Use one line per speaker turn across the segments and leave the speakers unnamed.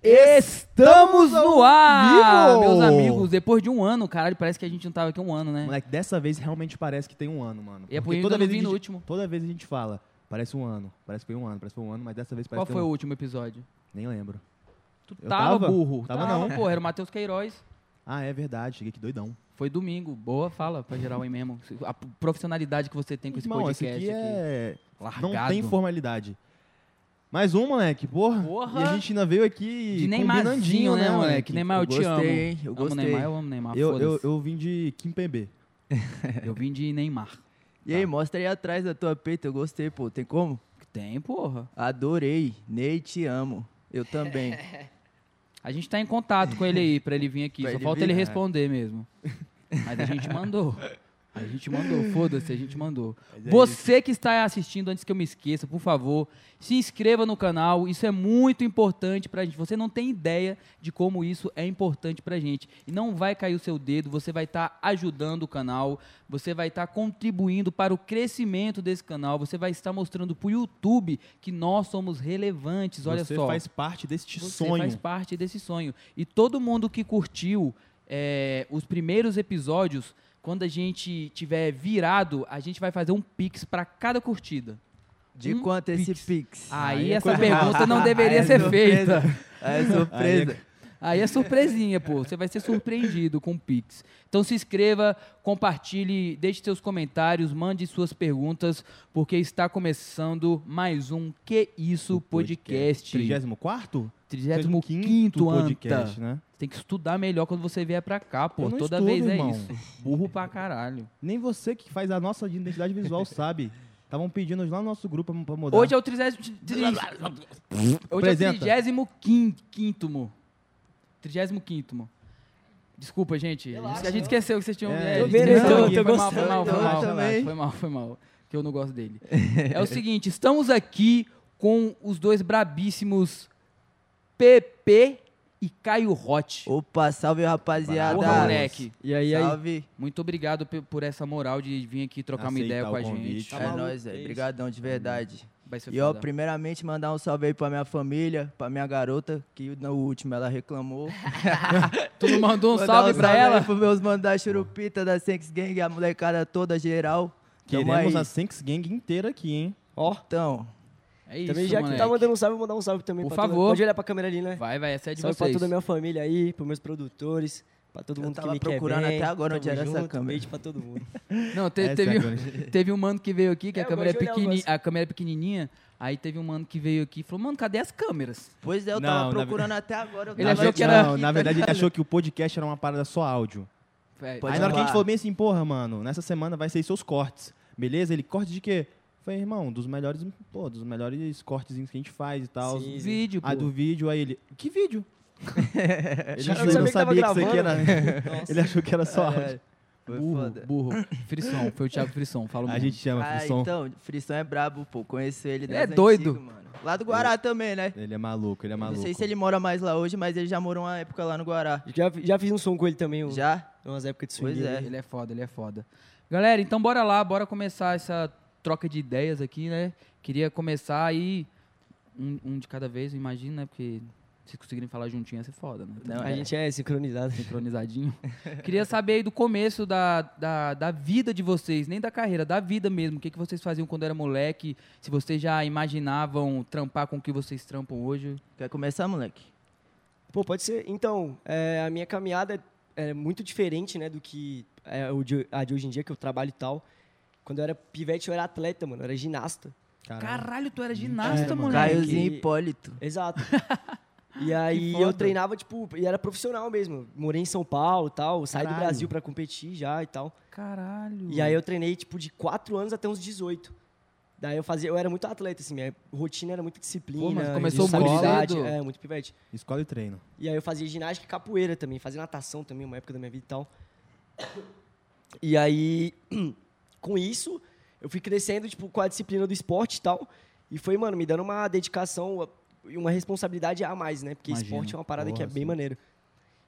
Estamos no ar,
vivo!
meus amigos. Depois de um ano, caralho, parece que a gente não tava aqui um ano, né?
Moleque, dessa vez realmente parece que tem um ano, mano.
E é por
Porque
isso que
toda
eu não
vez
vim
a
no
gente-
último.
Toda vez a gente fala, parece um ano, parece que foi um ano, parece que foi um ano, mas dessa vez parece
Qual
que
foi
um...
o último episódio?
Nem lembro.
Tu
Eu
tava,
tava?
burro.
Tava não.
pô, era o Matheus Queiroz.
Ah, é verdade, cheguei aqui doidão.
Foi domingo. Boa fala pra geral aí mesmo. A p- profissionalidade que você tem com esse
Irmão, esse
podcast
aqui é...
Largado.
Não tem formalidade. Mais um, moleque, porra.
Porra!
E a gente ainda veio aqui
De
combinandinho,
Neymarzinho, né, moleque? Neymar, eu, te
gostei,
amo.
hein? Eu
amo
gostei.
Neymar, eu amo Neymar.
Eu, eu,
foda-se.
eu vim de Kim Pembe. tá?
Eu vim de Neymar.
E aí, mostra aí atrás da tua peita, eu gostei, pô. Tem como?
Tem, porra.
Adorei. Ney, te amo. Eu também.
A gente tá em contato com ele aí pra ele vir aqui.
Pra
Só
ele
falta
vir,
ele
né?
responder mesmo. Mas a gente mandou. A gente mandou, foda-se, a gente mandou.
é
Você que está assistindo, antes que eu me esqueça, por favor, se inscreva no canal. Isso é muito importante pra gente. Você não tem ideia de como isso é importante pra gente. E não vai cair o seu dedo, você vai estar ajudando o canal, você vai estar contribuindo para o crescimento desse canal, você vai estar mostrando pro YouTube que nós somos relevantes. Olha
Você
só.
faz parte deste
Você
sonho.
faz parte desse sonho. E todo mundo que curtiu é, os primeiros episódios, quando a gente tiver virado, a gente vai fazer um pix pra cada curtida.
De
Um
quanto é esse
pix.
pix?
Aí,
Aí é
essa
coisa
pergunta
errada.
não deveria
Aí é
ser
surpresa.
feita.
Aí é surpresa.
Aí é surpresinha, pô. Você vai ser surpreendido com o Pix. Então se inscreva, compartilhe, deixe seus comentários, mande suas perguntas, porque está começando mais um Que Isso Podcast.
34?
35
35º podcast, né?
Tem que estudar melhor quando você vier pra cá, pô.
Eu não
Toda
estudo,
vez
irmão.
é isso. Burro pra caralho.
Nem você que faz a nossa identidade visual sabe. Estavam pedindo lá no nosso grupo pra mudar.
Hoje é o 30. Hoje é o
Apresenta.
35. 35. Desculpa, gente. a gente esqueceu que vocês tinham.
É,
a
tô
gente
vendo,
esqueceu.
eu tô
Foi mal, foi
gostando,
mal, foi
eu
mal,
também.
Foi mal, foi mal. Que eu não gosto dele. É o seguinte, estamos aqui com os dois brabíssimos PP e Caio Rotti.
Opa, salve, rapaziada.
Porra, moleque.
E aí, aí? Salve.
Muito obrigado pe- por essa moral de vir aqui trocar uma
Aceitar
ideia com
o
a gente.
convite. Tá
é
maluco,
nóis,
é
velho.
isso. Hum,
Obrigadão, de verdade.
Vai ser
E ó,
foda.
primeiramente mandar um salve aí pra minha família, pra minha garota, que no último ela reclamou.
Tu não mandou um
Mandar
salve pra
aí
ela?
Pros meus mano da Churupita, da Sex Gang, a molecada toda geral. Tamo
Queremos
aí.
a Sinks Gang inteira aqui, hein?
Ó,
Então,
É isso,
também já que
moleque.
tá mandando um salve, vou mandar um salve também
Por
pra toda-
favor.
Pode olhar pra câmera ali, né?
Vai, vai, essa é de
salve pra
vocês.
toda a minha família aí, pros meus produtores, pra todo
Eu
mundo que
tava
me quer
procurando
bem.
até agora
Tamo
onde era essa
junto,
câmera.
Beijo pra todo mundo.
Não, te-
Essa é
teve,
a
um, teve um mano que veio aqui, que
É,
a,
eu
câmera é
gosto de olhar, eu
pequeni-
gosto.
a câmera é pequenininha. Aí teve um mano que veio aqui e falou, mano, cadê as câmeras?
pois é, eu
Não, na
tava
ve-
procurando até agora. eu
Ele
na
tava
verdade-
achou que era-
Não, na
aqui,
verdade ele achou que o podcast era uma parada só áudio.
Véi,
Pode
Aí na hora que a gente
falar.
falou bem assim, porra, mano, nessa semana vai ser seus cortes. Beleza? Ele, corte de quê? Eu Falei, irmão, dos melhores, pô, dos melhores cortezinhos que a gente faz e tal.
Sim.
Vídeo, pô.
Ah, do vídeo, aí ele, que vídeo? ele
Eu
achou-
não
ele não
sabia
sabia
que
que
tava
isso aqui era...
Nossa.
Ele achou que era só áudio.
É, foi
burro,
foda.
burro. Frisson, foi o Thiago Frisson, fala
A
muito.
gente chama
Ah,
Frisson.
então, Frisson é brabo, pô. Conheço
Ele
ele das
é doido.
antigas, mano. Lá do Guará também, né?
Ele é maluco, ele é
Não
maluco.
sei se ele mora mais lá hoje, mas ele já morou uma época lá no Guará.
Já, já fiz um som com ele também, um,
Já?
umas épocas de
Pois
swing.
é.
Ele é foda, ele é foda. Galera, então bora lá, bora começar essa troca de ideias aqui, né? Queria começar aí, um, um de cada vez, eu imagino, né? Porque se conseguirem falar juntinho ia ser foda, né?
Não,
A
é.
gente é sincronizado.
sincronizadinho. Queria saber aí do começo da, da, da vida de vocês, nem da carreira, da vida mesmo. O que, que vocês faziam quando era moleque? Se vocês já imaginavam trampar com o que vocês trampam hoje?
Quer começar, moleque?
Pô, pode ser. Então, é, a minha caminhada é muito diferente, né, do que é, o de- a de hoje em dia, que eu trabalho e tal. Quando eu era pivete, eu era atleta, mano. Eu era ginasta.
Caralho.
Caralho, tu era ginasta,
Mentira, mano.
moleque. É
Caiozinho Hipólito.
Exato. E aí
foda.
eu treinava, tipo, e era profissional mesmo. Morei em São Paulo e tal, saí do
Caralho.
Brasil pra competir já e tal.
Caralho.
E aí eu treinei, tipo, de 4 anos até uns 18. Daí eu fazia, eu era muito atleta, assim, minha rotina era muito disciplina.
Pô, mas começou muito
responsabilidade,
cedo.
É, muito pivete.
Escola e treino.
E aí eu fazia ginástica e capoeira também, fazia natação também, uma época da minha vida e tal. E aí, com isso, eu fui crescendo, tipo, com a disciplina do esporte e tal. E foi, mano, me dando uma dedicação e uma responsabilidade a mais, né? Porque
Imagino.
esporte é uma parada que é
Porra,
bem
sim.
maneiro.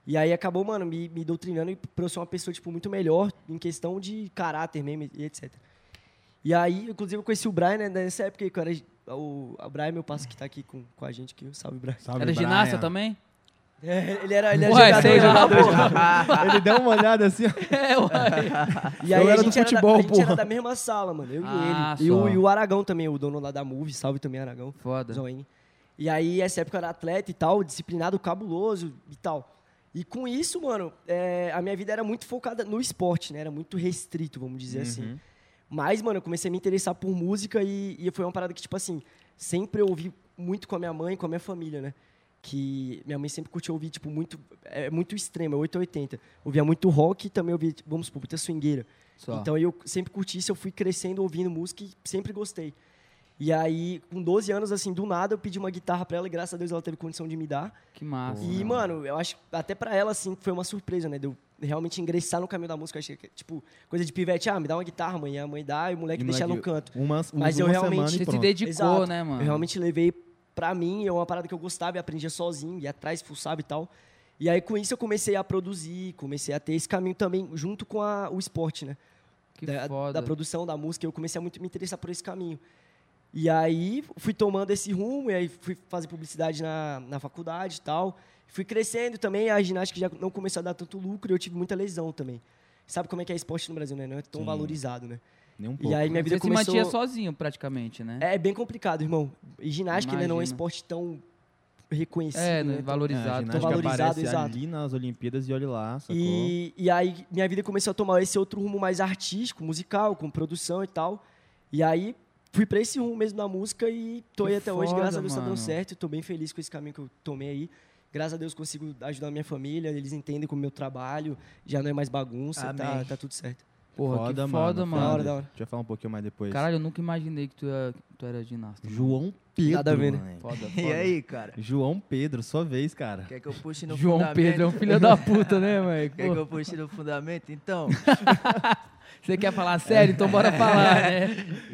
E aí acabou, mano, me, me doutrinando e pra eu ser uma pessoa, tipo, muito melhor em questão de caráter mesmo e etc. E aí, inclusive, eu conheci o Brian, né, nessa época que eu era o, o Brian, meu passo que tá aqui com, com a gente aqui. Salve, Brian.
Salve,
Era
Brian.
ginasta também?
É, ele era, ele era
Ué, sei lá,
jogador, jogador,
pô.
Ele deu uma olhada assim, ó.
É, uai.
E aí
Eu
a
era do
gente, era, da,
futebol,
a gente era
porra.
da mesma sala, mano. Eu
Ah,
e ele. E o,
só.
e o Aragão também, o dono lá da Move. Salve também, Aragão.
Foda.
Zoinho. E aí, essa época eu era atleta e tal, disciplinado, cabuloso e tal. E com isso, mano, é, a minha vida era muito focada no esporte, né? Era muito restrito, vamos dizer assim. Mas, mano, eu comecei a me interessar por música e, e foi uma parada que, tipo assim, sempre eu ouvi muito com a minha mãe e com a minha família, né? Que minha mãe sempre curtiu ouvir, tipo, muito. É muito extremo, é 880. Ouvia muito rock e também ouvia, tipo, vamos supor, muita swingueira.
Só.
Então eu sempre curti isso, eu fui crescendo ouvindo música e sempre gostei. E aí, com 12 anos, assim, do nada, eu pedi uma guitarra pra ela e graças a Deus ela teve condição de me dar.
que massa.
e, mano, eu acho, até pra ela, assim, foi uma surpresa, né? De eu realmente ingressar no caminho da música. Eu Achei que, tipo, coisa de pivete, ah, me dá uma guitarra, mãe. E a mãe dá e o moleque
E
deixa
moleque,
no canto.
Uma, usa
Mas eu
uma
realmente-
semana
Você
e
se
pronto.
dedicou,
Exato.
né, mano?
Eu realmente levei pra mim, é uma parada que eu gostava e aprendia sozinho, ia atrás, fuçava e tal. E aí, com isso, eu comecei a produzir, comecei a ter esse caminho também, junto com a- o esporte, né?
Que
da,
foda.
da produção da música, eu comecei a muito me interessar por esse caminho. E aí fui tomando esse rumo, e aí fui fazer publicidade na, na faculdade e tal. Fui crescendo também, a ginástica já não começou a dar tanto lucro e eu tive muita lesão também. Sabe como é que é esporte no Brasil, né? Não é tão
Sim.
valorizado, né?
Nem um pouco.
E aí minha vida
Você se
começou...
mantinha sozinho, praticamente, né?
É bem complicado, irmão. E ginástica né, não é um
Imagino.
esporte tão reconhecido.
É, né,
né? Tão-
É, a
valorizado.
ginástica
Então,
valorizado,
aparece
exato.
ali nas Olimpíadas e olha lá, sacou?
E, e aí minha vida começou a tomar esse outro rumo mais artístico, musical, com produção e tal. E aí fui pra esse rumo mesmo da música e tô
Que
aí até hoje,
foda,
graças a Deus tá dando
mano.
certo. Tô bem feliz com esse caminho que eu tomei aí. Graças a Deus consigo ajudar a minha família, eles entendem com o meu trabalho, já não é mais bagunça, tá,
Amém.
tá tudo certo.
Porra,
foda,
que foda,
mano.
Da
mano.
hora, da hora.
Deixa eu falar um pouquinho mais depois.
Caralho, eu nunca imaginei que tu, era- tu era ginasta. mano.
João Pedro.
Nada a ver, né?
moleque.
Foda, foda.
E aí, cara?
João Pedro, sua vez, cara.
Quer que eu puxe no
João
fundamento?
Pedro é um filho da puta, né, moleque?
Quer que
Pô,
eu puxe no fundamento? Então,
Você quer falar sério? Então bora falar, né?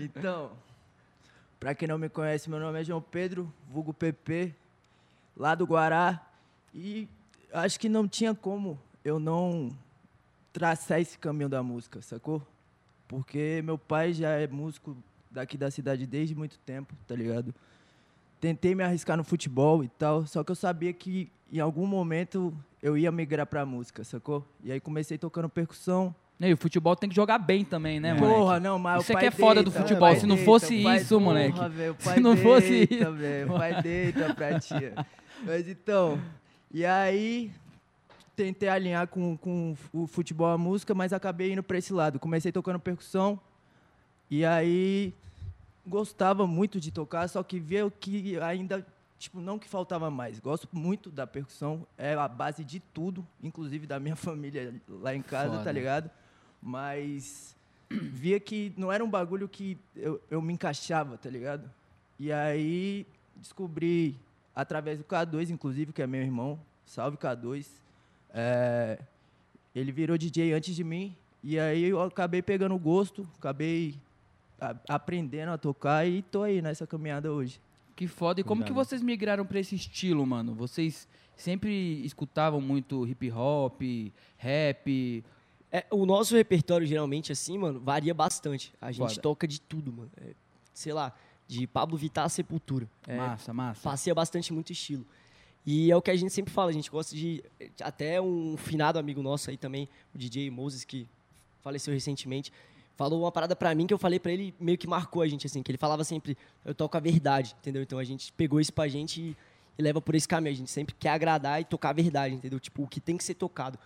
então, pra quem não me conhece, meu nome é João Pedro, vulgo PP, lá do Guará. E acho que não tinha como eu não traçar esse caminho da música, sacou? Porque meu pai já é músico daqui da cidade desde muito tempo, tá ligado? Tentei me arriscar no futebol e tal, só que eu sabia que em algum momento eu ia migrar pra música, sacou? E aí comecei tocando percussão,
E o futebol tem que jogar bem também, né, mano?
Porra, não, mas
Isso
o
é que
pai
é foda do
deita,
futebol,
o pai
se não
deita,
fosse
o pai-
isso, moleque.
Porra, velho, o
Se
pai
não fosse
deita,
isso,
velho, o pai deita pra tia. Mas então, e aí tentei alinhar com, com o futebol a música, mas acabei indo pra esse lado. Comecei tocando percussão e aí gostava muito de tocar, só que via o que ainda tipo não que faltava mais. Gosto muito da percussão, é a base de tudo, inclusive da minha família lá em casa,
Foda.
tá ligado? Mas via que não era um bagulho que eu, eu me encaixava, tá ligado? E aí descobri, através do K2, inclusive, que é meu irmão, salve K2, é, ele virou DJ antes de mim, e aí eu acabei pegando o gosto, acabei a- aprendendo a tocar e tô aí nessa caminhada hoje.
Que foda. E como que
Cuidado.
vocês migraram pra esse estilo, mano? Vocês sempre escutavam muito hip hop, rap.
É, o nosso repertório, geralmente, assim, mano, varia bastante. A gente
Foda.
toca de tudo, mano. É, sei lá, de Pablo Vittar a Sepultura. É,
Massa, massa.
passeia bastante muito estilo. E é o que a gente sempre fala, a gente gosta de. Até um finado amigo nosso aí também, o DJ Moses, que faleceu recentemente, falou uma parada pra mim que eu falei pra ele, meio que marcou a gente, assim, que ele falava sempre, eu toco a verdade, entendeu? Então a gente pegou isso pra gente e, e leva por esse caminho. A gente sempre quer agradar e tocar a verdade, entendeu? Tipo, o que tem que ser tocado.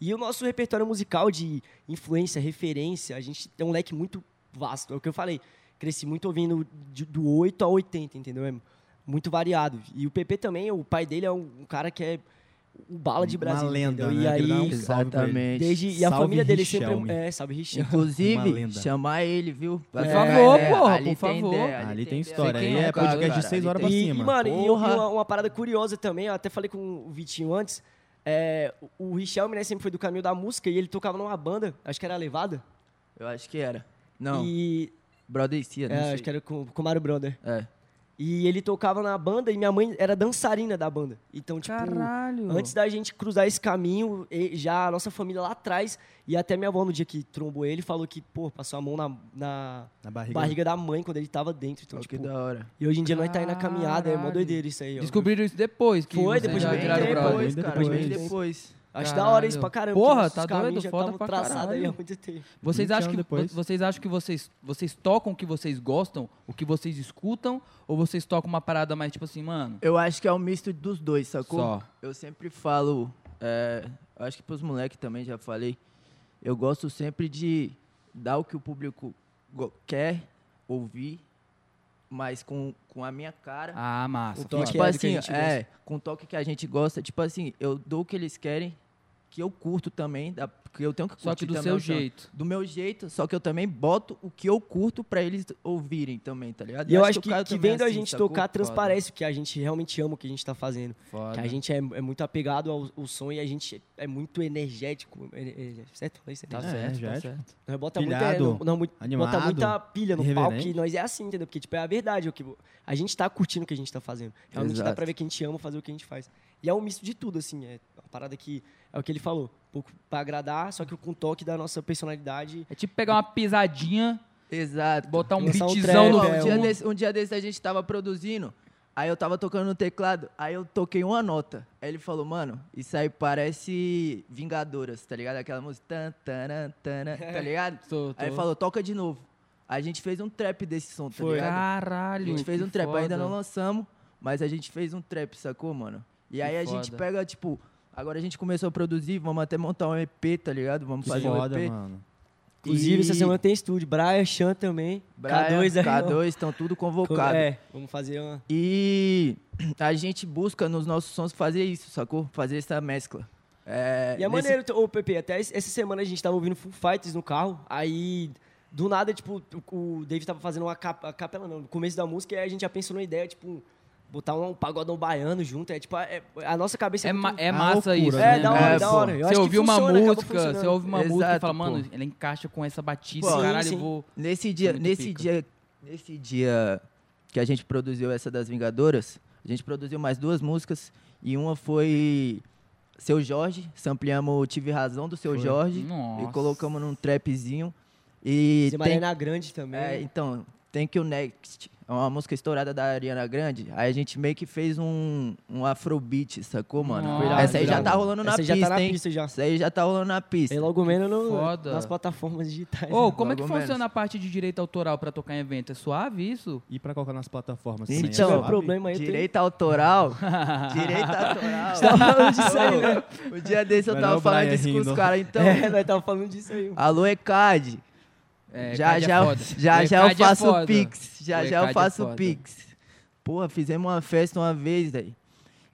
E o nosso repertório musical de influência, referência, a gente tem um leque muito vasto. É o que eu falei. Cresci muito ouvindo de- do 8 a 80, entendeu? É muito variado. E o PP também, o pai dele é um, um cara que é o bala de Brasil.
Uma lenda,
entendeu? E
né? Queria dar
aí,
um salve pra ele.
desde, e a
Salve,
família dele
Richelme.
sempre. É, salve, Richelme.
Uma
Inclusive,
lenda.
chamar ele, viu? Pra
Por
trocar
favor,
ideia.
porra,
Ali
por
tem
favor.
ideia,
Ali tem
ideia.
história.
Sei
Aí
quem é
é
o cara,
podcast de
cara,
6
ali
horas
tem-
pra
E-
cima.
E, mano, e eu vi
Porra.
uma, uma parada curiosa também, eu até falei com o Vitinho antes. é, o Richelme, né, sempre foi do caminho da música e ele tocava numa banda, acho que era a Levada.
Eu acho que era. Não,
E.
Brother Cia, não
é,
sei.
acho que era com, com o Mario Brother.
É.
E ele tocava na banda e minha mãe era dançarina da banda. Então, tipo,
Caralho.
antes da gente cruzar esse caminho, e- já a nossa família lá atrás, e até minha avó no dia que trombou ele, falou que, pô, passou a mão na, na
Na
barriga.
barriga.
da mãe quando ele tava dentro. Então,
Então, que
tipo,
da hora.
e hoje em dia nós tá aí na caminhada, é uma
Caralho.
doideira isso aí. ó.
Descobriram isso depois. Que
Foi,
vocês
depois
já
de
bem
bem
viraram
depois,
brother.
depois,
brother.
cara, bem
Depois.
depois.
Acho da hora isso
Caralho.
pra caramba.
Porra,
porque
tá
nossos caminhos
doido,
já
foda
estavam
pra
traçados aí há
caralho.
muito tempo.
Vocês
20
acham,
anos
que,
depois.
vo- vocês acham que vocês, vocês tocam o que vocês gostam, o que vocês escutam, ou vocês tocam uma parada mais tipo assim, mano?
Eu acho que é um misto dos dois, sacou?
Só.
Eu sempre falo, é, eu acho que pros moleques também já falei, eu gosto sempre de dar o que o público go- quer ouvir, mas com, com a minha cara.
Ah, massa.
O
foda.
E,
toque
tipo
é do que a
assim,
gente
é, com o toque que a gente gosta, tipo assim, eu dou o que eles querem, que eu curto também, da- porque eu tenho que curtir
Só que do
também
seu
o som.
jeito.
Do meu jeito, só que eu também boto o que eu curto pra eles ouvirem também, tá ligado?
E eu acho
o
que,
cara
que
também é
vendo a
assim,
gente
sacou?
tocar,
Foda.
transparece que a gente realmente ama o que a gente tá fazendo. Que
Foda.
a gente é, é muito apegado ao, ao som e a gente é muito energético. Ene- ene- certo? Falei certo?
Tá
É,
certo, tá
já é,
certo.
Nós bota muita,
Pilhado,
não- não, muito-
animado,
bota muita pilha no palco
irreverente.
e nós é assim, entendeu? Porque tipo, é a verdade. O que, a gente tá curtindo o que a gente tá fazendo. Realmente dá
Exato.
pra ver que a gente ama fazer o que a gente faz. E é um misto de tudo, assim. É uma parada que é o que ele falou. Um pouco pra agradar, só que com o toque da nossa personalidade.
É tipo pegar uma pisadinha,
Exato.
botar um
Lançar um
beatzão
trap,
no
Ó,
é,
um, dia
fundo.
desse, um dia desse a gente tava produzindo, aí eu tava tocando no teclado, aí eu toquei uma nota. Aí ele falou, mano, isso aí parece Vingadoras, tá ligado? Aquela música. Tan, taran, taran, tá ligado?
Tô- tô.
Aí falou, toca de novo. A gente fez um trap desse som, tá
Foi.
ligado? A
Caralho.
gente fez
que
um trap, ainda não
foda.
lançamos, mas a gente fez um trap, sacou, mano? E aí a gente
foda.
pega, tipo, agora a gente começou a produzir, vamos até montar um EP, tá ligado? Vamos fazer
Foda,
um EP.
mano.
Inclusive,
E
essa semana tem estúdio. Brian, Chan também.
Brian,
K2 aí. ó.
K2 estão tudo convocados.
É, vamos fazer uma.
E a gente busca nos nossos sons fazer isso, sacou? Fazer essa mescla. É,
E é
nesse-
maneiro, ô Pepe, até es- essa semana a gente tava ouvindo Full Fighters no carro, aí do nada, tipo, o o David tava fazendo uma capa- a capela, não, no começo da música, e aí a gente já pensou numa ideia, tipo, botar um, um pagodão baiano junto, é tipo, é- a nossa cabeça
É, ma-
muito-
é
Ah,
massa
loucura,
isso,
né?
né?
da hora,
mano?
É,
da
pô.
hora. Eu
Você
acho que
ouviu uma
funciona, acaba
música, você
funcionando.
ouve uma música e
Exato,
fala,
pô.
mano, ela encaixa com essa batida,
Pô,
caralho,
sim.
eu vou...
Nesse dia,
é muito
nesse
pica.
dia, nesse dia que a gente produziu essa das Vingadoras, a gente produziu mais duas músicas e uma foi Seu Jorge, sampleamos Tive Razão do Seu Jorge
Nossa.
e colocamos num trapzinho e tem,
Zé Mariana Grande também.
é, então, Thank You Next, é uma música estourada da Ariana Grande. Aí a gente meio que fez um, um afrobeat, sacou, mano?
Nossa.
essa aí já
Irado.
tá rolando na
Essa
pista,
já tá na
hein?
pista já.
Isso aí já tá rolando na pista.
E logo menos no-
Foda.
nas plataformas digitais.
Ô, como é que
Logo
funciona
menos.
a parte de direito autoral pra tocar em evento? É suave isso?
E pra colocar nas plataformas
Então,
também, é
Então,
sabe?
o problema aí, eu tenho-
Direito autoral. Direito
tá
autoral.
tava falando disso aí, né?
O dia desse eu
Melhor
tava
o
falando
é Brian
isso com os
rindo.
caras, então.
É, nós tava falando disso aí.
Alô, ECAD.
É,
já
Cade é
já,
foda.
já,
O
já eu
Cade é
faço o
foda.
Pix. Já
O
já
ECAD é
eu faço o
foda.
Pix. Porra, fizemos uma festa uma vez, daí.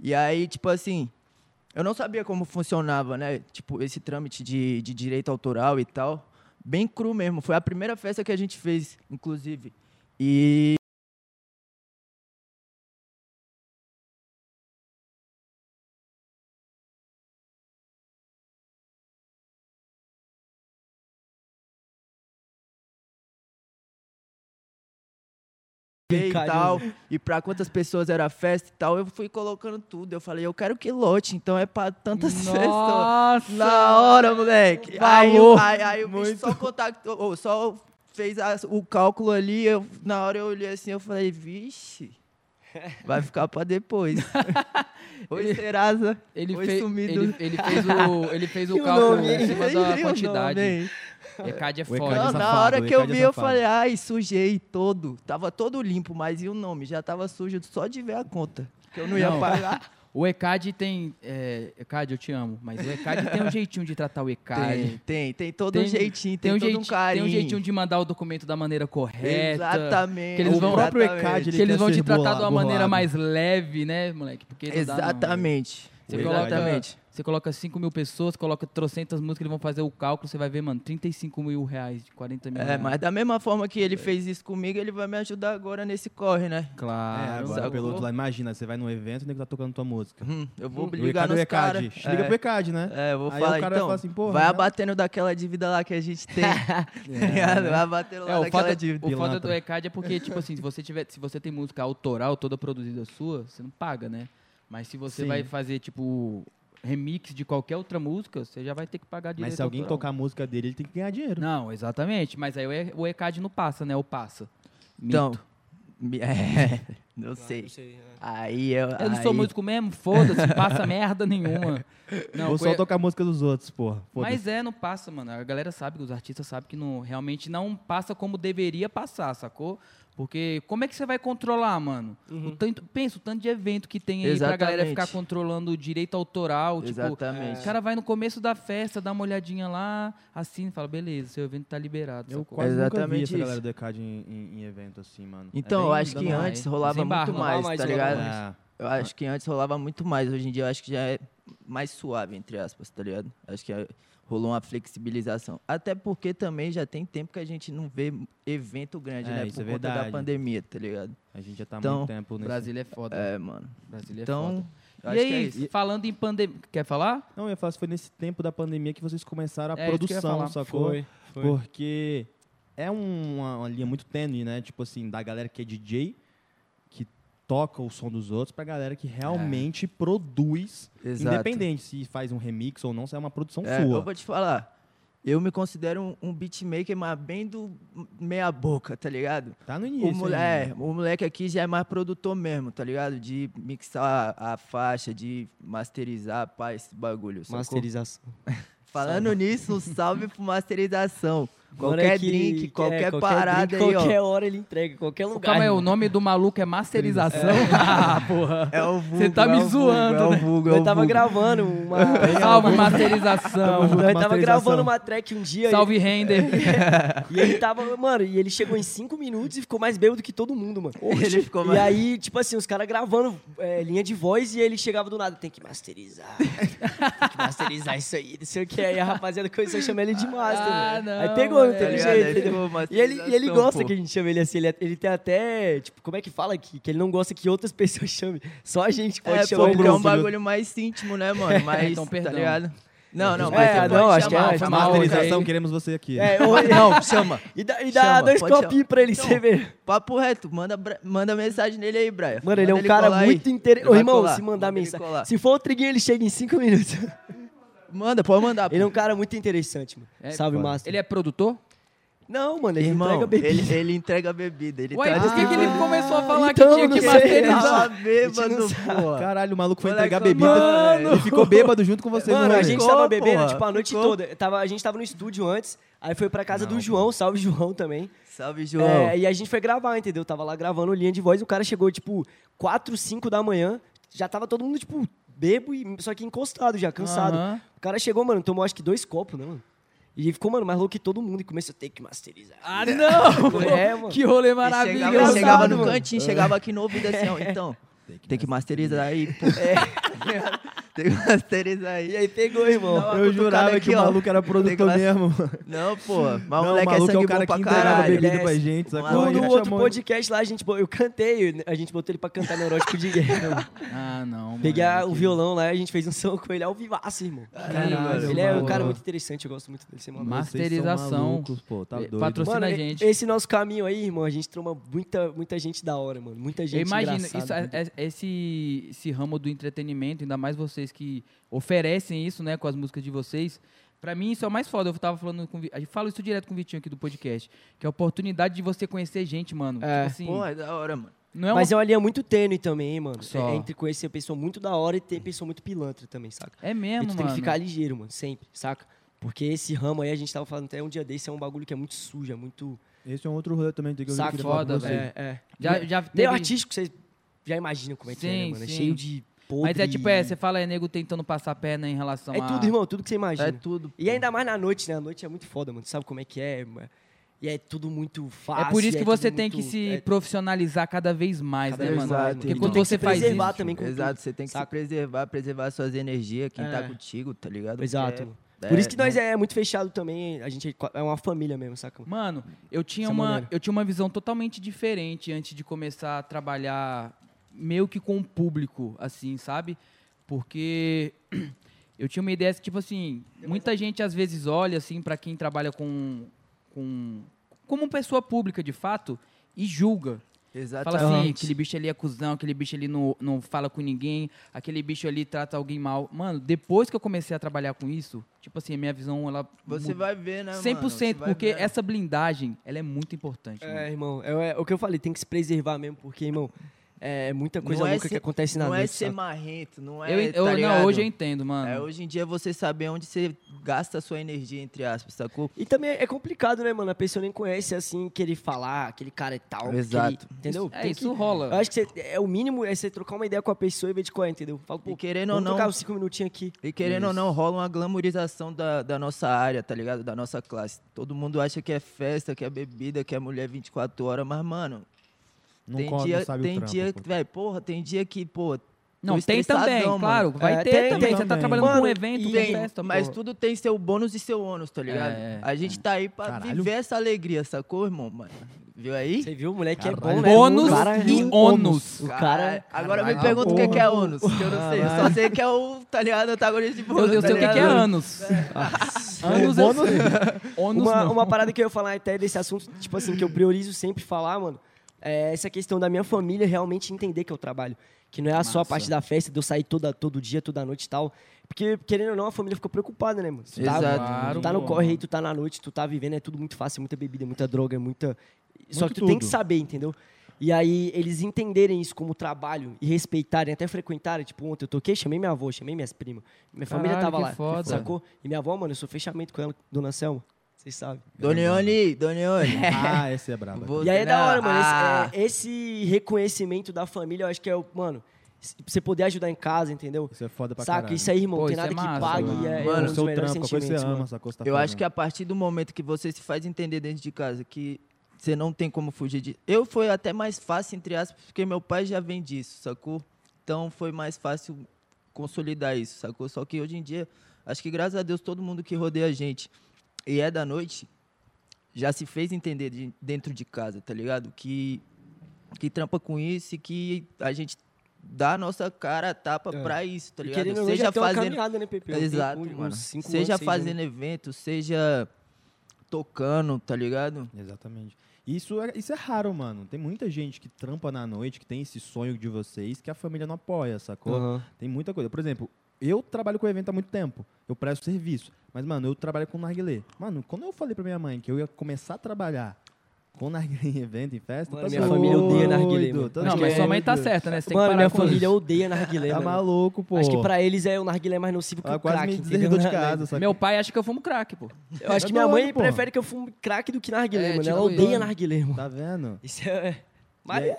E aí, tipo assim, eu não sabia como funcionava, né? Tipo, esse trâmite de, de direito autoral e tal. Bem cru mesmo. Foi a primeira festa que a gente fez, inclusive. E e
Brincadeira.
tal, e pra quantas pessoas era a festa e tal, eu fui colocando tudo. Eu falei, eu quero que lote, então é pra tantas pessoas. Na hora, moleque. Aí, o-
Falou.
aí, aí o bicho só contactou, ou só fez a- o cálculo ali, eu, na hora eu olhei assim, eu falei, vixe, vai ficar pra depois. Oi, Serasa.
Ele,
Oi,
fe-
sumido.
ele, ele fez o, ele fez
E
o
o
cálculo
nome,
em
hein?
cima
Nem
da
vi o
quantidade.
nome, hein?
ECAD
O ECAD
é foda.
Não,
é
na hora
safado,
que eu
Ricardo é
vi, eu
safado.
falei, ai, sujei todo. Tava todo limpo, mas e o nome? Já tava sujo só de ver a conta. Que eu não ia
Não.
pagar.
O ECAD tem... É, ECAD, eu te amo. Mas o ECAD tem um jeitinho de tratar o ECAD.
Tem, tem, tem todo
Tem-
um jeitinho, tem,
um
todo um
jeitinho-
carinho.
Tem um jeitinho de mandar o documento da maneira correta.
Exatamente.
que eles
o
vão-
próprio
exatamente.
ECAD, ele
que eles
quer
vão te
ser
tratar
bolado,
de uma maneira
bolado.
mais leve, né, moleque? Porque não dá, não, velho.
Exatamente.
Você
Ele
coloca,
vai-
Exatamente.
você coloca 5 mil pessoas, coloca trocentas músicas, eles vão fazer o cálculo, você vai ver, mano, 35 mil reais, 40 mil
É,
reais.
mas da mesma forma que ele fez isso comigo, ele vai me ajudar agora nesse corre, né?
Claro.
É, agora
sacou?
pelo outro lado, imagina, você vai num evento e o nego tá tocando tua música.
Hum, eu vou
O
ligar
ECAD, o
nos caras.
ECAD. Liga pro ECAD, né?
É, eu vou
Aí
falar,
o cara
então,
fala assim, porra,
vai
né?
abatendo daquela dívida lá que a gente tem. Ligado? vai abatendo lá
É, o
daquela
foda,
dívida.
o foda
pilantra.
do ECAD é porque, tipo assim, se você, tiver, se você tem música autoral toda produzida sua, você não paga, né? Mas se você
Sim.
vai fazer, tipo, remix de qualquer outra música, você já vai ter que pagar direito
Mas se alguém
autoral.
tocar a música dele, ele tem que ganhar dinheiro.
Não, exatamente. Mas aí o E- o ECAD não passa, né? Ou passa. Mito.
Então, me- é, não sei. né? Aí eu.
eu não sou
aí-
músico mesmo, foda-se, não passa merda nenhuma. Não,
Vou
foi-
só tocar a música dos outros, porra. Foda-se.
Mas é, não passa, mano. A galera sabe, os artistas sabem que não, realmente não passa como deveria passar, sacou? Porque como é que você vai controlar, mano? O tanto, pensa, o tanto de evento que tem aí pra galera
Exatamente.
ficar controlando o direito autoral. Tipo,
Exatamente.
o cara vai no começo da festa, dá uma olhadinha lá, assina e fala, beleza, seu evento tá liberado,
Eu
sacou?
quase nunca vi
Exatamente
essa galera
isso.
do ECAD em, em- em evento assim, mano. é
Então, eu
bem
acho que
dando-
mais.
antes rolava
Desembarra,
muito
não
mais,
vai
tá
mais,
ligado?
rola
É.
Eu acho que antes rolava muito mais. Hoje em dia eu acho que já é mais suave, entre aspas, tá ligado? Acho que é- rolou uma flexibilização. Até porque também já tem tempo que a gente não vê evento grande,
É,
né?
isso
Por
é
conta da
verdade.
pandemia, tá ligado?
A gente já tá há
Então,
muito tempo nesse...
Brasília é foda.
É, mano.
Brasília é
Então, eu
foda. E
acho que é
aí,
isso.
falando em pandemia. Quer falar?
Não, eu ia falar, se foi nesse tempo da pandemia que vocês começaram a
É, isso que eu ia
produção,
falar.
sacou?
Foi, foi.
Porque é uma, uma linha muito tênue, né? Tipo assim, da galera que é DJ, que toca o som dos outros, pra galera que realmente produz,
Exato.
independente se faz um remix ou não, se é uma produção
É, eu
sua.
vou te falar. Eu me considero um, um beatmaker, mas bem do meia boca, tá ligado?
Tá no
O,
início.
mole-
ainda.
é, o moleque aqui já é mais produtor mesmo, tá ligado? De mixar a, a faixa, de masterizar, pá, esse bagulho. sacou?
Masterização.
Falando nisso, um salve pro masterização.
Mano,
Qualquer
é que-
drink,
é,
qualquer,
drink,
parada aí,
Qualquer hora ele entrega, qualquer Um lugar.
Calma aí, o
irmão.
nome do maluco é masterização. ah,
um.
porra.
ó. É o vulgo,
Você tá me
é o vulgo,
zoando,
é o
né?
vulgo, é o
Eu tava
vulgo.
gravando uma.
Salve, masterização.
Eu tava
Masterização.
gravando uma track um dia.
Salve, render.
E ele tava, mano, e ele chegou em cinco minutos e ficou mais bêbado que todo mundo, mano.
Ele ficou
E
mais-
aí, tipo assim, os caras gravando é, linha de voz e ele chegava do nada, tem que masterizar. tem que masterizar isso aí, não sei o que. Aí a rapaziada começou a chamar ele de master,
Ah,
mano.
não,
Aí pegou, não
mano.
Tá
teve
ligado?
jeito,
Ele
entendeu?
ficou
E ele, e ele
masterização,
gosta
pô.
que a gente chame ele assim, ele, ele tem até, tipo, como é que fala que, que ele não gosta que outras pessoas chamem? Só a gente pode
É,
chamar
pô,
ele.
porque é um
assim.
bagulho mais íntimo, né, mano? Mais,
então,
tá
perdão.
ligado? Não, não,
É,
mas você
não,
pode
acho que é-
chamar,
é
foi
uma
mal,
outra
cara.
Masterização, queremos você aqui.
É, ou-
Não, chama.
e dá, e dá
Chama,
dois
pode chamar.
copinhos pra ele,
Então,
você vê.
Papo reto, manda, bra- manda mensagem nele aí, Brian.
Mano, ele é
Manda
um cara
colar aí.
muito
Ele
interessante. Ô,
vai
irmão,
colar.
se mandar
Manda ele
mensagem.
colar.
Se for o Triguinho, ele chega em cinco minutos.
Manda, pode mandar. pô.
Ele é um cara muito interessante, mano.
É,
Salve,
foda.
Master.
Ele é produtor?
Não, mano, um- ele
Irmão,
entrega bebida.
ele, ele entrega bebida. Ele
Ué,
tá
por que, que ele começou a falar
Então,
que tinha
não
que
sei.
masterizar?
tava
A gente
bêbado,
não sabe.
pô.
Caralho, o maluco foi
Moleque,
entregar bebida.
mano!
Ele ficou bêbado junto com você no
Mano, a
rolê.
gente
Ficou,
tava bebendo,
porra,
tipo, a noite
ficou.
toda. Eu tava- a gente tava no estúdio antes, aí foi pra casa do João, salve João também.
Salve, João.
É, e a gente foi gravar, entendeu? Tava lá gravando linha de voz, o cara chegou, tipo, 4, 5 da manhã, já tava todo mundo, tipo, bebo, e, só que encostado já, cansado.
Aham.
O cara chegou, mano, tomou acho que dois copos, né, mano? E ficou, mano, mais louco que todo mundo e começou a ter que masterizar.
Ah, não!
É, mano.
Que rolê
Ele
maravilhoso.
chegava, ele chegava no
mano.
cantinho, chegava aqui no ouvido assim, ó. Então, tem que masterizar aí, pô. Tem que masterizar aí.
E aí pegou, irmão.
Não,
Eu
cutucada
jurava
aqui,
que o
ó.
maluco era produtor
Tem que
mesmo.
Não, pô, mas o
Não,
moleque é sangue
o
bom
cara
pra
que entregava
caralho.
ele
bebida
é-
pra gente, sacou?
No-
No,
Aí
no
já
outro
chamou ele.
podcast lá, a gente, bo- eu cantei, a gente botou ele pra cantar no Erótico de Guerra. mano.
Ah, não.
Peguei a-
mano,
o
que-
violão lá e a gente fez um som com ele ao vivaço, irmão.
Caralho,
ele é um
mano.
cara muito interessante, eu gosto muito dele, ser maluco.
Mas-
Vocês são
Masterização.
malucos, pô, tá
Eh,
doido.
patrocina-
Mano,
a
e-
gente.
esse nosso caminho aí, irmão, a gente troma muita, muita gente da hora, mano. Muita gente né?
Eu imagino,
engraçada,
isso- é-
muito-
é- esse, esse ramo do entretenimento, ainda mais vocês que oferecem isso, né, com as músicas de vocês. Pra mim, isso é o mais foda. Eu tava falando com o Vi- A gente fala isso direto com o Vitinho aqui do podcast. Que é a oportunidade de você conhecer gente, mano.
É.
Tipo assim,
Pô, é da hora, mano.
não é uma
Mas é uma linha muito tênue também, hein, mano. É-
Só.
É entre conhecer pessoa muito da hora e ter pessoa muito pilantra também, saca?
É
E
mesmo,
tu tem
mano.
que ficar ligeiro, mano, sempre, saca? Porque esse ramo aí, a gente tava falando até um dia desse, é um bagulho que é muito sujo, é muito...
Esse é um outro rolê também que eu queria
Saca,
falar com
foda,
vocês.
velho.
É, é.
Já, já
Meio
teve-
artístico, vocês já imaginam como é que é, né,
Sim,
mano? É
sim.
cheio de podre. né?
Mas é tipo, é, você fala, é nego tentando passar a perna em relação
É
a...
tudo, irmão, tudo que você imagina.
É tudo.
E ainda mais na noite, né? A noite é muito foda, mano. Tu sabe como é que é, mano. E é tudo muito fácil.
É por isso
e
que
tudo
você tem
muito-
que se
é-
profissionalizar cada vez mais,
Cada
né,
vez
mano?
mais,
Porque
mano.
quando
Tem que
você
se
faz
preservar
isso,
também com
Exato, você tem que se
saca?
preservar, preservar suas energias, quem tá
É.
contigo, tá ligado?
Exato.
Porque é-
Por isso que
né?
nós é, muito fechado também. A gente é qua- é uma família mesmo, saca?
Mano, eu tinha,
Essa
uma,
maneira.
eu tinha uma visão totalmente diferente antes de começar a trabalhar meio que com o público, assim, sabe? Porque eu tinha uma ideia que, tipo assim, muita gente às vezes olha, assim, para quem trabalha com, com... como pessoa pública, de fato, e julga. Fala
Exatamente.
assim, aquele bicho ali é cuzão, aquele bicho ali não, não fala com ninguém, aquele bicho ali trata alguém mal. Mano, depois que eu comecei a trabalhar com isso, tipo assim, a minha visão, ela...
Você
mudou.
vai ver, né,
100%,
mano? Você vai
porque
ver.
essa blindagem, ela é muito importante. mano.
É, irmão. É, é o que eu falei, tem que se preservar mesmo, porque, irmão, é muita
Não
coisa
é
louca
ser-
que acontece na
Não é
noite.
ser
saca?
marrento, não é,
eu, eu-
tá
não,
ligado?
hoje eu entendo, mano.
É, hoje em dia você saber onde você gasta a sua energia, entre aspas, sacou?
E também é complicado, né, mano? A pessoa nem conhece, assim, que ele falar, aquele cara é tal. que
Exato.
ele- entendeu?
É,
Tem
isso
que-
rola.
Eu acho que você- é o mínimo é você trocar uma ideia com a pessoa e ver de qual é, entendeu? Fala, pô,
E querendo ou
vamos
não-
trocar uns cinco minutinhos aqui.
E querendo ou
Isso.
não, rola uma glamorização da, da nossa área, tá ligado? Da nossa classe. Todo mundo acha que é festa, que é bebida, que é mulher 24 horas, mas, mano,
Não
tem
corre,
dia,
não sabe
tem
o trampo,
dia,
pô.
velho, porra, tem dia que, pô, tô
Não, tem também,
estressadão, mano.
claro. Vai
É,
ter
tem,
também.
tem
Você tá
também.
trabalhando com um
Mano,
evento,
e
com
tem,
festa,
Mas
porra.
tudo tem seu bônus e seu ônus, tá ligado?
É,
a gente tá aí pra
Caralho.
viver essa alegria, sacou, irmão? Mano? Viu aí?
Você viu, o moleque é
Caralho.
bom, né?
Bônus
O cara é
e
um-
ônus.
O cara... é
Agora me
Caralho,
pergunta o que que é
porra.
ônus, que eu não sei. Eu só sei que é o, tá ligado, antagonista de
Eu,
bônus.
eu
tá
sei o que, que é
ligado?
anos. Anos eu
Bônus-
sei. Ônus
Ah, uma,
não.
uma parada que eu ia falar até desse assunto, tipo assim, que eu priorizo sempre falar, mano, é essa questão da minha família realmente entender que eu trabalho. Que não é só a
Massa.
parte da festa, de eu sair toda, todo dia, toda noite e tal. Porque, querendo ou não, a família ficou preocupada, né, mano? Tu tá-
Exato.
tu
Claro,
tá no
pô,
corre aí,
mano.
tu tá na noite, tu tá vivendo, é tudo muito fácil, muita bebida, muita droga, muita. Só
Muito
que tu tem que
tudo.
saber, entendeu? E aí eles entenderem isso como trabalho e respeitarem, até frequentarem. Tipo, ontem eu toquei, chamei minha avó, chamei minhas primas. Minha família
Caralho,
tava
que
lá,
foda.
sacou? E minha avó, mano, eu sou fechamento com ela, dona Selma. Vocês sabem.
Dona Ione, Dona Ione.
Ah, esse é brabo.
Vou-
E aí é
né?
da hora, mano. Esse,
Ah.
é, esse reconhecimento da família, eu acho que é o. Mano, se- você poder ajudar em casa, entendeu?
Isso é foda pra
Saca?
caralho.
Isso aí, irmão,
Pô,
tem
isso
nada
é massa,
que pague.
mano.
e É,
Mano,
é um
Mano,
dos
seu
melhores
trampo, a coisa que
sentimentos,
você
mano.
ama, sacou? Você tá
Eu acho que é
fazendo.
a partir do momento que você se faz entender dentro de casa que você não tem como fugir de. Eu foi até mais fácil, entre aspas, porque meu pai já vem disso, sacou? Então foi mais fácil consolidar isso, sacou? Só que hoje em dia, acho que graças a Deus todo mundo que rodeia a gente e é da noite já se fez entender de- dentro de casa, tá ligado? Que, que trampa com isso e que a gente dá a nossa cara a tapa
É.
pra isso, tá
E
ligado?
querendo ou não, já tem uma caminhada, né, Pepe? Eu tenho
Exato,
uns
mano.
cinco
seja
anos, seis né?
fazendo evento, seja tocando, tá ligado?
Exatamente. Isso é, isso é raro, mano. Tem muita gente que trampa na noite, que tem esse sonho de vocês, que a família não apoia, sacou?
anos.
Tem muita coisa. Por exemplo, eu trabalho com evento há muito tempo. Eu presto serviço. Mas, mano, eu trabalho com narguilé. Mano, quando eu falei pra minha mãe que eu ia começar a trabalhar com narguilé em evento, em festa...
Mano,
tá
minha família odeia narguilé,
doido,
mano.
tá
Não, mas
doido.
sua mãe tá certa, né? Você tem que
é Mano,
parar
minha
com
família
isso.
odeia narguilé,
Tá
mano.
maluco, pô.
Acho que pra eles é o narguilé mais nocivo que
Ela
o
quase
crack,
me
entendeu?
deserdou de
Na- na-
casa, sacou?
Meu pai acha que eu fumo crack, pô.
Eu acho que
Tá
minha mãe
doido, pô.
prefere que eu fume crack do que narguilé,
É,
mano.
tipo
Ela odeia
isso.
narguilé, mano.
Tá vendo?
Isso é... Mas é,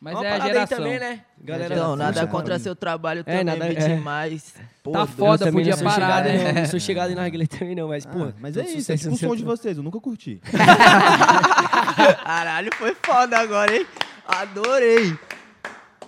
Mas
uma
é a
parada
geração.
aí também, né? Galera,
então, nada
funciona.
contra seu trabalho também,
nada-
vi
é.
demais. Pô,
Tá
Deus,
foda,
eu também
podia
não sou
parar,
chegado,
né?
Não, não sou chegado em narguilé também não, mas,
Ah,
pô...
mas
todo
é isso, é
sucesso
tipo o som de
seu-
vocês. Eu nunca curti.
Caralho, foi foda agora, hein? Adorei.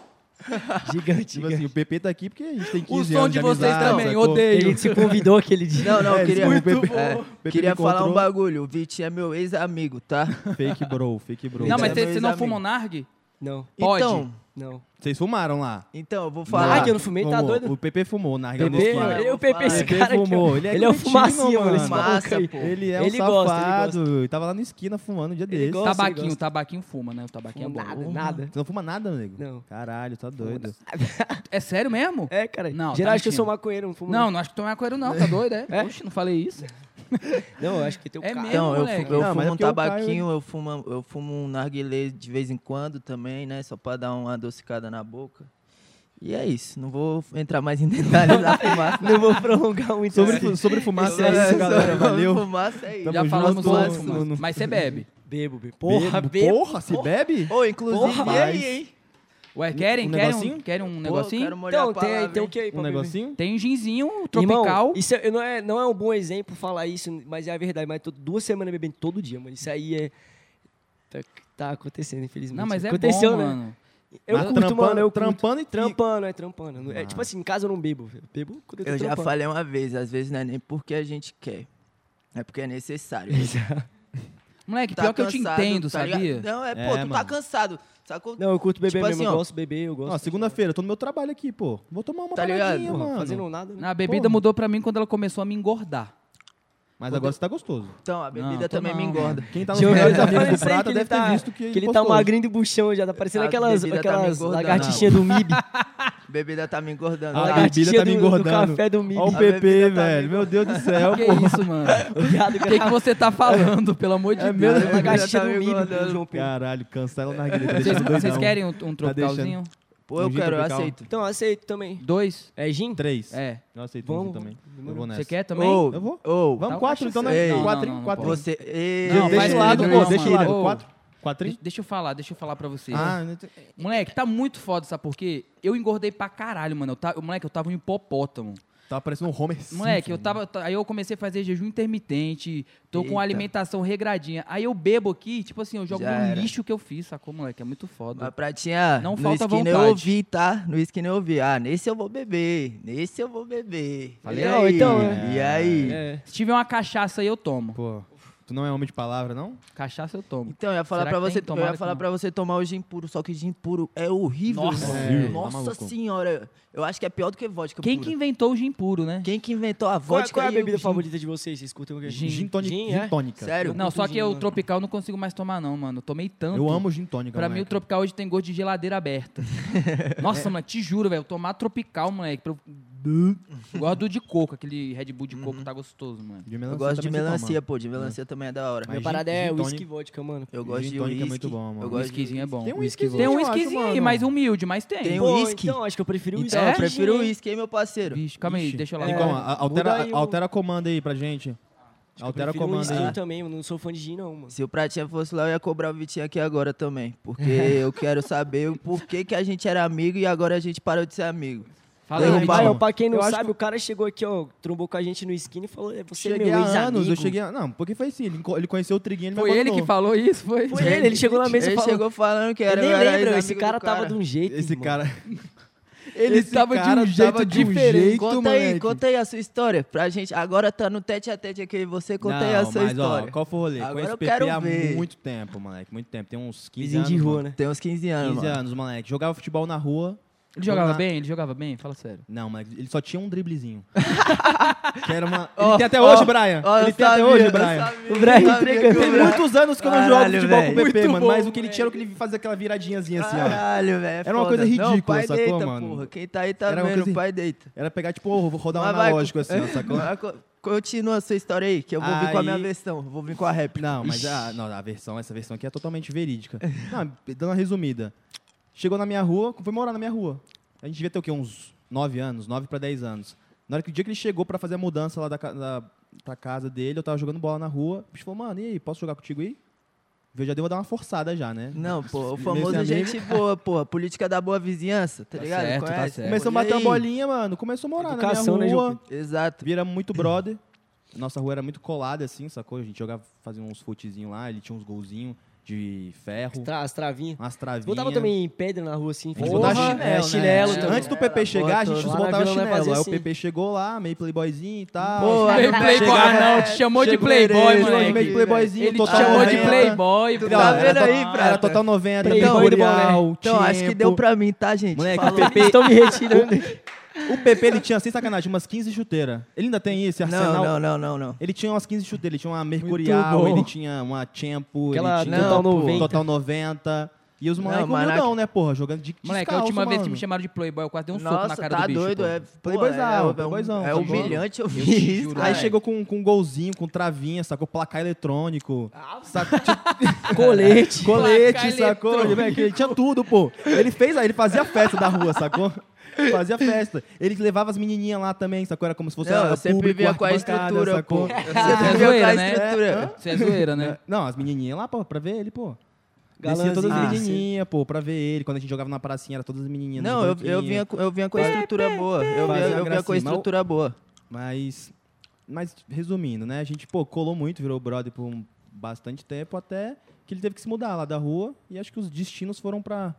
tipo
Gigante, gigante.
assim, o PP tá aqui porque a gente tem 15
O
anos
som de vocês
amizade,
também,
sacou?
odeio.
Ele te convidou aquele dia.
Não, não,
É,
eu queria,
muito bom.
é,
Pepe
queria
me
falar um
encontrou.
bagulho. O Vitinho é meu ex-amigo, tá?
Fake bro, fake bro.
Não, mas
Então,
você
meus
não um
amigos.
fumou nargue?
Não,
Pode.
Então,
não.
Vocês fumaram lá.
então, eu vou
Ah,
falar.
que eu não fumei, tá
Fumou.
doido?
O PP fumou, na
Pepe,
Ele,
fumar,
ele- é
eu
o Pepe,
fumar.
esse cara aqui, ó.
fumou. Ele é,
Ele é um
cretino,
fumacinho, mano, esse
mano.
maluco
Massa,
aí.
pô.
Ele é um
Ele gosta, ele
safado. e tava lá na esquina fumando um dia desse.
gosta. Nossa, ele
Tabaquinho,
gosta.
tabaquinho fuma, né? O tabaquinho é bom.
Nada, nada.
Você não fuma nada, nego?
Não.
Caralho, tá doido.
É sério mesmo?
É, cara.
Não, tá
Geral, acho que eu
mentindo.
sou maconheiro, não fumo.
Não, não acho que tu é maconheiro, não, tá doido, é? Oxe, não falei isso.
Não, eu acho que tem o
É
cara.
mesmo?
Então, eu, fu-
moleque.
Não,
eu
mas é
fumo um
porque o Caio,
tabaquinho, eu fumo, eu fumo um narguilé de vez em quando também, né? Só pra dar uma adocicada na boca. E é isso. Não vou entrar mais em detalhes da fumaça.
Não vou prolongar muito.
Sobre,
assim.
fu- sobre fumaça
Esse é
é isso,
isso,
galera. Valeu.
Fumaça é isso.
Tamo
Já
junto,
falamos
mano.
antes, mano. Mas você bebe.
Bebo, bebo. Porra,
Bebo.
bebo.
Porra, se bebe?
Ô, inclusive,
Porra,
e
mas-
aí, hein?
Ué, querem?
Um
querem, um,
negocinho?
querem um
Pô,
negocinho?
quero molhar
Então,
a
tem,
palavra,
tem o
hein?
que aí pra
Um
beber?
negocinho?
Tem um ginzinho
Irmão,
tropical.
isso é- não, é, não é um bom exemplo falar isso, mas é a verdade. Mas tô duas semanas bebendo todo dia, mano. Isso aí é. Tá, tá acontecendo, infelizmente.
não, mas é
Aconteceu,
bom,
né?
mano.
Eu
Mas
curto,
trampando-
mano. Eu curto.
trampando e-
Trampando, é trampando. É,
Ah.
tipo assim, em casa eu não bebo. Eu bebo quando eu tô
Eu já
trampando.
falei uma vez, às vezes não é nem porque a gente quer, é porque é necessário.
Moleque,
Tá
pior que eu te
cansado,
entendo,
tá ligado?
sabia?
Não, é, pô,
É,
tu tá
mano.
cansado, sacou?
Não, eu curto beber
Tipo
mesmo.
assim,
eu
ó.
gosto de beber, eu gosto.
Ó, segunda-feira, tô no meu trabalho aqui, pô. Vou tomar uma
Tá
paradinha,
ligado?
Porra,
mano.
Fazendo nada, né?
A bebida
Porra.
mudou pra mim quando ela começou a me engordar.
Mas agora você tá gostoso.
Então, a bebida
Não, tô
também me
não,
engorda.
Quem tá no
um Deixa eu ver,
melhores
eu falei
amigos do
isso aí, que
Prata
ele
deve
tá-
ter visto que,
Que ele tá
gostoso.
magrinho de buchão já, tá parecendo
A
aquelas,
bebida tá
aquelas
me engordando.
lagartixinhas do MIB.
Bebida tá me engordando.
Ah,
Tá?
a bebida tá me
do- do
engordando.
café do Mib.
Ó o
A
PP,
bebida tá
velho. Meu Deus do céu,
que
pô.
isso, mano?
Obrigado,
O que, que
cara.
você tá falando, pelo amor de
É
Deus?
mesmo?
A bebida
Lagartixa
tá
do
me
milho,
engordando.
João Pedro.
Caralho, cancela o narguilé. tá
Vocês,
deixando doidão.
vocês querem um, um tropicalzinho?
Pô, eu
Um gin
quero, eu
tropical.
aceito.
Então, aceito também.
Dois?
É gin?
Então,
Três.
É.
Eu aceito
Vamos,
um gin também.
vamos.
Eu vou nessa.
Você quer também?
Ô,
Eu vou.
ô,
Vamos
Tá
quatro, então, né?
Ei, não,
quatro,
não, não
quatro.
pode.
Você.
Não,
Deixa
faz
de lado,
isso,
pô.
não,
Deixa de
mano.
lado.
Ô.
Quatro. Quatro, hein?
De- deixa eu falar, deixa eu falar pra vocês.
Ah, não tem-
Moleque, tá muito foda, sabe por quê? Eu engordei pra caralho, mano. Eu ta- moleque, eu tava um hipopótamo.
Tava parecendo um Homer Simpson.
Moleque, eu tava. ta- Aí eu comecei a fazer jejum intermitente, tô com
Eita.
alimentação regradinha. Aí eu bebo aqui, tipo assim, eu jogo
Já
no
era.
lixo que eu fiz, sacou, moleque? É muito
Mas
foda.
pratinha,
Não
não no
falta
falta skin eu
vontade.
ouvi, tá? No skin eu ouvi. Ah, nesse eu vou beber, nesse eu vou beber.
Falei,
e
não,
aí?
então,
e aí?
É.
Se tiver uma cachaça aí, eu tomo.
Pô, tu não é homem de palavra, não?
Cachaça eu tomo.
Então, eu ia falar
Será
pra
que tem?
você, eu
Tomara
ia
que
falar
não.
para você tomar o gin puro, só que gin puro é horrível.
Nossa.
irmão.
É, tá
Nossa
maluco.
senhora, eu acho que é pior do que vodka
Quem
pura.
que inventou o gin puro, né?
Quem que inventou a
Qual, é-
vodka
qual é a
e o
bebida
gin?
favorita de vocês? Vocês curtem o quê?
Gin.
Gin, tônica.
Gin,
Gin,
é?
tônica.
Sério?
Não,
curto
só
gin,
que eu, o
mano.
tropical eu não consigo mais tomar, não, mano. Eu tomei tanto.
Eu amo gin tônica,
Pra mim, o
moleque.
tropical hoje tem gosto de geladeira aberta. Nossa, mano, te juro, velho. eu Tomar tropical, moleque. pra eu- Eu gosto do de coco, aquele Red Bull de coco
Uhum.
tá gostoso, mano.
De melancia
Eu gosto de
também você
melancia,
toma.
pô, de melancia também é da hora.
Mas
Minha parada
gin-
é
gin
whisky e
tônica.
vodka, mano.
Eu gosto
gin
de
tônica é
whisky.
muito bom, mano.
Eu
O
gosto de
whiskyzinho é bom.
Tem um
Whisky
whiskyzinho,
Tem um
eu acho,
whiskyzinho aí,
mano.
mais humilde, mas tem.
Tem
Pô,
Pô,
whisky.
Então, acho que eu prefiro
Então,
É?
eu prefiro
Gin, hein?
uísque, hein, meu parceiro.
Vixe, calma aí,
Ixi.
deixa eu lá.
É,
Então, a- altera,
muda aí o-
altera a comanda aí pra gente. Altera a
prefiro
comanda
whisky
aí.
também, eu não sou fã de gin, não, mano.
Se o Pratinha fosse lá, eu ia cobrar o Vitinho aqui agora também. Porque eu quero saber o porquê que a gente era amigo e agora a gente parou de ser amigo.
Fala
Tem
aí,
um
Vitinho.
Fala,
Mas,
mano.
pra quem não
Eu acho
sabe, o cara chegou aqui, ó, trombou com a gente no skin e falou, "É, você
Cheguei
é
há
meu
anos,
ex-amigo.
eu cheguei. a- Não, porque foi assim, ele enco- ele conheceu o Triguinho, ele me
Foi ele que
abandonou.
falou isso? Foi?
Foi ele, ele chegou na mesa e
Ele
falou...
chegou falando que
eu
era.
nem
eu era
lembro, esse
ex-amigo
cara,
do
tava de um jeito,
Esse
mano.
cara.
Ele
esse
tava de um
cara
jeito
tava de um
diferente.
jeito,
Conta aí,
moleque.
conta aí a sua história pra gente. Agora tá no tete a tete aqui, você conta aí a
Não,
sua
mas,
história.
Ó, qual foi o rolê?
Agora
Conheço
eu
o PP
quero
há
ver.
muito tempo, moleque. Muito tempo. Tem uns 15
Vizinho
é anos.
de rua,
mano.
né?
Tem uns 15 anos,
15
mano.
anos, moleque. Jogava futebol na rua.
Ele jogava
Na-
bem? Ele jogava bem? Fala sério.
Não, mas ele só tinha um driblezinho. que era uma...
Ó,
ele tem até
ó,
hoje, Brian.
Ó, eu
ele tem
sabia,
até hoje,
eu
Brian.
sabia,
O Brian
eu sabia
entrega.
que o
Tem
Brian-
muitos anos que eu não jogo
Caralho,
futebol com o
velho.
PP,
Muito
mano.
bom,
mas o que ele tinha era que ele fazia aquela viradinhazinha assim, ó.
Caralho, velho. é
Era uma
foda.
coisa
Não, o pai
ridícula, sacou,
deita,
mano?
Porra. Quem tá aí tá
Era uma
vendo,
coisa
o pai deita.
Era pegar, tipo, ô, vou rodar um
Mas vai,
analógico assim, ó, sacou?
Mas co- Continua a sua história aí, que eu vou vir com a minha
Aí-
versão. Vou vir com a rap.
Não, mas a, não, a versão, essa versão aqui é totalmente verídica. Não, dando uma resumida. Chegou na minha rua, foi morar na minha rua. A gente devia ter o quê? Uns 9 anos, 9 pra 10 anos. Na hora que o dia que ele chegou pra fazer a mudança lá da, ca- da pra casa dele, eu tava jogando bola na rua. O bicho falou, mano, e aí, posso jogar contigo aí? Eu já dei vou dar uma forçada já, né?
Não, pô, o
Nesse
famoso
amigo-
gente boa, porra. Política da boa vizinhança, tá,
Tá
ligado?
certo, tá
Conhece?
certo.
Começou a
E
bater uma
aí?
bolinha, mano. Começou a morar
é, Educação,
na
né,
minha
João
rua.
Exato.
Vira muito brother. Nossa rua era muito colada, assim, sacou? A gente jogava, fazia uns futezinhos lá, ele tinha uns golzinhos de ferro,
Tra- As travinhas.
umas travinhas.
Botava também pedra na rua, assim.
A gente
Porra,
botava
é,
chinelo, né?
chinelo
É,
também.
Antes do PP chegar, a gente
Lá na
botava
Vila Nova
chinelo.
fazia
Aí o
assim.
PP chegou lá, meio playboyzinho e tal.
Pô,
Chegou-
aí
Meio
não,
playboy,
chegou,
ah, não.
é,
Te chamou de
chegou
playboy,
herege,
tá né? chegou
moleque.
de meio playboyzinho,
Ele te
total
chamou de
90.
playboy,
Tu
pô.
tá
Não, era
vendo aí,
total-
Prata?
Era total 90,
Playboy
meio
do
boreal,
Então, acho que
tempo.
deu pra mim, tá, gente?
Moleque,
Falou.
o PP,
Estão me retirando.
o PP ele tinha, sem sacanagem, umas 15 chuteiras. Ele ainda tem esse arsenal?
Não, não, não, não, não.
Ele tinha umas 15 chuteiras. Ele tinha uma
bom.
Mercurial, ele tinha uma Tempo,
Aquela
ele tinha
Total
pô,
90.
Total 90. E os
Não,
moleques
mas na-
humildão, né, porra? Jogando de descalço,
Moleque, a última vez que
mano.
me chamaram de playboy, eu quase dei um soco na
Nossa,
cara
tá
do bicho.
doido,
pô.
é. pô,
Playboyzão,
é- é-
playboyzão,
É
tá
humilhante eu
Eu te
vi isso.
juro,
Aí
Ai.
chegou com, com um golzinho, com travinha, sacou? Placar eletrônico,
Ah,
sacou? Tinha
Colete.
Tipo, colete,
Placar
sacou? Ele, velho, ele tinha tudo, pô. Ele fez, ele fazia festa da rua, sacou? Fazia festa. Ele levava as menininhas lá também, sacou? Era como se fosse
Não,
era
eu sempre
público,
via com a
arquibancada,
estrutura, pô. assim,
sacou?
Eu
Ah,
sempre
é
via com
zoeira,
a
né?
estrutura.
Você é zoeira, né?
Não, as menininhas lá, pô, pra ver ele, pô. Descia todas
Ah,
as
Galãzinho, sim.
menininhas, pô, pra ver ele. Quando a gente jogava na pracinha, era todas as menininhas. nos
Não, eu, eu,
banquinhos.
vinha, com- eu vinha com a estrutura boa. Eu vinha,
Fazia
eu vinha com a
gracinha, mas-
estrutura boa.
Mas, mas resumindo, né? A gente, pô, colou muito, virou brother por um- bastante tempo, até que ele teve que se mudar lá da rua. E acho que os destinos foram pra...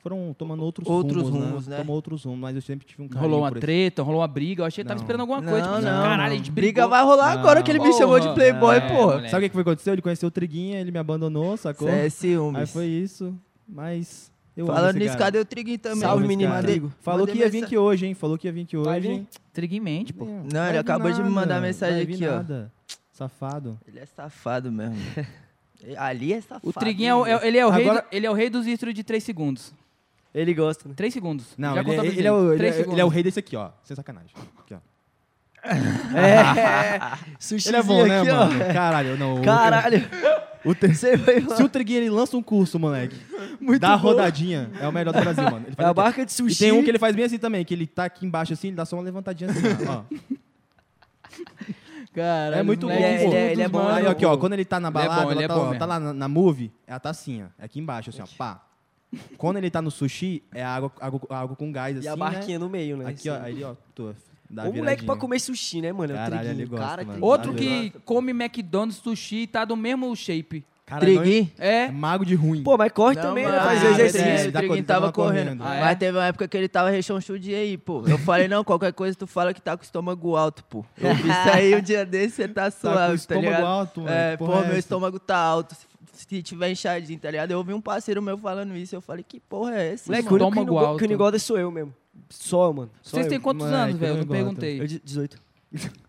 Foram tomando outros,
Outros
rumos,
rumos, né?
Tomou outros rumos, mas eu sempre tive um carinho
Rolou uma
por esse-
treta, rolou uma briga. Eu achei que tava
Não.
esperando alguma
Não,
coisa. tipo,
não,
caralho,
não.
a gente
Briga
brigou.
vai rolar agora que ele me
Porra.
chamou de playboy,
É,
porra.
moleque.
Sabe o que que foi que aconteceu? Ele conheceu o Triguinha, ele me abandonou, sacou?
Isso é ciúmes.
Aí foi isso, mas... Eu amo
Falando
esse
nisso,
cara.
cadê o Triguinho também?
Salve,
esse
menino
cara.
Trigo.
Falou
Mandei
que ia vir
mensa-
aqui hoje, hein? Falou que ia vir aqui
Vai
hoje,
vir?
hein?
Trigo em mente, pô.
Não,
ele
vir
acabou de me mandar
nada,
mensagem
vai vir
aqui, ó.
nada. Safado.
Ele é safado mesmo. Ali é safado.
O Triguinho é, o- é- ele é o rei
Agora-
do- ele é o rei dos istros de 3 segundos.
Ele gosta, né?
3 segundos.
Não,
Já
ele,
contou
é,
pra
ele,
gente.
é o, ele, é,
Três
ele é o
segundos.
rei desse aqui, ó. Sem sacanagem. Aqui, ó.
Sushizinho
Ele é bom, né,
aqui,
mano?
ó.
Caralho, não. o-
Caralho.
O ter...
Você vai
Se o Triguinho ele lança um curso, moleque, dá a rodadinha, é o melhor do Brasil, mano. Ele
É
faz
a
até-
barca de
E
sushi.
tem um que ele faz bem assim também, que ele tá aqui embaixo assim, ele dá só uma levantadinha assim, ó.
Caralho,
É muito
moleque,
bom,
ele
pô.
é- ele é bom.
Aí,
né,
aqui, ó,
pô?
quando ele tá na
Ele é
balada,
bom, ele
ela
é
tá,
bom
ó,
mesmo.
tá lá na, na movie, ela tá assim, ó, é aqui embaixo, assim, ó, pá. Quando ele tá no sushi, é água, água, água com gás, assim,
E a barquinha no meio,
né?
né?
Aqui,
Assim.
ó, aí ele, ó, tu, dá
O
viradinha.
moleque pra comer sushi, né, mano? É o
Caralho,
Triguinho.
ele gosta,
Cara,
mano.
Triguinho.
Outro
Ah,
que come McDonald's, sushi e tá do mesmo shape.
Cara,
Triguinho?
não-
É.
é mago de ruim.
Pô, mas corre também, né?
mano,
Fazer
ah,
exercício.
mas
é,
O
dá
Triguinho
quando
tava
tava
correndo.
correndo.
Ah, é?
Mas teve uma época que ele tava rechonchudinho aí, pô. Eu falei, não, qualquer coisa tu fala que tá com o estômago alto, pô. Eu vi isso aí um dia desse, você tá
tá com o
suave, tá,
estômago
ligado?
alto, mano.
É,
que
pô,
porra é
meu
essa?
estômago tá alto. Se, se tiver inchadinho, tá ligado? Eu ouvi um parceiro meu falando isso, eu falei, que porra é essa?
Moleque, o
Toma
único que
algo
não go-
alto.
que não gosta sou eu mesmo. Só, mano. Só
Vocês
eu.
têm quantos
moleque,
anos, velho? Eu
eu
não
não
perguntei.
Eu de 18.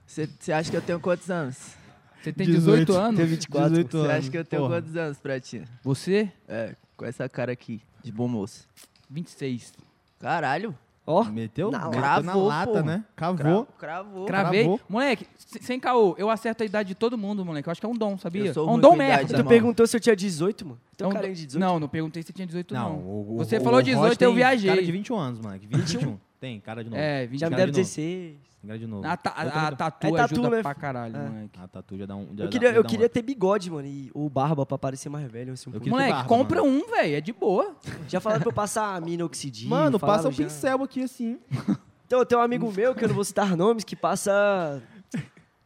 Você acha que eu tenho quantos anos?
Você tem 18, anos?
Tenho 24.
18
Você
anos,
acha que eu tenho
porra.
quantos anos, Pratinha?
Você?
É, com essa cara aqui, de bom moço.
26.
Caralho,
Ó,
Meteu, meteu
Não,
na
cravou,
lata,
porra.
né?
cra
Cavou.
cravou.
Cravei.
Travou.
Moleque, se- sem caô, eu acerto a idade de todo mundo, moleque. Eu acho que é um dom, sabia?
Eu sou
é um
ruim
dom
com idade,
merda.
tu
mano.
perguntou se eu tinha 18, mano?
É um
Então, cara
dom-
de 18.
Não, não perguntei se tinha 18, não.
o- o-
Você
o-
falou
o
18,
Rocha tem
eu viajei.
Cara de 21 anos, moleque. 21. tem, cara de novo.
É, 20
Já me
cara
deram
de novo.
16.
Tem Cara de novo.
A, ta- a-
Eu também
a
dou.
tatu
É tatu,
ajuda
né?
pra caralho, moleque.
A tatu já dá um. já
Eu
dá-
queria,
já
eu
dá um
queria
up.
ter bigode, mano, e, ou barba pra parecer mais velho. Assim, um
Eu
pouco.
queria-
Moleque,
barba,
compra um, velho. É de boa.
Já falaram pra eu passar minoxidil.
Mano, passa
falaram
um
já.
pincel aqui assim.
Então, eu tenho um amigo meu, que eu não vou citar nomes, que passa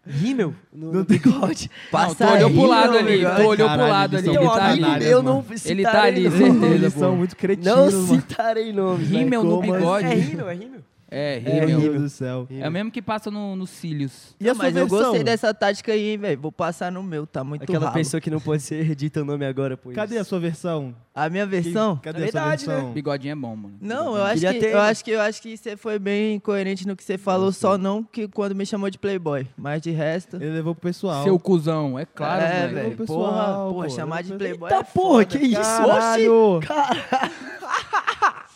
rímel no, no bigode.
tu olhou pro
aí,
lado
meu
ali. Tu
amigo.
olhou pro
Caralho,
lado ali.
eles
Então,
Ele
um
tá
amigo
ali.
canalhas,
meu, não
mano.
citarei
Ele tá ali,
nomes.
certeza,
Eles são
pô.
muito cretinos,
Não
mano.
citarei nomes. velho.
Rímel no
Como assim?
bigode.
É rímel, é rímel.
É,
Meu
rímel.
Deus do céu.
É o mesmo que passa no- nos cílios.
E a
Não,
sua
mas eu
versão?
gostei dessa tática aí, hein, velho. Vou passar no meu, tá muito
Aquela
ralo.
pessoa É que não pode ser dita o nome agora, pô.
Cadê a sua versão?
A minha versão?
Cadê
É
a sua
verdade, né?
versão?
Bigodinho é bom, mano.
Não, eu acho,
Queria
que,
ter-
eu acho que eu acho que você foi bem coerente no que você falou, só não que quando me chamou de playboy. Mas de resto.
Ele levou pro pessoal.
Seu cuzão, é claro,
é,
moleque.
velho.
pessoal,
Porra, porra,
pô,
chamar de
eu-
playboy.
Eita
é
porra,
foda.
que isso? Oxi!
Caralho!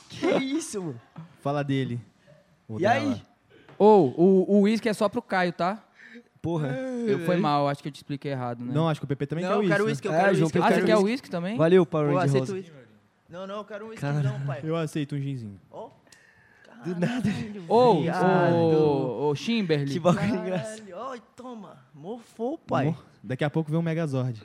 Que isso, mano?
Fala dele. Ou
E aí?
dela.
Ou, o- o uísque é só pro Caio, tá?
Porra.
Hum,
Eu foi mal, acho que eu te expliquei errado, né?
Não, acho que o PP também
Não, eu
quer né?
quero
o
uísque,
uísque.
eu
É,
quero
João,
uísque. eu
ah,
eu
você
quero
quer
uísque.
uísque também?
Valeu, Power
Pô,
Ranger
aceita
Rosa.
o uísque. Não, não, eu quero um uísque não, pai.
né? Eu aceito um ginzinho.
Ó.
Do nada.
Ou,
Viado.
ô, ô, Chimberly.
Tipo,
Que bagulho engraçado.
Caralho, ó, toma. Morfou, pai.
Amor, Daqui a pouco vem um Megazord.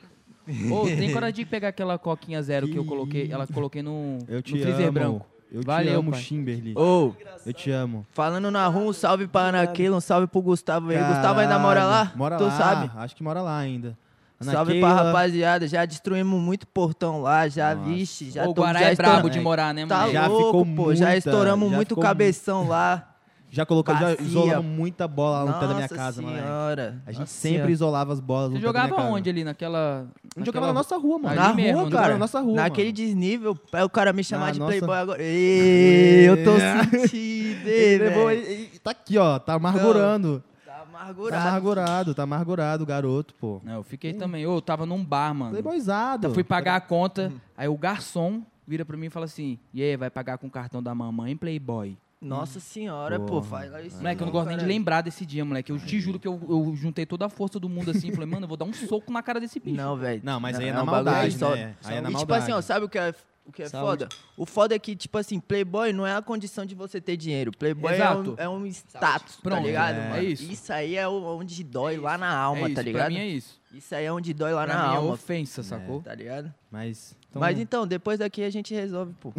Ô, tem coragem de pegar aquela coquinha zero que eu coloquei, ela coloquei no,
Eu
no
te
freezer
amo.
branco.
Eu te
Valeu,
amo,
pai.
Chimberly.
Ô,
Eu te amo.
falando na rua, um salve pra Anaquela, um salve pro Gustavo aí.
Caralho.
Gustavo ainda mora lá?
Mora
tu
lá.
sabe?
Acho que mora lá ainda. Ana
Salve
Keila.
pra rapaziada, já destruímos muito portão lá, já,
Nossa.
vixe, já
Ô, o
tamo-
Guará
já
é brabo de
estouramos-
morar, né,
Tá
mano?
Já
louco,
ficou
pô, já
muita,
estouramos
já
muito
ficou
cabeção lá.
Já colocamos, já
Bacia.
isolamos muita bola lá no
Nossa
teto da minha casa, mano.
senhora.
A gente
Nossa
sempre isolava as bolas no
Você
teto da minha
jogava
casa.
onde ali, naquela...
A gente né, jogava na nossa rua, mano.
Ali
Na
mesmo,
rua,
né?
cara.
Na nossa rua,
Naquele
mano.
desnível, aí o cara me chamar
Ah,
de
nossa.
playboy agora. Ê, eu tô
É.
sentindo, hein,
Ele levou-
velho.
ele- tá aqui, ó. Tá amargurando.
Tá
Tá
amargurado.
amargurado, tá amargurado o garoto, pô.
Não, eu fiquei também. Ô, eu tava num bar, mano.
Playboyzado.
Eu fui pagar a conta,
Hum.
aí o garçom vira pra mim e fala assim, e aí, vai pagar com o cartão da mamãe, playboy?
Nossa
Hum.
senhora, pô,
Porra.
faz lá isso.
Moleque, é eu não
não,
gosto nem de
caralho.
lembrar desse dia, moleque. Eu te juro que eu, eu juntei toda a força do mundo assim e falei, mano, eu vou dar um soco na cara desse bicho.
Não, velho.
Não, mas aí é na
um bagulho
maldade,
só-
né? Aí é na
e tipo
maldade.
assim, ó, sabe o que é, o que é
Saúde.
foda? O foda é que, tipo assim, playboy não é a condição de você ter dinheiro. Playboy é
Exato.
um, é um status, tá
Pronto,
ligado?
é
mano?
isso.
aí é o- onde dói lá na
É
alma,
isso,
tá ligado?
Pra mim é isso.
Isso aí é onde dói lá
Pra
na
mim é
alma,
ofensa, sacou?
tá ligado?
Mas.
é.
Mas então, depois daqui a gente resolve, pô.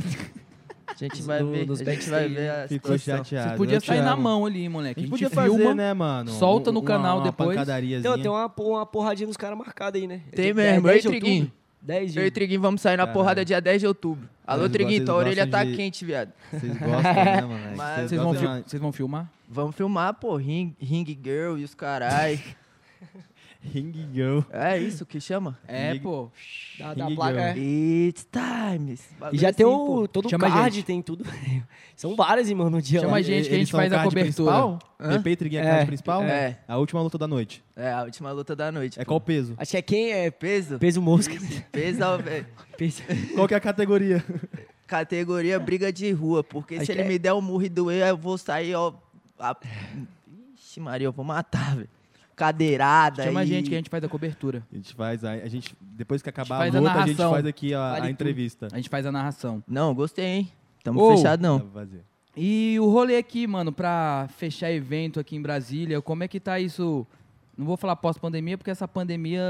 A gente vai
No-
ver,
nos
a gente vai ver a
ficou
situação.
chateado.
Você podia
eu te
sair na
amo.
mão ali, moleque.
A gente podia
filma.
fazer, né, mano?
solta no
Um-
canal
uma,
depois.
Uma pancadariazinha.
Então, tem uma, uma porradinha nos caras marcada aí, né?
Tem
dez-
mesmo,
dez
ei,
de
Triguinho.
outubro, 10
Eu e o
de
Triguinho vamos sair na
Caralho.
porrada dia 10 de outubro. Alô,
Vocês
Triguinho, tua
gostam
orelha tá
de-
quente, viado.
Vocês gostam, né, mano?
Mas-
Vocês vão,
gostam
fi-
de
vocês vão filmar?
Vamos filmar, pô, Ring, ring Girl e os carai.
uma- Ring Girl.
é isso que chama?
É,
Amigo.
pô.
da, da
Ring
placa.
girl.
é.
It's time. esse bagulho
E já tem
assim,
o,
pô.
todo o
Chama a
card,
gente.
tem tudo. São várias, irmão, no dia
Chama
lá.
a gente que a
Eles
gente
são
faz
o
a
card
cobertura.
principal? PP e Triguinho é a
É,
card principal?
é.
A última luta da noite.
É, a última luta da noite.
É
pô.
qual o peso?
Acho que é quem é
peso?
peso mosca.
Peso, ao- é,
Peso-
Qual que é a categoria?
categoria briga de rua, porque
Acho
se
que
ele
é-
me der o murro e doer, eu vou sair, ó. a- Ixi, Maria, eu vou matar, velho. Cadeirada.
Chama a
e-
gente que a gente faz a cobertura.
A gente faz, a, a gente, depois que acabar a,
faz a
luta, a gente
narração. Então.
faz aqui a, a
Vale tudo.
entrevista.
A gente faz a narração.
Não, gostei, hein? Tamo
Ô.
fechado,
Dá
não.
pra fazer.
E o rolê aqui, mano, pra fechar evento aqui em Brasília, como é que tá isso? Não vou falar pós-pandemia, porque essa pandemia,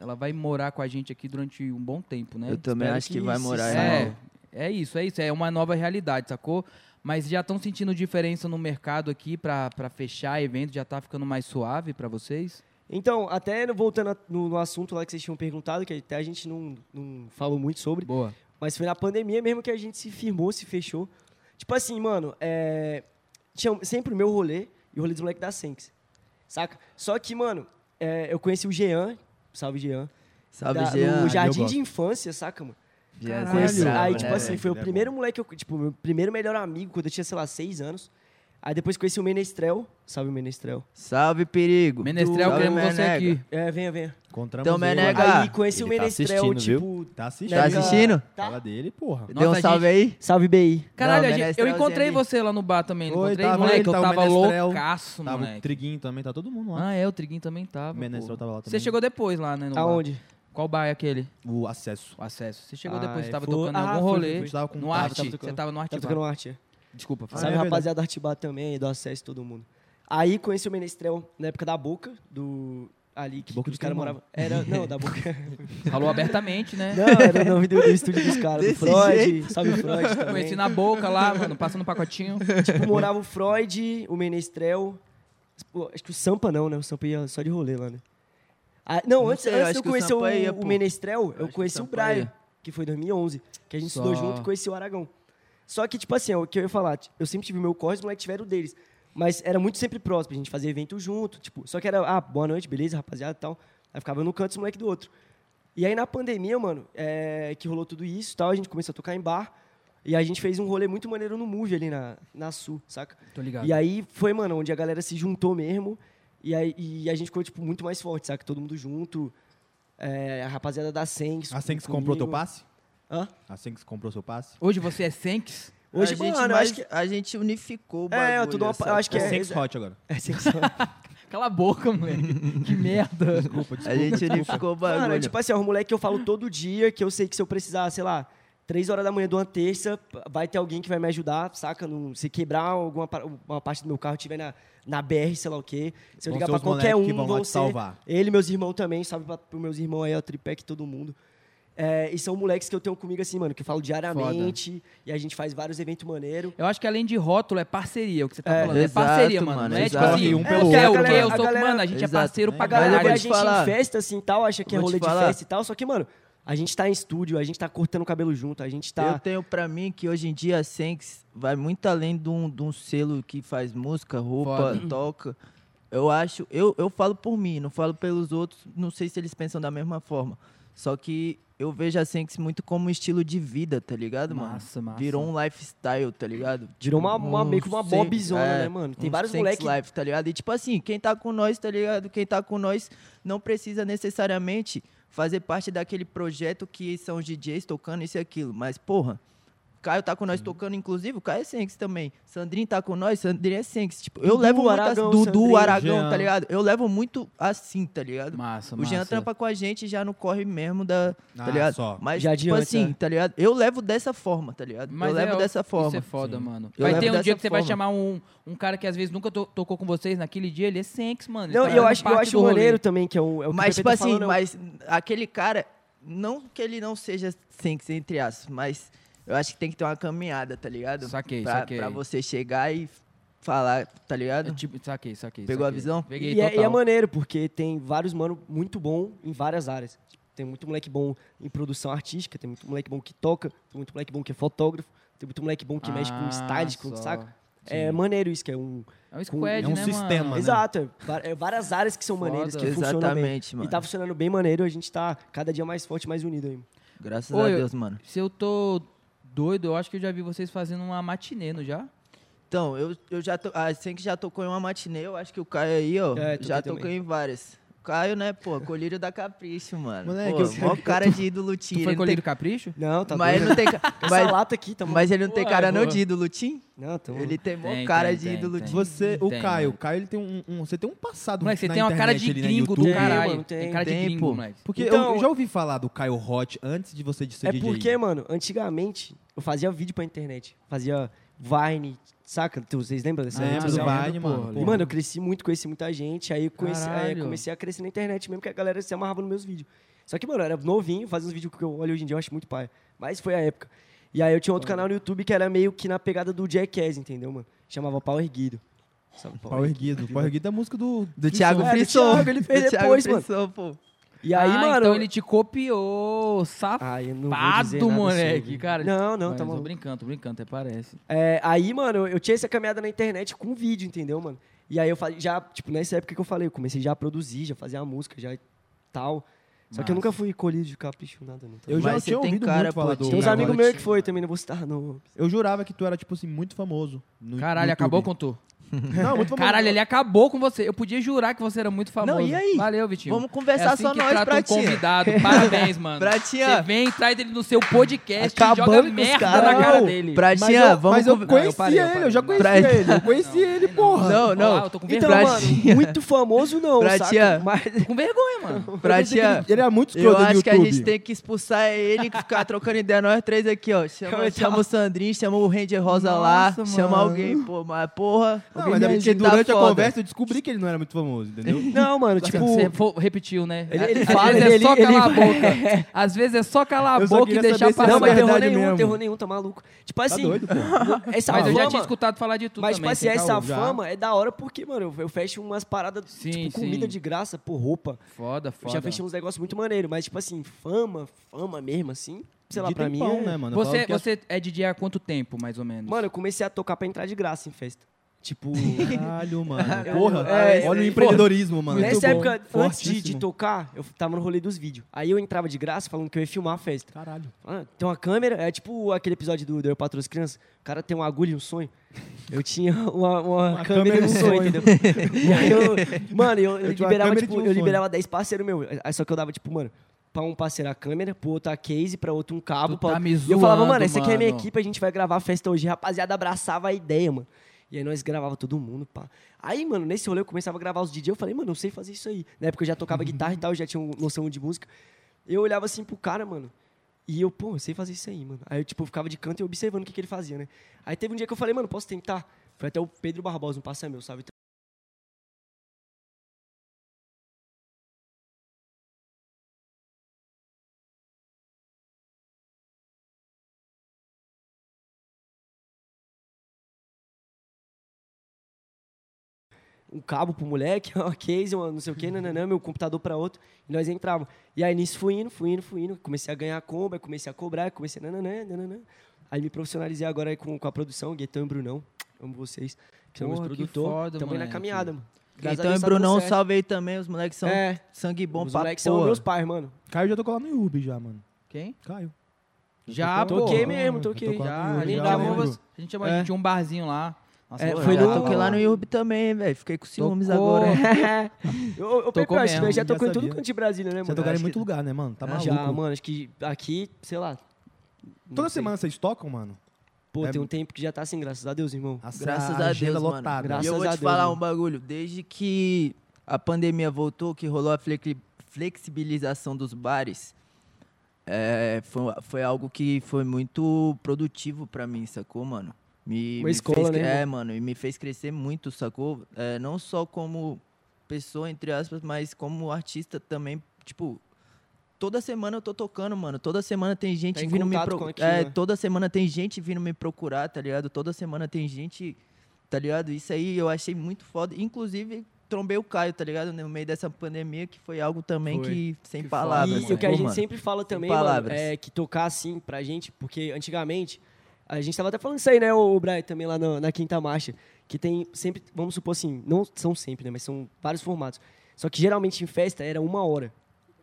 ela vai morar com a gente aqui durante um bom tempo, né?
Eu também
Espero
acho que,
que
vai
se
morar.
saia.
É, é isso, é isso. É uma nova realidade, sacou? Mas já estão sentindo diferença no mercado aqui pra, pra fechar evento? Já tá ficando mais suave pra vocês?
Então, até no- voltando a- no, no assunto lá que vocês tinham perguntado, que até a gente não, não falou muito sobre,
Boa.
mas foi na pandemia mesmo que a gente se firmou, se fechou. Tipo assim, mano, é, tinha sempre o meu rolê e o rolê dos moleques da Senks, saca? Só que, mano, é, eu conheci o Jean, salve Jean,
Salve,
da-
Jean.
no
eu
Jardim
gosto.
de Infância, saca, mano?
Jean,
Caralho.
Conheci-
você é brabo,
aí,
né,
tipo assim,
velho?
foi o
Ele é
primeiro moleque, que eu, tipo, meu primeiro melhor amigo, quando eu tinha, sei lá, seis anos. Aí depois conheci o Menestrel. Salve, Menestrel.
Salve, perigo.
Menestrel,
Salve,
queremos você
Menega.
aqui.
É, venha, venha.
Encontramos
Então,
ele lá.
Menega. Legal.
Aí conheci
Ele
o
tá
Menestrel,
assistindo, viu?
tipo.
Tá assistindo.
Tá assistindo?
Tá.
Fala dele, porra.
Nossa,
Deu um
a
salve aí.
Salve, BI.
Caralho,
Não,
a gente- eu
Menestrelzinho
encontrei
ali.
você lá no bar também. não
Oi,
encontrei,
tava
moleque,
ele,
eu
tava o
tava
Menestrel,
loucaço,
Tava o
moleque.
Triguinho também, tá todo mundo lá.
Ah, é, o Triguinho também tava.
o Menestrel
pô.
tava lá também.
Você chegou depois lá, né? no bar.
Aonde?
Qual bar é aquele?
O acesso.
O acesso. Você chegou
Ah,
depois,
é,
você tava
foi-
tocando em
ah,
algum
foi,
rolê.
foi,
foi. Tava com
no
tava-
arte.
tava tocando-
você tava no arte.
Tá
bar.
tocando um arte. é.
Desculpa,
é
fala.
Salve,
verdade.
rapaziada do Artibá também, do acesso todo mundo. Aí conheci o Menestrel na época da Boca, do. Ali que,
Boca
os
de
caras
Queimão.
moravam. Era, não, da Boca.
Falou abertamente, né?
não, era o nome do, do estúdio dos caras. Do
Desse
Freud.
jeito.
Salve, Freud. Também.
Conheci na boca lá, mano, passando um pacotinho.
Tipo, morava o Freud, o Menestrel. o- Acho que o Sampa não, né? O Sampa ia só de rolê lá, né? Ah, não,
Não
antes,
sei,
antes
acho
de eu
que o
conhecer o,
Sampa ia,
o
pô.
Menestrel, eu
que o
conheci o
Sampa
Brian,
ia.
que foi em 2011, que a gente
Só.
estudou junto e conheci o Aragão. Só que, tipo assim, ó, o que eu ia falar, t- eu sempre tive meu corre, os moleques tiveram o deles. Mas era muito sempre próximo, a gente fazia evento junto, tipo, só que era, ah, boa noite, beleza, rapaziada e tal. Aí ficava no canto, os moleque do outro. E aí na pandemia, mano, é, que rolou tudo isso e tal, a gente começou a tocar em bar. E a gente fez um rolê muito maneiro no Move ali na, na Sul, saca?
Tô ligado.
E aí foi, mano, onde a galera se juntou mesmo. E, aí, e a gente ficou, tipo, muito mais forte, saca? Todo mundo junto. É, a rapaziada da Sengs.
A Senks
comigo.
comprou teu passe?
Hã?
A Senks Assim comprou seu passe?
Hoje você é Senks?
Hoje,
a
mano,
gente,
eu
mais-
acho que.
a gente unificou o bagulho.
É, tudo uma-
essa
eu acho que
É
é-
Senks Hot agora.
É Sengs.
Cala a boca, moleque. Que merda.
Desculpa, desculpa.
A gente unificou o bagulho.
Mano, é tipo assim, é um moleque que eu falo todo dia, que eu sei que se eu precisar, sei lá, três horas da manhã de uma terça, p- vai ter alguém que vai me ajudar, saca? Não- se quebrar alguma par- uma parte do meu carro, tiver na, na BR, sei lá o quê. Se eu
Vão
ligar
ser
pra
os
qualquer
moleque que
um,
vão lá te
ser-
salvar.
Ele e meus irmãos também, salve pra, pros meus irmãos aí, ó, Tripec, todo mundo. É, e são moleques que eu tenho comigo assim, mano, que eu falo diariamente. E a gente faz vários eventos maneiros.
Eu acho que além de rótulo é parceria, o que você tá
É,
falando.
exato,
é parceria, mano.
mano,
Não é tipo
exato.
assim,
Um pelo
é, o que é, o
outro,
que é, eu
mano.
sou,
A galera- né?
mano, a gente é
Exato.
parceiro pra
A
A galera
caralho.
vê
vou
a
te
gente
falar.
em festa, assim, tal, acha que é
Vou te
rolê de
falar.
festa e tal. Só que, mano, a gente tá em estúdio, a gente tá cortando o cabelo junto, a gente tá...
Eu tenho pra mim que hoje em dia a Senks vai muito além de um, de um selo que faz música, roupa, toca. Eu acho, eu, eu falo por mim, não falo pelos outros, não sei se eles pensam da mesma forma. Só que eu vejo a Senks muito como um estilo de vida, tá ligado, mano?
Massa, massa.
Virou um lifestyle, tá ligado?
Virou uma, uma-
Um
meio que uma
Sen-
bobzona,
é,
né, mano? Tem
um
vários
Senks
moleques.
Life, tá ligado? E tipo assim, quem tá com nós, tá ligado? Quem tá com nós não precisa necessariamente fazer parte daquele projeto que são os DJs tocando isso e aquilo. Mas, porra, Caio tá com nós tocando, inclusive, o Caio é Senks também. Sandrinho tá com nós, Sandrinho é Senks. Tipo, eu
Dudu,
levo muito
Aragão,
a... Dudu,
Sandrinho,
Aragão,
Jean.
tá ligado? Eu levo muito assim, tá ligado?
Massa,
o Jean
massa.
trampa com a gente já não corre mesmo da, tá
Ah,
ligado?
só.
Mas,
Já
tipo
adianta,
assim,
né?
tá ligado? Eu levo dessa forma, tá ligado? eu levo
é,
dessa
Isso é
forma.
foda, mano.
Eu
vai
levo
ter um dia
dessa
que você vai
forma.
chamar um, um cara que às vezes nunca to- tocou com vocês, naquele dia ele é Senks, mano. Ele
Não,
tá
e eu
fazendo
acho, eu
parte
acho
do rolê.
maneiro também, que é o, é o que o
mas,
PP
tipo
tá
assim,
falando, é o-
mas aquele cara, não que ele não seja Senks, entre aspas, mas eu acho que tem que ter uma caminhada, tá ligado?
Saquei,
pra,
saquei.
pra você chegar e falar, tá ligado?
É, tipo, saquei, saquei.
Pegou a
saquei.
visão?
Peguei
E é, e
total.
é maneiro, porque tem vários mano muito bom em várias áreas. Tem muito moleque bom em produção artística, tem muito moleque bom que toca, tem muito moleque bom que é fotógrafo, tem muito moleque bom que tipo, mexe com
Ah,
styles, com
só.
saco.
Sim.
É maneiro isso, que é um...
É um squad,
É um
né,
sistema,
mano?
né?
Exato, é va- é várias áreas que são maneiras, que
Foda.
funcionam bem.
Exatamente, mano.
E tá funcionando bem maneiro, a gente tá cada dia mais forte, mais unido aí.
Graças
Ô,
a
eu-
Deus, mano.
Se eu tô doido, eu acho que eu já vi vocês fazendo uma matinê, não já?
Então, eu, eu já to... a Senks já tocou em uma matinê, eu acho que o Caio aí, ó,
É, toquei
já
também.
tocou em várias. O Caio, né, pô, colírio da capricho, mano.
Moleque,
pô,
eu-
mó cara de ídolo
Tu
Tim.
foi
ele não
colher
tem-
do capricho?
Não, tá
Mas ele
doido.
não tem ca-
Essa
mas-
lata aqui, tá
mas ele não tem
Ué,
cara não
boa.
de ídolo Tim.
Não, tá
Ele tem mó
Tem,
cara
tem,
de
tem,
ídolo
tem.
Tim.
Você, o
Tem,
Caio,
mano.
o Caio ele tem um, um- você tem um passado
Moleque, você
na
tem uma cara
internet
de
ali, né,
gringo do
YouTube.
caralho.
mano,
Tem,
tem.
cara de
Tem,
gringo,
pô.
moleque.
Porque
Então-
eu, eu já ouvi falar do Caio Hot antes de você de ser
É
DJ.
porque, mano, antigamente eu fazia vídeo pra internet. Fazia Vine, saca? Tu- Vocês lembram dessa
Ah,
rede
Lembra do
social?
lembro,
Vine,
porra,
mano?
E,
Pô,
um mano, eu cresci muito, conheci muita gente. Aí eu conheci- aí eu
Caralho.
comecei a crescer na internet mesmo, que a galera se amarrava nos meus vídeos. Só que, mano, eu era novinho, fazia uns vídeos que eu olho hoje em dia, eu acho muito pai. Mas foi a época. E aí eu tinha outro canal no YouTube que era meio que na pegada do Jackass, entendeu, mano? Chamava Pau Erguido. Sabe, Pau
Power Guido. Power Guido é a múca do...
Do Thiago
É, do
Frisson.
Thiago, ele fez
Do Thiago
depois, mano.
Frisson, pô.
Erguido. E aí,
ah,
mano.
então ele te copiou, safado,
Ah, eu não vou dizer nada
moleque,
sobre.
cara.
Não, não,
Mas
tá
eu Tô
maluco.
brincando, tô brincando, até parece.
É, aí, mano, eu tinha essa caminhada na internet com vídeo, entendeu, mano? E aí eu fa- já, tipo, nessa época que eu falei, eu comecei já a produzir, já fazer a música, já e tal. Só que
Massa.
eu nunca fui colhido de capricho, nada, não. tá
Eu
ligado?
já
Mas você
tinha
tem
ouvido
cara,
muito falar
pô,
do
Tem uns
Caio
Cara,
amigos
Hot.
meus que foi também, não vou citar não.
É
Eu jurava que tu era, tipo assim, muito famoso. no
Caralho,
YouTube.
acabou com tu.
Não, muito famoso.
Caralho, ele acabou com você. Eu podia jurar que você era muito famoso.
e aí?
Valeu, Vitinho.
Vamos conversar
é assim
só
que
nós,
trata
Pratinha.
um convidado. Parabéns, mano.
Pratinha.
Você vem, traz ele no seu podcast
Acabando
e
com
joga
os
merda
caras.
na cara
Não,
dele.
Pra
Mas
Tinha,
eu,
vamos
mas eu
conv-
conhecia
eu parei, eu
ele,
parei.
eu já
Não,
conhecia
pra-
ele. Eu conhecia ele, porra.
Não,
Olha lá,
não.
eu tô com
Então,
vergonha.
Pra
mano,
tia.
muito famoso não,
Pra
saca?
tia.
Mas
Tô com vergonha, mano.
Pra
Ele,
Tinha,
ele é era muito
eu
escroto no
acho que a
YouTube.
gente tem que expulsar ele e ficar trocando ideia nós três aqui, ó. Chama, chama o Sandrinho, chama o Ranger Rosa lá,
Nossa,
chama
mano.
alguém, pô, mas porra.
Não,
alguém
mas é
me
porque
ajuda,
durante a
tá foda.
conversa eu descobri que ele não era muito famoso, entendeu?
não, mano, tipo,
Você fo- repetiu, né?
Ele- ele
Às
fala,
vezes é
ele-
só
ele-
calar a boca. Às vezes é só calar a
Eu só
boca e
queria
deixar
saber se
passar.
não, mas
é
terror
verdade
nenhum,
mesmo.
terror nenhum, tá maluco. Tipo
Tá
assim,
doido, pô.
essa
Mas eu já
fama-
tinha escutado falar de tudo
Mas, tipo
também.
assim,
sem
essa
caô.
já.
fama é da hora porque, mano, eu- eu fecho umas paradas,
Sim,
tipo, comida
sim.
de graça, por roupa.
é Foda,
Eu
foda.
já um- fechei uns negócios muito maneiro, mas, tipo assim, fama, fama mesmo, assim, sei lá,
De
pra mim.
tempão,
é-
né, mano? Eu
Você,
falo que as-
você é DJ há quanto tempo, mais ou menos?
Mano, eu comecei a tocar pra entrar de graça em festa. Tipo.
Caralho, mano.
Eu-
Porra,
é,
olha o
é,
empreendedorismo, mano.
nessa
Muito bom.
época, antes de- de,
Fortíssimo.
tocar, eu tava no rolê dos vídeos. Aí eu entrava de graça falando que eu ia filmar a festa.
Caralho.
Ah, tem uma câmera, é tipo aquele episódio do, do Eu Patrô as Crianças. O cara tem uma agulha e um sonho. Eu tinha uma, uma
Uma
câmera, e um sonho, entendeu? E aí eu, mano, eu, eu
Eu tinha uma
liberava,
câmera e
tipo,
tinha um
eu
sonho.
liberava 10 parceiros meus. Aí Só que eu dava, tipo, mano, pra um parceiro a câmera, pro outro a case, pra outro um cabo.
Tu
pra
tá me
e eu falava,
zoando,
mano, essa aqui é a minha
mano.
equipe, a gente vai gravar a festa hoje. Rapaziada, abraçava a ideia, mano. E aí nós gravava todo mundo, pá. Aí, mano, nesse rolê eu começava a gravar os DJ, eu falei, mano, eu sei fazer isso aí. Na época eu já
Uhum.
tocava guitarra e tal, eu já tinha um- noção de música. Eu olhava assim pro cara, mano. E eu, pô, eu sei fazer isso aí, mano. Aí eu, tipo, ficava de canto e observando o que, que ele fazia, né? Aí teve um dia que eu falei, mano, posso tentar? Foi até o Pedro Barbosa, um parceiro meu, sabe? um cabo pro moleque, uma case, uma não sei o que, nananã, meu computador pra outro, e nós entrávamos. E aí nisso fui indo, fui indo, fui indo, comecei a ganhar comba, comecei a cobrar, comecei a nananã, nananã. Aí me profissionalizei agora aí com, com a produção, Guetão e Brunão, amo vocês, que são meus
Porra, que
produtores,
foda,
também na
moleque.
caminhada, mano. Graças
Então,
a
e
Deus tá dando
Brunão,
certo.
salve aí também. Os moleques são
É.
sangue bom
Os
pra
moleques são
porra.
meus pais, mano.
Caio já tocou lá no Yubi já, mano.
Quem?
Caio.
Já, pô.
Toquei mesmo, toquei.
tocou lá
Já,
no
Tá, a
Yubi,
gente
já
gravou,
lembro.
você- a gente chamou, a gente tinha um barzinho lá. Nossa,
É,
pô,
foi
já
já
no-
toquei lá no Yurb também, velho. Fiquei com ciúmes agora.
eu, eu,
Tocou
Pepe, acho que
mesmo,
nós já
já
tocou em tudo
sabia.
quanto de Brasília, né, mano?
Você tocaram em
Acho
muito
que-
lugar, né, mano? Tá maluco.
Já, mano, acho que aqui, sei lá. não
Toda
sei.
semana vocês tocam, mano?
Pô,
É- Ah,
tem um tempo que já tá assim, graças a Deus, irmão.
Essa
Graças a
agenda
Deus,
lotada.
mano.
Graças
e eu vou
a
te
Deus,
falar
mano.
um bagulho. Desde que a pandemia voltou, que rolou a flexi- flexibilização dos bares, é, foi, foi algo que foi muito produtivo pra mim, sacou, mano? Me,
Uma
me
escola,
fez,
né,
cre- É,
mano?
mano, e me fez crescer muito, sacou? É, não só como pessoa, entre aspas, mas como artista também, tipo... Toda semana eu tô tocando, mano. Toda semana tem gente
Tá em
vindo me
contato com
procurar.
aquilo,
É,
né?
toda semana tem gente vindo me procurar, tá ligado? Toda semana tem gente tá ligado? Isso aí eu achei muito foda. Inclusive, trombei o Caio, tá ligado? No meio dessa pandemia, que foi algo também
Foi.
que, sem
Que foda,
palavras.
E o que a
sacou,
gente
mano?
sempre fala também, mano,
palavras.
é que tocar assim pra gente, porque antigamente, a gente tava até falando isso aí, né, o Brian, também lá na, na quinta marcha, que tem sempre, vamos supor assim, não são sempre, né, mas são vários formatos. Só que geralmente em festa era uma hora,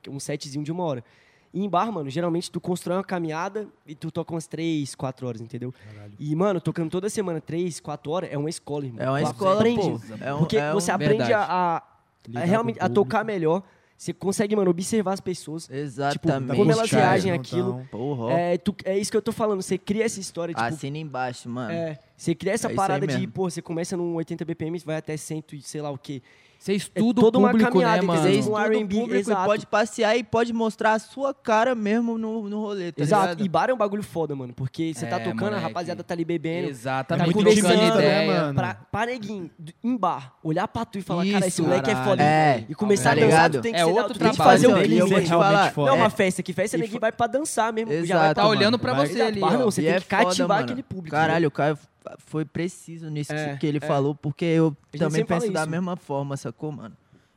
um setzinho de uma hora. E em bar, mano, geralmente tu constrói uma caminhada e tu toca umas três, quatro horas, entendeu? E, mano, tocando toda semana três, quatro horas é uma escola, irmão.
É uma
Tu
escola,
aprende,
pô. É um,
porque
é um-
você aprende a,
Verdade.
a- a
Lidar
realmente
com o
a tocar melhor. Você consegue, mano, observar as pessoas.
Exatamente.
Tipo, como elas
cara.
reagem àquilo.
Porra.
É, tu- é isso que eu tô falando. Você cria essa história, tipo,
Assina embaixo, Ah, mano.
é, você cria
É
essa
isso aí
parada de,
mesmo.
pô, você começa num 80 BPM, vai até 100 e sei lá o quê.
Você
É
estuda
toda
o
uma
público,
caminhada,
né,
quer
mano?
dizer,
Você
isso- um
estuda o
R&B,
público e
exato.
pode passear e pode mostrar a sua cara mesmo no, no rolê, tá
Exato.
ligado?
E bar é um bagulho foda, mano, porque você tá
É,
tocando, a
moleque.
rapaziada tá ali bebendo.
Exato,
Tá,
tá muito
conversando,
trocando
né,
ideia.
mano?
Pra, pra neguinho, d- em bar, olhar pra tu e falar, cara, esse
Isso,
moleque é
caralho.
foda.
É,
e começar
tá
a dançar, tu
ligado?
tem que
É
ser da-
outro
tu tem que
trabalho,
fazer um
né?
clipe.
Ele é
eu vou te
realmente
falar.
foda.
Não,
É.
uma festa, que festa neguinho vai pra dançar mesmo. já vai
Exato,
pra
Tá olhando
mano.
pra
Vai-
você ali,
Bar não,
ó.
você
E
tem
é
que cativar
foda, mano.
aquele público,
Caralho, o Caio foi preciso nisso
É,
que ele
é.
falou, porque eu
gente
também
sempre fala
penso da
isso.
mesma forma, sacou, mano?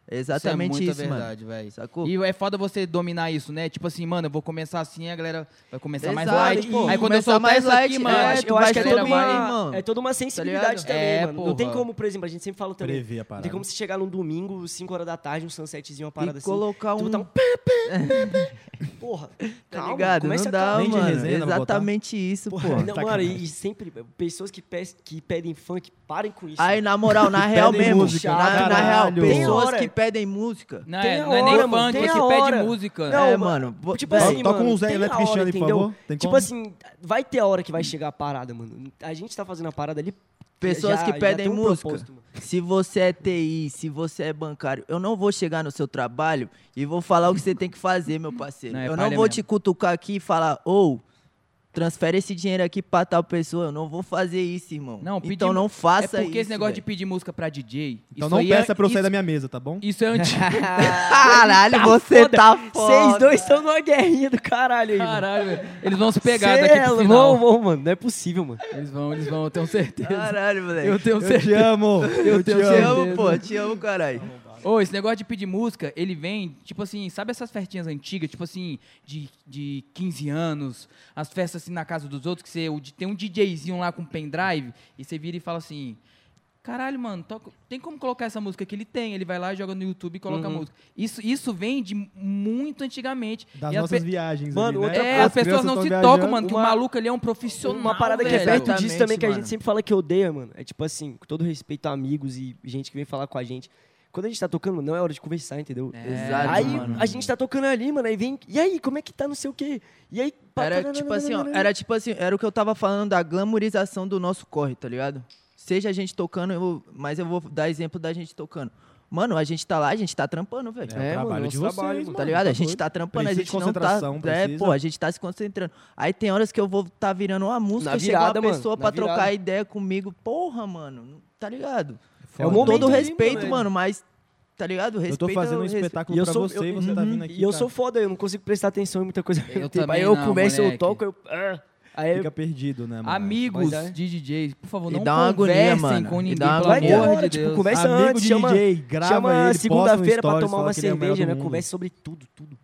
É
Isso é
Exatamente
muita
isso, mano.
verdade, velho.
Sacou?
E é foda você dominar isso, né? Tipo assim, mano, eu vou começar assim, a galera vai começar mais
Exato,
light.
pô.
aí quando eu
Começar
soltar
mais
mais essa
light,
aqui,
é,
mano,
eu acho, eu
tu
acho
vai
que é
galera
toda,
acelerar
vai-
mais,
uma,
mano.
é toda uma sensibilidade
Tá ligado?
também,
É,
mano. Não tem
porra.
como, por exemplo, a gente sempre fala também.
Prever a
Não
parada.
tem como você chegar num domingo, 5 horas da tarde, um sunsetzinho, uma
E
parada assim.
colocar
tu
um...
botar um pé, pé, pé. Porra,
Tá
calma,
ligado?
começa
Não
a
dá,
Nem de
mano.
resenha dá pra botar.
Exatamente isso, pô.
Porra, não,
Tá
mano,
cagado.
e sempre, pessoas que, pe- que pedem funk, parem com isso.
Aí, na moral, na real
pedem
mesmo.
música,
na, na real,
caralho.
pessoas
Tem hora.
que pedem música.
Não,
Tem
é,
a
não é nem
hora, mano,
funk,
tem
é
a
que pede
hora.
música.
Não,
é,
mano,
mano. vo-
tipo
velho,
assim,
Toca
mano,
um Zé
tem a
Electric
hora,
Cristiano, por
entendeu?
favor. Tem
tipo
como?
assim, vai ter a hora que vai chegar a parada, mano. A gente tá fazendo a parada ali.
Pessoas
já-
que
já
pedem
tem um
música.
propósito, mano.
Se você é TI, se você é bancário, eu não vou chegar no seu trabalho e vou falar o que você tem que fazer, meu parceiro.
Não, é
eu não
palha
vou
mesmo.
te cutucar aqui e falar, ou transfere esse dinheiro aqui pra tal pessoa. Eu não vou fazer isso, irmão.
Não, pedir
então
mu-
não faça isso.
É porque esse negócio de
velho.
pedir música pra DJ.
Então
isso
não
aí é-
peça pra eu sair
isso-
da minha mesa, tá bom?
Isso é antigo.
Caralho, você tá foda.
Vocês dois estão numa guerrinha do caralho aí. mano.
Caralho, velho. Eles vão se pegar
Cê
daqui
é
pro
louco,
final.
Vão, mano. Não é possível, mano.
Eles vão, eles vão, eu tenho certeza.
Caralho, moleque.
Eu tenho
Eu te
certeza.
amo! Eu te
tenho
Te
amo!
certeza.
amo, pô. Te amo, caralho.
Ô, esse negócio de pedir música, ele vem, tipo assim, sabe essas festinhas antigas, tipo assim, de, de 15 anos, as festas assim na casa dos outros, que você o di- tem um DJzinho lá com pendrive, e você vira e fala assim. Caralho, mano, toca- tem como colocar essa música que ele tem? Ele vai lá, joga no YouTube e coloca
Uhum.
a música. Isso, isso vem de muito antigamente.
Das
E as
nossas
pe-
viagens
Mano,
ali, né?
outra-
É,
as
as pessoas
crianças
não
tão
se
viajando.
tocam, mano, que o
Uma-
maluco ali é um profissional.
Uma parada que é
velho.
perto disso
Exatamente,
também, que a
mano.
gente sempre fala que odeia, mano. É tipo assim, com todo respeito a amigos e gente que vem falar com a gente. Quando a gente tá tocando, mano, não é hora de conversar, entendeu?
É,
Exato,
aí
mano.
a gente tá tocando ali, mano, aí vem. E aí, como é que tá não sei o quê? E aí. pá,
Era
tá,
tipo assim, ó,
nananana.
era tipo assim, era o que eu tava falando da glamorização do nosso corre, tá ligado? Seja a gente tocando, eu- mas eu vou dar exemplo da gente tocando. Mano, a gente tá lá, a gente tá trampando, velho.
É, o
É, mano,
trabalho de
nosso
vocês,
trabalho,
mano.
Tá ligado? A gente tá trampando,
Precisa
a
de
gente não tá.
concentração,
É,
precisa.
pô, a gente tá se concentrando. Aí tem horas que eu vou tá virando uma música,
Na
chega uma
virada, mano,
pessoa
na
pra
virada.
trocar ideia comigo. Porra, mano, não- tá ligado?
Foda.
É o
Com
momento
todo
ali,
respeito,
mano.
mano, mas tá ligado?
Eu
Respeito
tô fazendo um espetáculo
E eu
pra
sou-
você
eu- uhum.
e você tá vindo aqui.
E eu
cara.
sou foda, eu não consigo prestar atenção em muita coisa. ao
Eu
mesmo tempo.
também
aí eu
não,
começo, eu
moleque.
toco, eu. ah, aí
Fica perdido,
Ah,
né, mano?
Amigos
Mas é.
de DJs, por favor,
E
não
dá uma
conversem
agonia, mano.
com
E
ninguém,
dá uma
pelo
Vai ter
agonia.
amor
hora,
de
tipo,
Deus.
conversa
Amigo
antes,
de
chama,
DJ, grava
chama
ele, posta no
segunda-feira pra
stories,
tomar
fala
uma
que ele é o melhor
cerveja,
do
né?
mundo.
Conversa sobre tudo, tudo.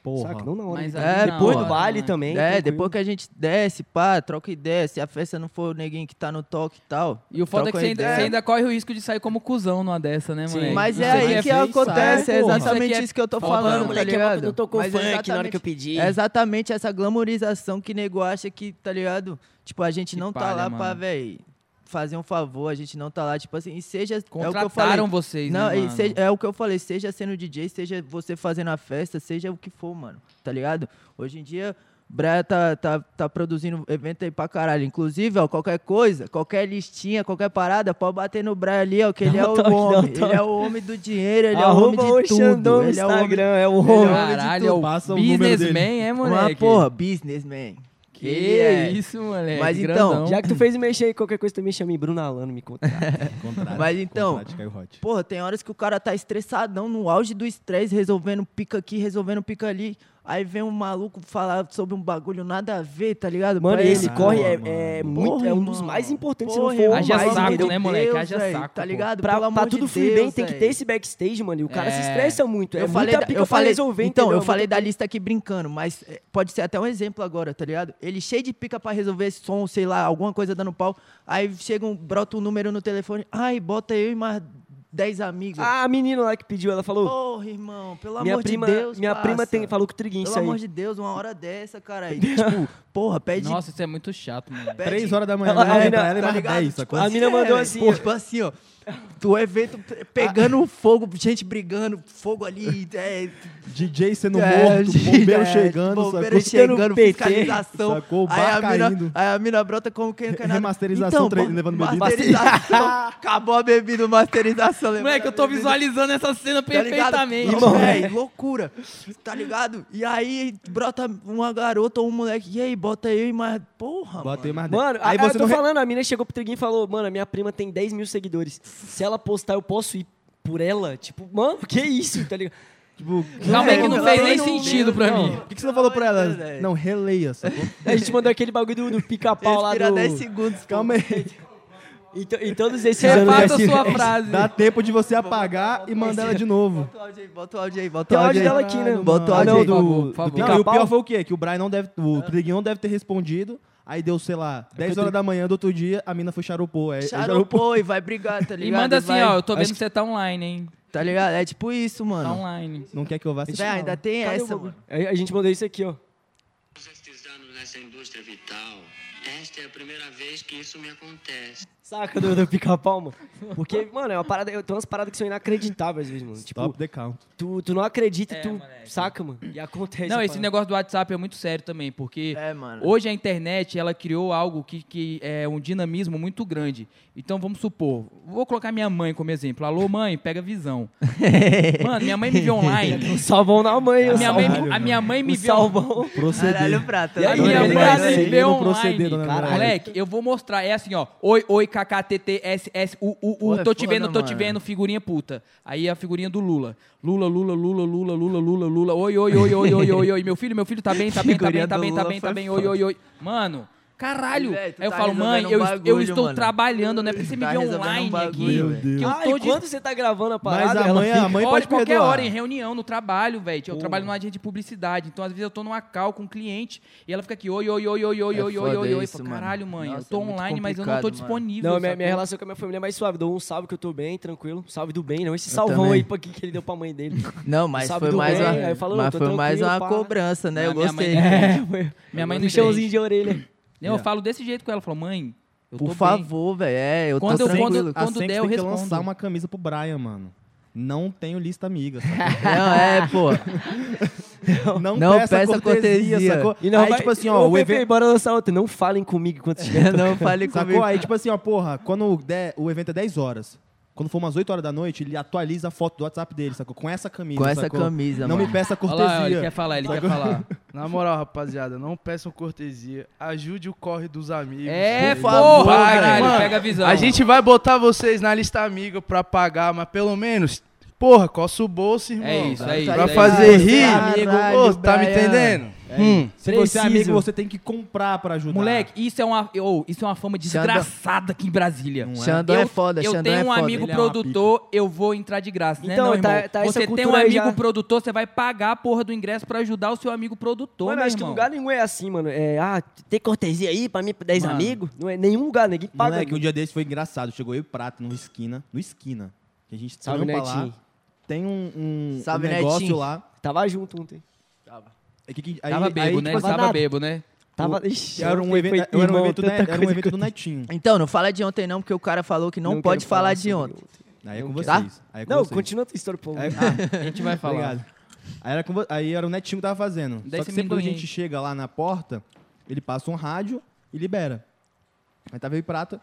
Porra.
Saca? Não na hora.
Mas
né?
aí
É,
depois
não,
do baile
né?
também.
É,
tranquilo.
depois que a gente desce, pá, troca ideia. Se a festa não for o neguinho que tá no toque e tal.
E o foda é que
troca
você ainda,
ideia.
você ainda corre o risco de sair como cuzão numa dessa, né,
Sim,
moleque?
Mas
Isso
é
aqui
aí que
feio,
acontece, é
sabe? Porra.
exatamente
Isso aqui
isso que eu tô
foda,
falando,
mano.
tá
Moleque, é a boca
ligado?
não tocou
Mas
funk na hora
exatamente-
que eu pedi.
É exatamente essa glamorização que nego acha que, tá ligado? Tipo, a gente
Que
não tá
palha,
lá pra,
mano.
véi, fazer um favor, a gente não tá lá, tipo assim, e seja... é o que eu falei.
Contrataram vocês,
Não,
né,
e
mano?
seja- é o que eu falei, seja sendo DJ, seja você fazendo a festa, seja o que for, mano, tá ligado? Hoje em dia, Breia tá, tá, tá produzindo evento aí pra caralho. Inclusive, ó, qualquer coisa, qualquer listinha, qualquer parada, pode bater no Breia ali, ó, que ele
Dá
é
um
o
toque, dá um
homem.
toque.
Ele é o homem do dinheiro, ele é
Arroba
o homem
o
de tudo.
Xandão no
Ele é o homem
Instagram, é o
Ele é
homem.
o homem de
Caralho, é
tudo.
o
Passa o número
businessman, é, moleque?
Uma porra, businessman.
Que
Ele é.
isso, moleque.
Mas então,
grandão.
Já que tu fez e mexer aí, qualquer coisa também chame Bruna Alano, me conta.
Contrate,
Mas então-
contrate Caio Hot.
Porra, tem horas que o cara tá estressadão, no auge do estresse, resolvendo pica aqui, resolvendo pica ali. Aí vem um maluco falar sobre um bagulho nada a ver, tá ligado?
Mano,
Pra
esse
ele-
corre é,
mano.
é muito,
Porra,
é um
irmão.
dos mais importantes,
Porra,
se não for o
irmão,
mais,
Haja saco,
entendeu?
né, moleque?
Deus,
Haja
velho,
saco,
Tá
pô.
ligado?
Pra,
Pelo
pra
amor de
tudo fluir bem,
Deus,
tem que
velho.
ter esse backstage, mano. E o cara se
É.
estressa muito. É
eu falei,
muita
da,
pica
eu
pra
falei,
resolver,
então,
entendeu?
eu falei
Muita
da lista aqui brincando, mas é, pode ser até um exemplo agora, tá ligado? Ele cheio de pica pra resolver esse som, sei lá, alguma coisa dando pau. Aí chega um, brota um número no telefone, ai, bota eu e mais 10 amigos.
Ah, a menina lá que pediu, ela falou.
Porra, irmão, pelo
minha
amor
prima,
de Deus,
minha prima tem-
passa.
falou que o Triguinho
Pelo
isso aí.
amor de Deus, uma hora dessa, cara. E, tipo, porra, pede.
Nossa, isso é muito chato, moleque.
pede-
Três horas da manhã,
Ela-
ela,
a
ela,
mina-
ela é mais
ligado?
10,
Tipo
sacou?
a mina mandou
é,
assim,
pô,
ó.
tipo assim, ó. Do evento pe- pegando fogo, gente brigando, fogo ali, é,
DJ sendo
é,
morto,
gente,
bombeiro
é,
chegando, sacou?
bombeiro chegando,
PT,
fiscalização.
sacou? O
aí, a
bar
mina,
caindo.
aí a mina brota como quem não quer nada.
Remasterização,
Então,
tre-
ba-
levando bebida.
Masterização, acabou a bebida, masterização. levando
Moleque, eu
a
tô
bebida.
visualizando essa cena
Tá ligado?
perfeitamente.
Irmão,
moleque.
véi, loucura. Tá ligado? E aí brota uma garota ou um moleque. E aí, bota eu e mais. Porra,
Bota aí
mano.
mais 10.
Mano,
aí
a, eu
você
tô
não re-
falando, a mina chegou pro Triguinho e falou, mano, a minha prima tem 10 mil seguidores. Se ela postar, eu posso ir por ela? Tipo, mano, que isso, tá ligado?
Tipo,
Calma aí que não
é,
fez
ela-
nem
não-
sentido pra
não.
mim.
O que, que você não falou pra ela?
Pelo amor de Deus, velho.
Não, releia, sacou?
A gente mandou aquele bagulho do, do pica-pau lá
Respira
do...
10 segundos.
Calma aí.
Em, to- em todos esses anos...
Repata
desse-
sua frase.
Dá tempo de você apagar e mandar ela de novo.
Bota o áudio aí, bota o áudio aí, bota
Tem
o áudio aí.
dela aqui, né?
Caralho,
Bota o
mano.
áudio
não,
por
aí.
do,
favor,
do
por favor.
Não, e o
pica-pau.
pior foi o quê? Que o Brian não deve. O Triguinho não deve ter respondido. Aí deu, sei lá, 10 horas da manhã do outro dia, a mina foi charopô. É, é charopô.
Charopou e vai brigar, tá
E
ligado?
manda assim,
vai-
ó, eu tô
Acho
vendo que você tá online, hein?
Tá ligado? É tipo isso,
Tá
mano.
online.
Não quer que eu vá assistir.
Véi, é ainda tem
Cadê o
essa,
bagulho?
mano.
Aí A gente mandou isso aqui, ó.
Os artesanos nessa indústria vital, esta é a primeira vez que isso me acontece.
Saca do, do pica-pau, mano? Porque, mano, é uma parada, eu- tem umas paradas que são inacreditáveis às vezes, mano. Tipo,
Stop the count.
tu, tu não acredita e
É,
tu
moleque.
saca, mano. E acontece.
Não,
a
esse
parada.
negócio do WhatsApp é muito sério também, porque
É, mano.
hoje a internet ela criou algo que, que é um dinamismo muito grande. Então vamos supor, vou colocar minha mãe como exemplo. Alô, mãe, pega visão. Mano, minha mãe me viu online.
O Um salvão na mãe,
A
o
minha mãe,
salvão.
Caralho,
a minha mãe me
O
viu
salvão.
Proceder.
Caralho, prata.
E
assim,
aí,
Tá
minha
ligado?
mulher né? me
Sim,
vê
não proceder,
online.
dona
Caralho.
Maria.
Moleque, eu vou mostrar. É assim, ó. Oi, oi, KKTTSSUU.
Pô, é
Tô te
foda,
vendo, tô te
mano.
vendo. Figurinha puta. Aí a figurinha do Lula. Lula, Lula, Lula, Lula, Lula, Lula, Lula. Oi, oi, oi, oi, oi, oi, oi. Meu filho, meu filho, tá bem, tá bem, tá bem,
Figurinha
tá
do
bem, tá
Lula
bem, tá
foi
bem. Oi, oi, oi. Mano. Caralho!
Velho, tu
Aí eu
tá
falo, mãe,
resolvendo
eu,
um
est- eu
bagulho,
estou
mano.
trabalhando, né? Porque você me
Tá
vê
resolvendo um
online
bagulho,
aqui.
velho.
Que eu
Ah,
tô
e
de
quando você tá gravando a parada,
Mas a
ela
mãe, é a
fica-
mãe
Olha,
pode
qualquer
perdoar.
hora, em reunião, no trabalho, velho. Eu trabalho numa agência de publicidade, então às vezes eu tô numa call com um cliente e ela fica aqui, oi, oi, oi, oi, oi, oi,
É
oi,
foda
oi, oi. Eu
isso,
falo,
mano.
caralho, mãe, eu
Nossa,
tô
é muito
online, mas eu não tô
complicado, mano.
disponível.
Não, minha, minha
sacou?
relação com a minha família é mais suave. Dou um salve que eu tô bem, tranquilo. Salve do bem, não esse salvão
também.
aí pra que que ele deu pra mãe dele.
Não, mas
Sabe
foi
do
mais
bem,
uma,
aí eu falo,
mas
tô
foi mais
tranquilo,
uma
pá.
cobrança, né?
Não,
Eu
minha mãe
gostei.
não entende.
foi.
É. Minha mãe não
Puxãozinho
entende.
Um de orelha.
Não, Eu falo desse jeito com ela, eu falo, mãe, eu tô
Por
bem.
favor, velho. É, eu tô
Quando eu-
tranquilo.
quando
a Senx
der, eu
tem que
respondo.
lançar uma camisa pro Brian, mano. Não tenho lista amiga, sacou?
Não, é, pô.
Não,
Não
peça, cortesia,
peça cortesia.
sacou?
E não,
aí,
vai-
tipo assim,
Ô,
ó, o
Pepe,
evento...
bora lançar outra. Não falem comigo quando estiver.
Não fale comigo.
Sacou? Aí, tipo assim, ó, porra, quando der, o evento é 10 horas. Quando for umas 8 horas da noite, ele atualiza a foto do WhatsApp dele, sacou? Com essa camisa,
Com essa
sacou?
camisa,
Não
mano.
me peça
Olha é
cortesia.
lá, ele quer falar, ele quer falar.
Na moral, rapaziada, não peçam cortesia. Ajude o corre dos amigos.
É,
Por
porra,
favor,
caralho,
mano.
pega a visão.
A gente vai botar vocês na lista amiga pra pagar, mas pelo menos, porra, coça o bolso, irmão.
É isso, é isso.
Pra
é isso.
fazer
isso.
rir.
Caralho,
Ô, tá me
Brian.
entendendo? Hum.
Se você é amigo,
Preciso.
você tem que comprar pra ajudar.
Moleque, isso é uma, ô, isso é uma fama
Xandão.
desgraçada aqui em Brasília.
Não é?
Xandão
eu,
é foda,
eu
Xandão
tenho
é
um
foda.
amigo
Ele é uma
produtor, eu vou entrar de graça, né?
Então,
Não, irmão.
tá- tá essa
você tem um
cultura aí
amigo
já.
produtor, você vai pagar a porra do ingresso pra ajudar o seu amigo produtor,
Mano,
meu
acho que
irmão.
lugar nenhum é assim, mano. É, ah, tem cortesia aí pra mim, pra 10
Mano.
amigos? Não é nenhum lugar, ninguém paga.
Moleque, um dia desse foi engraçado. Chegou eu e Prato no esquina. No esquina. Que a gente
Salve,
trampa lá.
Netinho.
Tem um, um,
Salve,
um negócio
Netinho.
lá.
Tava junto ontem.
É que- que- aí-
Tava
aí,
bebo, né?
tipo,
Ele
assim,
tava
nada.
bebo, né?
Tava. Ixi,
Era um
ontem
evento,
foi-
era um
irmão,
evento,
tanta
né, era um
coisa
evento
que
do
eu-
Netinho.
Então, não fala de ontem não, porque o cara falou que não,
Não
pode
quero
falar, de
sobre
ontem.
ontem.
Aí é
Não
com
quero.
vocês. Aí é com
Não,
vocês.
continua a tua história, pô.
Aí-
A gente vai falar.
Obrigado. Aí era, com vo- aí era o netinho que tava fazendo.
Dá
Só
esse
que sempre quando a
amendoim
gente
aí.
chega lá na porta, ele passa um rádio e libera. Aí tava eu e Prata.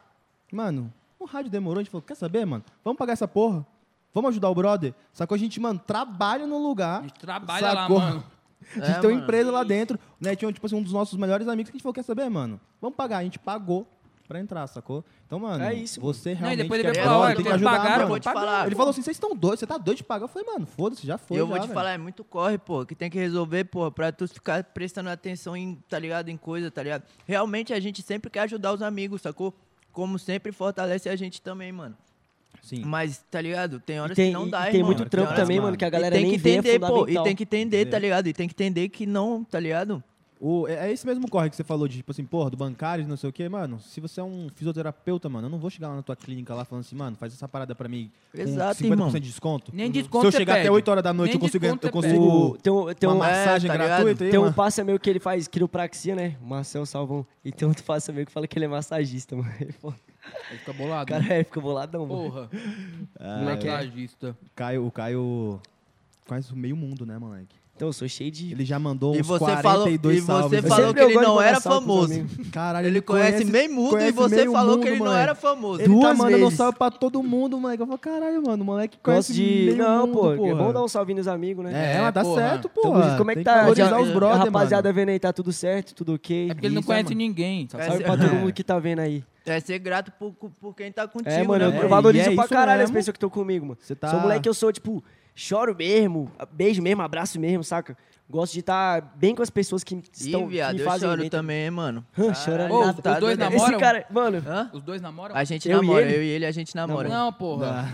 Mano, o rádio demorou. A gente falou, quer saber, mano? Vamos pagar essa porra? Vamos ajudar o brother? Sacou? A gente, mano, trabalha no lugar.
A gente trabalha lá, mano.
A gente
É,
tem uma
mano.
empresa lá dentro. O Netinho é, tipo assim, um dos nossos melhores amigos. que A gente falou, quer saber, mano? Vamos pagar. A gente pagou pra entrar, sacou? Então, mano,
É isso, mano.
você
Não, e
realmente
depois
que
ele
é
vai falar,
brother,
olha,
tem que
eles
ajudar,
pagaram,
mano.
eu vou te falar.
Ele falou assim, vocês estão doidos, você tá doido de pagar? Eu falei, mano, foda-se, já foi.
Ah, eu
já,
vou te
velho.
falar, é muito corre, pô, que tem que resolver, pô, pra tu ficar prestando atenção em, tá ligado, em coisa, tá ligado? Realmente a gente sempre quer ajudar os amigos, sacou? Como sempre, fortalece a gente também, mano.
Sim.
Mas, tá ligado? Tem
E
horas
tem,
que não dá,
e
irmão.
tem muito trampo
horas,
também,
mano.
mano, que a
E
galera
tem
nem
que
vê, é
entender, pô. E
fundamental.
tem que entender, tá ligado? E tem que entender que não, tá ligado?
O- é, é esse mesmo corre que você falou de, tipo assim, porra, do bancário, não sei o quê. Mano, se você é um fisioterapeuta, mano, eu não vou chegar lá na tua clínica lá falando assim, mano, faz essa parada pra mim com
Exato,
50%
irmão.
de desconto. Uhum.
Nem
se
desconto
eu
você
chegar
pede.
até 8 horas da noite,
Nem
eu consigo...
desconto
Eu
você
consigo
O- tem um, tem
uma
um,
massagem
tá ligado?
gratuita aí,
tem um
mano.
parça meu que ele faz quiropraxia, né? Marcel Salvão. E tem outro parça meu que fala que ele é massagista, mano. Ele fala,
Ele fica bolado.
cara, é, fica boladão, mano.
Porra.
moleque é-
Massagista.
Caio, o Caio conhece o meio mundo, né, moleque?
Então, eu sou cheio de...
Ele já mandou
E
uns
você falou,
42
e você
salves.
Eu
falou
sempre
que ele
eu gosto de
não
mandar
era
salve pros
famoso.
amigos.
Caralho,
Ele conhece, meio mundo e
conhece
você
meio
falou
mundo,
que ele não
moleque.
era famoso.
Ele tá
Duas
mandando
vezes.
salve pra todo mundo, moleque. Eu falo, caralho, mano, o moleque
Gosto
conhece
de...
meio
Não,
mundo,
pô, é
porra.
bom dar um salve nos amigos, né?
É,
É,
mas tá
porra.
certo, pô.
Então, Luiz, como é que
Tem
tá?
valorizar
Já-
os brother,
a rapaziada
mano.
vendo aí, tá tudo certo, tudo ok?
É porque ele não
Isso, é,
conhece
mano.
ninguém.
É,
Salve pra todo mundo que tá vendo aí.
É ser grato por, por quem tá contigo,
É, mano, eu-
né,
eu,
mano?
valorizo
E é
pra
isso
caralho as
mesmo.
pessoas que estão comigo, mano.
Você tá-
Sou moleque, eu sou, tipo, choro mesmo, beijo mesmo, abraço mesmo, saca? Gosto de estar bem com as pessoas que estão
Ih, viado,
me
eu
fazem
choro
bem.
também, mano.
Hã, chorando
Ô,
nada.
os dois
Tá doido,
namoram?
Esse cara, mano,
Hã?
Os dois namoram?
A gente
Eu e
namora,
ele?
eu e ele, a gente namora.
Não, porra.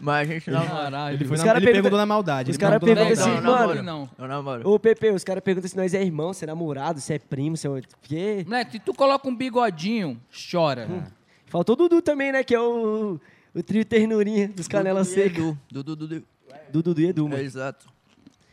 Mas a gente namora.
Caralho.
Ele, foi
Os
na,
cara
ele
pergunta-
perguntou na maldade.
os
ele
cara
perguntou na
Não,
pergunta
maldade.
assim,
não,
mano.
namoro não.
Eu namoro.
ô Pepe, os caras perguntam se nós é irmão, se é namorado, se é primo, se é... Porque...
Moleque, se tu coloca um bigodinho, chora.
Faltou o Dudu também, né, que é o, o trio ternurinha dos Canela
Dudu e
Seca.
Edu. Dudu, Dudu,
Do Dudu e Edu,
Dudu. É,
mano.
exato.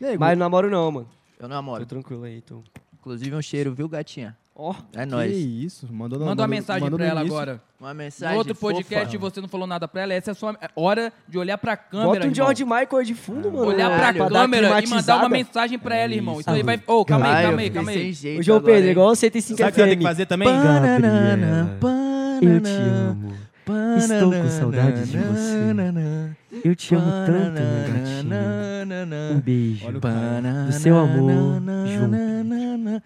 Nego,
Mas não namoro não, mano.
Eu
Tô
namoro.
tranquilo aí, tô...
Inclusive um cheiro, viu, gatinha?
Ó,
É
Que
nóis.
isso, mandou
Manda uma mensagem pra ela agora.
Uma
No
mensagem
outro podcast
fofa.
você não falou nada pra ela. Essa é a sua hora de olhar pra câmera,
bota um
irmão.
George Michael aí de
Ah,
fundo, mano.
Olhar pra
Caralho, dar
câmera e mandar
climatizada.
uma mensagem pra ela, irmão. Isso
isso.
aí vai... Ô, calma aí,
Ai, eu
calma aí,
fiquei
calma
sem
aí.
jeito
Ô, João
agora,
Pedro,
hein?
igual o 105
Sabe o que você tem que
FM.
fazer também?
Bananana,
Eu te
bananana,
amo.
bananana,
Estou com saudades de você.
bananana,
Eu te amo tanto, minha gatinha.
bananana,
Um beijo.
Olha o cara.
Do seu amor,
bananana.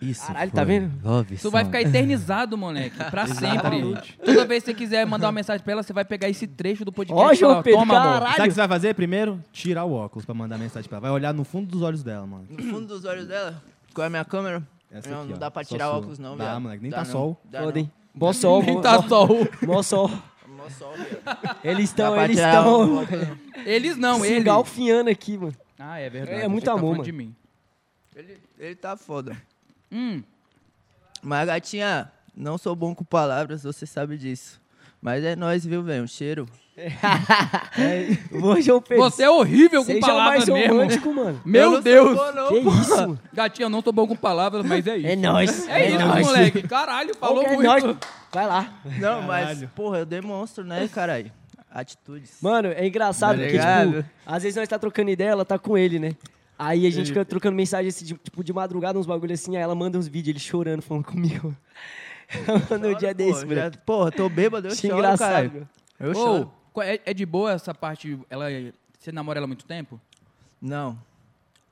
Isso
Caralho,
foi
tá vendo?
Love
Isso vai
song.
ficar eternizado, moleque. Pra sempre.
Exatamente.
Toda vez que você quiser mandar uma mensagem pra ela, você vai pegar esse trecho do podcast.
Ó,
e falar,
João Pedro,
Toma, amor.
caralho.
Sabe o que você vai fazer primeiro? Tirar o óculos pra mandar mensagem pra ela. Vai olhar no fundo dos olhos dela, mano.
No fundo dos olhos dela, com a minha câmera,
Essa
não,
aqui,
não
ó.
dá pra
Só
tirar
sua.
óculos não,
Dá,
viado.
moleque, nem
Dá
tá
não,
sol.
dá não.
Podem. Mó sol,
Nem
mó,
tá sol.
mó sol.
Mó sol, viado.
Eles
Dá
estão,
pra
eles
tirar um-
estão
óculos, não.
Eles não,
se
ele.
um engalfinhando aqui, mano.
Ah, é verdade.
É
Achei
muito
que tá
amor,
falando
mano.
de mim.
Ele, ele tá foda.
Hum,
Mas, gatinha, não sou bom com palavras, você sabe disso. Mas é nóis, viu, velho? Um cheiro.
Ô, João Pedro.
você é horrível com
seja
palavras
mais
mesmo.
romântico, mano.
Eu
Meu
não
Deus.
Sou bom, não,
Que
pô.
isso, mano.
Gatinha, eu não tô bom com palavras, mas é isso.
É nóis.
É isso,
nóis.
moleque. Caralho, falou
é
muito.
nóis. Vai lá.
Não, mas, porra, eu demonstro, né, caralho? Atitudes.
Mano, é engraçado
Tá
porque,
ligado?
tipo, às vezes nós tá trocando ideia, ela tá com ele, né? Aí a gente fica trocando mensagem, assim, de- tipo, de madrugada, uns bagulho assim, aí ela manda uns vídeos, ele chorando, falando comigo. Ela mandou um dia
Choro,
desse,
pô,
moleque.
já- Porra, tô bêbado, eu
Achei
choro,
engraçado,
caralho.
meu.
Eu
Ô,
choro.
qual- é, é de boa essa parte. Ela, você namora ela há muito tempo?
Não.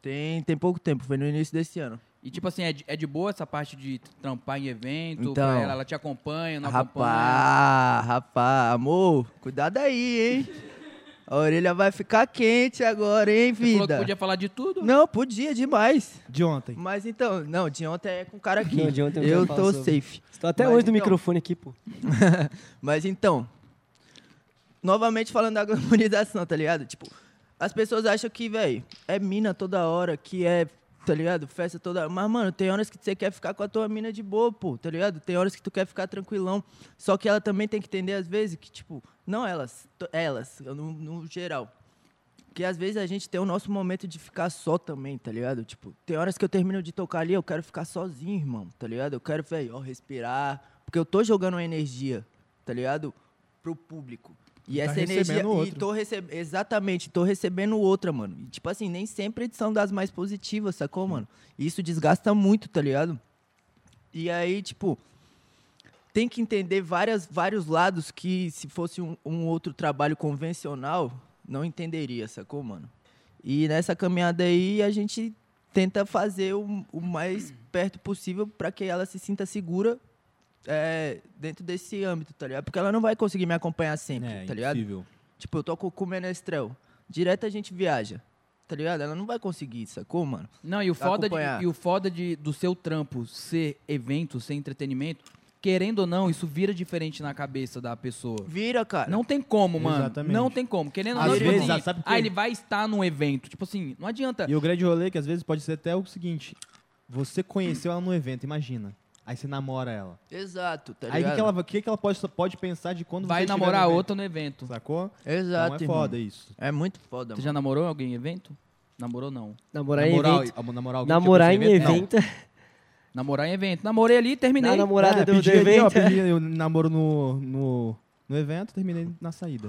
Tem, tem pouco tempo, foi no início desse ano.
E tipo assim, é de, é de boa essa parte de trampar em evento?
Então.
pra ela, ela te acompanha, não acompanha?
Rapá, rapá, amor, cuidado aí, hein? A orelha vai ficar quente agora, hein,
Você falou que
vida?
podia falar de tudo?
Não, podia demais.
De ontem.
Mas então, não, de ontem é com o cara aqui.
Não, de ontem eu
eu
já
tô
falo sobre.
safe.
Estou até
Mas
longe do
então-
microfone aqui, pô.
Mas então, novamente falando da glamorização, tá ligado? Tipo, as pessoas acham que, velho, é mina toda hora, que é, tá ligado? Festa toda hora. Mas, mano, tem horas que você quer ficar com a tua mina de boa, pô, tá ligado? Tem horas que tu quer ficar tranquilão. Só que ela também tem que entender, às vezes, que, tipo, não elas, to- elas, eu no, no geral. Que às vezes a gente tem o nosso momento de ficar só também, tá ligado? Tipo, tem horas que eu termino de tocar ali, eu quero ficar sozinho, irmão, tá ligado? Eu quero, velho, ó, respirar. Porque eu tô jogando uma energia, tá ligado? Pro público. E
Tá
essa energia.
recebendo
E
outro.
tô recebendo. Exatamente, tô recebendo outra, mano. E, tipo assim, nem sempre eles são das mais positivas, sacou, mano? E Isso desgasta muito, tá ligado? E aí, tipo. Tem que entender várias, vários lados que, se fosse um, um outro trabalho convencional, não entenderia, sacou, mano? E nessa caminhada aí, a gente tenta fazer o, o mais perto possível para que ela se sinta segura é, dentro desse âmbito, tá ligado? Porque ela não vai conseguir me acompanhar sempre, tá ligado?
É, impossível.
Tipo, eu toco com o Menestrel. Direto a gente viaja, tá ligado? Ela não vai conseguir, sacou, mano?
Não, e o foda, de,
acompanhar.
e o foda de, do seu trampo ser evento, ser entretenimento, querendo ou não, isso vira diferente na cabeça da pessoa.
Vira, cara.
Não tem como, mano.
Exatamente.
Não tem como. Querendo ou
Às
não, tipo
vezes,
assim,
sabe por quê?
ah, ele vai estar num evento. Tipo assim, não adianta.
E o grande rolê, é que às vezes pode ser até o seguinte: você conheceu ela no evento, imagina. Aí você namora ela.
Exato, tá
aí o
ligado?
que, que ela, o que, que ela pode, pode pensar de quando
vai
você estiver
namorar
no evento,
outra no evento.
Sacou?
Exato,
então é
irmão.
foda isso.
É muito foda,
Você
mano.
já namorou alguém em evento? Namorou não.
Namorar em
Namorar-
evento.
a- namorar alguém,
Namorar
tipo,
em
esse evento, não.
evento. é-
Namorar em evento. Namorei ali e terminei.
Na namorada
É,
do, do
pedi ali, ó,
evento.
pedi eu namoro no, no, no evento, terminei na saída.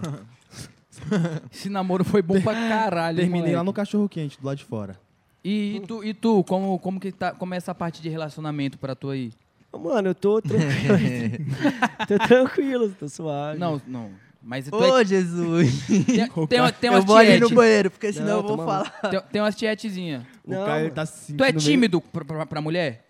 Esse namoro foi bom pra caralho.
terminei
moleque.
lá no cachorro quente, do lado de fora.
E, e tu, e tu como, como que tá, como é essa parte de relacionamento pra tu aí?
Mano, eu tô tranquilo. tô tranquilo, tô suave.
Não, não. Mas tu é-
Ô, Jesus!
tem, tem, uma- tem
eu
umas
vou ali no
tiete.
banheiro, porque senão
Não,
eu vou
toma-
falar.
Tem, tem umas tietezinha.
Não,
o cara ele
mano.
tá se sentindo
Tu é
meio-
tímido pra, pra, pra mulher?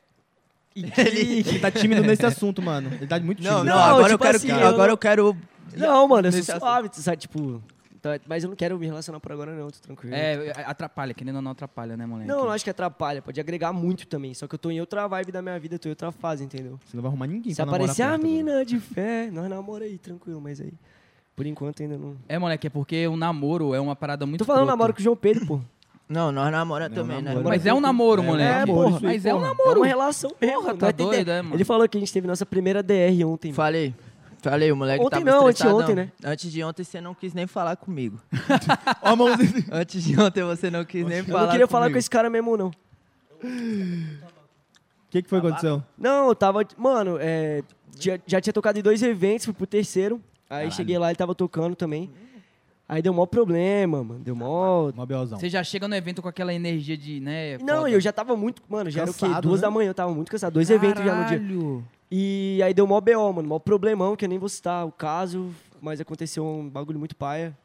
Ele tá tímido nesse assunto, mano. Ele tá muito tímido.
não, agora eu quero que- agora
tipo assim, eu quero.
Não, mano, eu sou
Nesse
suave, tu sabe, tipo. tá- Mas eu não quero me relacionar por agora, não, tô tranquilo.
É, atrapalha, querendo ou não atrapalha, né, moleque?
Não, eu acho que atrapalha, pode agregar muito também. Só que eu tô em outra vibe da minha vida, eu tô em outra fase, entendeu?
Você não vai arrumar ninguém
tipo, Se
pra namorar
aparecer a
né?
perto, mano.
mina de fé, nós namora aí, tranquilo, mas aí. Por enquanto ainda não.
É, moleque, é porque o namoro é uma parada muito.
Tô falando
escrota.
namoro com o João Pedro, pô.
Não, nós namoramos
Não,
também, né?
namoro.
Mas é um namoro,
É,
moleque.
é, porra, isso aí,
Mas é um
porra.
É uma
namoro.
relação, porra.
tá
nós tem
doido,
ideia.
é, mano?
Ele falou que a gente teve nossa primeira DR ontem. mano.
Falei. Falei, o moleque
é- Ontem
tava
não,
estressadão.
anteontem, né?
Antes de ontem você não quis nem falar comigo.
Ó a mãozinha.
Antes de ontem você não quis nem
Eu
falar
não queria falar com
comigo.
esse cara mesmo, não.
O que, que
Tá
foi que aconteceu?
Não, eu tava. Mano, é, já, já tinha tocado em dois eventos, fui pro terceiro. Aí
Caralho.
cheguei lá, ele tava tocando também. Aí deu mó problema, mano. Deu mó.
Mó belzão.
Você já chega no evento com aquela energia de, né?
Não,
foda.
eu já tava muito. Mano, já era o quê?
Cansado,
Duas
né?
da manhã, eu tava muito cansado. Dois eventos já no dia.
Caralho.
E aí deu mó BO, mano, mó problemão, que eu nem vou citar o caso, mas aconteceu um bagulho muito paia.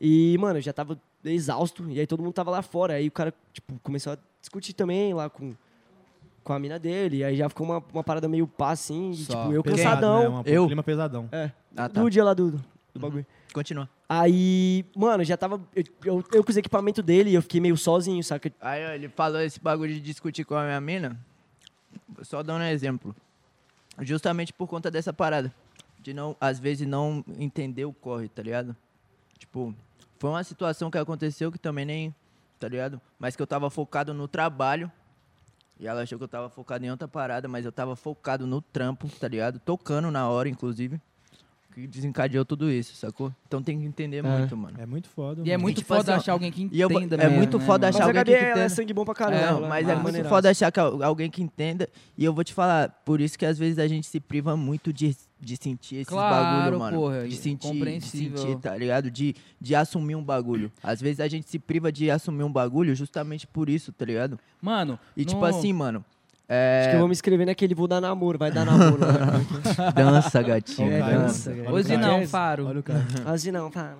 E, mano, eu já tava exausto, e aí todo mundo tava lá fora. Aí o cara, tipo, começou a discutir também lá com, com a mina dele, e aí já ficou uma, uma parada meio pá, assim, e,
Só.
tipo, eu
Pesado,
cansadão.
né? Uma-
Eu.
Clima pesadão.
É,
Ah, tá.
do dia lá do, do bagulho.
Continua.
Aí, mano, já tava. Eu, eu, eu com os equipamentos dele, e eu fiquei meio sozinho, saca?
Aí ó, ele falou esse bagulho de discutir com a minha mina. Só dando um exemplo. Justamente por conta dessa parada. De não, às vezes, não entender o corre, tá ligado? Tipo, foi uma situação que aconteceu que também nem. Tá ligado? Mas que eu tava focado no trabalho. E ela achou que eu tava focado em outra parada, mas eu tava focado no trampo, tá ligado? Tocando na hora, inclusive. Que desencadeou tudo isso, sacou? Então tem que entender muito, mano.
É muito foda.
E é
mano.
muito
tipo
foda
assim, ó,
achar alguém que
e eu vou-
entenda
é
mesmo,
muito
né, mano?
foda
Mas
achar
a
alguém
Gabi,
que
ela é
entenda.
sangue bom pra
É,
caramba. ela
mas é muito
maneiraça.
foda achar que al- alguém que entenda. E eu vou te falar, por isso que às vezes a gente se priva muito de, de sentir esses
Claro,
bagulho, mano.
porra,
de sentir, de
compreensível.
sentir, tá ligado? De, de assumir um bagulho. Às vezes a gente se priva de assumir um bagulho justamente por isso, tá ligado?
Mano,
E
no-
tipo assim, mano. É,
Acho que eu vou me inscrever naquele vou dar namoro, vai dar namoro. né?
dança,
Ó o
gatinho.
É,
cara,
dança.
olha o cara.
Hoje não,
Olha
Faro.
o cara.
Assim não, tá.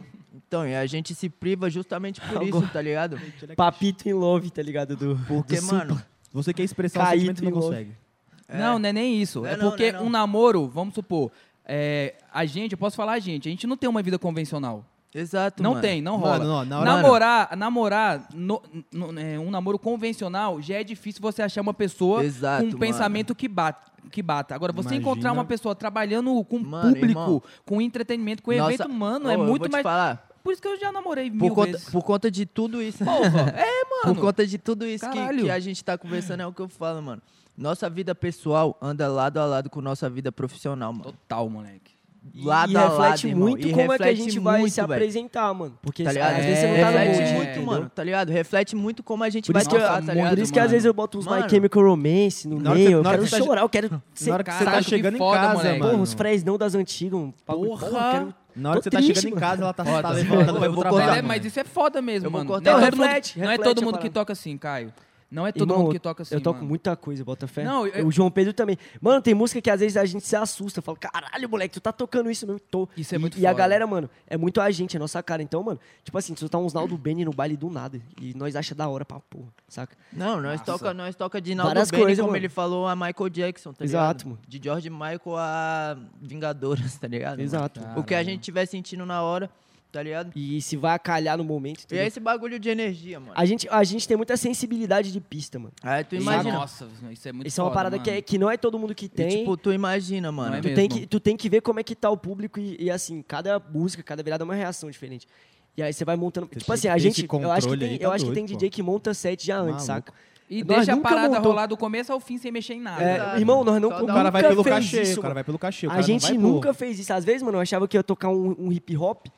Então, e a gente se priva justamente por isso, tá ligado?
Papito in love, tá ligado? Do,
Porque,
do
mano,
Você quer expressar o
Caído
sentimento e não
em louco.
consegue.
Não, não é nem isso.
É
É,
não,
porque
não é não.
um namoro, vamos supor, é, a gente, eu posso falar a gente, a gente não tem uma vida convencional.
exato.
Não
mano.
tem, não
Mano, não,
rola.
na hora-
namorar, namorar no- no- é, um namoro convencional já é difícil você achar uma pessoa
Exato,
com um
mano.
pensamento que bata. Que bata. Agora, você
Imagina.
encontrar uma pessoa trabalhando com
Mano,
público,
irmão.
com entretenimento, com
Nossa,
evento humano,
ô,
é
eu
muito
vou te
mais.
falar,
Por isso que eu já namorei
por
mil
conta,
vezes.
por conta de tudo isso.
Porra, é, mano.
Por conta de tudo isso que,
Caralho.
que a gente tá conversando, é o que eu falo, mano. Nossa vida pessoal anda lado a lado com nossa vida profissional, mano.
Total, moleque.
E,
Lado
e
a
reflete
lado, irmão.
muito
E
como é que a
reflete
gente vai
muito,
se
velho.
apresentar, mano. Porque
Tá
se-
ligado?
às vezes você não tá no
reflete
mood,
muito,
entendeu?
mano, tá ligado? Reflete muito como a gente
Por
vai
isso que eu-
passar, tá
muito,
ligado?
Por isso que às
mano.
vezes eu boto uns
Mano.
My Chemical Romance no
Na hora que
meio,
você-
eu
na hora
quero
que você tá-
chorar, eu quero
Na hora
ser
que você tá
Caralho, que
chegando em
foda,
casa,
moleque.
mano.
Porra, os Fresnão das antigas, um bagulho.
Porra.
Porra, eu quero
Na hora
Tô
que você tá
triste,
chegando em
mano.
casa, ela tá,
Ó,
tá
tá
levantando pra ir
Eu
pro
vou
trabalho.
cortar, é, mas isso é foda mesmo,
Eu vou
mano.
cortar.
não,
Não,
é todo mundo-
reflete,
não é
reflete
todo
a
mundo que
parada.
toca assim, Caio. Não é todo
Irmão,
mundo que toca assim.
Eu toco
mano.
muita coisa, Botafé.
Não,
Não,
eu-
O João Pedro também. Mano, tem música que às vezes a gente se assusta. Fala, caralho, moleque, tu tá tocando isso mesmo? Tô.
Isso é
e,
muito
E a
foda.
galera, mano, é muito a gente, é nossa cara. Então, mano, tipo assim, tu tá uns Naldo Bene no baile do nada. E nós acha da hora pra porra, saca?
Não, nós
Massa.
toca, nós toca de Naldo
Várias
Bene,
coisas,
como
mano.
ele falou, a Michael Jackson, tá
Exato,
ligado?
mano.
De George Michael a Vingadoras, tá ligado? mano?
Exato.
O que a gente tiver sentindo na hora, tá ligado?
E se vai acalhar no momento.
E
entendeu?
é esse bagulho de energia, mano.
a, gente, a gente tem muita sensibilidade de pista, mano.
Aí tu
Sabe?
imagina.
Nossa, isso é muito
Isso é uma
foda,
parada
mano.
que, é- que não é todo mundo que
E,
tem.
tipo, tu imagina, mano.
Não é
Tu
mesmo.
tem, que, tu tem que ver como é que tá o público e, e, assim, cada música, cada virada é uma reação diferente. E aí você vai montando. tipo
tem
assim,
que
a
ter esse
gente. Eu acho que
controle
tem,
aí, tá
eu acho que
doido,
tem
pô.
DJ que monta set já antes,
Maluco.
saca?
E
Nós
deixa a
nunca
parada
montou.
rolar do começo ao fim sem mexer em nada.
É,
Exato.
irmão, nós não.
Ah, tá. Só
O
dá um
cara vai pelo
fez
cachê,
isso,
o cara vai pelo cachê. o
a
cara não
gente
vai por-
nunca fez isso. Às vezes, mano, eu achava que eu ia tocar um, um hip hop,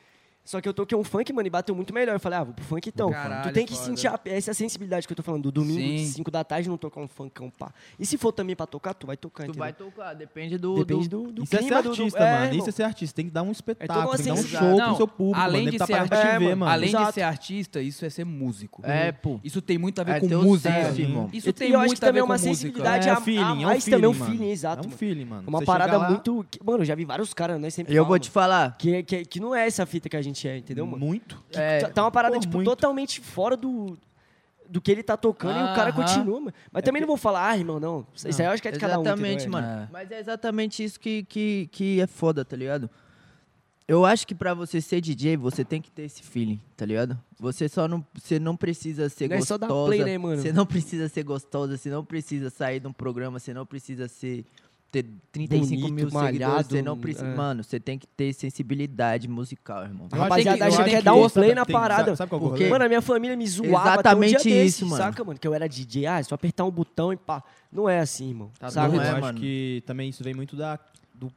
só que eu toquei um funk, mano, e bateu muito melhor. Eu falei, ah, vou pro funk então.
Caralho,
tu tem que
foda.
sentir a- essa sensibilidade que eu tô falando, do domingo,
Sim.
5 da tarde, não tocar um funkão, pá. E se for também pra tocar, tu vai tocar,
Tu
entendeu?
vai tocar, depende do.
Depende
do...
do, do
Isso é ser
clima, do- do-
artista,
é,
mano.
irmão. É
Isso é ser artista. Tem que dar um espetáculo,
uma
tem que dar um
sensibilidade.
show
Não,
pro seu público.
além
mano.
de
Ele tá
ser
pagando pra te
artista- é,
ver,
mano,
mano.
Além de
Exato.
ser artista, isso é ser músico.
É, pô.
Isso tem muito a ver
É
com
teu
música.
senso, irmão.
Isso tem
um e eu acho
muito a
que
ver
também é
com
uma
música.
sensibilidade a, a mais também é um feeling,
mano.
exato.
É um
mano.
feeling, mano.
Uma
Você chega
parada
lá,
muito. que- mano, eu já vi vários caras, nós sempre.
Eu vou
falamos,
te falar.
Que, que, que não é essa fita que a gente é, entendeu, mano?
Muito.
É,
tá, tá uma parada,
pô,
tipo,
muito.
totalmente fora do. Do que ele tá tocando e o cara
Aham.
continua, mano. Mas também não vou falar, ah, irmão, não. Isso aí eu acho que é de cada um.
Exatamente,
entendeu?
mano.
É.
Mas é exatamente isso que, que, que é foda, tá ligado? Eu acho que pra você ser DJ, você tem que ter esse feeling, tá ligado? Você só não, você não precisa ser
Não é só
gostosa.
dar play, né, mano?
Você não precisa ser gostosa, você não precisa sair de um programa, você não precisa ser ter 35 mil
Bonito, malhado,
seguidores, você não precisa,
é.
mano, você tem que ter sensibilidade musical, irmão.
A
Eu acho
que-
rapaziada
eu
acha
acho
que é
que
dar um
gosta,
play
tem-
na
sabe-
parada.
sabe qual que é o
porque,
rolê?
mano, a minha família me zoava
Exatamente
até um dia desse,
isso, mano.
saca, mano? Que eu era DJ, ah, é só apertar um botão e pá. Não é assim, irmão.
Tá
saca?
doido,
eu
é,
acho
mano.
que também isso vem muito da, do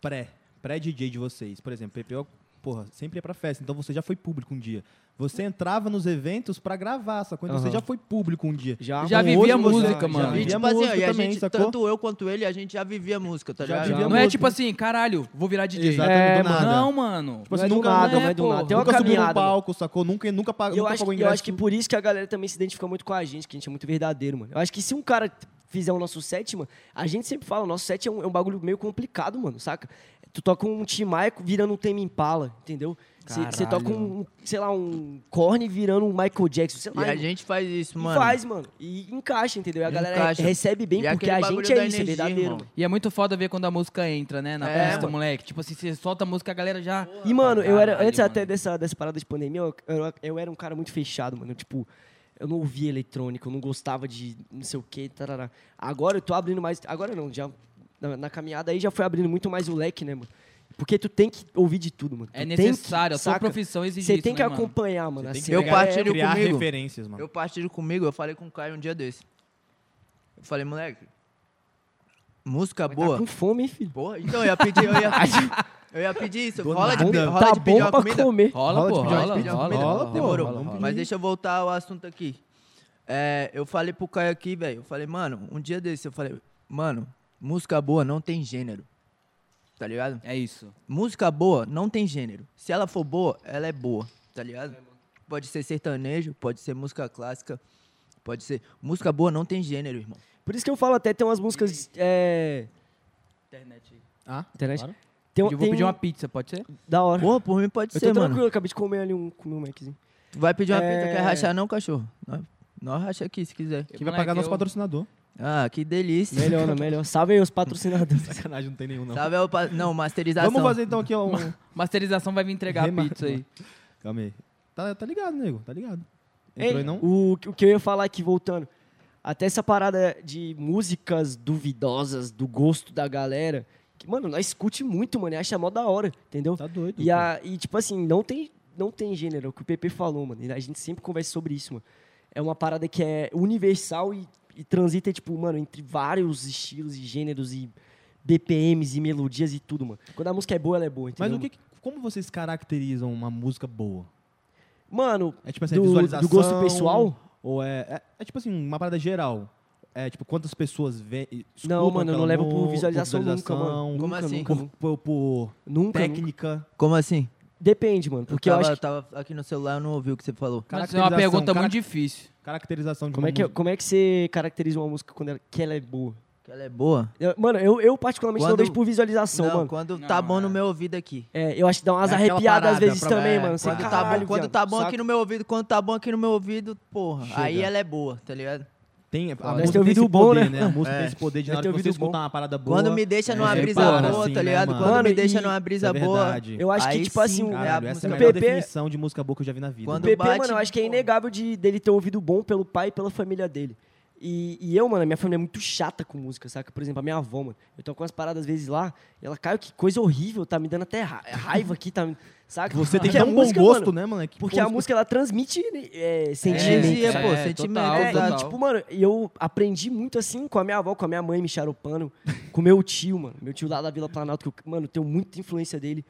pré, pré-DJ de vocês. Por exemplo, PPO, porra, sempre ia pra festa, então você já foi público um dia. Você entrava nos eventos pra gravar, sacou? Então você
Aham.
já foi público um dia.
Já,
Já
já
vivia
hoje
música,
já
mano.
E
vivia
tipo assim, ó,
música
e a
também,
gente,
sacou?
tanto eu quanto ele, a gente já vivia música, tá
Já
ligado?
vivia
Não é
música.
tipo assim, caralho, vou virar DJ.
Exato,
É,
do
mano.
nada.
Não, mano.
Tipo assim,
Não é do
nunca,
nada,
né,
não é do
pô?
nada. Tem uma
nunca subiu no
caminhada.
palco, sacou? Nunca, nunca,
Ah,
pa-
Eu
nunca
acho,
pagou
que-
ingresso.
eu acho que por isso que a galera também se identifica muito com a gente, que a gente é muito verdadeiro, mano. Eu acho que se um cara fizer o nosso set, mano, a gente sempre fala, o nosso set é um, é um bagulho meio complicado, mano, saca? Tu toca um Tim Maia virando um Tame Impala, entendeu? Você
Caralho,
toca um, um, sei lá, um Korn virando um Michael Jackson, sei
E
lá.
a
irmão.
gente faz isso,
E
mano.
faz, mano. E encaixa, entendeu? E a galera
Encaixa.
recebe bem
E é
porque
aquele
a
bagulho
gente é
da
isso, é
energia,
verdadeiro,
irmão.
mano.
E é muito foda ver quando a música entra, né? Na
É,
festa,
mano.
moleque. Tipo assim, você solta a música, a galera já.
E, mano, eu era.
Caralho,
Antes até
mano.
dessa, dessa parada de pandemia, eu, eu, eu era um cara muito fechado, mano. Eu, tipo, eu não ouvia eletrônico, eu não gostava de não sei o quê. Tarará. Agora eu tô abrindo mais. Agora não, já. Na, na caminhada aí já foi abrindo muito mais o leque, né, mano? Porque tu tem que ouvir de tudo, mano.
É
Tu tem
necessário, a
que,
sua
saca?
profissão exige
Você
isso,
tem que
né, mano?
acompanhar, mano.
Tem
assim,
que
Eu
é-
pegar-
partilho
criar
comigo.
referências, mano.
Eu partilho comigo, eu falei com o Caio um dia desse. Eu falei, moleque, música
Tá
boa.
com fome, hein, filho.
Porra, então eu ia pedir, eu ia, eu ia pedir isso.
Do
Rola de,
nada.
pe- rola
tá
de pedir
bom
uma
pra
comida.
comer.
Rola,
Rola,
pô,
tipo, já
rola,
pediu uma
rola,
comida.
rola,
pô,
demorou.
rola,
rola.
Mas deixa eu voltar ao assunto aqui. É, eu falei pro Caio aqui, velho. Eu falei, mano, um dia desse, eu falei, mano, música boa não tem gênero. Tá ligado?
É isso.
Música boa não tem gênero. Se ela for boa, ela é boa, tá ligado? Pode ser sertanejo, pode ser música clássica, pode ser. Música boa não tem gênero, irmão.
Por isso que eu falo até, tem umas músicas. É,
Internet.
Ah,
internet.
claro.
Tem,
Eu vou
tem
pedir
um-
uma pizza, pode ser?
Da hora.
Porra, por mim pode
eu tô
ser,
tranquilo,
mano.
eu acabei de comer ali um, comer um Maczinho.
Tu vai pedir uma pizza,
É.
quer rachar não, cachorro? Nós, nós racha aqui se quiser.
Quem vai pagar é nosso patrocinador?
Ah, que delícia.
Melhor, né? Melhor. Salve aí os patrocinadores.
Sacanagem, não tem nenhum, não.
Sabe, é o pa- não, masterização.
Vamos fazer então aqui ó, um.
Masterização vai vir entregar a
Rema-
pizza aí.
Calma aí. Tá, tá ligado, nego, tá ligado.
Ei,
Entrou e não?
O, o que eu ia falar aqui, voltando. Até essa parada de músicas duvidosas, do gosto da galera. Que, mano, nós escute muito, mano. E acha mó da hora, entendeu?
Tá doido.
E, a- e, tipo assim, não tem, não tem gênero, é o que o PP falou, mano. E a gente sempre conversa sobre isso, mano. É uma parada que é universal e, e transita, tipo, mano, entre vários estilos e gêneros e BPMs e melodias e tudo, mano. Quando a música é boa, ela é boa,
Mas
entendeu?
o que, como vocês caracterizam uma música boa?
Mano,
É tipo assim, a
do,
visualização?
do gosto pessoal,
Ou é, é. é tipo assim, uma parada geral. É, tipo, quantas pessoas vê, escutam
Não, mano, eu não
aquela
levo por
mu-
visualização nunca, mano.
visualização,
Nunca,
Como assim?
nunca,
Por, por- por
nunca, nunca.
técnica.
Como assim?
Depende, mano. Porque eu,
tava,
acho que-
tava aqui no celular, eu não ouvi o que você falou.
Mas é uma
Caracterização,
pergunta
cara-
muito difícil.
Caracterização de
como,
uma
é que,
música.
como é que você caracteriza uma música quando ela, que ela é boa?
Que ela é boa?
Eu- mano, eu, eu particularmente não
Quando-
vejo por visualização,
não,
mano.
quando
Não,
tá bom no
é.
meu ouvido aqui.
É, eu acho que dá umas
É aquela
arrepiadas às
parada
vezes
pra-
também,
é,
mano. Você,
Quando tá
caralho,
bom, quando
viado.
tá bom
Saca?
aqui no meu ouvido, quando tá bom aqui no meu ouvido, porra.
Chega.
Aí ela é boa, tá ligado?
Tem, a
Ah, ter
música tem
ouvido
esse
bom,
poder,
né?
né? A música
É.
tem esse poder de
Deve
na hora
ter
que você
ouvido bom.
escutar uma parada boa.
Quando me deixa numa
é,
brisa
repara,
boa,
assim,
tá
né,
ligado?
mano?
Quando me
Mano,
deixa
e-
numa brisa
É
boa.
verdade.
Eu acho que,
Aí
tipo assim,
sim,
o-
Caralho,
é a
essa é a
música
melhor
PP
definição de música boa que eu já vi na vida.
Quando-
O PP,
bate,
mano, eu acho que é
porra.
inegável de, dele ter um ouvido bom pelo pai e pela família dele. E, e eu, mano, a minha família é muito chata com música, saca? Por exemplo, a minha avó, mano. Eu toco umas paradas às vezes lá, e ela cai, que coisa horrível, tá me dando até ra- raiva aqui, tá? me- Saca?
Você tem
Porque
que ter
a
um bom
música,
gosto,
mano,
né, mano? Que
Porque
pô,
a música, ela transmite é, sentimento.
Energia,
É,
pô,
é,
sentimento.
total,
É,
total.
exato.
e, tipo, mano, e eu aprendi muito assim com a minha avó, com a minha mãe me charopando, com meu tio, mano. Meu tio lá da Vila Planalto, que eu, mano, tenho muita influência dele.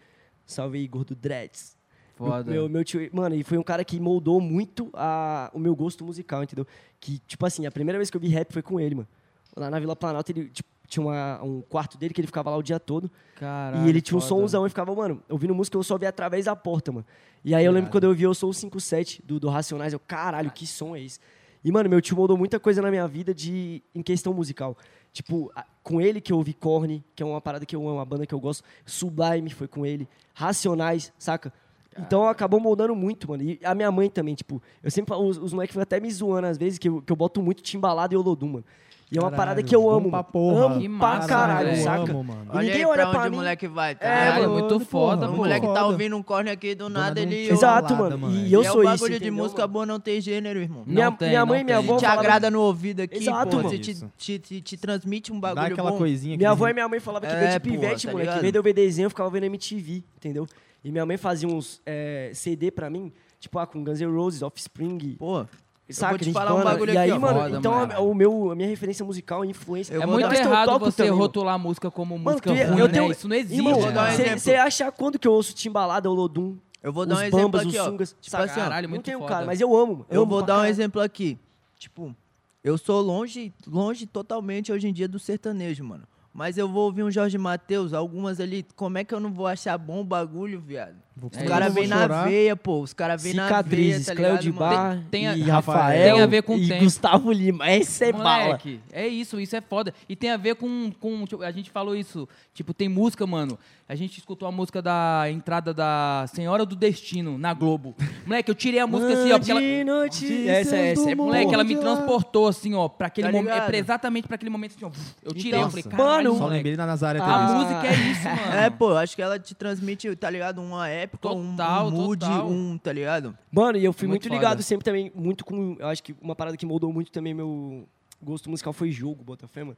Salve aí, gordo Dreads. Meu-
Foda.
Meu, meu tio, mano, e foi um cara que moldou muito a, o meu gosto musical, entendeu? Que, tipo assim, a primeira vez que eu vi rap foi com ele, mano. Lá na Vila Planalto, ele tipo, tinha uma- um quarto dele que ele ficava lá o dia todo.
Caralho,
e ele tinha um
foda.
somzão e ficava, mano, ouvindo música, eu só via através da porta, mano. E aí eu lembro que quando eu vi Eu Sou o 57 do, do Racionais, eu, caralho, que som é esse? E, mano, meu tio moldou muita coisa na minha vida de, em questão musical. Tipo, a- com ele que eu ouvi Korn, que é uma parada que eu amo, uma banda que eu gosto. Sublime foi com ele. Racionais, saca? Então acabou moldando muito, mano. E a minha mãe também, tipo, eu sempre falo, os, os moleques ficam até me zoando às vezes, que eu, que eu boto muito timbalado e olodum, mano. E é uma parada que eu
bom
amo.
pra
mano.
porra.
Amo
Que
é pra
massa,
caralho,
velho.
saca?
Amo, mano.
E
Olha
ninguém
aí
olha
pra
pra
onde
mim.
o moleque vai, tá?
Caralho,
ligado?
é muito foda,
o
pô.
moleque tá
Foda.
ouvindo um corne aqui do nada,
nada um
ele...
tiro.
Exato,
Bolada,
mano.
mano.
E eu
é
sou
o
isso.
bagulho de
entendeu,
música
mano?
boa não tem gênero, irmão.
Não
minha-
tem,
minha mãe e
não
minha
tem.
avó
te
falava-
agrada no ouvido aqui,
Exato,
pô.
mano.
Te, te,
Isso.
te, te- te transmite um
Dá
bagulho
aquela
bom.
coisinha
Minha avó
aquele-
e minha mãe falavam que
É,
veio de
porra,
pivete,
tá
moleque.
ligado?
Veio de DVDzinho, eu ficava vendo MTV, entendeu? E minha mãe fazia uns eh, CD pra mim, tipo, ah, com Guns N' Roses, Offspring,
Pô,
saca?
te
Nirvana.
falar um bagulho
E aí,
aqui, ó.
mano,
Foda,
então
mano.
A, o meu, a minha referência musical, a influência...
Eu
É
vou
muito
dar- mas
errado você
rotou.
rotular a música como
Mano,
música
tu ia-
ruim,
eu
né?
tenho-
Isso não existe,
Irmão,
Vou dar um
cara.
exemplo.
você acha quando que eu ouço Timbalada, Olodum,
eu vou dar
os
um exemplo
Bambas,
aqui,
os
ó.
Sungas?
Tipo
saca?
assim, ó.
Caralho,
Não
muito
tenho,
foda.
cara, mas eu amo. mano.
Eu
amo
vou
pra
dar um
caralho.
exemplo aqui. Tipo, eu sou longe, longe totalmente hoje em dia do sertanejo, mano. Mas eu vou ouvir um Jorge Matheus, algumas ali. Como é que eu não vou achar bom o bagulho, viado?
É
Os caras
isso.
vêm
Vou
na
chorar.
veia, pô. Os caras vêm na veia,
Cicatrizes,
tá
Cléo
ligado,
de
mano?
Bar
Tem- tem a-
e
tem a
Rafael
ver com o
e
tempo.
Gustavo Lima. Essa é bala.
Moleque, é isso, isso é foda. E tem a ver com. com tipo, a gente falou isso. Tipo, tem música, mano. A gente escutou a música da entrada da Senhora do Destino na Globo. Moleque, eu tirei a música assim, ó. Porque ela,
De notícias
Essa- essa
do
é
mundo.
moleque, ela me
Porra.
transportou assim, ó, pra aquele
Tá
momento.
ligado?
É pra- exatamente pra aquele momento assim, ó. Eu tirei, eu falei,
Nossa.
caralho,
Mano,
Só
moleque,
lembrei na Nazaré.
A
é Ah.
Tedesco.
música é isso, mano.
É, pô, acho que ela te transmite, tá ligado? Uma época, um-
Total,
um mood,
total.
um, tá ligado?
Mano, e eu fui
Muito
muito,
foda.
ligado sempre também, muito com. Eu acho que uma parada que moldou muito também meu gosto musical foi jogo, Botafé, mano.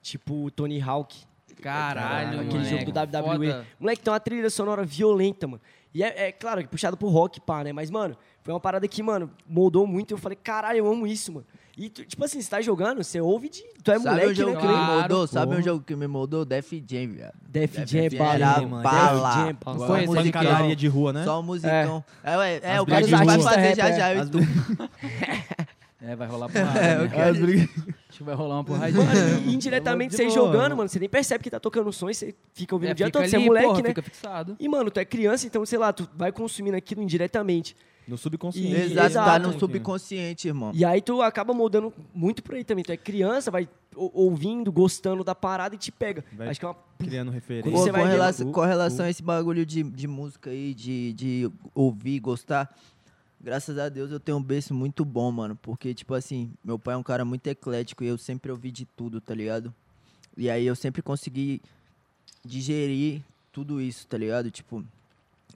Tipo Tony Hawk,
Caralho,
aquele
moleque,
jogo do WWE.
foda.
Moleque, tem uma trilha sonora violenta, mano. E é, é claro, que puxado pro rock, pá, né? Mas, mano, foi uma parada que, mano, moldou muito. Eu falei, caralho, eu amo isso, mano. E, tu- tipo assim, você tá jogando, você ouve de. Tu é
Sabe um
moleque,
jogo
né,
que
cara?
me moldou?
Claro,
Sabe um
porra.
jogo que me moldou? Def Jam, viado.
Def Jam é
Def
bala,
era
hein, mano.
bala.
Def Jam é bala.
Só
Foi
a
esse
musicalaria
aqui,
de rua, né?
Só um o musicão. É, ué, é,
As
o cara
brigas
já
de
vai
rua.
fazer já
Rapper,
já. eu
As
tô-
É, vai rolar porrada. né?
As brigas-
Acho que vai rolar uma porradinha.
Mano, e indiretamente
De
você
boa,
jogando,
mano.
mano, você nem percebe que tá tocando um som e você fica ouvindo
É,
o dia
fica
todo, você é
ali,
moleque,
porra,
né?
fica fixado.
E, mano, tu é criança, então, sei lá, tu vai consumindo aquilo indiretamente.
No subconsciente.
Exato, tá
Exato.
no subconsciente, irmão.
E aí tu acaba moldando muito por aí também. Tu é criança, vai ou- ouvindo, gostando da parada e te pega.
Vai.
Acho que é uma...
Criando referência.
Quando você
Com,
vai
com,
vendo-
relação, com relação a esse bagulho de, de música aí, de, de ouvir, gostar, graças a Deus eu tenho um berço muito bom, mano. Porque, tipo assim, meu pai é um cara muito eclético e eu sempre ouvi de tudo, tá ligado? E aí eu sempre consegui digerir tudo isso, tá ligado? Tipo,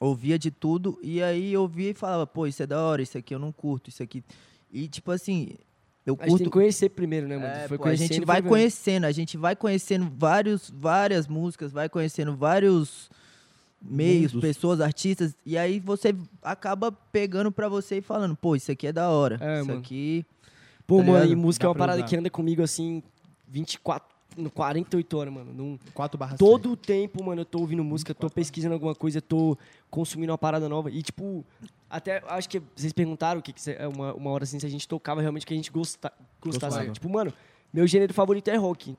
ouvia de tudo e aí eu ouvia e falava, pô, isso é da hora, isso aqui eu não curto, isso aqui. E, tipo assim, eu
A gente tem que
curto.
conhecer primeiro, né, mano?
É,
Foi
pô, a gente
conhecendo,
vai
foi vendo.
conhecendo, a gente vai conhecendo vários, várias músicas, vai conhecendo vários meios,
Mundos.
pessoas, artistas, e aí você acaba pegando pra você e falando, pô, isso aqui é da hora,
É,
isso
mano.
aqui...
Pô,
tá
mano, e
ligado?
música
Dá
é uma
pra
parada
usar.
que anda comigo, assim, 24... no 48 horas, mano. Num...
4
Tá
barra
Todo o tempo, mano, eu tô ouvindo música, tô pesquisando alguma coisa, tô consumindo uma parada nova. E, tipo, até acho que vocês perguntaram o que, que cê- é uma, uma hora assim, se a gente tocava realmente o que a gente gosta, gostasse.
Gostava.
Tipo, mano, Meu gênero favorito é rock.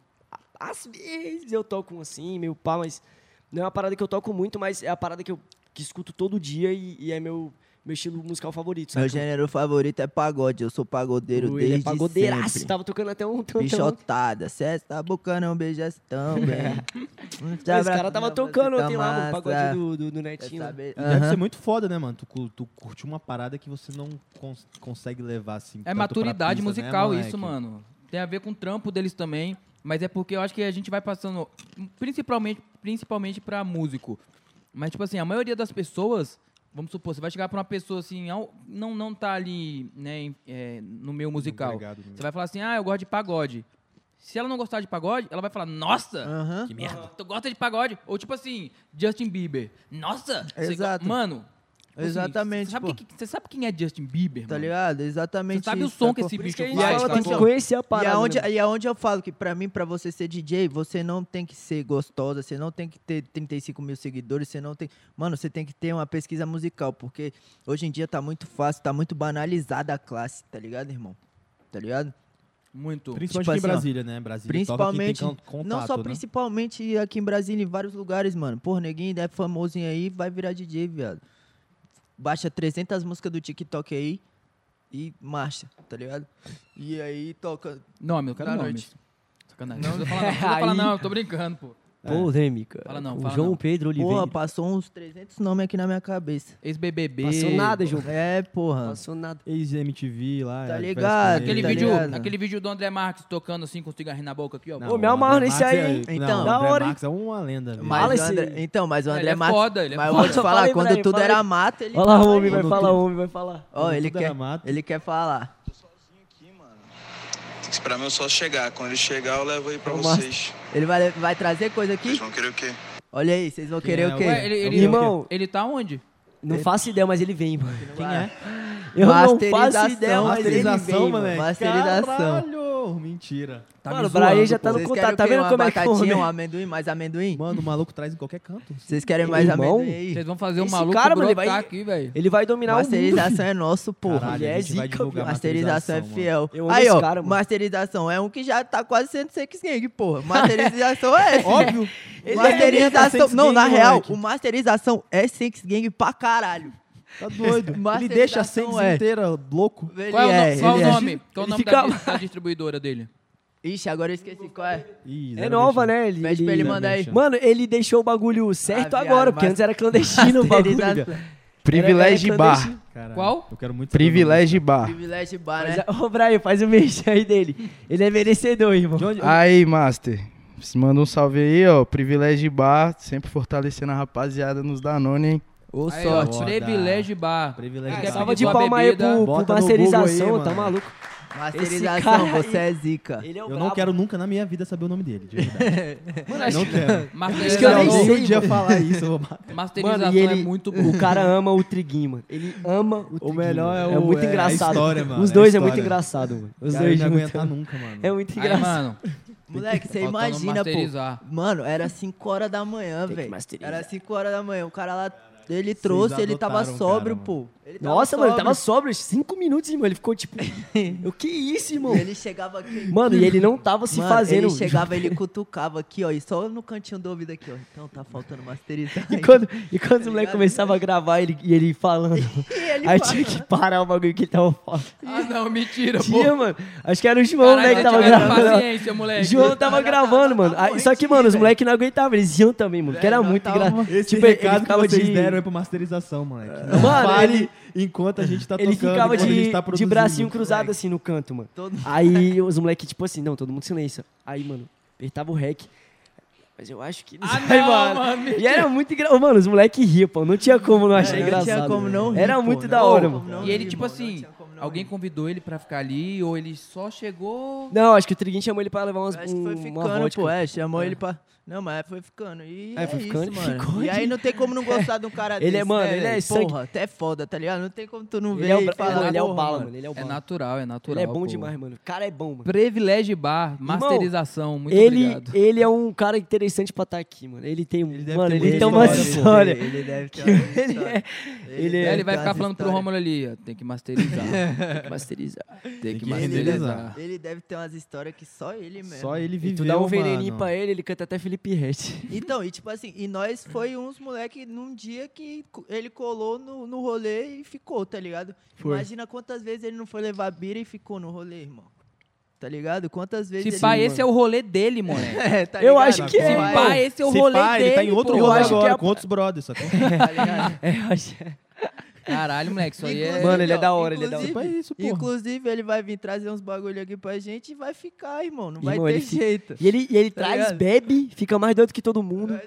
Às vezes eu toco um assim, meio pá, mas não é uma parada que eu toco muito, mas é a parada que eu que escuto todo dia e, e é meu, meu estilo musical favorito.
Meu
sabe?
gênero favorito é pagode. Eu sou pagodeiro
um Ele
desde
é pagodeiraço.
sempre.
Tava tocando até um. até um-
Bichotada, cê tá bocando um beijação, também. Um Os
Os caras tava tocando ontem lá
tá
no pagode do, do, do Netinho. lá.
E Deve ser muito foda, né, mano? Tu, cu- tu curte uma parada que você não cons- consegue levar assim.
É
tanto pra
maturidade
pista, né,
musical
moleque?
isso, mano. Tem a ver com o trampo deles também, mas é porque eu acho que a gente vai passando principalmente principalmente para músico. Mas tipo assim, a maioria das pessoas, vamos supor, você vai chegar pra uma pessoa assim, ao- não não tá ali, né, em- é, no meio musical.
Obrigado,
Você vai falar assim: "Ah, eu gosto de pagode". Se ela não gostar de pagode, ela vai falar: "Nossa,
Ah.
Aham.
que merda. Tu gosta de pagode?" Ou tipo assim, Justin Bieber. "Nossa, você go-
Exato.
mano, tipo assim,
Exatamente,
Você sabe,
pô.
quem que- você sabe quem é Justin Bieber,
Tá
mano?
ligado? Exatamente.
Você sabe o
isso, tá
som
sacou?
que esse
Por
bicho
isso que a gente
faz,
faz,
fala, tem
sacou?
que conhecer a
E
parada.
aonde,
né?
e aonde eu falo que pra mim, pra você ser DJ, você não tem que ser gostosa, você não tem que ter 35 mil seguidores, você não tem. Mano, você tem que ter uma pesquisa musical, porque hoje em dia tá muito fácil, tá muito banalizada a classe, tá ligado, irmão? Tá ligado?
Muito.
Principalmente
Tipo
aqui em
assim, ó,
Brasília, né? Brasília
Principalmente.
toca quem tem con- contato,
não só
né?
principalmente aqui em Brasília, em vários lugares, mano. Porra, neguinho é famosinho aí, vai virar DJ, viado. Baixa 300 músicas do TikTok aí e marcha, tá ligado? E aí toca.
Nome, eu quero
Da
nomes.
noite.
Sacanagem. Não, não precisa falar não, não, precisa falar não, eu tô brincando, pô.
Polêmica.
Fala não,
O
fala
João
não.
Pedro Oliveira.
Porra, passou uns 300 nomes aqui na minha cabeça.
Ex-BBB.
Passou nada, João.
É, porra.
Passou nada.
Ex-MTV lá. é,
Tá
as festas
ligado,
com
Aquele,
ele.
tá
vídeo,
ligado?
aquele vídeo do André Marques tocando assim com o cigarrinho na boca aqui, ó.
Não,
Pô, me
o
amarra
André
nesse
Marques
aí.
É,
Então,
então,
da
o André
hora, hein?
Marques é uma lenda. velho.
Fala
Mas o
esse
André,
aí.
então, mas o
Ele
André
é
Matos.
foda, ele é
mas eu vou te
foda.
falar,
Fala aí,
quando
Brian,
tudo
fala
era
aí.
mata, ele.
Olha lá, o
tava
homem
aí.
vai falar, o homem vai falar.
Ó, ele
Tudo era
quer,
mato.
ele quer falar.
Tem que esperar meu sócio chegar. Quando ele chegar, eu levo aí pra
Ô, Márcio.
vocês.
Ele vai, vai trazer coisa
Vocês
aqui?
vão querer o quê?
Olha aí, vocês vão querer
é
o
o-
quê?
Ué, ele, ele,
Irmão.
ele tá onde?
Não faço ideia, mas ele vem, mano.
Quem é?
Eu não
Masterização,
faço ideia, mas ele
Masterização,
vem, mano.
moleque.
Masterização.
Caralho, mentira.
Tá
Mano,
me
o Brian
zoando,
já
pô.
tá no
Vocês
contato,
querem
tá
o quê?
vendo
Uma
como é que
abacaxi, um
come?
amendoim, mais amendoim?
Mano, o maluco traz em qualquer canto.
Vocês querem mais
Irmão?
amendoim aí?
Vocês vão fazer um
Esse
maluco
cara,
cara,
mano, ele
brotar
vai-
aqui, velho.
Ele vai dominar o mundo.
Masterização é nosso, porra.
Caralho,
ele é
a gente vai
zica,
divulgar
viu?
Masterização é
mano.
fiel.
Eu amo
Aí,
esse
ó,
cara, mano.
masterização é um que já tá quase sendo sex gang, porra. Masterização é.
Óbvio.
é
masterização.
Sex
tá não, na
gang,
real,
moleque.
o masterização é sex gang pra caralho.
Tá doido. Ele
Masterização
deixa a Sands
é.
inteira louco.
Ele
Qual é, o,
é,
no- qual o
ele é.
nome? Qual o
ele
nome da,
fica-
dis- da distribuidora dele?
Ixi, agora eu esqueci qual é.
Ih,
É
zero
nova,
mexer.
né? Ele,
Pede pra ele mandar aí.
Mano, ele deixou o bagulho certo
Ah, viado,
agora, porque
mas-
antes era clandestino o bagulho.
Masterização.
Privilégio
Era- era
bar.
clandestino.
Caralho,
Qual?
Eu quero muito saber
Privilégio bar.
Privilégio bar, né?
Ah. Mas, Ô, Brian, faz o mexer aí dele. Ele é merecedor, irmão.
o nome. De onde...
Aí, Master. Se Manda um salve aí, ó. Privilégio bar. Sempre fortalecendo a rapaziada nos Danone, hein?
Ô,
Aí, ó,
sorte.
sorte.
Privilégio Bar.
Privilégio tá.
Ah,
bar.
Salva de
Boa
palma aí
bebida.
pro,
Bota
pro
no Google aí,
masterização, tá
mano.
maluco?
Masterização,
cara aí-
você é zica.
Ele é o
Eu não quero nunca na minha vida saber o nome dele, de verdade.
Mano, acho
não quero.
Acho que eu
Se
nem
alguém
masterização,
sei,
um dia
mano.
falar isso, eu vou matar.
masterização
então
Mano, e ele-
é muito boa.
O cara ama o Triguinho, mano. Ele ama o Triguinho.
melhor é
É
o-
muito
é a
engraçado.
história, mano,
Os
é a
dois é, muito
história.
engraçado, mano. Os
Cara,
dois
eu não ia
juntos.
aguentar nunca, mano.
É muito
Aí,
engraçado.
mano,
Moleque, você
Faltando
imagina,
masterizar.
pô. Mano, era 5 horas da manhã,
Tem que
velho.
masterizar.
Era 5 horas da manhã. O cara lá, ele trouxe, ele tava
adotaram o
sóbrio,
cara,
pô. Ele tava
Nossa, mano, ele tava
sóbrio.
sóbrio cinco minutos, irmão. Ele ficou tipo. O que isso, irmão?
Ele chegava aqui.
Mano, e ele não tava se
Mano,
fazendo.
Ele chegava, ele cutucava aqui, ó, e só no cantinho do ouvido aqui, ó. Então tá faltando masterizar.
E quando, e quando os moleques
Tá ligado?
começavam a gravar ele, e ele falando.
ele
aí
fala.
tinha que parar o bagulho que ele tava falando.
Ah, não, mentira, pô.
Tinha, mano. Acho que era o João, né,
Caralho,
que tava
vai tirar
gravando.
paciência, moleque.
João tava gravando, mano.
É, tava
Aí- só que,
doente,
mano, os
velho.
moleques não aguentavam, eles iam também, mano. Porque era
Velho, tá
muito
tava-
engraçado.
Esse
Tipo, ele
recado que
ficava
vocês deram
de.
é pra masterização, moleque. Não
Mano,
fale
ele-
enquanto a gente tá
Ele
tocando,
ficava
enquanto a gente
de,
tá
de
produzindo.
bracinho cruzado assim no canto, mano.
Todo-
Aí os moleques, tipo assim, não, todo mundo silêncio. Aí, mano, apertava o rec. Mas eu acho que.
Ah,
Aí,
não, mano.
E era muito engraçado. Mano, os moleques riam, pô. Não tinha como não achar
É, não
engraçado.
tinha como não rir,
Era
pô,
muito
não
da
tinha
hora,
como
mano.
não
E ele,
rir,
tipo
irmão, não
assim,
tinha como não
alguém
rir.
convidou ele pra ficar ali, ou ele só chegou.
Não, acho que o Triguinho chamou ele pra levar umas.
Acho que foi
um- uma
ficando,
vodka.
pô. É, chamou ele pra. Não, mas foi ficando. E
É,
é,
foi ficando,
isso, mano.
ficou.
E aí não tem como não gostar de um cara
Ele é,
desse.
mano,
né,
ele é
velho?
sangue-
Porra, até foda, tá ligado? Não tem como tu não
Ele
ver
é o
e
bra-
falar.
ele é o
porra,
bala, mano.
mano.
Ele é o
É
bala.
natural, é natural.
Ele é bom
pô.
demais, mano. O cara é bom, mano.
Privilégio Bar, masterização, muito
ele,
obrigado.
ele é um cara interessante pra estar aqui, mano. Ele tem,
Ele deve
mano,
ter
ele
muita
tem uma
história, pô.
história.
Ele deve ter.
Ele é, ele
Aí
é,
ele vai
Tem
ficar
as
falando pro
histórias.
Romulo ali, ó, tem que masterizar.
Tem que masterizar.
Tem
que
que
masterizar.
masterizar.
Ele deve ter umas histórias que só ele mesmo.
Só ele
E
viveu,
tu dá um veneninho
mano.
pra ele, ele canta até Felipe Ret.
Então, e tipo assim, e nós foi uns moleque num dia que co- ele colou no, no rolê e ficou, tá ligado?
Foi.
Imagina quantas vezes ele não foi levar bira e ficou no rolê, irmão. Tá ligado? Quantas vezes
Se
ele...
pá, esse é o rolê dele, moleque.
É, tá
Eu
ligado?
acho que
Se
é.
pá,
Se pá, esse é o
Se
rolê
pá,
dele.
ele tá em outro
pô.
rolê
Eu acho que
agora,
é a-
com outros brothers, sacou?
tá ligado?
É, eu acho.
Caralho, moleque, isso aí é...
Inclusive,
Mano, ele é
ó,
da hora, ele é da hora.
Tipo, é isso, porra.
Inclusive, ele vai vir trazer uns bagulho aqui pra gente e vai ficar, irmão. Não vai
Irmão,
ter
ele fica-
jeito.
E ele, e ele
Tá
traz,
ligado?
bebe, fica mais doido que todo mundo.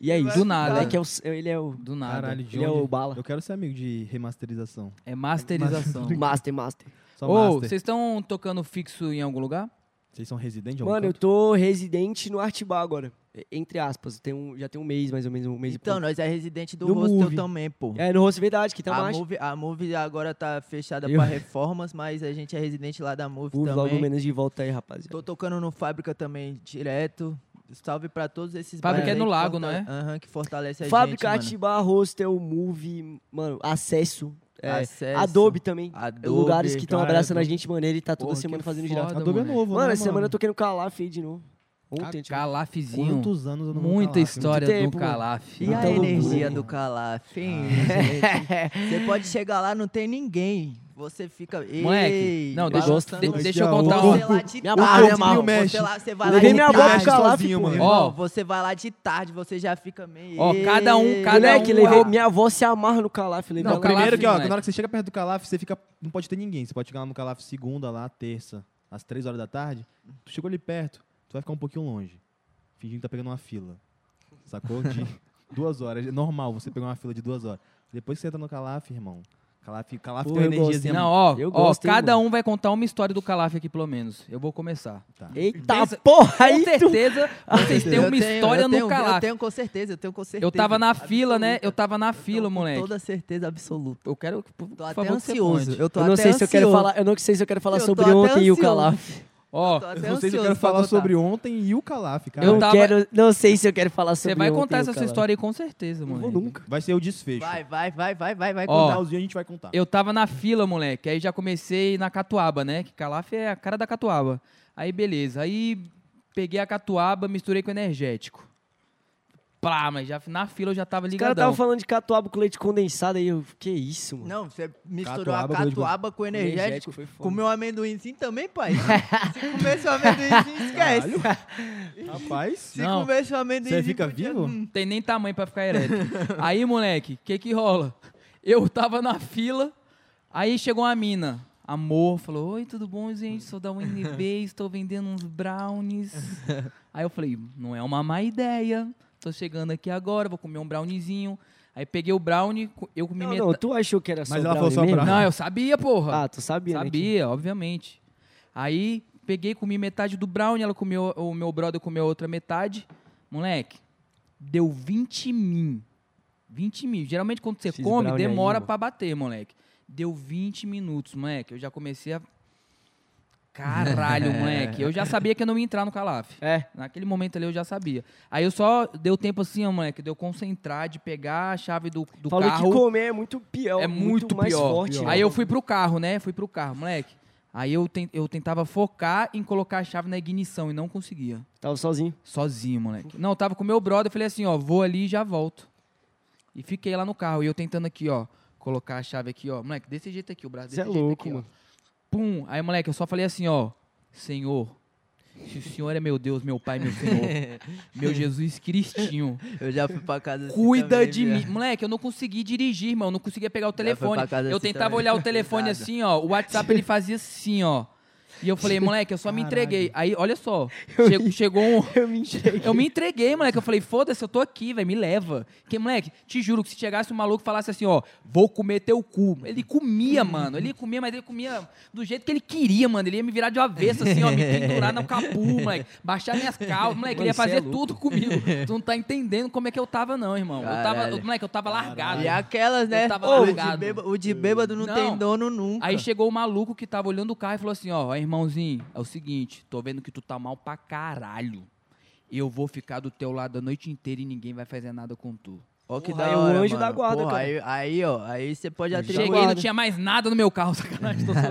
E é
Vai
isso.
Do nada.
É que é o- ele é o
Do nada.
Caralho, de
Ele é
onde-
o bala.
Eu quero ser amigo de remasterização.
É masterização.
master, master.
Só
Ô,
master.
vocês estão tocando fixo em algum lugar?
Vocês são residentes?
Mano, eu tô residente no Art Bar agora. E- Entre aspas, tem um, já tem um mês, mais ou menos, um mês
Então,
e
nós é residente do,
Do
hostel
Move.
também, pô.
pouco. É, no Rosto Verdade, que tá
a,
mais.
move, a Move agora tá fechada
Eu-
pra reformas, mas a gente é residente lá da Move,
Move
também.
logo menos de volta aí, rapaziada.
Tô tocando no Fábrica também, direto. Salve pra todos esses
Fábrica
bares
é
aí
no
que
Lago, não
fortale-
é?
Aham, que fortalece a
né? Fábrica
gente,
Atibar, Hostel, Move, mano, acesso, é,
Acesso.
Adobe também.
Adobe,
lugares que estão
caralho,
abraçando a
Adobe.
gente, mano. Ele tá toda
Porra,
semana
que
fazendo
foda,
direto.
Adobe é
moleque.
novo,
Mano,
né,
essa semana eu
mano?
tô querendo calar a Fade de novo. Ontem, tipo,
Calafzinho.
Quantos anos eu não vou
Muita
falar?
história
Muito tempo,
do
mano.
Calaf.
mano. E a
Então,
energia
Move.
do Calaf,
Ah,
hein, gente? Você pode chegar lá, não tem ninguém. Você fica...
Moleque,
Ei,
não, deixa,
balançando
de-
o
deixa eu
Aqui, ó,
contar
o
uma.
Você lá de
Minha
tarde,
boca
irmão.
mexe.
Você, lá, você vai lá
Levei
de
minha
tarde.
boca lá,
sozinho,
pô.
mano.
Irmão,
Ó.
você vai lá de tarde, você já fica meio.
Ó, cada um- cada
é
Moleque,
um-
levei, minha avó se amarra no Calaf. Levei
Não,
ela-
Calaf,
Primeiro que, ó,
moleque.
na hora que você chega perto do Calaf, você fica. Não pode ter ninguém. Você pode chegar lá no Calaf segunda, lá, terça, às três horas da tarde. Tu chegou ali perto, tu vai ficar um pouquinho longe. Fingindo que tá pegando uma fila. Sacou? De duas horas. É normal você pegar uma fila de duas horas. Depois que você entra no Calaf, irmão. Calaf, Calaf
Pô,
tem uma
eu gosto,
energiazinha.
Não, ó,
Eu
ó
gosto, hein,
cada um vai contar uma história do Calaf aqui, pelo menos. Eu vou começar.
Tá.
Eita
Pensa-
porra,
com
aí tu...
certeza, vocês têm uma história
eu
no
tenho,
Calaf.
Eu tenho com certeza, eu tenho com certeza.
Eu tava na fila, né?
absoluta.
Eu tava na
tenho
fila,
com
moleque.
toda certeza absoluta.
Eu quero. Por
Tô até
favor, que você
ansioso.
conte.
Eu tô
Eu não
até
sei se eu quero
ansioso.
falar, eu não sei se eu quero falar
Eu tô
sobre
até
ontem e o
ansioso.
Calaf.
Ó,
Tô até
Eu não sei se eu
ansioso
quero
pra
falar
contar.
sobre ontem e o Calaf, cara.
Eu
não
tava-
quero, não sei se eu quero falar sobre
você vai
ontem
contar
e o
essa sua
Calaf.
história aí com certeza, mano.
Não vou nunca.
Vai ser o desfecho.
Vai, vai, vai, vai, vai,
Ó.
vai.
No
contar.
finalzinho a gente vai contar.
Eu tava na fila, moleque. Aí já comecei na catuaba, né? Que calaf é a cara da catuaba. Aí beleza. Aí peguei a catuaba, misturei com energético. Pá, mas já na fila eu já tava
Os caras
ligadão.
tava falando de catuaba com leite condensado aí. Eu, que isso, mano?
Não, você misturou
Catuaba
a
com leite
catuaba com energético.
Energético, foi foda.
comeu amendoimzinho um também, pai? se comer seu amendoimzinho, esquece.
Rapaz.
Se
Não.
comer seu amendoimzinho...
Você fica
podia-
vivo?
Não tem nem tamanho pra ficar ereto. aí, moleque, o que que rola? Eu tava na fila, aí chegou uma mina. Amor, falou, oi, tudo bom, gente? Sou da UNB, estou vendendo uns brownies. Aí eu falei, não é uma má ideia. Tô chegando aqui agora, vou comer um browniezinho. Aí peguei o brownie, co- eu comi
Não,
metade.
não, tu achou que era só
Mas ela falou
brownie
só
mesmo?
brownie.
Não, eu sabia, porra.
Ah, tu sabia, né? que-
sabia, obviamente. Aí peguei, comi metade do brownie, ela comeu, o meu brother comeu a outra metade. Moleque, deu 20 mil. 20 mil. Geralmente quando você
Esses
come,
brownie aí,
demora
mano.
pra bater, moleque. Deu 20 minutos, moleque. Eu já comecei a. Caralho, moleque. Eu já sabia que eu não ia entrar no Calaf.
É.
Naquele momento ali eu já sabia. Aí eu só deu tempo assim, ó, moleque, de eu concentrar, de pegar a chave do, do
Falou
carro.
que comer é muito pior.
É muito,
mais
pior.
forte. né?
Aí eu fui pro carro, né? Fui pro carro, moleque. Aí eu, ten- eu tentava focar em colocar a chave na ignição e não conseguia.
Tava sozinho.
Sozinho, moleque. Não, eu tava com meu brother, eu falei assim, ó, vou ali e já volto. E fiquei lá no carro. E eu tentando aqui, ó, colocar a chave aqui, ó. Moleque, desse jeito aqui, o braço desse
Você é
jeito
louco,
aqui, ó.
mano.
Pum. Aí, moleque, eu só falei assim, ó. Senhor, se o senhor é meu Deus, meu pai, meu senhor, meu Jesus Cristinho,
Eu já fui pra casa assim
cuida
também,
de
viu?
mim. Moleque, eu não consegui dirigir, irmão. Eu não conseguia pegar o
foi
telefone.
pra casa
Eu
assim
tentava
também.
olhar o telefone
Pesado.
assim, ó. O WhatsApp ele fazia assim, ó. E eu falei, moleque, eu só me entreguei. Aí, olha só. che- chegou um.
Eu me enxerguei.
Eu me entreguei, moleque. Eu falei, foda-se, eu tô aqui, velho, me leva. Porque, moleque, te juro que se chegasse um maluco e falasse assim, ó, vou comer teu cu. Ele comia, mano. Ele comia, mas ele comia do jeito que ele queria, mano. Ele ia me virar de avesso, assim, ó, me pendurar no capu, moleque. Baixar minhas calças, moleque. Ele ia
Mano, cê é
fazer
louco.
tudo comigo. Tu não tá entendendo como é que eu tava, não, irmão. Eu tava,
Caralho.
moleque, eu tava largado.
E aquelas, né?
Eu tava
Ô, o, de
largado.
bêba- o de bêbado não,
Não.
tem dono nunca.
Aí chegou o maluco que tava olhando o carro e falou assim: Ó, irmãozinho, é o seguinte, tô vendo que tu tá mal pra caralho. Eu vou ficar do teu lado a noite inteira e ninguém vai fazer nada com tu.
Ó, Ó, que
Porra,
da
aí é o
hora,
anjo da
mano.
guarda,
Porra,
cara.
Aí, aí, ó, aí você pode atribuir.
Cheguei, não tinha mais nada no meu carro, sacanagem. Tô zoando.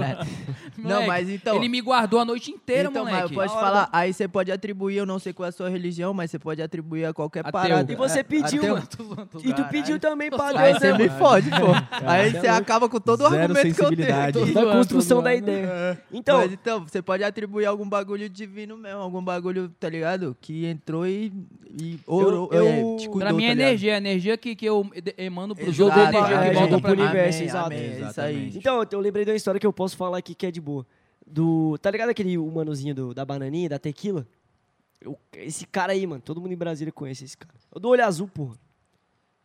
Moleque,
mas então-
Ele me guardou a noite inteira,
então, mas
moleque.
eu posso
Da hora,
falar, aí você pode atribuir, eu não sei qual é a sua religião, mas você pode atribuir a qualquer
Ateu.
parada. É,
E você pediu,
Ateu,
mano.
tô zoando, tô
E tu
zoando.
pediu também pra
Caralho.
Aí
Deus,
você
né,
me
mano?
fode, pô. Aí você acaba com todo o
Zero
argumento que eu tenho.
sensibilidade.
aqui.
Tô
Da
zoando,
construção
tô
da
zoando.
É,
ideia. Então,
Mas então, você pode atribuir algum bagulho divino mesmo, algum bagulho, tá ligado? Que entrou e, e orou,
eu-
é, te cuidou,
Pra mim é
tá ligado?
energia, a energia que, que eu de- emano pros
Exato,
outros, é a energia
é,
que
volta
volta
pro
pra mim.
universo,
Amém,
exato.
amém, é isso aí.
Então, eu- eu lembrei de uma história que eu posso falar aqui que é de boa. Do, tá ligado aquele humanozinho do- da bananinha, da tequila? Eu- esse cara aí, mano, todo mundo em Brasília conhece esse cara. O do olho azul, porra.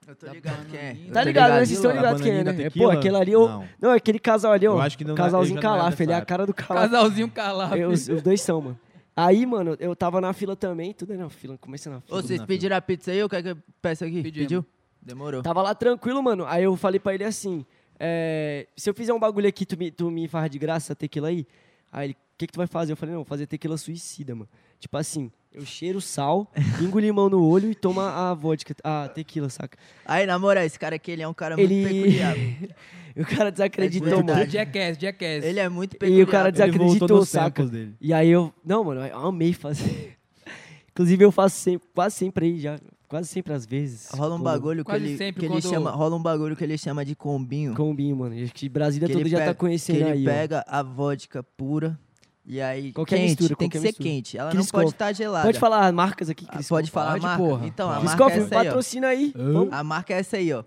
Eu tô ligado quem é.
Eu
Tá
tô
ligado,
ligado,
né? Vocês estão
da
ligados quem é,
bananinha,
né?
da
É, Pô,
tequila?
aquele ali, ó.
Não.
Não, é aquele casal ali, ó.
Eu acho que não- eu
casalzinho
já não era
calaf, ele é a
dessa
cara do calaf.
Casalzinho calado.
É, os, os dois são, mano. Aí, mano, eu tava na fila também, tudo na fila, comecei na
Ô,
fila.
vocês pediram a pizza aí? Eu quero que eu peça aqui.
Pedimos.
Pediu? Tá. Demorou.
Tava lá tranquilo, mano. Aí eu falei pra ele assim: é, se eu fizer um bagulho aqui, tu me, tu me faz de graça tequila aí? Aí ele, o que, que tu vai fazer? Eu falei, não, vou fazer tequila suicida, mano. Tipo assim, eu cheiro sal, pingo limão no olho e toma a vodka, a tequila, saca?
Aí, na moral, esse cara aqui, ele é um cara
Ele-
muito peculiar.
E o cara
É
desacreditou,
de
mano.
verdade.
Jackass, Jackass.
Ele é muito peculiar.
E o cara
Ele voltou
desacreditou,
nos
saca?
tempos dele.
E aí eu, não, mano, eu amei fazer. Inclusive eu faço sempre, quase sempre aí já, quase sempre às vezes.
Rola um
Com-
bagulho que
Quase
ele,
sempre
que ele
quando-
chama... Rola um bagulho que ele chama de combinho.
Com o Binho, mano. Acho que
que
Brasília
ele
todo já
pega-
tá conhecendo
que ele
aí, ó.
pega a vodka pura e aí
Qualquer
quente,
mistura,
tem que
qualquer
ser
mistura.
quente. Ela
Crisco.
não pode estar gelada.
Pode falar as marcas aqui,
Ah,
Cris.
pode falar
Pode,
a marca?
porra.
Então, a
Fala.
marca
Piscoff,
é essa aí, ó.
patrocina aí.
Ah.
Vamos.
A marca é essa aí, ó.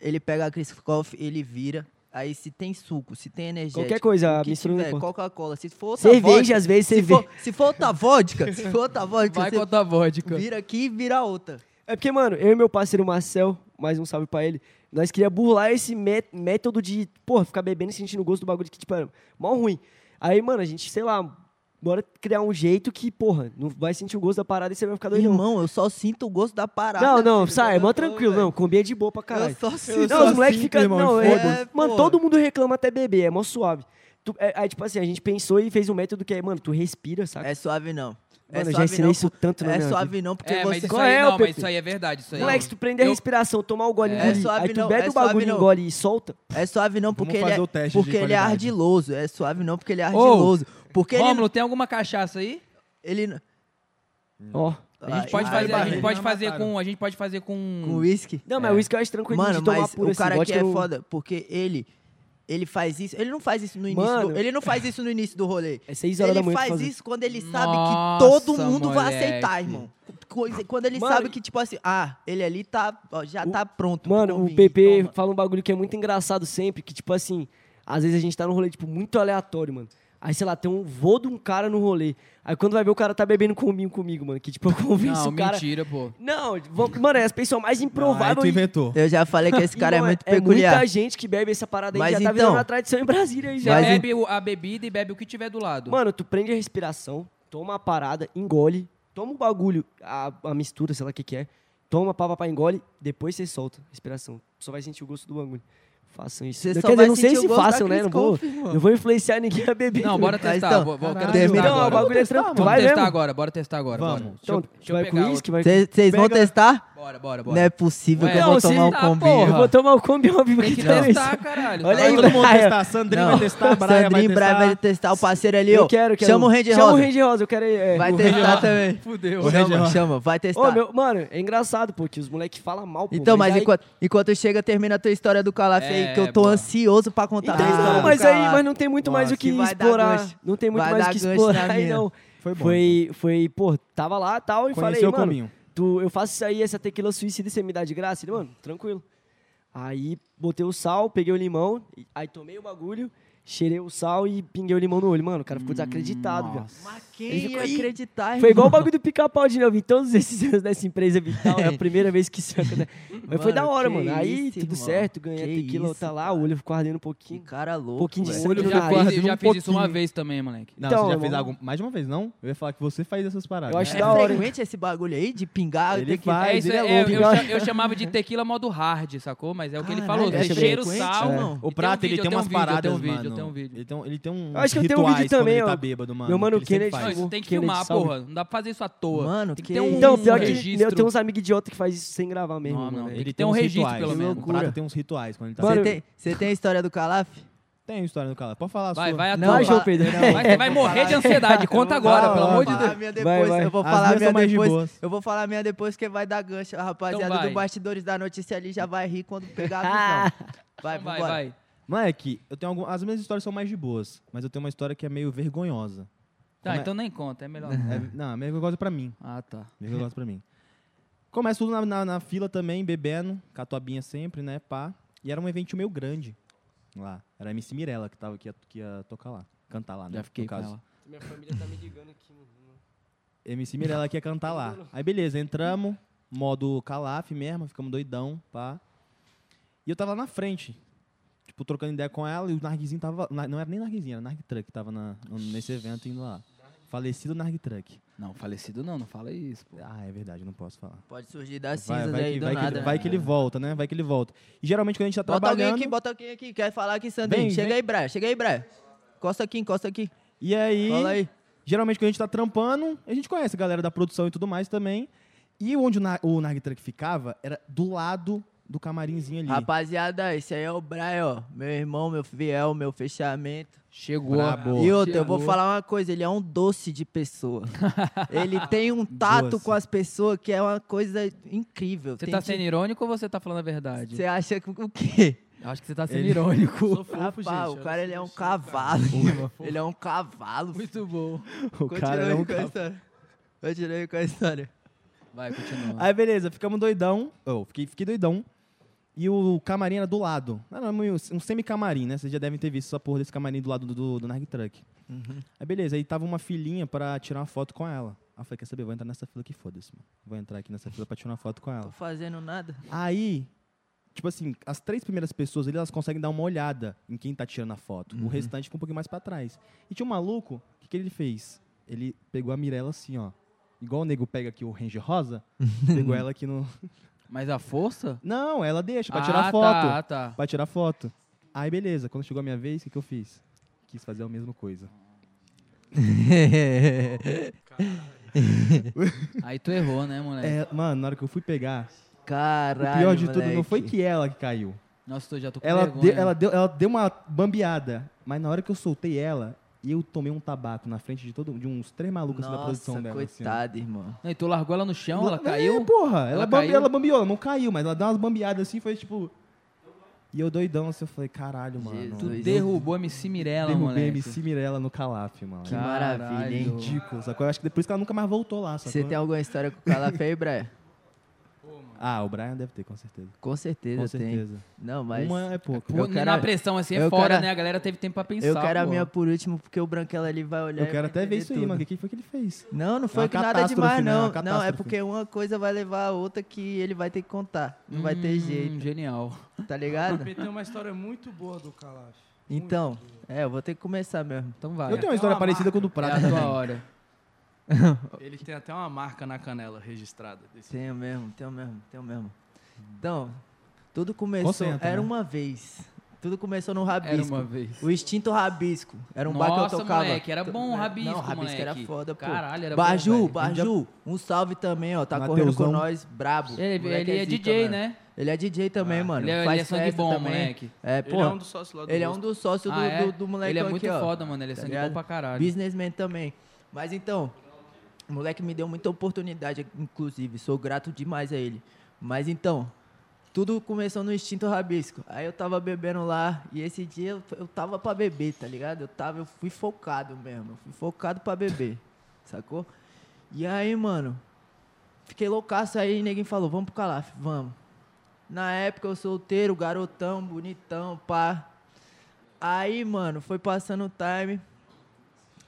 Ele pega a Criscoff, ele vira. Aí se tem suco, se tem energia.
Qualquer coisa, mistura não importa.
Coca-Cola, se for outra
Cerveja,
vodka,
às vezes,
se
cerveja.
for, se for outra vodka, se for outra vodka,
Vai
você
com outra vodka.
vira aqui e vira outra.
É porque, mano, eu e meu parceiro Marcel, mais um salve pra ele, nós queria burlar esse mé- método de, porra, ficar bebendo e sentindo o gosto do bagulho que, tipo, era mal ruim. Aí, mano, a gente, sei lá, bora criar um jeito que, porra, não vai sentir o gosto da parada e você vai ficar doido.
Irmão, eu só sinto o gosto da parada.
Não, não,
filho.
sai, é mó
Eu-
tranquilo,
velho,
não, combina de boa pra caralho.
Eu só sinto.
Eu
Não,
só
os moleques
sinto,
ficam.
irmão,
Não,
e
é-
foda-se.
mano,
Pô.
todo mundo reclama até beber, é mó suave. Tu- é- aí, tipo assim, a gente pensou e fez um método que é, mano, tu respira, saca?
É suave não. É
Mano, eu já
suave
ensinei
não,
isso
por-
tanto na
É
minha
suave não, porque
É, mas
você...
isso
Qual
aí
é,
não,
Pepe?
mas isso aí é verdade. Isso aí
Moleque, se tu prender a
Eu-
respiração, tomar o gole e
É
engolir,
suave
aí tu
não,
bebe
é
o bagulho,
suave não.
engole e solta.
É suave não, porque ele
fazer
é,
o teste de
porque ele é
qualidade.
ardiloso. É suave não, porque ele é
Ô,
ardiloso. porque ele-
Rômulo, tem alguma cachaça aí?
ele...
Ó.
A gente
Ai,
pode
ai,
fazer, a
barriga.
gente pode
Não
fazer
mataram.
com, a gente pode fazer com,
Com uísque.
Não, mas o uísque eu acho tranquilo
É. Mano,
de tomar
mas
puro
o
assim,
cara aqui
vodka
é
eu-
foda, porque ele... Ele faz isso, ele não faz isso no início,
Mano.
do, ele não faz isso no início do rolê.
É 6 horas
Ele
da manhã. tu
faz
fazer.
isso quando ele sabe
Nossa,
que todo mundo vai
moleque.
aceitar, irmão. Coisa- Quando ele
Mano,
sabe que tipo assim, ah, ele ali tá, ó, já
O-
tá pronto. pro
Mano, o
convite,
PP
toma.
fala um bagulho que é muito engraçado sempre, que tipo assim, às vezes a gente tá num rolê, tipo, muito aleatório, mano. Aí, sei lá, tem um voo de um cara no rolê. Aí quando vai ver o cara tá bebendo cominho comigo, mano. Que tipo, eu convenço
Não,
o cara.
mentira, pô.
Não, vamos- mano, é as pessoas mais
Aí
improváveis.
Ah, tu inventou.
Eu já falei que esse cara é
mano,
muito peculiar.
É muita gente que bebe essa parada aí,
Mas
já tá virando
então-
uma tradição em Brasília aí,
Você
já. É.
Mas
bebe o- a bebida e bebe o que tiver do lado.
Mano, tu prende a respiração, toma a parada, engole, toma o bagulho, a, a mistura, sei lá o que que é, toma, pá, pá, pá, engole, depois você solta a respiração. Só vai sentir o gosto do bagulho. Façam isso.
Você
Eu
só
Quer
vai
dizer, não sei
sentir o
se
gosto da
façam, né? Não
Cris
vou,
Coffey, mano.
não vou influenciar ninguém a beber.
não, bora testar.
então,
vou, vou, quero
caralho.
testar
Termina.
Então,
agora.
o bagulho é
testar, mano.
tranquilo. Vai
Vamos testar
mesmo.
agora, bora testar agora.
Vamos.
bora. Deixa eu-
Então,
deixa eu
vai com
pegar
uísque, vai...
Vocês vão
Pega-
testar?
Bora, bora,
Não
bora.
é possível
Ué,
que eu
não,
vou
se
tomar um
tá,
combinho.
Eu
porra.
vou tomar o combi, óbvio,
Tem que
que tá
testar,
isso.
caralho.
Olha
Tá
Vai
aí,
doido?
todo mundo
Brian.
testar. Sandrinho vai testar, Brian vai
Sandrinho Braia vai
testar.
testar, o parceiro ali, ó.
Eu quero, quero.
Chama o Randy
Chama o
Rosa.
Range Rosa, eu quero... É,
Vai
o-
testar também.
Fudeu.
Ô, Randy
Chama,
Rosa.
chama, vai
Ô,
testar.
meu, mano, é engraçado, pô, que os moleques falam mal, pô.
Então, mas
aí-
enquanto, enquanto chega, termina a tua história do Calaf
É,
aí, que eu tô
boa.
ansioso pra contar.
Então,
a história
não,
do
mas aí
Calaf.
mas não tem muito mais
Tá.
o
Ah, Nossa,
que
que vai dar
explorar.
gancho.
Não tem muito
Vai
mais o
dar
que
gancho
explorar
na
aí,
minha.
não.
Foi bom.
Foi, foi, pô, tava lá tal, e falei,
Conheceu o
mano,
caminho.
tu, eu faço isso aí, essa tequila suicida, e você me dá de graça? Ele, mano, tranquilo. Aí botei o sal, peguei o limão, e- aí tomei o bagulho, cheirei o sal e pinguei o limão no olho. Mano, o cara ficou desacreditado, velho.
Mas
Ele
quem
ficou
ia
aí.
acreditar,
Foi igual
irmão?
o bagulho do pica-pau de novo. Em todos esses anos dessa empresa vital, é a primeira vez que isso acontece. Mas foi
Mano,
da hora,
que
mano. Aí
isso,
tudo
irmão.
certo, ganhei a
Que
tequila,
isso,
tá lá,
cara.
o olho ficou ardendo um
Que
pouquinho.
cara louco.
pouquinho de
velho.
O olho
sangue no
já fiz,
nariz,
eu
um
já fiz isso
pouquinho.
uma vez também, moleque.
Não,
Então,
você já
vamos-
fez algo mais de uma vez, não? Eu ia falar que você faz essas paradas.
Eu acho
É
da hora, hein?
frequente esse bagulho aí de pingar
Ele
tequila?
faz,
é isso,
ele é
é,
louco.
eu, cha- eu chamava de tequila modo hard, sacou? Mas é o que ele falou,
Caralho,
você
é
cheira o
frequente,
sal,
é.
mano.
O
E
prato,
um
ele
vídeo,
tem
eu
umas
tenho um vídeo,
paradas,
Eu tenho um vídeo,
mano.
eu tenho um vídeo.
Ele tem, ele tem um
acho que eu tenho um vídeo também,
ele
ó.
tá bêbado, mano.
Meu mano
que ele sempre faz.
Não,
Kennedy-
Não, isso
favor,
tem que
queira de
filmar,
salve.
porra. Não dá pra fazer isso à toa.
Mano,
tem que
que
ter um
isso.
Então, pior que
registro.
meu, tem uns amigos idiota que faz isso sem gravar mesmo,
Não,
mano.
não.
É-
Ele tem um
uns
registro,
rituais.
pelo
Que
menos.
O Prata tem uns rituais quando ele tá.
Você
Mano,
tem, você tem a história do Calaf?
Tem história do cara. Pode falar a sua.
Vai,
é
vai à
Não,
toa.
João Pedro,
Vai- Vai, vai morrer de ansiedade. Conta agora,
Não,
pelo
não,
amor de
não.
Deus.
a minha depois,
Vai, vai.
eu vou
As
falar a
minhas
minha
são mais de
depois.
boas. Então
Eu vou falar a minha depois que vai dar gancho. A rapaziada
vai.
do bastidores da notícia ali já vai rir quando pegar a visão.
Vai,
Vai, vambora.
vai. Tá,
Moleque, eu tenho algum... as minhas histórias são mais de boas, mas eu tenho uma história que é meio vergonhosa.
Tá,
Como é-
então nem conta, é melhor.
É, não, é meio vergonhosa pra mim.
Ah, tá.
Meio vergonhosa pra mim. Começa tudo na, na- na fila também, bebendo, catuabinha sempre, né, pá. E era um evento meio grande lá. Era a MC Mirella que, tava, que, ia, que ia tocar lá, cantar lá, né,
Já fiquei
no
com
caso.
ela.
Minha família tá me ligando aqui, mano.
MC Mirella que ia cantar lá. Aí beleza, entramos, modo calaf mesmo, ficamos doidão, pá. E eu tava lá na frente, tipo, trocando ideia com ela, e o Narguizinho tava. na- Não era nem Narguizinho, era Narg Truck, que tava na- nesse evento indo lá. Falecido Narg Truck.
Não, falecido não, não fala isso, pô.
Ah, é verdade, não posso falar.
Pode surgir das
Vai,
cinzas
vai
aí
que,
do
vai,
nada.
que,
né?
vai que ele volta, né? Vai que ele volta. E geralmente quando a gente tá
Bota alguém
trabalhando.
aqui, bota alguém aqui. Quer falar aqui, Sandrinho?
Vem,
chega
vem.
aí, Braia. Chega aí, Braia. Encosta aqui, encosta aqui.
E aí,
Fala aí.
geralmente quando a gente tá trampando, a gente conhece a galera da produção e tudo mais também. E onde o, na, o Narg Truck ficava era do lado do camarinzinho ali.
Rapaziada, esse aí é o Braia, ó. Meu irmão, meu fiel, meu fechamento.
Chegou.
Brabo. Pô,
e outra, eu vou
Chegou.
falar uma coisa, ele é um doce de pessoa. ele tem um tato
Doce.
com as pessoas que é uma coisa incrível.
Você
Tem
tá
gente-
sendo irônico ou você tá falando a verdade?
Você acha que o quê?
Acho que você tá sendo irônico.
Rapaz, o cara ele é um cavalo, irmão. Ele é um cavalo.
Muito bom.
O cara é um
com a história. Continua aí com a história.
Vai, continua.
Aí beleza, ficamos doidão. Eu fiquei, fiquei doidão. E o camarim era do lado. Era meio- um semi-camarim, né? Vocês já devem ter visto essa porra desse camarim do lado do, do, do Narg Truck. Aí beleza, aí tava uma filhinha pra tirar uma foto com ela. Aí eu falei, quer saber, vou entrar nessa fila que foda-se, mano. Vou entrar aqui nessa fila pra tirar uma foto com
Tô
ela.
fazendo nada.
Aí, tipo assim, as três primeiras pessoas ali, elas conseguem dar uma olhada em quem tá tirando a foto. O restante fica um pouquinho mais pra trás. E tinha um maluco, o que, que ele fez? Ele pegou a Mirella assim, ó. Igual o nego pega aqui o Range Rosa, pegou ela aqui no,
Mas a força?
não, ela deixa pra
ah,
tirar foto.
Tá, tá.
Pra tirar foto. Aí beleza, quando chegou a minha vez, o que, que eu fiz? Quis fazer a mesma coisa.
Aí tu errou, né, moleque?
É, mano, na hora que eu fui pegar,
Caralho.
o pior de tudo não
moleque.
foi que ela que caiu.
Nossa, tô, já tô com
Ela,
vergonha.
deu, ela, deu, ela deu uma bambeada, mas na hora que eu soltei ela, eu tomei um tabaco na frente de todo de uns três malucos assim, da produção
Nossa,
dela.
coitado, irmão.
Não, e tu largou ela no chão,
Assim, ó.
ela
É,
caiu?
porra, ela,
Ela
bambe-
caiu?
ela bambeou, ela não caiu, mas ela deu umas bambeadas assim, foi tipo. E eu doidão, assim, eu falei, caralho, mano.
Jesus.
Tu
eu
derrubou a MC Mirella,
derrubei
moleque.
a MC Mirella no calaf, mano.
Que maravilha, hein?
Ridículo, sacou? Eu acho que depois que ela nunca mais voltou lá, sacou?
Você tem alguma história com o Calaf aí, Braia?
Ah, o Brian deve ter, com certeza.
Com certeza
Com
tem.
certeza.
Não, mas.
Uma é pouco.
Pô,
Eu quero
na
a-
pressão assim é
eu
foda,
quero a-
né? A galera teve tempo pra pensar.
Eu quero a
pô.
minha por último, porque o Branquela ali vai olhar.
Eu
e
quero
vai
até ver
entender
isso aí,
tudo.
mano. O que foi que ele fez?
Não, não
É
foi
uma
que nada demais,
catástrofe, né? É uma
não. não, é
catástrofe.
porque uma coisa vai levar a outra que ele vai ter que contar. Não vai ter
Hum,
jeito,
Genial.
tá ligado?
Tem uma história muito boa do Calaf.
Então, é, eu vou ter que começar mesmo.
Então vai.
Eu tenho uma história parecida com a do
É
Prata.
a tua hora.
Ele tem até uma marca na canela registrada. Desse...
Tenho mesmo, tenho mesmo, tenho mesmo. Então, tudo começou.
Concentra,
era
né?
uma vez. Tudo começou no
Era
rabisco.
uma vez.
O extinto rabisco. Era um bar que
Nossa,
eu tocava.
moleque, era bom o rabisco,
Não, rabisco
moleque.
era foda, pô.
Caralho, era bom,
Baju,
velho.
Baju, um salve também, ó. Tá correndo
Mateusão.
com nós, brabo.
Ele,
Moleque
ele é,
zica,
DJ,
mano.
né?
Ele é DJ também, mano.
Ele é,
Faz
ele é sangue
festa
bom,
também.
moleque.
É,
Ele é um
pô.
dos sócios lá do
Ele é um
Rosto.
dos
Ah,
sócios do,
é?
do, do moleque
Ele é
aqui,
muito
ó. Tá
foda, mano. Ele é sangue bom
ligado?
pra caralho.
Businessman também. Mas então, o moleque me deu muita oportunidade, inclusive. Sou grato demais a ele. Mas então, tudo começou no instinto rabisco. Aí eu tava bebendo lá e esse dia eu, eu tava pra beber, tá ligado? Eu tava, eu fui focado mesmo. Eu fui focado pra beber, sacou? E aí, mano, fiquei loucaço aí e ninguém falou, vamos pro Calaf, vamos. Na época eu solteiro, garotão, bonitão, pá. Aí, mano, foi passando o time,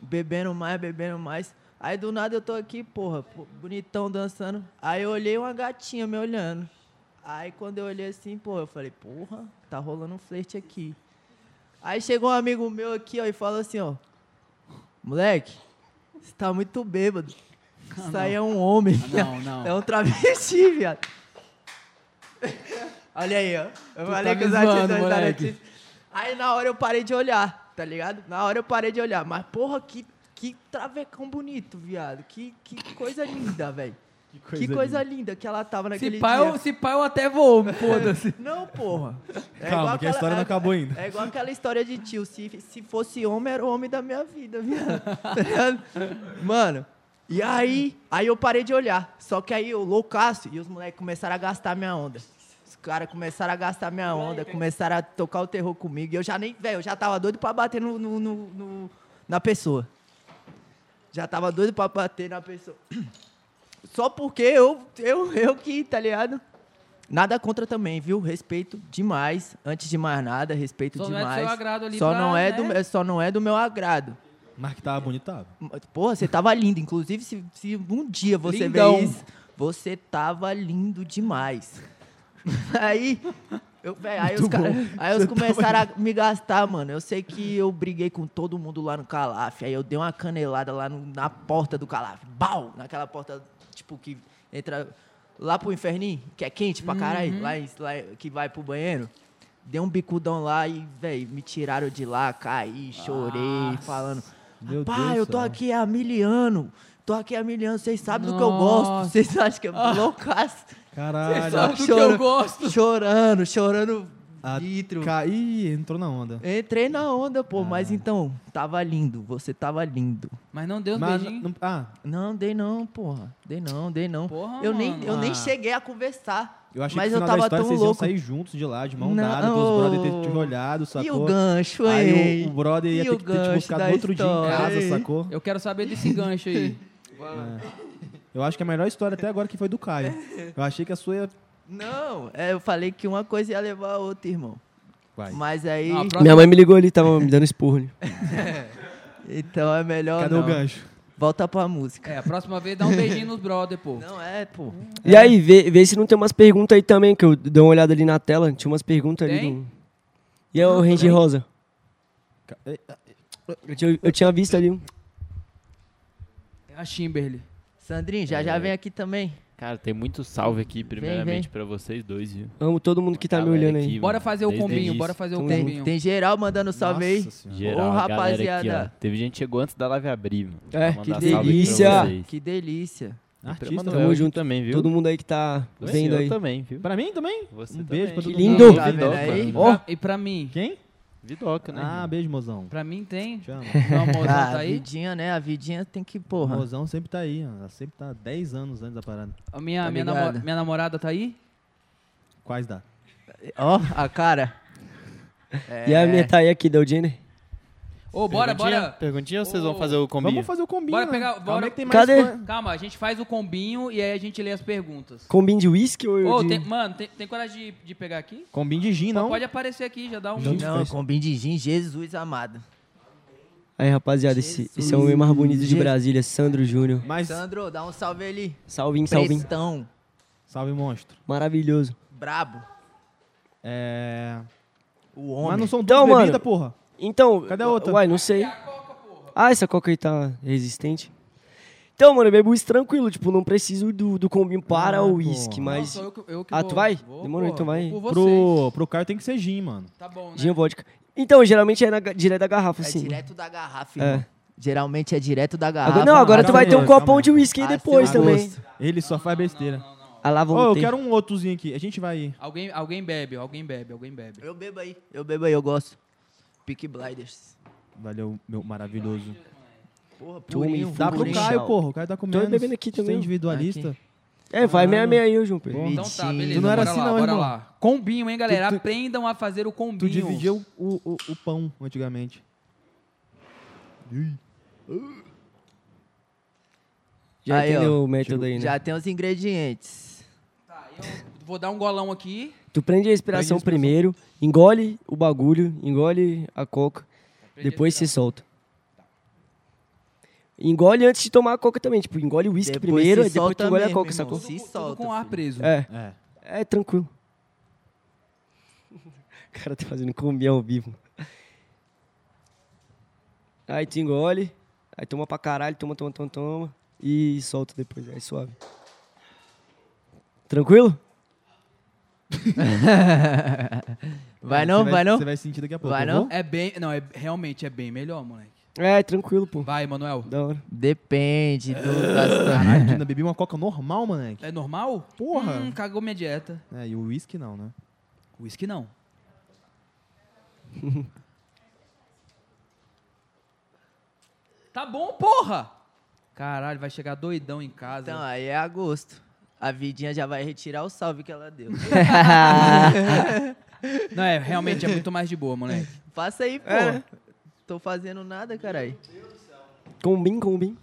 bebendo mais, bebendo mais. Aí do nada eu tô aqui, porra, pô, bonitão dançando. Aí eu olhei uma gatinha me olhando. Aí quando eu olhei assim, porra, eu falei, porra, tá rolando um flerte aqui. Aí chegou um amigo meu aqui, ó, e falou assim, ó. Moleque, você tá muito bêbado. Isso aí é um homem.
Ah, Não, não.
É um travesti, viado. Olha aí, ó. Eu falei
tá
que os
me
artistas
zoando,
eram
moleque.
artistas. Aí na hora eu parei de olhar, tá ligado? Na hora eu parei de olhar. Mas, porra, que, que Que travecão bonito, viado. Que, que coisa linda, velho. Que coisa linda que ela tava naquele
Se pá,
dia.
eu, se pá, eu até vou, foda-se.
Não, porra. É
Assim. Calma,
igual
que a história não acabou ainda.
É igual aquela história de tio. Se, se fosse homem, era o homem da minha vida, viado. Tá ligado? Mano, e aí, aí eu parei de olhar. Só que aí eu loucaço e os moleques começaram a gastar minha onda. Os caras começaram a gastar minha onda, começaram a tocar o terror comigo. E eu já nem, velho, eu já tava doido pra bater no- no- no- no, na pessoa. Já tava doido pra bater na pessoa. Só porque eu, eu, eu que, tá ligado? Nada contra também, viu? Respeito demais. Antes de mais nada, respeito
Só não é do
demais.
seu agrado ali
só
pra,
não é
né?
do, me- só não é do meu agrado.
Mas que tava bonito, tava.
Porra, você tava lindo. Inclusive, se, se um dia você
Lindão.
vê isso, você tava lindo demais. Aí, eu, véi, aí os, cara, aí
tá
os começaram a me gastar, mano. Eu sei que eu briguei com todo mundo lá no Calaf. Aí eu dei uma canelada lá no- na porta do Calaf. Bau! Naquela porta, tipo, que entra lá pro inferninho, que é quente pra caralho,
Uhum.
lá, em- lá em- que vai pro banheiro. Dei um bicudão lá e, velho, me tiraram de lá, caí, chorei, falando.
Meu
Pá,
Deus
eu
do
tô
céu."
aqui há mil anos. Tô aqui há mil anos, vocês sabem do que eu gosto.
Nossa.
Vocês acham que é loucaço.
Caralho.
Sabe do que
chorando.
eu gosto?
Chorando, chorando
A-
litro.
Caí e entrou na onda.
Entrei na onda,
Ah.
pô, mas então, tava lindo, você tava lindo.
Mas não deu um
Mas,
beijinho.
não- ah,
Não, dei não, porra. Dei não, dei não.
Porra,
eu nem,
mano.
eu nem
Ah.
cheguei a conversar.
eu achei
mas
que
eu
no final
tava
da história
tão
vocês
louco.
iam sair juntos de lá, de mão
Não,
dada, todos os brothers terem te
ô.
olhado, sacou?
E o gancho, é-
Aí
hein?
o, o brother ia
E
ter
o
que ter, tipo,
gancho
ficado
da
no outro dia em
história,
casa,
hein?
sacou?
Eu quero saber desse gancho aí.
Eu acho que a melhor história até agora que foi do Caio. Eu achei que a sua ia...
Não, é, eu falei que uma coisa ia levar a outra, irmão.
Vai.
Mas aí,
Não, a próxima-
Minha mãe me ligou ali, tava me dando esporro. ali.
então é melhor
Cadê
não.
o gancho?
Volta pra música.
É, a próxima vez dá um beijinho nos brother, pô.
Não é, pô.
E aí, vê, vê se não tem umas perguntas aí também, que eu dei uma olhada ali na tela. Tinha umas perguntas ali.
Tem?
do- E aí, o Range Rosa?
Ca- eh,
Eu tinha, eu tinha visto ali. um.
É a Kimberly.
Sandrinho, já
É.
já vem aqui também.
Cara, tem muito salve aqui, primeiramente,
vem.
pra vocês dois, viu?
Amo todo mundo que tá me
Galera
olhando
aqui,
aí.
Bora
mano,
fazer o
desde o
combinho,
início.
bora fazer o
Tamo junto.
combinho.
Tem geral mandando salve aí.
Nossa senhora.
Geral,
Ô,
a galera aqui, ó.
rapaziada.
Teve gente que chegou antes da live abrir, mano.
É,
Vou
que
mandar salve aqui pra
delícia.
vocês.
Que delícia.
Artista,
Manoel
Tamo
aqui
junto.
também, viu?
Todo mundo aí que tá
Você,
vendo
eu
aí.
também, viu?
Pra mim também?
Você
um beijo pra
também.
todo
Que
mundo.
lindo.
Tá vendo
Vidoca.
aí?
E pra- e pra mim?
Quem?
Vidoca, né?
Ah,
irmão?
beijo, mozão.
Pra mim tem.
Te amo.
Meu amorzão
Ah,
tá
a
aí.
vidinha, né? A vidinha tem que,
O
porra.
mozão sempre tá aí, ó. Ela sempre tá 10 anos antes da parada.
A minha,
Tá
minha,
ligado.
namora- minha namorada tá aí.
Quais dá?
Ó, a cara.
E a minha tá aí aqui, Del Jenner.
Ô, bora,
Perguntinha-
bora.
Perguntinha ou vocês vão fazer o combinho?
Vamos fazer o combinho,
Bora
né?
pegar-
Calma
bora-
aí que tem mais
Cadê?
coisa.
Calma, a gente faz o combinho e aí a gente lê as perguntas.
Combinho de whisky ou
Ô,
de...
tem- mano, tem, tem coragem de, de pegar aqui?
Combinho de gin, não?
Pode aparecer aqui, já dá um.
Não, combinho de gin, Jesus amado.
Aí, rapaziada, esse, esse é o homem mais bonito de Brasília, Sandro Júnior.
Mas,
Sandro, dá um salve ali.
Salvinho, salvinho.
Prestão,
salve, monstro.
Maravilhoso.
brabo,
É...
o
Mas
homem.
não são duas
Então,
bebidas,
mano.
porra.
Então...
Cadê a outra?
Uai, não sei. Ah, essa coca aí tá resistente. Então, mano, eu bebo isso tranquilo. Tipo, não preciso do, do combinho para
Ah,
o uísque,
pô.
Não,
mas...
sou eu que- eu que
Ah,
vou-
tu vai?
vou,
Demorou,
pô,
então vai.
vou Por vocês.
Pro, pro Caio tem que ser gin, mano.
Tá bom, né?
Gin ou vodka. Então, geralmente é na ga- direto da garrafa,
É
assim.
direto da garrafa,
É.
irmão. Geralmente é direto da garrafa.
Agora, não, agora
Tá
tu
calma
vai
aí,
ter um
calma
copão
aí.
de uísque aí
Ah,
depois
seu
também.
gosto.
Ele só faz besteira.
Ah, lá
Ô,
vamos
eu
ter.
quero um outrozinho aqui. A gente vai...
Alguém, alguém bebe, alguém bebe, alguém bebe.
Eu bebo aí, eu bebo aí, eu gosto. Peak Blinders.
Valeu, meu maravilhoso.
Porra,
Tome
purinho,
Dá pro
purinho.
Caio, porra. O Caio tá comendo.
bebendo aqui também.
individualista.
É, vai meia meia aí, ô, João Pedro.
Então tá,
Mentira.
beleza.
Tu não era
bora
assim
lá,
não,
bora
irmão.
lá. Combinho, hein, galera?
Tu- tu-
Aprendam a fazer o combinho.
Tu dividia o, o, o- o pão antigamente.
Já
Aí,
entendeu
ó.
o método aí, né?
Já tem os ingredientes.
Tá, eu vou dar um golão aqui.
Tu prende a respiração primeiro, engole o bagulho, engole a coca, depois você solta. Engole antes de tomar a coca também, tipo, engole o uísque
Depois
primeiro,
se
aí depois tu
solta
engole a
mesmo,
coca,
irmão.
sacou?
Tudo,
Se
com- tudo
solta,
com ar
filho.
preso.
É,
É.
é tranquilo. O cara tá fazendo combi ao vivo. Aí tu engole, aí toma pra caralho, toma, toma, toma, toma, e solta depois, aí suave. Tranquilo?
Vai
Você
não, vai não?
Você vai sentir daqui a pouco.
Vai
eu
não?
vou?
É bem. Não, é realmente é bem melhor, moleque.
É, tranquilo, pô.
Vai, Ah. Manuel.
Da hora.
Depende do, da situação.
Caralho, ainda bebi uma coca normal, moleque.
É normal?
Porra.
Hum, cagou minha dieta.
É, e o uísque não, né?
Whisky não. tá bom, porra! Caralho, vai chegar doidão em casa.
Então, aí é agosto. A vidinha já vai retirar o salve que ela deu.
Não, é, realmente é muito mais de boa, moleque.
Passa aí, pô.
É.
Tô fazendo nada, caralho.
Combim, combim.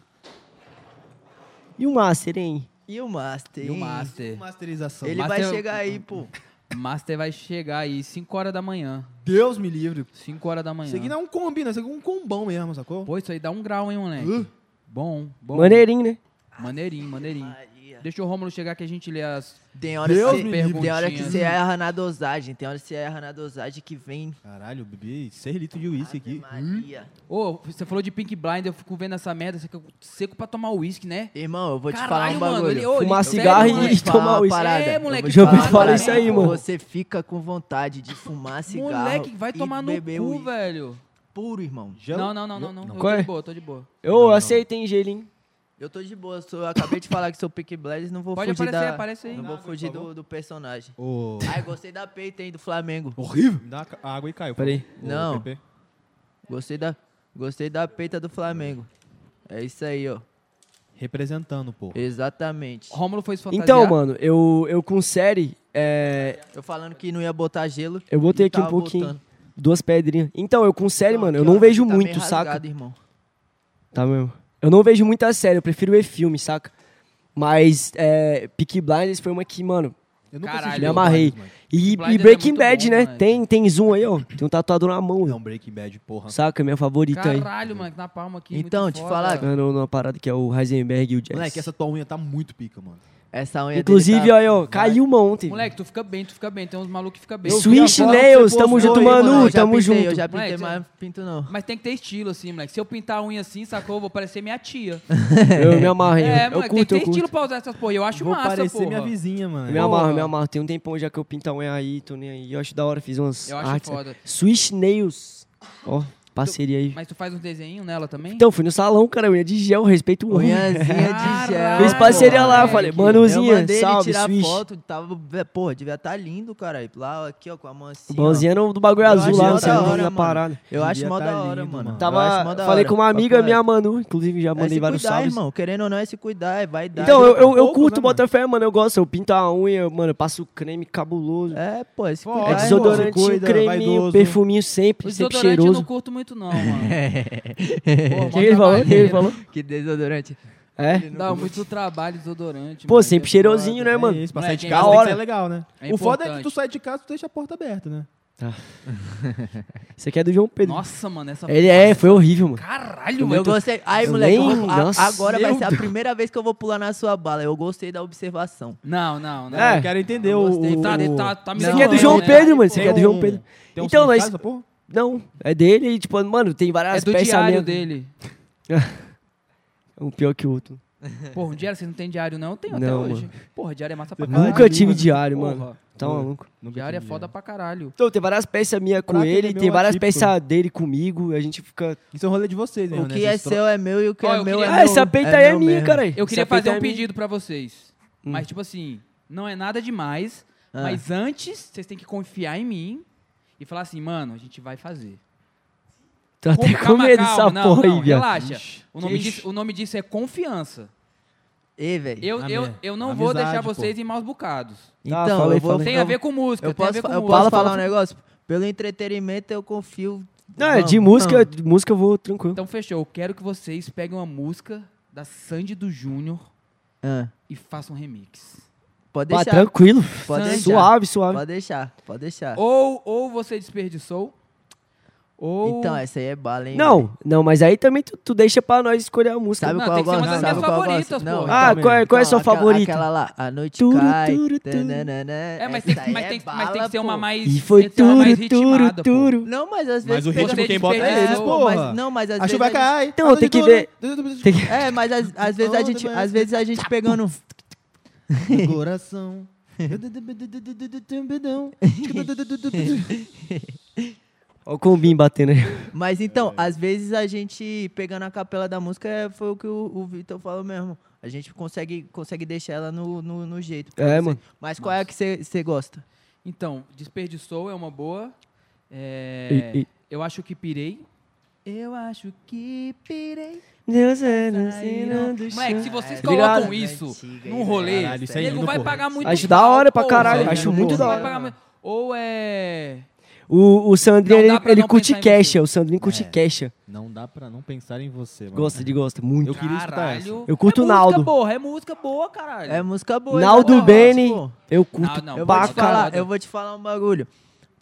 um E o Master, hein?
E o Master?
E o
hein?
Master.
Masterização.
Ele
Master- é
vai chegar aí, pô.
Master vai chegar aí 5 horas da manhã.
Deus me livre.
5 horas da manhã.
Isso aqui não é um combi, né? Isso aqui é um combão mesmo, sacou?
Pô, isso aí dá um grau, hein, moleque?
Uh.
Bom, bom.
Maneirinho, né?
Maneirinho, maneirinho.
Maria.
Deixa o Rômulo chegar que a gente lê as...
Tem hora,
Deus
que
me
você,
livre.
tem hora que
Perguntinhas.
você erra na dosagem. Tem hora que você erra na dosagem que vem.
Caralho, eu bebi 6 litros de uísque
Ave
Hum?
aqui.
Maria.
Ô, você falou de Pink Blind, eu fico vendo essa merda, você fica seco pra tomar uísque, né?
Irmão, eu vou te
Caralho,
falar um
mano,
bagulho.
ele- ô, ele-
Fumar
sério,
cigarro e-
moleque.
e tomar
uma
uísque.
parada.
parada.
É, moleque,
Eu vou te
já ouvi
uma
falar
parada.
isso aí, mano.
Você fica com vontade de fumar cigarro
Moleque, vai
e
tomar no
beber um
cu,
uísque
velho.
puro, irmão.
Já-
não, não, não, não, não. Eu
Qual
tô
é?
de boa, tô de boa.
Eu aceito, hein, gelinho.
Eu tô de boa, sou- eu acabei de falar que sou Pick Blades, não vou
Pode
fugir
aparecer,
da...
aparece aí.
Não vou fugir do, do personagem.
Ô,
Ai, gostei da peita, hein, do Flamengo.
Horrível. Me dá a ca- a água e caiu.
Peraí.
Não. Gostei da, gostei da peita do Flamengo. É isso aí, ó.
Representando, pô.
Exatamente.
Rômulo foi se fantasiar.
Então, mano, eu, eu com série, é,
Eu falando que não ia botar gelo.
eu botei
e
aqui um
tava
pouquinho.
botando.
Duas pedrinhas. Então, eu com série, mano, eu
aqui,
não
ó,
vejo
tá
muito,
meio
saca?
rasgado, irmão.
Tá mesmo. Eu não vejo muita série, eu prefiro ver filme, saca? Mas é, Peaky Blinders foi uma que, mano,
Eu nunca
Caralho,
assisti
me
eu-
Breaking
amarrei.
Bad, mano.
E,
Blinders
e Breaking
é muito
Bad,
bom,
né?
né?
Tem, tem zoom aí, ó. Tem um tatuador na mão,
Não,
velho.
É Breaking Bad, porra.
saca? Minha favorita aí.
Caralho, mano, na palma aqui. muito
Então, te
foda.
falar-
Ah, não, não, a parada que é o Heisenberg e o Jess.
Moleque, essa tua unha tá muito pica, mano.
Essa unha dele
Inclusive,
tá-
ó, aí, ó, caiu uma ontem.
Moleque, tu fica bem, tu fica bem. Tem uns malucos que ficam bem.
Eu vi
Switch
agora que
Nails,
você
tamo
postou
junto,
aí,
Não,
Manu,
eu já
tamo
pintei,
junto.
Eu já pintei,
Moleque,
mas pinto não.
Mas tem que ter estilo, assim, moleque. Se eu pintar a unha assim, sacou? Eu vou parecer minha tia.
Eu me amarro, hein?
é,
eu
moleque,
curto,
tem
eu
que ter estilo
curto.
pra usar essas porra. Eu acho
Vou
massa,
parecer
porra.
minha vizinha, mano.
Eu me amarro,
Porra.
eu me amarro. Tem um tempão já que eu pinto a unha aí, tô nem aí. Eu acho da hora, fiz umas
Eu acho
artes.
foda.
Switch Nails. Ó, parceria aí.
Mas tu faz uns desenhinho nela também?
Então, fui no salão, cara, unha de gel, respeito o
Unhazinha de
Caralho,
gel.
Fez parceria lá, eu falei,
eu
Manuzinha,
mandei ele
salve,
tirar
Switch.
foto, tava, porra, devia estar tá lindo, cara. Lá, aqui, ó, com a mão assim,
Mãozinha no- do bagulho
Eu
azul
acho
lá,
da
não sei o
hora,
nome da
mano.
parada.
ó. Eu acho
Devia
mó
tá
da hora,
lindo,
mano.
mano.
Eu acho mó
Tava,
da
falei
hora.
com uma amiga
Papo
minha,
reto.
Manu, inclusive já
É
mandei
se
vários
cuidar,
salves.
irmão, querendo ou não, é se cuidar, é vai dar.
Então, eu, eu, eu
pouco,
curto
né, mano?
Botafé, mano, eu gosto, eu pinto a unha, mano, eu passo creme cabuloso.
É, pô, é se
Pô,
cuidar.
É
Vai,
desodorante,
se cuida,
creminho,
vaidoso.
perfuminho sempre,
O
sempre
desodorante eu
cheiroso.
não curto muito, não, mano. Porra,
O que ele falou? O que ele falou?
Que desodorante.
É?
Dá muito trabalho desodorante.
Pô,
mano,
sempre
é
cheirosinho,
foda.
né, mano?
É isso, pra
Moleque,
sair de
é
casa
da
tem que
hora.
ser legal, né?
É
o foda é que tu
importante.
sai de casa, tu deixa a porta aberta, né?
Ah. Isso aqui é do João Pedro.
Nossa, mano, essa.
Ele é, foi horrível, mano.
Caralho,
Eu
mano. tu-
gostei. Ai,
Eu
moleque, eu
nem-
vou- a-
Nossa,
agora vai
meu
ser a primeira vez que eu vou pular na sua bala. Eu gostei da observação.
Não, não, não.
É.
Eu quero entender
Eu
o...
gostei.
o-
Tá, tá, tá me
Isso
Não,
aqui é do
zoando,
João
né?
Pedro, mano. Isso
Tem
aqui é do João
um-
Pedro.
Tem um
Então,
som em
nós-
casa, porra?
Não, é dele e, tipo, mano, tem
É
várias
do
peças
diário
mesmo.
dele.
Um pior que o outro.
Porra, um diário, vocês não tem diário, não? Eu tenho até
Não,
hoje. Porra, diário é massa pra caralho.
Nunca tive diário,
Porra.
mano. Tá maluco.
Nunca
Diário é
tive
foda pra caralho.
Então, tem várias peças minhas com
Fraco, ele é
ele,
meio
tem várias
atípico.
peças dele comigo, a gente fica.
Isso é um rolê de vocês, né?
O que
Vocês
é
tro-
seu é meu e o que
Ó,
é
eu
meu
queria-
é
Ah,
meu.
essa peita aí é
meu
minha,
mesmo.
caralho.
Eu queria
Essa peita
fazer
é
um
minha.
pedido pra vocês. Mas, tipo assim, não é nada demais.
Hum. Ah.
Mas antes, vocês têm que confiar em mim e falar assim, mano, a gente vai fazer.
Tô até com
Calma,
medo
calma,
dessa
não,
porra aí,
não,
viado.
Relaxa. O nome, disso, o nome disso é confiança.
Ei, velho.
Eu,
Amém.
eu, eu não vou
Amizade,
deixar
pô.
vocês em maus bocados.
Então,
Tá, fala aí,
eu vou...
fala aí.
Tem a ver com música,
Eu
tem
posso,
a ver com
eu posso
música.
Fala,
falar
fala,
um negócio? Pelo entretenimento eu confio.
Não, é de
Vamos,
música,
vamos.
de música eu vou tranquilo.
Então fechou. Eu quero que vocês peguem uma música da Sandy do Júnior
Ah,
e façam um remix.
Pode
Ah,
deixar.
tranquilo.
Pode deixar.
Suave, suave.
Pode deixar, pode deixar.
Ou, ou você desperdiçou, ou...
Então, essa aí é bala, hein? velho.
Não, não, mas aí também tu, tu deixa pra nós escolher a música.
Sabe
Não,
qual
tem
eu
que ser
gosto?
uma das
Sabe
minhas
qual eu
favoritas,
gosto?
pô.
Não, então,
Ah,
Também.
qual é, qual é a sua
aquela-
favorita?
Aquela lá, a noite
Turu,
cai.
turu, turu.
tananana,
É, mas tem,
essa
que-
aí
mas,
é
tem, que- mas tem
bala,
que ser uma
pô.
mais...
E foi
tem que ser uma mais
turu, turu,
ritmada, pô.
turu.
Não, mas às
Mas
vezes.
o
Pega
ritmo
de
quem bota é
diferença,
eles,
pô,
pô, mas,
porra.
não, mas às
A
vezes.
chuva cai.
Então, tem que ver. Tem que-
É, mas às, às vezes a gente, às vezes a gente pegando.
Coração.
Ó o combim batendo aí.
Mas então, às vezes a gente pegando a capela da música é- foi o que o, o Vitor falou mesmo. A gente consegue, consegue deixar ela no, no, no jeito. pra
É,
você.
mano.
Mas qual é a que você gosta?
Então, desperdiçou é uma boa. É,
Ei, ei.
Eu acho que pirei. Eu acho que pirei.
Deus é
Moleque, se vocês
Obrigado.
colocam isso num rolê,
Caralho, isso é
ele não
hino,
vai
pô.
pagar muito
Acho
pau,
da hora pra
pô.
caralho,
Ele
acho
não
muito da
vai
hora.
pagar muito- Ou é.
O, o Sandrinho,
Não dá
ele,
pra
ele
não
curte
pensar em você.
queixa. O Sandrinho curte
É.
queixa.
Não dá pra não pensar em você, mano.
Gosta de gosta, muito.
queria
Ah,
escutar
Caralho.
Eu curto
é
Naldo.
Música boa, é música boa, caralho.
É música boa.
Naldo
né?
Bene.
Pô,
Eu curto
Não, né? não,
Eu vou,
pra
te falar,
caralho.
eu vou te falar um bagulho.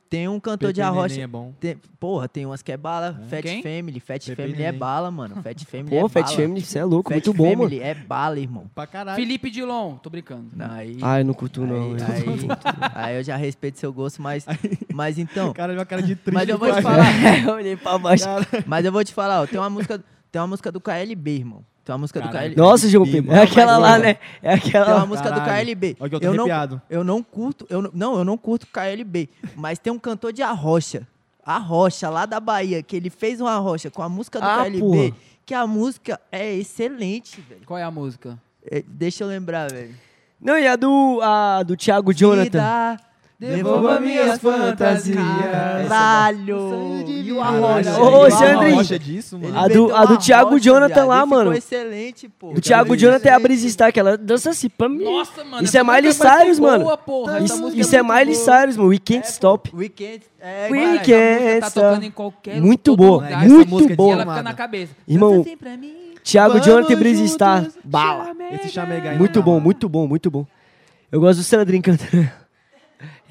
Tem um cantor de arrocha.
é bom.
tem- porra, tem umas que é bala. Fat
Quem?
Family. Fat
Pepe
Family é
Neném.
bala, mano. Fat Family é
Pô,
bala.
Fat Family, você é louco,
Fat
muito bom, mano.
Family é bala, irmão.
Pra caralho.
Felipe Dilon, tô brincando.
Aí,
Ah, eu não curto não.
aí,
velho.
aí, aí eu já respeito seu gosto, mas, mas então.
Cara, ele é uma cara de triste.
Mas eu vou te
cara.
falar.
eu olhei pra baixo.
Mas eu vou te falar, ó, tem uma música, tem uma música do KLB, irmão. Tem uma música
Caralho.
do KLB.
Nossa, João Pedro. É aquela lá, né? É
Tem uma
aquela lá.
música do
Caralho.
KLB.
Olha que eu tô
não,
arrepiado.
eu não curto, eu não, não, eu não curto KLB, mas tem um cantor de Arrocha. Arrocha, lá da Bahia, que ele fez uma rocha com a música do
Ah,
KLB,
porra.
que a música é excelente, velho.
Qual é a música?
É, Deixa eu lembrar, velho.
Não, e a do, a do Thiago Jonathan.
Vida,
Devolva minhas fantasias.
Caralho! E o
Caralho,
Arrocha.
Ô,
ele é uma
Sandrinho.
rocha disso, mano.
Ele
A do-
meteu
a do
uma
Thiago
rocha,
Jonathan
viado,
lá,
e ficou
mano.
excelente, pô.
O Thiago Jonathan é a Brisa Stark, ela dança assim pra mim.
Nossa, mano.
Isso é
essa música
Miley
muito
Cyrus, mano.
Boa, porra. essa
Isso,
música
isso é
muito
Miley
boa.
Cyrus, mano. We can't stop.
Weekend é
Cara,
We
caralho.
essa música tá
can't
tocando
stop.
em qualquer
Muito
todo
boa,
lugar.
muito
Essa música,
boa.
Ela fica na cabeça.
Irmão,
Dança assim pra mim.
Thiago
Vamos
Jonathan e Brisa
juntos,
Stark. Bala.
Esse chamega aí.
Muito bom, muito bom, muito bom. Eu gosto do Sandrinho cantando.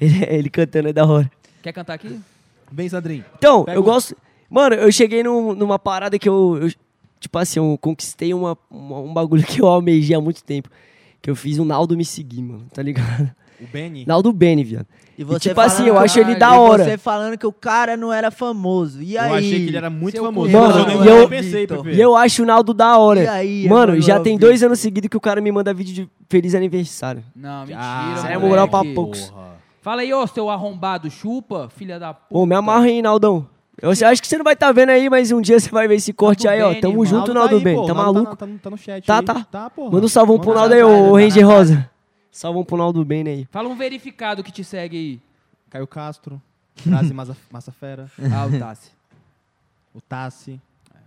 Ele, ele cantando é da hora.
Quer cantar aqui?
Bem, Sandrinho.
Então,
Pega
eu
o-
gosto. Mano, eu cheguei num- numa parada que eu, eu- Tipo assim, eu conquistei uma, uma- um bagulho que eu almejei há muito tempo. Que eu fiz o Naldo me seguir, mano, tá ligado?
O Benny.
Naldo Bene, viado.
E
tipo assim, eu
falando-
acho ele da
e
hora.
Você falando que o cara não era famoso. E aí?
Eu achei que ele era muito
Seu
famoso.
cu- Mano,
eu
e eu-
nem pensei,
Vitor.
Pepe.
E eu acho o Naldo da hora.
E aí,
mano,
Emanuel
já tem
Vitor?
dois anos seguidos que o cara me manda vídeo de feliz aniversário.
Não,
Ah,
mentira.
Isso é
moleque.
moral pra poucos.
Tá
Fala aí, ô, seu arrombado chupa, filha da puta.
Pô, me amarra aí, Naldão. Eu sei- acho que você não vai tá vendo aí, mas um dia você vai ver esse corte aí, ó.
Bene,
Tamo
irmão.
Naldo
junto, Naldo
aí,
Bene.
pô,
Tá
Naldo
maluco?
Tá, no- tá no chat
Tá,
aí.
tá.
Tá, porra.
Manda um salvão pro
Manda
Naldo aí,
salve,
ô
tá
Ranger
na-
Rosa. Salvão pro Naldo Bene aí.
Fala um verificado que te segue aí.
Caio Castro. Grazi Massa- Massafera.
Ah, o Tassi.
O Tassi.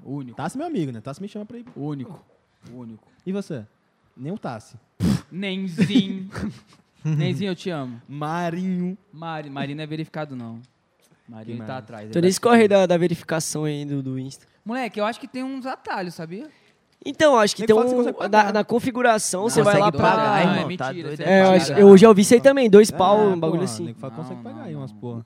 Único,
Tassi é meu amigo, né? Tassi me chama pra ir.
único, único.
E você? Nem o Tassi.
Nenzinho. Nenzinho, eu te amo.
Marinho.
Mari, Mari não é verificado, não. Marina tá atrás.
Tô
ele
nesse
tá-
corre da, da verificação aí do, do Insta.
Moleque, eu acho que tem uns atalhos, sabia?
Então, acho que
Tem que
tem
falar que você
um.
consegue
Na,
pagar.
na configuração, você vai
consegue
lá
Seguidor,
pagar,
não,
pra.
irmão.
É
tá
mentira.
doido,
isso
É, eu,
mentira.
acho- eu hoje ouvi isso aí também, dois pau, um bagulho
É, porra,
assim.
nego fala que
Não,
consegue
não,
pagar aí
não,
umas porra.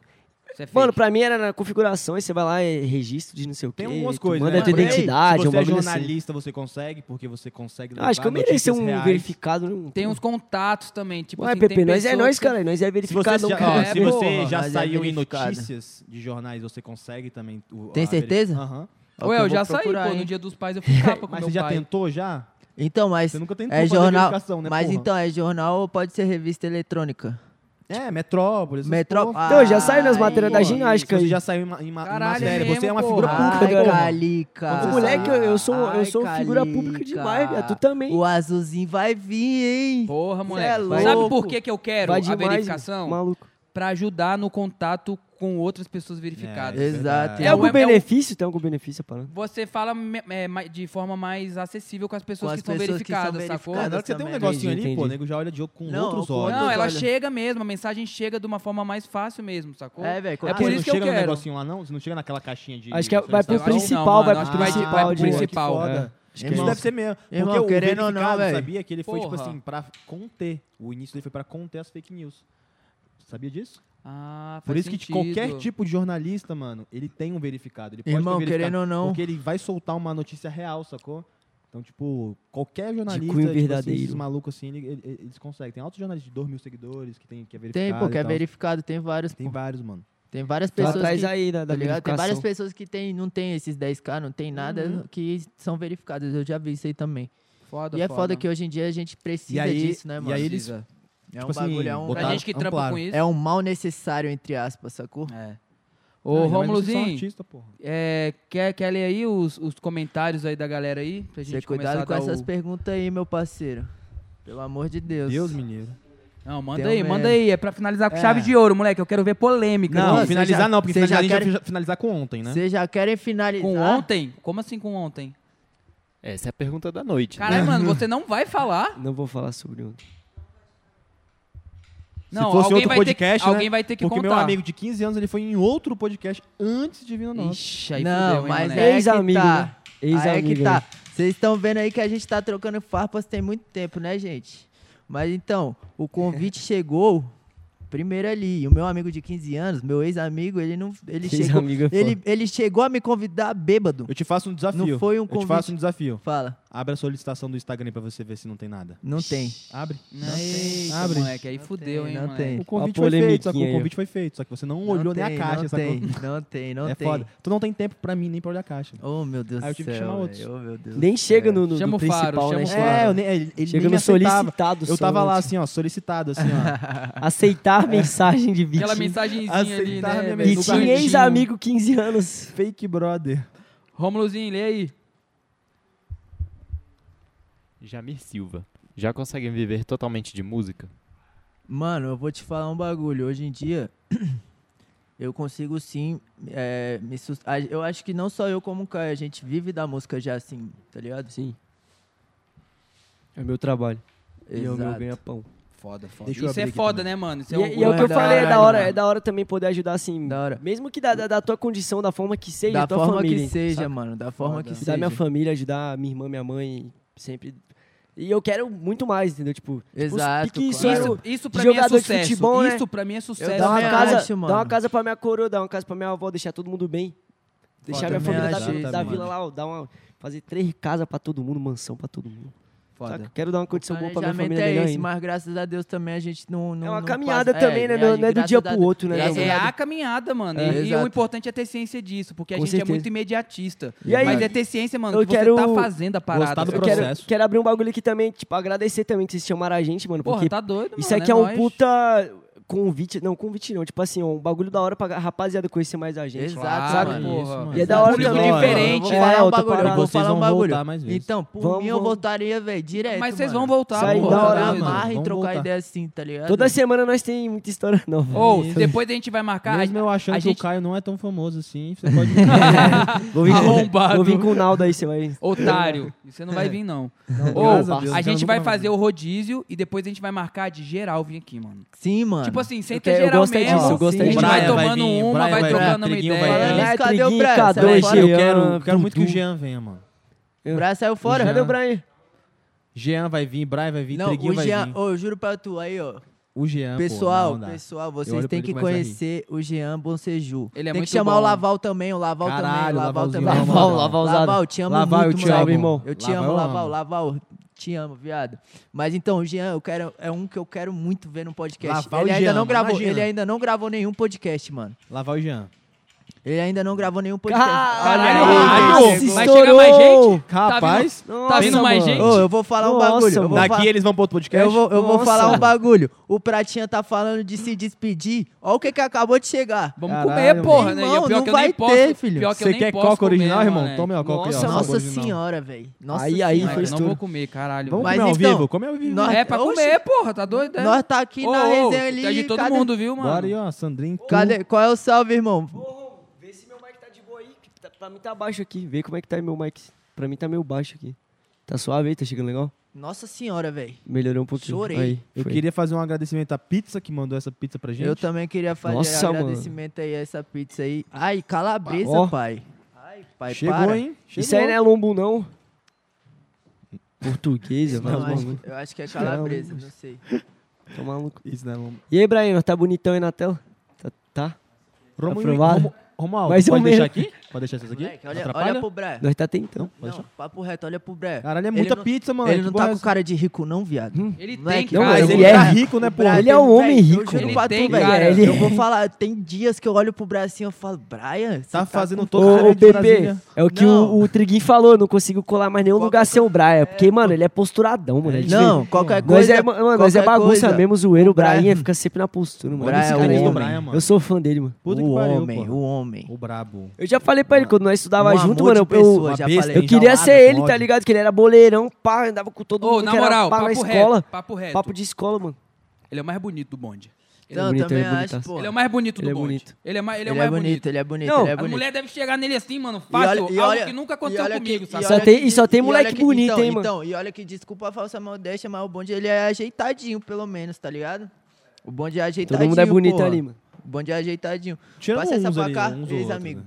Isso é fake.
Mano, pra mim era na configuração, aí você vai lá e registro de não sei o quê.
Tem algumas
tu
coisas,
Manda
né?
a tua
Por aí,
identidade,
se
é um
você é
bagulho assim.
jornalista, você consegue, porque você consegue
Ah, acho que eu
levar notícias
mereço um
reais.
verificado. Não...
tem uns contatos também, tipo
Ué,
assim,
Pepe,
tem
nós é
pessoas
nós,
que-
cara. Nós é
Se você,
verificado.
já,
cara.
ó,
é,
se você
porra,
já
mas é
saiu em
verificado.
notícias de jornais, você consegue também. o-
Tem
a veri-
certeza?
Aham.
Ó,
Ué,
que
eu,
eu
já
vou
saí,
procurar,
pô. No
hein.
dia dos pais eu fui tapa com
Mas
meu
você já
pai.
tentou já?
Então, mas
Você nunca tentou
é
fazer
jornal,
verificação, né,
mas
porra?
então é jornal ou pode ser revista eletrônica?
É, Metrópolis. essas
Metró-
porra.
Então, já saiu nas
Ai,
matérias da
porra.
Se
ginástica
Você
aí.
já saiu em, ma- em ma- em
Caralho,
matéria,
mesmo,
você é uma
porra.
figura pública,
Ai,
cara.
porra.
Calica.
Ô, moleque, eu- eu sou- eu
Ai,
sou figura
Calica.
pública demais,
é
viado. Tu também.
O azulzinho vai vir, hein?
Porra,
Cê é
moleque.
louco.
Sabe por que, que eu quero
Vai
a
demais,
verificação?
Maluco.
Pra ajudar no contato com outras pessoas verificadas.
Exato.
Tem
É,
algum
é- é um-
benefício? Tem algum benefício a parada?
Você fala me- é, ma- de forma mais acessível com as pessoas,
Com
que,
as pessoas que são
são verificadas, sacou?
Cara, na hora que você tem um
Também.
negocinho
Entendi,
ali, pô, o
entendi.
nego já olha de com
Não,
outros
com
olhos.
Não, é
Todos
ela
olham.
chega mesmo, a mensagem chega de uma forma mais fácil mesmo, sacou?
É, velho.
É
quando
por
Ah, você
isso
não
que eu
chega no
quero.
negocinho lá, não? Você não chega naquela caixinha de.
Acho que é- vai pro
Eu acho que não,
principal,
mano.
vai pro
Acho que
principal, né?
Vai, vai pro
direto.
principal.
Foda. Acho que isso
Irmão,
deve ser mesmo. Porque
irmão,
o
querendo ou não,
verificado,
velho.
sabia que ele foi, tipo
Porra.
assim, pra conter. O início dele foi pra conter as fake news. Sabia disso?
Ah, faz
Por isso que
sentido.
qualquer tipo de jornalista, mano, ele tem um verificado. Ele pode
Irmão,
ter um verificado,
querendo ou não.
Porque ele vai soltar uma notícia real, sacou? Então, tipo, qualquer jornalista,
cunho
tipo assim,
verdadeiro.
esses malucos assim, ele- ele- eles conseguem. Tem altos jornalistas de 2 mil seguidores que, tem, que é verificado.
Tem, pô,
e
que é
tal.
verificado, tem vários.
Tem
pô.
vários, mano.
Tem várias
Tá
pessoas
atrás
que
aí da, da
Tá ligado? Tem várias
verificação.
pessoas que tem, não tem esses 10k, não tem nada que são verificadas. Eu já vi isso aí também.
Foda,
e é foda, que hoje em dia a gente precisa
aí-
disso, né,
e
mano?
aí eles
Precisa. é um
tipo assim,
bagulho, é um,
Pra
botaram-
gente que trampa
amplaram.
com isso.
é um mal necessário, entre aspas, sacou?
É. Ô,
Ah, ainda mais vocês são
Romulozinho,
artista, porra.
é, quer, quer ler aí os, os comentários aí da galera aí? Pra gente
Você
começar a
cuidado com
dar
essas
o-
perguntas aí, meu parceiro. Pelo amor de Deus.
Deus me livre.
Não, manda
Deu
aí,
merda.
manda aí. É pra finalizar com chave
É.
de ouro, moleque. Eu quero ver polêmica.
Não,
aqui.
Não, finalizar
já-
não, porque
vocês já
finalizar, a gente vai finalizar com ontem, né?
Vocês já querem finalizar?
Com ontem? Como assim com ontem?
Essa é a pergunta da noite. né?
Caralho, mano, você não vai falar?
Não vou falar sobre o.
Não,
fosse
alguém
outro
vai ter que,
podcast, né?
alguém vai ter que
Porque
contar.
meu amigo de 15 anos, ele foi em outro podcast antes de vir no nosso.
Ixi, aí
não,
fudeu, hein,
mas
moleque.
é
Ex-amigo,
que tá.
né? Ex-amigo.
Aí é que tá.
né?
Vocês estão vendo aí que a gente tá trocando farpas tem muito tempo, né, gente? Mas então, o convite chegou primeiro ali. E o meu amigo de 15 anos, meu ex-amigo, ele não. Ele chegou,
Ex-amigo é foda.
ele, ele chegou a me convidar bêbado.
Eu te faço um desafio.
Não foi um
Eu te
convite.
faço um desafio.
Fala.
Abre a solicitação do Instagram aí pra você ver se não tem nada.
Não tem.
Abre.
Não, Eita,
Abre.
moleque, aí fudeu,
tem,
hein,
é- não
moleque.
tem.
O convite
Ó a
foi feito, sacou?
polemiquinha
O
aí, ó.
convite foi feito, só que você não,
Não
olhou nem
tem,
a caixa,
não
sacou?
tem, não tem, não
é
tem.
foda. Tu não tem tempo pra mim nem pra olhar a caixa.
Oh, meu Deus
Aí eu
do
tive que
céu,
chamar outros.
velho. Oh, meu Deus.
Nem
do
chega
céu.
no, no,
Chama
no
o Faro,
principal,
chama
né?
o Faro.
É, eu nem, ele, ele
Chega
nem
no
me aceitava.
solicitado.
Eu tava
só,
lá
né?
assim, ó, solicitado, assim, ó.
Aceitar mensagem de Vitinho.
Aquela mensagenzinha ali,
Aceitar
né?
minha
velho, no
mensagem.
Vitinho,
cantinho.
ex-amigo, 15 anos.
Fake brother.
Romulozinho, lê aí.
Jamir Silva. Já conseguem viver totalmente de música?
Mano, eu vou te falar um bagulho. Hoje em dia, eu consigo sim é, me sus- a- Eu acho que não só eu como o Caio, a gente vive da música já assim, tá ligado?
Sim. É meu trabalho. E é o meu
Exato.
ganha-pão.
Foda, foda.
Isso é foda, né, mano? Isso
E,
é um
é- e é o que eu
da
falei, é
hora,
da hora,
mano.
é da hora também poder ajudar assim.
Da hora.
Mesmo que da, da, da tua condição, da forma que seja,
Da
tua
forma
família.
que seja,
saca?
mano. Da forma que
Ajudar
seja.
minha família, ajudar minha irmã, minha mãe, sempre. E eu quero muito mais, entendeu? Tipo,
Exato,
tipo, os- que
claro.
isso,
Isso, isso pra mim é
Jogador de
sucesso.
futebol, né?
Isso pra mim é sucesso.
Eu
Dar uma,
também
casa,
acho,
dar uma
mano.
casa pra minha coroa, dar uma casa pra minha avó, deixar todo mundo bem. Deixar minha
também
família da,
acho isso,
da
mano.
vila lá, ó, dar uma, fazer três casas pra todo mundo, mansão pra todo mundo.
Foda.
Saca? Quero dar uma condição boa pra minha
Planejamento
família
é
melhor
esse,
ainda.
mas graças a Deus também a gente não. não
É uma
não
caminhada
passa-
também, né?
é,
Não- não é do
graças
dia
a
pro
Deus-
outro, né?
graças
É, é
a
a caminhada, mano.
É,
e, e o
exato.
importante é ter ciência disso, porque a
Com
gente é
certeza.
muito imediatista.
E aí,
Mas é ter ciência, mano,
eu
que
quero
você tá fazendo a parada.
gostar do
sacou?
eu quero,
processo.
quero abrir um bagulho aqui também, tipo, agradecer também que vocês chamaram a gente, mano.
Porra,
porque
tá doido,
isso
mano.
aqui é, um
nóis.
puta convite. Não, convite não. Tipo assim, um bagulho da hora pra rapaziada conhecer mais a gente.
Exato,
sabe?
mano,
Isso,
porra.
mano.
E é da hora
Público
também.
diferente.
Vou
É,
falar um
outra
bagulho,
parada.
vou
Vocês
falar um
vão
bagulho.
voltar mais vezes.
Então, por
Vamos,
mim eu
vamos.
voltaria, velho, direto.
Mas vocês
mano.
vão voltar,
Sair
pô.
é da hora,
tá
Dá uma
doido.
mano.
marra e
Vamos
trocar
voltar.
ideia assim, tá ligado?
Toda semana nós tem muita história nova.
Ou, depois a gente vai marcar.
Mesmo
a-
eu achando
a
que
gente-
o Caio não é tão famoso assim, você pode...
Vou vir,
Arrombado.
com, vou vir com o Naldo aí, você vai.
Otário, você não
É.
vai vir, não.
graças a
Ou,
Deus,
a
cara,
gente
nunca
vai
mais.
fazer o rodízio e depois a gente vai marcar de geral vir aqui, mano.
Sim, mano.
Tipo assim, sem
Eu
ter
quero- eu
geral
gosto é
mesmo.
disso, eu gosto
a
é
gente
disso.
vai
Brian vai
tomando
vir,
uma,
Brian
vai
vai
trocando
vir,
uma
Triguinho
ideia.
vai vir.
Aliás, cadê
É, Triguinho,
o Brian?
K2,
Sai fora.
Eu
Jean,
quero, quero muito que o
Então, é Dudu.
Jean venha, mano.
O Brian saiu fora.
O
Cadê o
Jean?
Brian?
Jean vai vir, Brian vai vir,
Não,
Triguinho
o
vai
Jean,
vir.
ô, eu juro pra tu, aí, ó.
O Jean,
pessoal,
pô, não dá.
pessoal,
Eu
vocês
olho pra
têm
ele
que
e começo a rir.
conhecer o Jean Bonseju.
Ele é
Tem
muito
que chamar
bom.
o Laval também, o Laval
Caralho,
também, o Laval
Lavalzinho,
também.
Laval,
Lavalzado.
Laval, te amo
Laval, eu
muito,
te
moleque.
amo, irmão.
Eu te
Laval,
amo,
eu
Laval,
amo.
Laval, te amo, viado. Mas então, o Jean, eu quero, é um que eu quero muito ver no podcast.
Laval
ele
e
ainda
Jean,
não gravou,
imagina.
ele ainda não gravou nenhum podcast, mano.
Lá vai o Jean.
Ele ainda não gravou nenhum podcast.
Caralho,
Caralho,
nossa,
vai chegar mais
estourou. um
gente?
Rapaz,
tá vindo, tá vindo
nossa,
mais
mano.
gente?
Ô, eu vou falar um
Nossa,
bagulho. Eu vou
mano.
daqui
fa-
eles vão pro outro podcast?
Eu vou, eu vou
Nossa.
falar um bagulho. O Pratinha tá falando de se despedir. Olha o que, que acabou de chegar.
Vamos
Caralho,
comer,
mano.
porra, né? E o
Irmão,
pior
não
que eu nem
vai
posso,
ter, filho.
Pior que eu
Você
nem
quer
posso
coca
comer, né?
original, irmão?
moleque.
Toma a coca aí, ó.
Nossa,
sabor
Nossa
original.
senhora, velho. Nossa
Aí, aí,
Moleque,
senhora.
foi
eu não
estouro.
vou comer, caralho.
Vamos
Mas
comer ao
então-
vivo? Come ao vivo.
Nós-
É pra
Oxe,
comer, porra, tá doido? é?
Nós tá aqui
Ô,
na
ô,
resenha ali.
tá de todo
cadê-
mundo, viu, mano?
Bora aí, ó, Sandrinho.
Cadê? Qual é o salve, irmão?
Vê se meu mic tá de boa aí. que tá- Pra mim tá baixo aqui. Vê como é que tá meu mic. Pra mim tá meio baixo aqui. Tá suave aí, tá chegando legal?
Nossa senhora, velho.
Melhorou um pouquinho.
Chorei.
Aí,
Eu
foi.
queria fazer um agradecimento à pizza que mandou essa pizza pra gente.
Eu também queria fazer
Nossa, mano.
agradecimento aí a essa pizza aí. Ai, calabresa,
Ó.
pai. Ai, pai,
Chegou,
para.
hein?
Isso aí não é lombo, não. Portuguesa,
Não,
mano.
acho- eu acho que é calabresa, não sei.
Tá maluco.
Isso, né, Lom-
E aí, Brian, tá bonitão aí na tela? Tá? tá?
Romulo-
Aprovado?
Romu- Romualdo,
Mais ou
pode deixar
menos.
aqui? Pode deixar isso aqui?
Moleque, olha,
Atrapalha?
olha pro Bré.
Nós tá tentando.
Não, papo reto, olha pro Bré.
Caralho, é
Ele
muita
não-
pizza, mano. é
Ele não tá com cara de rico, não, viado.
Ele
Moleque,
tem
não,
cara,
mas
ele
ele é
tá-
rico, né, porra?
Brá
Ele é
tem-
um homem
véi,
rico.
Eu juro
Ele
pra
tem
tu, velho.
cara.
Ele-
Eu vou falar, tem dias que eu olho pro Brá assim, eu falo, Brian, você
Tá fazendo
com
todo
cara
Ô, ô
de
Pepe,
Brasília.
é o que
Não.
o, o Triguinho falou, não consigo colar mais nenhum
Qual-
lugar sem o Braia. Porque, mano, ele é posturadão, mano. é diferente.
Não, qualquer
Nós
coisa.
é, mano, nós é
qualquer
bagunça
coisa.
mesmo, zoeiro. O
Braia-
Brainha fica sempre na postura, mano.
Braia
Esse
é
cara
o
é
homem.
demais.
Braia, mano.
Eu sou fã dele, mano.
Puta
o
que pariu,
homem,
pô.
o homem.
O brabo.
Eu já falei pra ele, quando nós estudava
Um
junto,
amor de
mano, eu,
pessoa,
eu,
já
besta
falei.
eu queria
enjaulada
ser
com
ele, tá
ódio.
ligado? Que ele era boleirão, pá, andava com todo
Ô,
mundo.
na
que era
moral,
pá
papo
na
reto,
escola.
papo reto.
Papo de escola, mano.
Ele é o mais bonito do bonde.
Ele é
Não, eu
bonito,
também
ele é
acho,
bonitaço.
pô.
Ele é o mais bonito do
Ele é
bonde.
bonito.
Ele é, mais, ele
Ele
é o
é
mais
bonito,
bonito.
ele é bonito,
Não,
ele é
A
bonito.
mulher deve chegar nele assim, mano,
E olha-
fácil.
e
algo
olha-
que nunca
e
aconteceu
olha que-
comigo, sabe?
Só
olha
tem-
que
e só
diz-
tem
e
moleque
olha que-
bonito,
então,
hein, mano?
Então, e olha que desculpa a falsa modéstia, mas o bonde ele é ajeitadinho, pelo menos, tá ligado? O bonde é ajeitadinho.
Todo mundo é bonito
porra.
ali, mano.
O bonde é ajeitadinho.
Tirando
Passa essa
uns
pra
ali,
cá,
uns ou outros, né?
ex-amigo.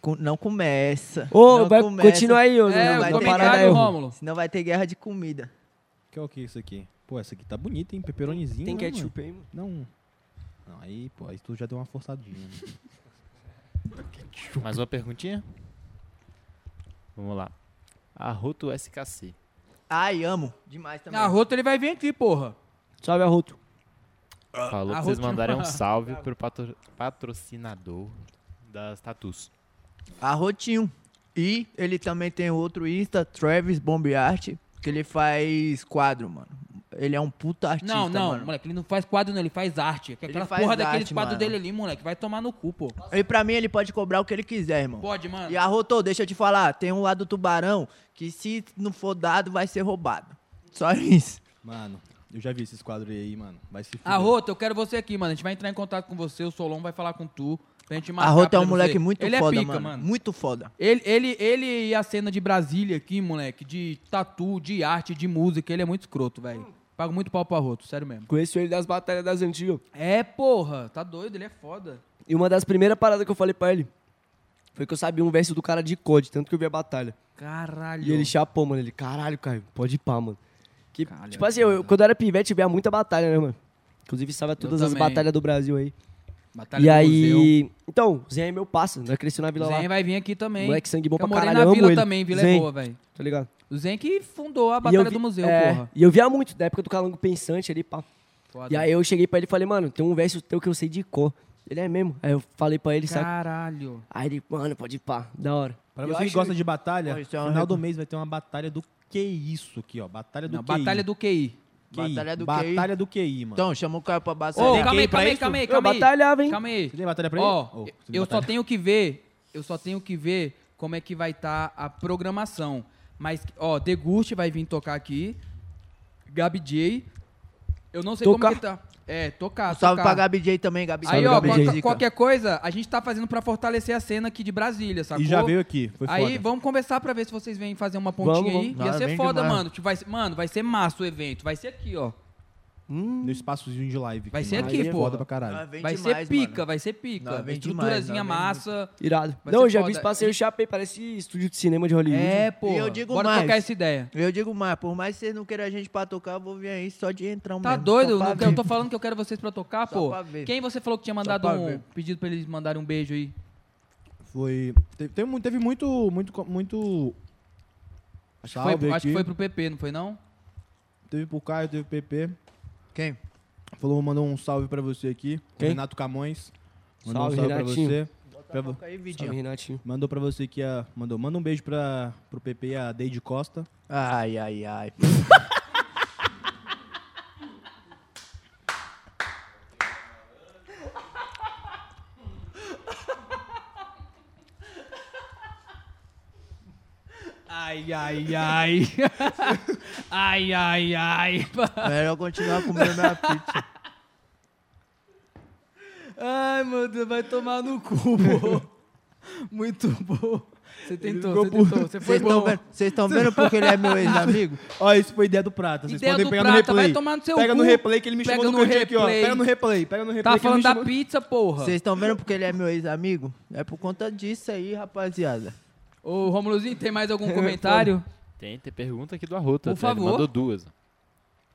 Com- não começa.
Ô,
não
vai,
começa.
continua aí, ô.
É,
na-
vai
o
na
ter
parada
comentário
aí,
do
ô.
Rômulo.
Senão vai ter guerra de comida.
Que é o que isso aqui? Pô, essa aqui tá bonita, hein? Peperonizinho.
Tem
né, mano?
ketchup aí, mano.
Não. Não, aí, pô, aí tu já deu uma forçadinha. né?
Mais uma perguntinha? Vamos lá. Arroto SKC.
Ai, amo. Demais também.
Na rota ele vai vir aqui, porra.
Salve, Arroto.
Falou pra
Arroto
vocês
de
mandarem um
mar-
salve pro patro- patrocinador das tatus.
Arrotinho. E ele também tem outro Insta, Travis Bombiarte, que ele faz quadro, mano. Ele é um puta artista,
Não, não,
mano.
moleque, ele não faz quadro, não, ele faz arte. Que
Ele
Aquela
faz
porra daquele
arte,
quadro
mano.
dele ali, moleque, vai tomar no cu, pô.
E pra mim ele pode cobrar o que ele quiser, irmão.
Pode, mano.
E arrotou, deixa eu te falar, tem um lado do tubarão que se não for dado, vai ser roubado. Só isso.
Mano, eu já vi esses quadros aí, mano. Vai se fuder.
A Rota, eu quero você aqui, mano. A gente vai entrar em contato com você, o Solon vai falar com tu. Pra gente marcar
Arroto é
pra
um moleque
você.
muito
ele
foda,
é pica,
mano. Muito foda.
Ele, ele, ele e a cena de Brasília aqui, moleque, de tatu, de arte, de música, ele é muito escroto, velho. Pago muito pau pro Arroto, sério mesmo.
Conheço ele das batalhas das antigas.
É, porra, tá doido, ele é foda.
E uma das primeiras paradas que eu falei pra ele foi que eu sabia um verso do cara de code, tanto que eu vi a batalha.
Caralho.
E ele chapou, mano. Ele, caralho, Caio, pode ir pá, mano. Que, tipo assim, eu, eu- quando eu era pivete, eu via muita batalha, né, mano? Inclusive, salve a todas as
também.
batalhas do Brasil aí.
Batalha do
e
Tá Museu.
aí. Então, o Zen é meu passo, né? Cresceu na Vila
O Zen
lá.
vai vir aqui também.
Moleque sangue bom
Eu
pra
morei
caralho,
na
eu amo
Vila
ele.
também, Vila
Zen.
é boa, velho.
Tá ligado?
O Zen que fundou a
E eu
Batalha
vi-
do Museu,
é,
porra.
E eu via muito, da época do Calango Pensante ali, pá.
Foda.
E aí eu cheguei pra ele e falei, mano, tem um verso teu que eu sei de cor. Ele é mesmo. Aí eu falei pra ele, sabe?
Caralho.
Aí ele, mano, pode ir pá, da hora.
Pra
Eu
você que
acho-
gosta de batalha,
Ó, isso é uma
no final
regu-
do mês vai ter uma batalha do que isso aqui, ó. Batalha do
Não,
QI.
Batalha do QI.
QI.
Batalha do QI.
Batalha do QI, mano.
Então, chama o cara pra batalha.
Ô,
Tem
calma aí,
gay pra
calma aí,
isso?
calma aí,
Eu
calma aí.
batalhava, hein?
Calma aí.
Você tem batalha pra ele?
Ó,
Ou você tem
eu só
batalha?
tenho que ver, eu só tenho que ver como é que vai estar a programação. Mas, ó, Deguste vai vir tocar aqui. Gabi J. Eu não sei
Tocar?
como que tá. É, tocar,
Um salve
tocar.
pra Gabi J também, Gabi
Aí,
J.
ó, é,
Gabi J.
qualquer,
Zica.
qualquer coisa, a gente tá fazendo pra fortalecer a cena aqui de Brasília, sacou?
E já veio aqui. Foi
Aí
foda.
vamos conversar pra ver se vocês vêm fazer uma pontinha
Vamos,
aí.
vamos.
Ia
Ah,
ser
vem
foda,
demais.
mano. Tipo, vai ser- mano, vai ser massa o evento. Vai ser aqui, ó.
No espaçozinho de live.
Vai
aqui,
ser
mano.
aqui,
Aí é
pô.
Foda pra caralho.
Nós vem
Vai
demais,
ser pica,
mano.
vai ser pica.
Não, vem
Estruturazinha
demais, não,
massa.
Irado.
Vai
não,
ser
eu já
foda.
vi isso passei, eu chapei, parece estúdio de cinema de Hollywood.
É, pô.
E eu digo
Bora
mais.
trocar essa ideia.
Eu digo mais, por mais que vocês não queiram a gente pra tocar, eu vou vir aí só de entrar um
Tá
mesmo,
doido?
só pra
Eu, eu
ver.
tô falando que eu quero vocês pra tocar,
Só
pô.
pra ver.
Quem você falou que tinha mandado
pra
um
ver.
pedido pra eles mandarem um beijo aí?
Foi. Teve, teve mu- teve muito. Muito. co- muito
Acho,
salve
que, foi, acho que
aqui.
foi pro PP, não foi não?
Teve pro Caio, teve pro PP.
Quem?
Falou, mandou um salve pra você aqui. O
Quem?
Renato Camões. Mandou
Salve,
um salve
Renatinho.
pra você. Pra vo-
Toca aí,
Salve,
Vidinho.
Renatinho.
Mandou pra você que a. Mandou. Manda um beijo pra, pro PP e a Deide Costa.
Ai, ai, ai.
Ai, ai, ai. ai, ai, ai.
Melhor continuar comendo minha pizza.
Ai, meu Deus, vai tomar no cu, pô. Muito bom. Você tentou, você tentou. Você foi
Vocês
bom.
estão vendo, vocês tão vendo porque ele é meu ex-amigo?
Ó, isso foi ideia do Prata. Vocês
Ideia
podem
do
pegar no
Prata,
replay.
vai tomar no seu
Pega no
cu,
replay que ele me
pega
chamou no
no
cantinho aqui, ó.
replay.
Pega no replay, pega no replay.
Tá
que ele
falando
me
da
chamou-
pizza, porra.
Vocês estão vendo porque ele é meu ex-amigo? É por conta disso aí, rapaziada.
Ô, Romulozinho, tem mais algum comentário?
Tem, tem pergunta aqui do Arroto.
Por
até, ele
favor.
mandou duas.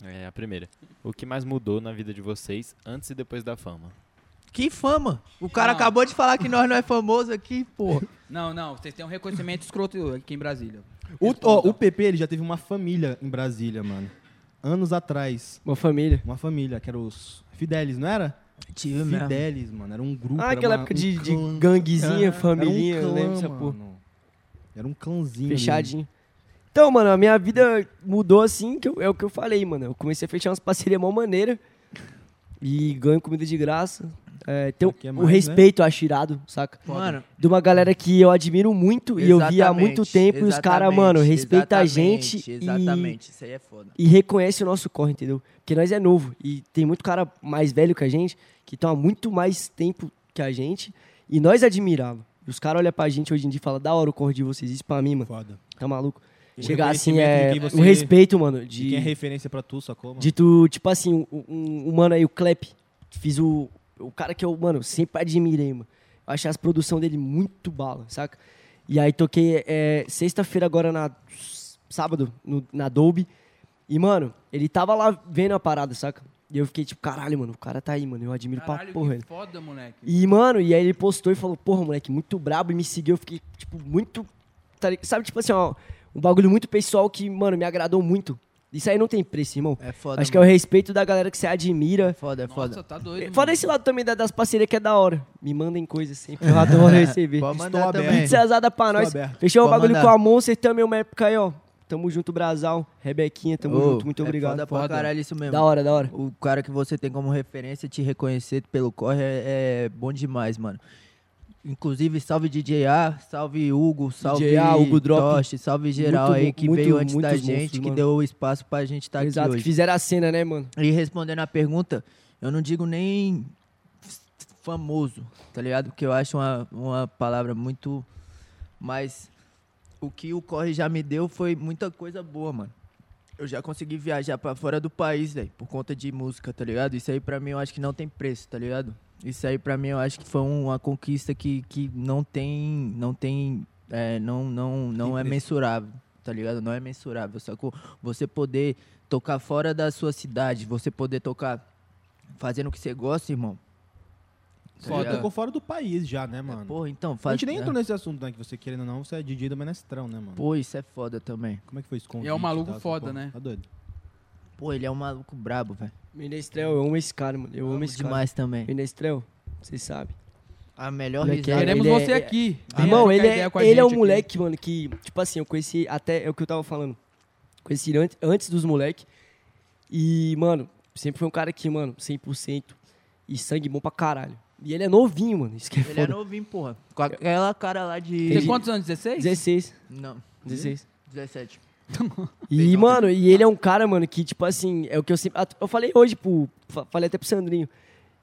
É, a primeira. O que mais mudou na vida de vocês antes e depois da fama?
Que fama. O cara
Ah.
Não.
acabou de falar que nós não é famoso aqui, pô.
Não, não, vocês têm um reconhecimento escroto aqui em Brasília.
O, ó, o PP ele já teve uma família em Brasília, mano. Anos atrás.
Uma família?
Uma família, que era os Fidelis, não era?
Tive
mesmo.
Fidelis, mano. Era um grupo.
Ah,
era
aquela
uma-
época
um
de, de
clã.
ganguezinha,
É,
familhinha,
era
eu
um
lembro
clã,
dessa
mano.
porra.
Era um clãzinho. ali.
Fechadinho. Então, mano, a minha vida mudou assim, que eu- é o que eu falei, mano. Eu comecei a fechar umas parcerias mó maneira. E ganho comida de graça. É, tem o-
Aqui é
o
mais,
respeito, eu acho irado, saca?
Mano.
De uma galera que eu admiro muito e eu vi há muito tempo. E os caras, mano, respeita a gente. e-
Exatamente, isso aí é foda.
e reconhece o nosso corre, entendeu? Porque nós é novo e tem muito cara mais velho que a gente, que tá há muito mais tempo que a gente, e nós admirava. E Os caras olham pra gente hoje em dia e falam, da hora o corre de vocês, isso pra mim, mano.
Foda.
Tá maluco?
O
Chegar assim
reconhecimento
é
de quem você-
o respeito, mano,
De quem é
de,
referência pra tu, sacou, mano?
de tu, tipo assim, um, um- um mano aí, o Clep, fiz o, o cara que eu, mano, sempre admirei, mano. Eu achei as produções dele muito bala, saca? E aí toquei é, sexta-feira agora na sábado, no- na Dolby. E, mano, ele tava lá vendo a parada, saca? E eu fiquei tipo, caralho, mano, o cara tá aí, mano, eu admiro pra
Caralho,
porra
que
ele.
foda, moleque.
E, mano, e aí ele postou e falou, porra, moleque, muito brabo, e me seguiu, eu fiquei, tipo, muito, tá li- sabe, tipo assim, ó, um bagulho muito pessoal que, mano, me agradou muito. Isso aí não tem preço, irmão.
É foda,
Acho que é o
mano.
respeito da galera que você admira.
Foda, é
Nossa, tá doido,
Fora esse lado também da- das parcerias que é da hora. Me mandem coisas sempre. Eu adoro receber.
Pode mandar
Estou
também.
aberto. Pizza azada pra
Estou
nós.
aberto.
Fechou o
Pode
bagulho
mandar.
com a Monster também, uma época aí, ó. Tamo junto, Brasal. Rebequinha, tamo
Ô,
junto. Muito
é
obrigado.
Foda pra caralho isso mesmo.
Da hora, da hora.
O cara que você tem como referência te reconhecer pelo corre é, é bom demais, mano. Inclusive, salve DJ A, salve Hugo, salve
DJ A, Hugo Drop.
Toshi, salve geral
Muito
aí
mo-
que
muito-
veio antes da
muitos
gente,
monstros,
que
mano.
deu o espaço pra gente estar
Exato,
Tá aqui
que
hoje.
fizeram a cena, né, mano?
E respondendo a pergunta, eu não digo nem f- famoso, tá ligado? Porque eu acho uma, uma palavra muito. Mas o que o corre já me deu foi muita coisa boa, mano. Eu já consegui viajar pra fora do país, velho, por conta de música, tá ligado? Isso aí pra mim eu acho que não tem preço, tá ligado? Isso aí pra mim eu acho que foi uma conquista que, que não tem. Não tem. é, não não, não é mensurável, tá ligado? Não é mensurável, sacou? Você poder tocar fora da sua cidade, você poder tocar fazendo o que você gosta, irmão. Tá
Foda.
ligado?
tocou fora do país já, né, mano?
Porra, então,
a
faz...
gente nem
é.
entrou nesse assunto, né? Que você querendo ou não, você é DJ do Menestrão, né, mano?
Pô, isso é foda também.
Como é que foi isso?
E é um maluco foda, né?
Tá doido.
Pô, ele é um maluco brabo, velho.
Menestrel, eu amo esse cara, mano. Eu amo esse cara.
demais também.
Menestrel, vocês sabem.
A melhor
Moleque,
risada.
Queremos
Ele é-
você aqui. Venha
Irmão,
trocar
ele é,
ideia com a
ele é um
gente aqui.
moleque, mano, que, tipo assim, eu conheci até, é o que eu tava falando, conheci ele antes, antes dos moleques. E, mano, sempre foi um cara que, mano, 100% e sangue bom pra caralho. E ele é novinho, mano, isso que é
Ele é
foda.
novinho, porra. Com aquela cara lá de...
Tem quantos anos? 16?
16,
Não,
16.
17.
Hum?
E, mano, e ele é um cara, mano, que, tipo assim, é o que eu sempre. Eu falei hoje pro. fa- Falei até pro Sandrinho.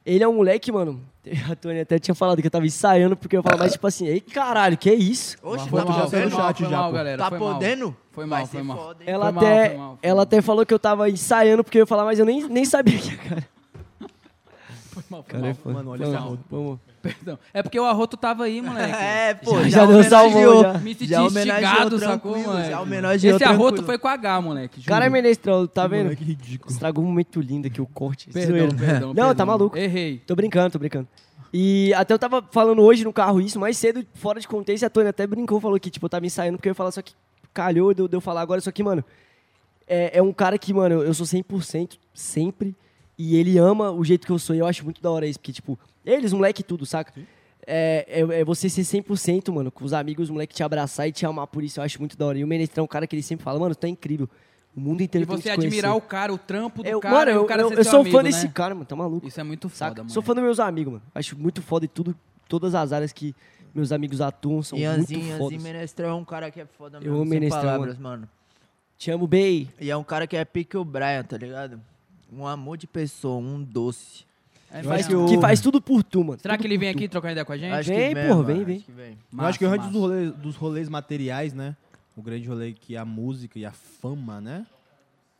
Ele é um moleque, mano. A Tony até tinha falado que eu tava ensaiando, porque eu falava, mas, tipo assim, ei, caralho, que isso?
Oxe,
Foi
tá,
mal, foi
podendo?
mal, foi mal, galera.
Tá
foi mal.
podendo?
Foi
Vai
mal,
ser
foi mal.
foda, hein?
Ela,
mal,
até,
foi mal, foi
ela
mal.
até falou que eu tava ensaiando porque eu ia falar, mas eu nem, nem sabia que cara.
Foi mal, foi
Cara, é
mal.
foda.
Mano, olha
Foi
esse
mal,
arroto.
foi mal.
Perdão. É porque o arroto tava aí, moleque.
É, pô,
Já- já deu
homenageou.
salvou, já.
Me senti
Já homenageou
instigado, sacou,
tranquilo,
moleque?
Já
Esse
homenageou
arroto
tranquilo.
foi com H, moleque. juro.
Cara, é menestrel, tá vendo?
Que ridículo.
Estragou um momento lindo aqui, o corte.
Perdão,
Zoeira.
perdão, perdão.
Não, tá maluco.
Errei.
Tô brincando, tô brincando. E até eu tava falando hoje no carro isso, mais cedo, fora de contexto, e a Tony até brincou, falou que, tipo, eu tava ensaiando porque eu ia falar, só que calhou de eu de eu falar agora, só que, mano, é, é um cara que, mano, eu sou 100% sempre, e ele ama o jeito que eu sou, e eu acho muito da hora isso, porque, tipo, eles, moleque e tudo, saca? É, é, é você ser 100%, mano, com os amigos, os moleque te abraçar e te amar por isso, eu acho muito da hora. E o Menestrão é um cara que ele sempre fala, mano, tá incrível, o mundo inteiro
E
tem que
você
te conhecer.
admirar o cara, o trampo do
Eu-
cara,
mano,
e
eu,
o cara
eu-
ser
eu
seu
sou
amigo,
fã
né?
desse cara, mano, tá maluco.
Isso é muito
Saca?
foda,
Sou
mano.
fã dos meus amigos, mano. Acho muito foda e tudo, todas as áreas que meus amigos atuam são
Ianzinho,
muito
Ianzinho
fodas.
Menestrel é um cara que é foda
Eu
mesmo,
amo
sem
Menestrel,
palavras, mano.
Te amo, Bey.
E é um cara que é pique o Brian, tá ligado? Um amor de pessoa, um doce.
É
Faz-
mesmo.
que faz tudo por tu, mano.
Será
Tudo
que ele
por
vem
tu.
aqui trocar ideia com a gente?
Acho
vem,
que vem,
porra,
mano,
vem,
acho
vem.
que vem.
Eu acho que
Massa,
antes dos
massa.
rolês, dos rolês materiais, né? O grande rolê que é a música e a fama, né?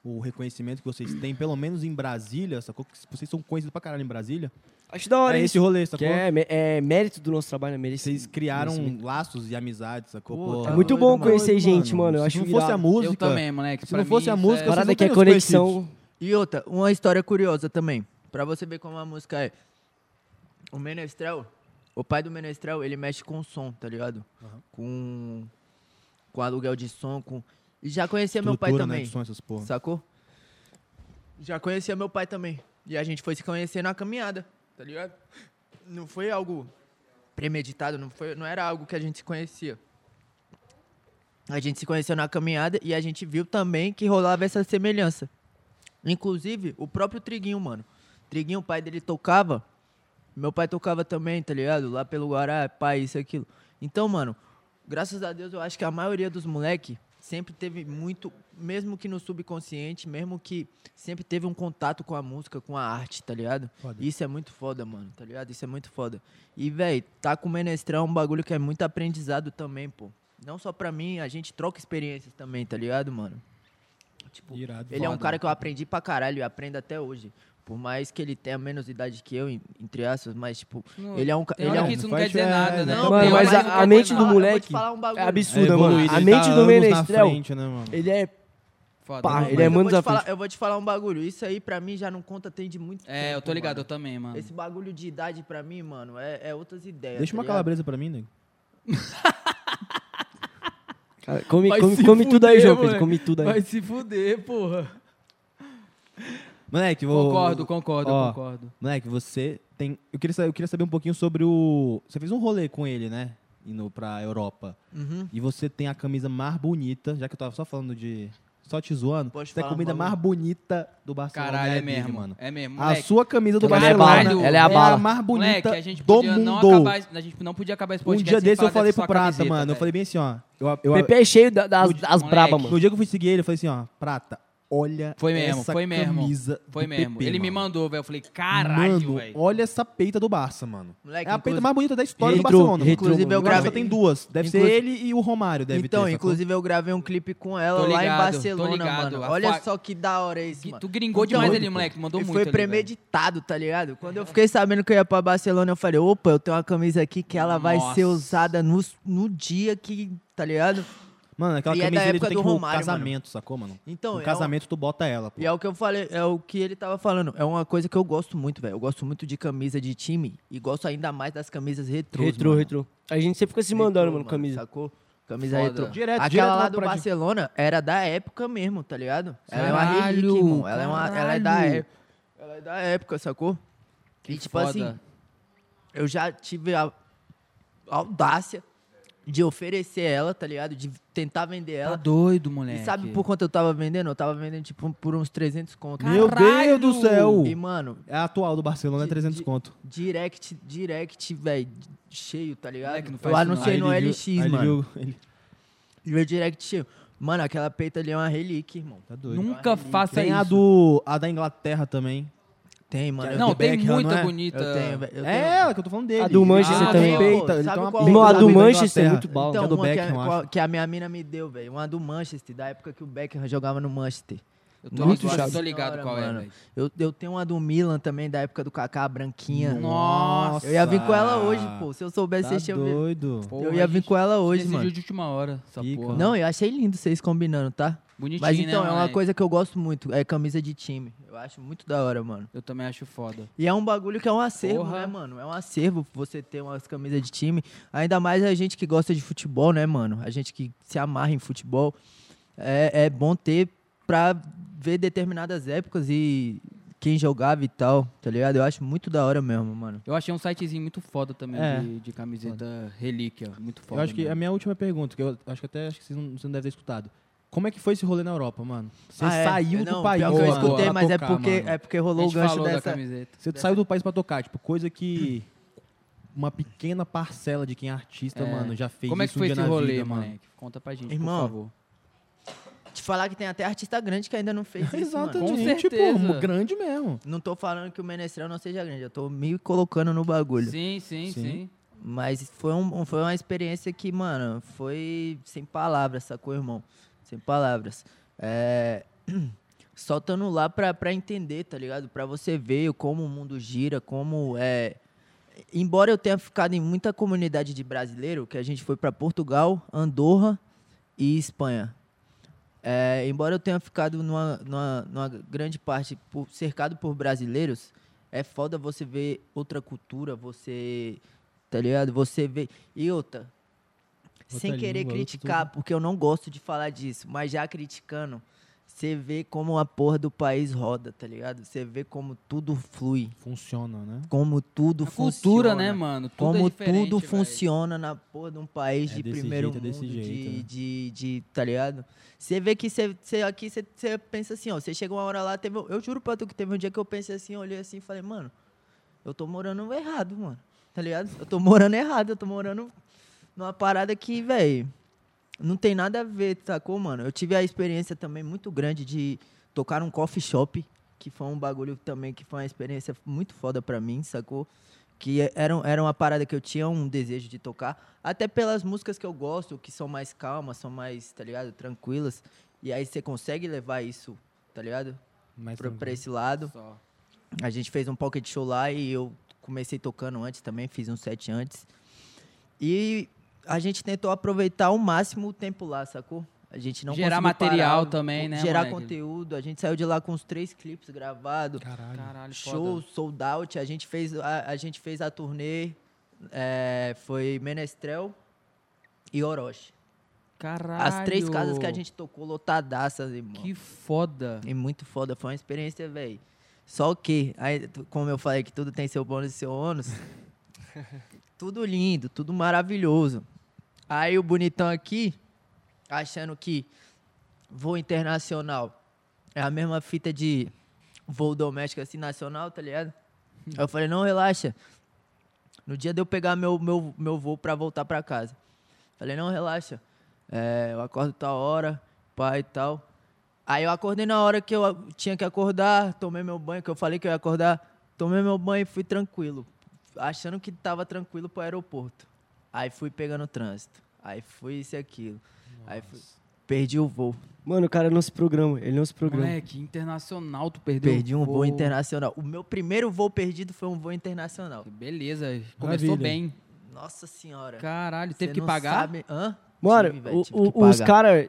O reconhecimento que vocês têm, pelo menos em Brasília, sacou? Que Vocês são conhecidos pra caralho em Brasília.
Acho da hora
É
isso.
esse rolê, sacou?
Que é, mé- é mérito do nosso trabalho, né? Merece-
Vocês criaram
merecimento.
laços e amizades, sacou?
Pô,
Pô,
tá
É muito
doido,
bom
mano.
conhecer gente, mano. Eu
Se
acho
não fosse a
irado.
música,
Eu também, moleque.
se
pra
não
mim,
fosse a
isso
música,
é-
vocês
Parada
não
que é
teriam os
conexão.
conhecidos.
E outra, uma história curiosa também. Pra você ver como a música é. O Menestrel, o pai do Menestrel, ele mexe com som, tá ligado? Com, com aluguel de som, com... E já conhecia meu pai
Estrutura, né,
também,
de som, essas porra.
sacou? Já conhecia meu pai também. E a gente foi se conhecer na caminhada, tá ligado? Não foi algo premeditado, não, foi, não era algo que a gente se conhecia. A gente se conheceu na caminhada e a gente viu também que rolava essa semelhança. Inclusive, o próprio Triguinho, mano. Triguinho, o pai dele tocava. Meu pai tocava também, tá ligado? Lá pelo Guará, pai, isso e aquilo. Então, mano, graças a Deus, eu acho que a maioria dos moleque sempre teve muito, mesmo que no subconsciente, mesmo que sempre teve um contato com a música, com a arte, tá ligado? Isso é muito foda, mano, tá ligado? Isso é muito foda. E, velho, tá com o Menestrão é um bagulho que é muito aprendizado também, pô. Não só pra mim, a gente troca experiências também, tá ligado, mano? Tipo, ele é um
Foda.
cara que eu aprendi pra caralho e aprendo até hoje. Por mais que ele tenha menos idade que eu, em- entre aspas, mas, tipo,
Não,
ele é um... ca-
tem
Ele é
hora
um
que isso não quer dizer nada, né?
Não,
Tem
mano,
hora
mas
que
a-
não
a
quer
mente
dizer
do
nada.
moleque-
moleque
te falar um bagulho.
é
É
absurda,
evoluído,
mano. A
ele
mente
tá
do
anos na
Menestrel,
frente, né, mano?
ele é...
Foda,
pá,
né,
ele é
eu,
muito
vou te
da
falar,
frente.
eu vou te falar um bagulho. Isso aí, pra mim, já não conta tem de muito tempo.
É, eu tô ligado,
mano.
eu também, mano.
Esse bagulho de idade pra mim, mano, é, é outras ideias.
Deixa
tá
uma
ligado?
calabresa pra mim, nego.
Cara, come
Vai
come,
se
come tudo aí,
fuder,
João Pedro.
moleque.
Come tudo aí.
Vai se fuder, porra.
Moleque, vou...
Concordo, concordo,
Ó,
concordo.
Moleque, você tem... Eu queria, sa- eu queria saber um pouquinho sobre o... Você fez um rolê com ele, né? Indo pra Europa.
Uhum.
E você tem a camisa mais bonita, já que eu tava só falando de... Só te zoando.
Pode
você tem a
falar um
comida
bagulho.
mais bonita do Barcelona.
Caralho, é
Big,
mesmo,
mano.
é mesmo,
A
moleque.
sua camisa do
Ela é
Barcelona
bala,
é,
ela é a bala.
a mais bonita
Moleque, a gente
do
podia
mundo.
não acabar, esse- a gente não podia acabar esse
Um
podcast
dia
sem
desse eu
falar
falei
dessa
pro
sua
Prata,
camiseta,
mano. Eu
velho.
falei bem assim, ó. Eu, eu,
Pepe é cheio da- das, das brabas, mano.
No dia que eu fui seguir ele, eu falei assim, ó. Prata, olha
Foi mesmo,
essa
foi mesmo.
camisa
Foi
do
mesmo.
PP,
Ele me
mano.
mandou, velho. Eu falei, caralho,
Mano,
velho.
olha essa peita do Barça, mano.
Moleque,
é a peita
inclusive-
mais bonita da história
Retro-
do Barcelona.
retro, Inclusive, eu
mano. O Barça
gravei-
tem duas. Deve ser
Inclusive-
ele e o Romário, deve
então,
ter. sacou?
inclusive, eu gravei um clipe com ela
Tô
lá em
ligado, tô
Barcelona,
ligado.
mano.
A
Olha
fa-
só que da hora isso, mano.
Tu gringou demais ele, moleque. Mandou
E
muito.
Foi
ali, É.
premeditado, tá ligado? Quando eu fiquei sabendo que eu ia pra Barcelona, eu falei, opa, eu tenho uma camisa aqui que ela vai ser
Nossa.
usada no, no dia que, tá ligado?
Mano, aquela
E é da
camisa ele
época
tem
do
que no
Romário, mano.
casamento, sacou, mano?
Então,
No
é
casamento tu bota ela, pô.
E é o que eu falei, é o que ele tava falando. É uma coisa que eu gosto muito, velho. Eu gosto muito de camisa de time e gosto ainda mais das camisas retrôs,
Retrô,
mano.
retrô. A gente sempre fica se mandando, mano, camisa.
Sacou? Camisa
Foda.
retrô.
Direto,
Aquela
direto
lá
lá
do
pra-
Barcelona era da época mesmo, tá ligado? Ela é uma
Caralho,
relíquia, irmão. Ela é, uma, ela é da
caralho.
época. Ela é da época, sacou?
Que
e tipo
foda.
assim, eu já tive a audácia de oferecer ela, tá ligado? De tentar vender
Tá
ela.
doido,
né,
moleque.
E sabe por quanto eu tava vendendo? Eu tava vendendo, tipo, por uns 300 conto.
Meu
Caralho!
Deus do céu!
um E, mano,
É a atual do Barcelona, é 300 conto.
direct, direct, velho, cheio, tá ligado?
Moleque, não faz
eu
isso não.
anunciei
Aí
no
ele viu-
LX,
aí ele
mano.
viu- ele-
E o direct cheio. Mano, aquela peita ali é uma relíquia, irmão.
Tá doido.
Nunca faça
Tem
isso.
a, do, a da Inglaterra também.
Tem, mano.
Não,
do
tem
Beckham,
muita
não é?
bonita.
Eu tenho, velho. eu
é
tenho.
ela que eu tô falando dele. Ah,
A do Manchester
ele tem
também.
uma peita, ele
Sabe
tem uma
qual-
peita
Irmão, a
da
do
peita da
Manchester é
Inglaterra.
muito bala.
Então,
Que é do
uma que,
Beckham, eu
a,
acho.
qual- que a minha mina me deu, velho. Uma do Manchester, da época que o Beckham jogava no Manchester.
Eu tô,
Nossa
eu tô
senhora,
ligado qual é,
mano.
velho.
Eu, eu tenho uma do Milan também, da época do Kaká, a branquinha.
Nossa.
Eu ia vir com ela hoje, pô. Se eu soubesse,
Tá
vocês tinham vindo.
doido.
Eu ia vir com ela hoje,
Decidiu
mano.
de última hora, essa
Fica.
porra.
Não, eu achei lindo vocês combinando, tá?
Bonitinho,
Mas então,
né,
é uma
moleque?
coisa que eu gosto muito. É camisa de time. Eu acho muito da hora, mano.
Eu também acho foda.
E é um bagulho que é um acervo,
Porra.
né, mano? É um acervo você ter umas camisas de time. Ainda mais a gente que gosta de futebol, né, mano? A gente que se amarra em futebol. É, é bom ter pra ver determinadas épocas e quem jogava e tal, tá ligado? Eu acho muito da hora mesmo, mano.
Eu achei um sitezinho muito foda também
É.
de, de camiseta relíquia. Muito
Eu
foda.
acho que
mesmo.
a minha última pergunta, que eu acho que até acho que vocês não, você não devem ter escutado. Como é que foi esse rolê na Europa, mano? Você
Ah, é.
saiu
É,
do
não,
país.
Pior que eu
Boa,
escutei,
boa.
mas é
pra tocar,
porque,
mano.
é porque
a
rolou o
gente
gancho
falou da
dessa.
camiseta.
Você saiu do país pra tocar, tipo, coisa que uma pequena parcela de quem é artista,
É.
mano, já fez
Como é que
isso um
foi
dia
esse
na
rolê,
vida, mano.
moleque? Conta pra gente,
Irmão,
por favor.
Te falar que tem até artista grande que ainda não fez isso, mano.
Com
Exatamente,
certeza.
pô, grande mesmo.
Não tô falando que o Menestrel não seja grande, eu tô me colocando no bagulho.
Sim, sim, sim.
Sim.
Mas foi, um, um- foi uma experiência que, mano, foi sem palavras, sacou, irmão? Sem palavras. É... Soltando lá pra, pra entender, tá ligado? Pra você ver como o mundo gira, como é... Embora eu tenha ficado em muita comunidade de brasileiro, que a gente foi pra Portugal, Andorra e Espanha. É, embora eu tenha ficado numa, numa, numa grande parte por- cercado por brasileiros, É foda você ver outra cultura, você. Tá ligado? Você vê. E outra. sem
Outra
querer
língua, outra
criticar, porque eu não gosto de falar disso, mas já criticando, você vê como a porra do país roda, tá ligado? Você vê como tudo flui.
Funciona, né?
Como tudo funciona.
cultura, né, mano? Tudo é
como
diferente,
tudo
velho.
funciona na porra de um país
É
de
desse
primeiro
jeito, é
mundo,
desse jeito,
de,
né?
de, de- tá ligado? Você vê que você você- aqui você- você pensa assim, ó, você chega uma hora lá, teve, eu juro pra tu que teve um dia que eu pensei assim, olhei assim e falei, mano, eu tô morando errado, mano, tá ligado? Eu tô morando errado, eu tô morando numa parada que, velho, não tem nada a ver, sacou, mano? Eu tive a experiência também muito grande de tocar num coffee shop, que foi um bagulho também que foi uma experiência muito foda pra mim, sacou? Que é- era, um- era uma parada que eu tinha um desejo de tocar, até pelas músicas que eu gosto, que são mais calmas, são mais, tá ligado, tranquilas. E aí você consegue levar isso, tá ligado?
Mais
é
pra, pra
tranquilo.
esse lado. A gente fez um pocket show lá e eu comecei tocando antes também, fiz um set antes. E a gente tentou aproveitar ao máximo o tempo lá, sacou? A gente não
Gerar
conseguiu
material
parar, um
também, né,
Gerar
moleque?
conteúdo. A gente saiu de lá com os três clipes gravados.
Caralho.
Caralho,
Show,
foda.
sold out. A gente fez a, a gente fez a turnê. é, foi Menestrel e Orochi.
Caralho.
As três casas que a gente tocou lotadaças, irmão.
Que foda.
E muito foda, foi uma experiência, velho. Só que, aí, tu- como eu falei que tudo tem seu bônus e seu ônus, tudo lindo, tudo maravilhoso. Aí o bonitão aqui, achando que voo internacional é a mesma fita de voo doméstico assim, nacional, tá ligado? Aí eu falei, não, relaxa. No dia de eu pegar meu, meu, meu voo pra voltar pra casa. Falei, não, relaxa. É, eu acordo tal hora, pai e tal. Aí eu acordei na hora que eu tinha que acordar, tomei meu banho, que eu falei que eu ia acordar, tomei meu banho e fui tranquilo. Achando que tava tranquilo pro aeroporto. Aí fui pegando o trânsito. Aí fui isso e aquilo. Aí fui- perdi o voo.
Mano, o cara não se programa, ele não se programa.
Moleque, internacional, tu perdeu.
Perdi um
o
voo internacional. O meu primeiro voo perdido foi um voo internacional.
Beleza, começou bem.
Nossa senhora.
Caralho,
Cê
teve que
não
pagar?
sabe- Hã?
Mano,
Tive, véi,
o-
tive que
o- os
pagar.
caras,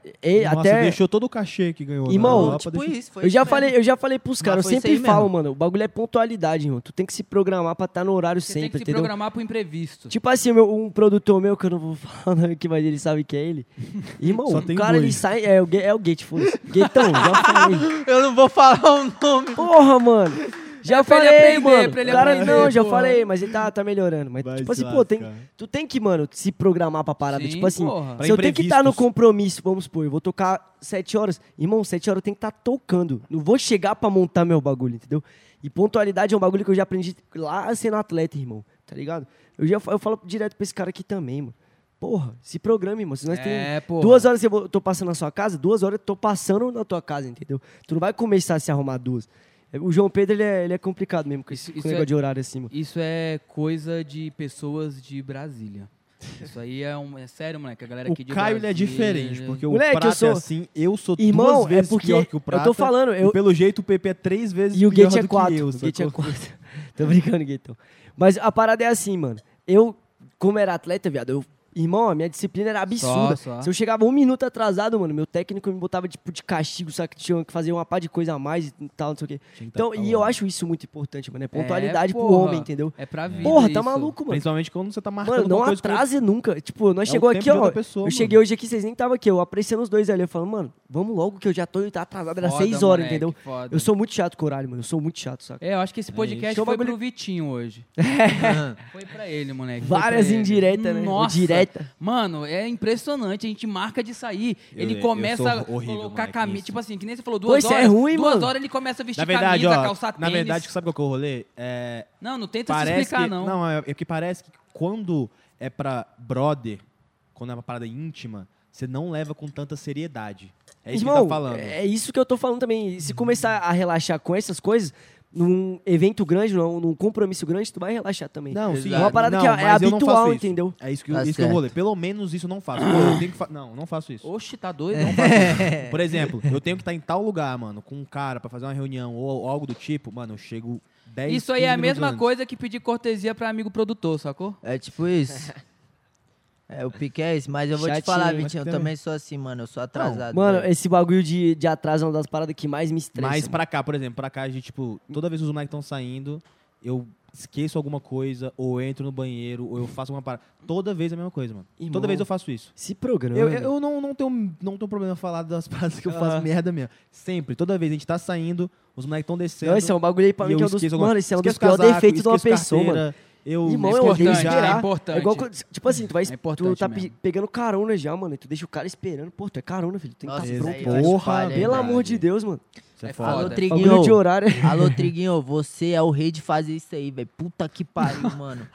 até...
deixou todo o cachê que ganhou. na
Irmão,
Europa,
tipo
deixou-
isso, foi
Eu
isso
já,
mesmo.
falei, eu já falei pros
Mas
caras, eu
foi isso
sempre
aí
falo,
mesmo.
mano, o bagulho é pontualidade, irmão. Tu tem que se programar pra estar no horário
Você
sempre,
tem que se
entendeu?
programar pro imprevisto.
Tipo assim, meu- um produtor meu, que eu não vou falar o nome aqui, mas ele sabe que é ele. Irmão,
Só
o
tem
cara,
dois.
ele sai... É, o Ga- é o Gate, foda-se. Gatão, já falei.
Eu não vou falar o nome.
Porra, mano. Já
É pra ele
falei,
aprender,
mano.
pra ele
O cara,
aprender,
não, já
porra.
falei, mas ele tá, tá melhorando. Mas,
Vai
tipo
se
assim, pô, tem,
lascar.
tu tem que, mano, se programar pra parada.
Sim,
tipo assim,
porra.
se eu tenho que estar no
imprevistos.
compromisso, vamos supor, eu vou tocar sete horas. Irmão, sete horas eu tenho que estar tocando. Não vou chegar pra montar meu bagulho, entendeu? E pontualidade é um bagulho que eu já aprendi lá sendo atleta, irmão. Tá ligado? Eu, já, fa- eu falo direto pra esse cara aqui também, mano. Porra, se programa, irmão. Se nós
É,
tem
porra.
duas horas eu vou- tô passando na sua casa, duas horas eu tô passando na tua casa, entendeu? Tu não vai começar a se arrumar duas. O João Pedro, ele é, ele é complicado mesmo com esse
Isso-
com
isso
negócio
é-
de horário assim, mano.
Isso é coisa de pessoas de Brasília. Isso aí é, um, é sério, moleque. A galera aqui
O
de
Caio ele é
Brasília- né?
diferente, porque
Moleque, eu
o Prata
sou-
é assim, eu sou
Irmão,
duas
é
vezes
porque
pior que
eu
o
tô
Prata.
falando, eu-
E pelo jeito o PP é três vezes
E o
pior
Gate é
do
4.
que eu,
o Gate é
sacou?
4. Tô brincando, Gaitão. Mas a parada é assim, mano. Eu, como era atleta, viado, eu. Irmão, a minha disciplina era absurda.
Só, só.
Se eu chegava um minuto atrasado, mano, meu técnico me botava tipo de castigo, sabe? Tinha que fazer uma pá de coisa a mais e tal, não sei o quê.
tá
Então, e eu acho isso muito importante, mano. É pontualidade pro
porra.
homem, entendeu?
É pra vida.
Porra, tá
isso.
maluco, mano.
Principalmente quando você tá marcando
Mano, não
alguma coisa com-
atrase nunca. Tipo,
É
nós
o
chegou
tempo
aqui,
de
ó.
outra pessoa,
eu
mano.
cheguei hoje aqui, vocês nem estavam aqui. Eu apreciando os dois ali. Eu falo, mano, vamos logo que eu já tô atrasado. Era
Foda,
6 horas,
moleque,
entendeu?
foda.
Eu sou muito chato com horário, mano. Eu sou muito chato, saca?
É, eu acho que esse podcast
Deixa eu
foi
bagulho- É.
pro Vitinho hoje. foi pra ele, moleque. foi
Várias
pra ele.
indiretas, né?
Nossa.
Direta.
Mano, é impressionante. A gente marca de sair.
Eu-
ele
eu
começa
sou
a
horrível,
colocar
moleque,
camisa.
nisso.
Tipo assim, que nem você falou, duas
Pois é,
horas.
é ruim,
duas
mano.
horas ele começa a vestir
Na verdade,
camisa,
ó,
calçar
na
tênis.
verdade, sabe qual que é o rolê? É,
Não, não tenta se
parece
explicar,
que,
não.
é, é que parece que quando é pra brother, quando é uma parada íntima, você não leva com tanta seriedade. É isso que ele tá falando.
É isso que eu tô falando também. Se começar a relaxar com essas coisas, num evento grande, num, num compromisso grande, tu vai relaxar também.
Não, sim.
É uma parada
não,
que é, é
mas eu não faço
habitual,
isso.
entendeu?
É isso que, eu-
Tá
isso que eu vou
certo.
ler. Pelo menos isso eu não faço. Pô, eu tenho que fa- não, não faço isso.
Oxe, tá doido?
É
Não faz isso.
É.
Por exemplo, eu tenho que estar em tal lugar, mano, com um cara pra fazer uma reunião ou, ou algo do tipo, mano, eu chego 10
Isso aí é a
15 minutos
mesma
antes.
coisa que pedir cortesia pra amigo produtor, sacou?
É tipo isso. É, o pique é esse, mas eu vou
Chatinho,
te falar,
mas
Vitinho, eu
também-
também sou assim, mano, eu sou atrasado.
Mano,
velho.
esse bagulho de, de atraso é uma das paradas que mais me estressa.
Mas
mano.
pra cá, por exemplo, pra cá a gente, tipo, toda vez os moleques estão saindo eu esqueço alguma coisa, ou eu entro no banheiro, ou eu faço alguma parada. Toda vez é a mesma coisa, mano.
Irmão,
Toda vez eu faço isso.
Se programa.
Eu, eu- eu não, não, tenho, não tenho problema em falar das paradas que eu faço
Ah.
merda mesmo. Sempre, toda vez a gente tá saindo, os moleques tão descendo.
Não, esse é um bagulho aí pra
e
mim
eu
que é um dos.
esqueço alguma-
Mano, esse é um dos
esqueço
piores
casaco,
defeitos de uma
esqueço
pessoa, mano.
carteira, Eu
Irmão,
me
é alguém
esqueço de
importante,
esperar.
é importante.
É igual quando- tipo assim, tu vai,
É importante
tu tá pe-
mesmo.
pegando carona já, mano. e Tu deixa o cara esperando. Pô, tu é carona, filho. Tem que
Nossa,
tá
isso
pronto.
aí
Porra,
tá espalha, hein,
Pelo
cara.
amor de Deus, mano.
é Isso é
É
foda.
foda.
Alô,
Bagulho de
Triguinho.
horário. é
Alô, Triguinho, você é o rei de fazer isso aí, velho. Puta que pariu, mano.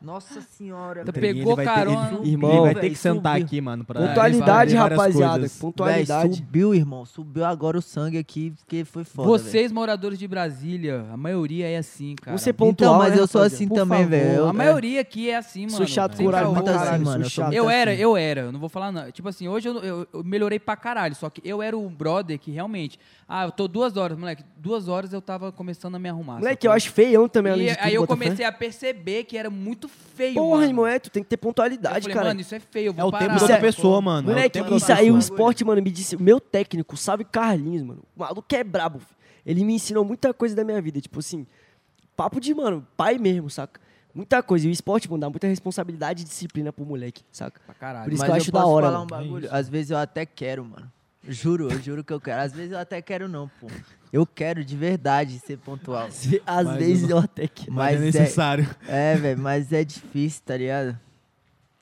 Nossa senhora,
Tá
velho.
Ele
pegou
vai ter-
carona.
ele-
Irmão,
ele vai ter
velho,
que sentar
subiu.
aqui, mano. Pra
Pontualidade,
ele falar de várias
rapaziada.
coisas.
Velho,
Pontualidade.
subiu, irmão. Subiu agora o sangue aqui, porque foi foda.
é
velho.
Vocês, moradores de Brasília, a maioria é assim, cara.
Você
Então,
pontual,
mas
né,
eu sou
rapaziada?
assim
Por
também,
favor.
velho. Eu-
A maioria aqui é assim, mano.
Sou chato
Sem
por
Cara,
caô.
horário,
muito
pra
assim,
caralho.
mano, eu
Sou
sou
chato.
muito
Eu
é-
assim.
era, eu era, eu não vou falar não. Tipo assim, hoje eu, eu- eu melhorei pra caralho, só que eu era o brother que realmente... Ah, eu tô duas horas, moleque. Duas horas eu tava começando a me arrumar.
Moleque,
sacou?
eu acho feião também, além
E
de tudo,
aí eu
Botafé.
comecei a perceber que era muito feio,
Porra,
mano.
irmão, é, tu tem que ter
Eu
pontualidade,
falei,
cara.
mano, isso é feio, eu
É
vou
o
parar.
tempo da
Isso
outra
é-
pessoa, mano. é o
Moleque,
tempo da
isso
outra
aí, o
pessoa.
esporte, mano, me disse. O meu técnico, salve Carlinhos, mano. O maluco é brabo. filho. Ele me ensinou muita coisa da minha vida. Tipo assim, papo de, mano, pai mesmo, saca? Muita coisa. E o esporte, mano, dá muita responsabilidade e disciplina pro moleque, saca?
Pra caralho.
Por isso
Mas
que eu acho da hora,
Falar um
mano.
bagulho? Às vezes eu até quero, mano. Juro, eu juro que eu quero. Às vezes eu até quero não, pô. Eu quero de verdade ser pontual.
Às
Mas
vezes
eu
eu até que.
Mas é necessário.
É, velho, mas é difícil, tá ligado?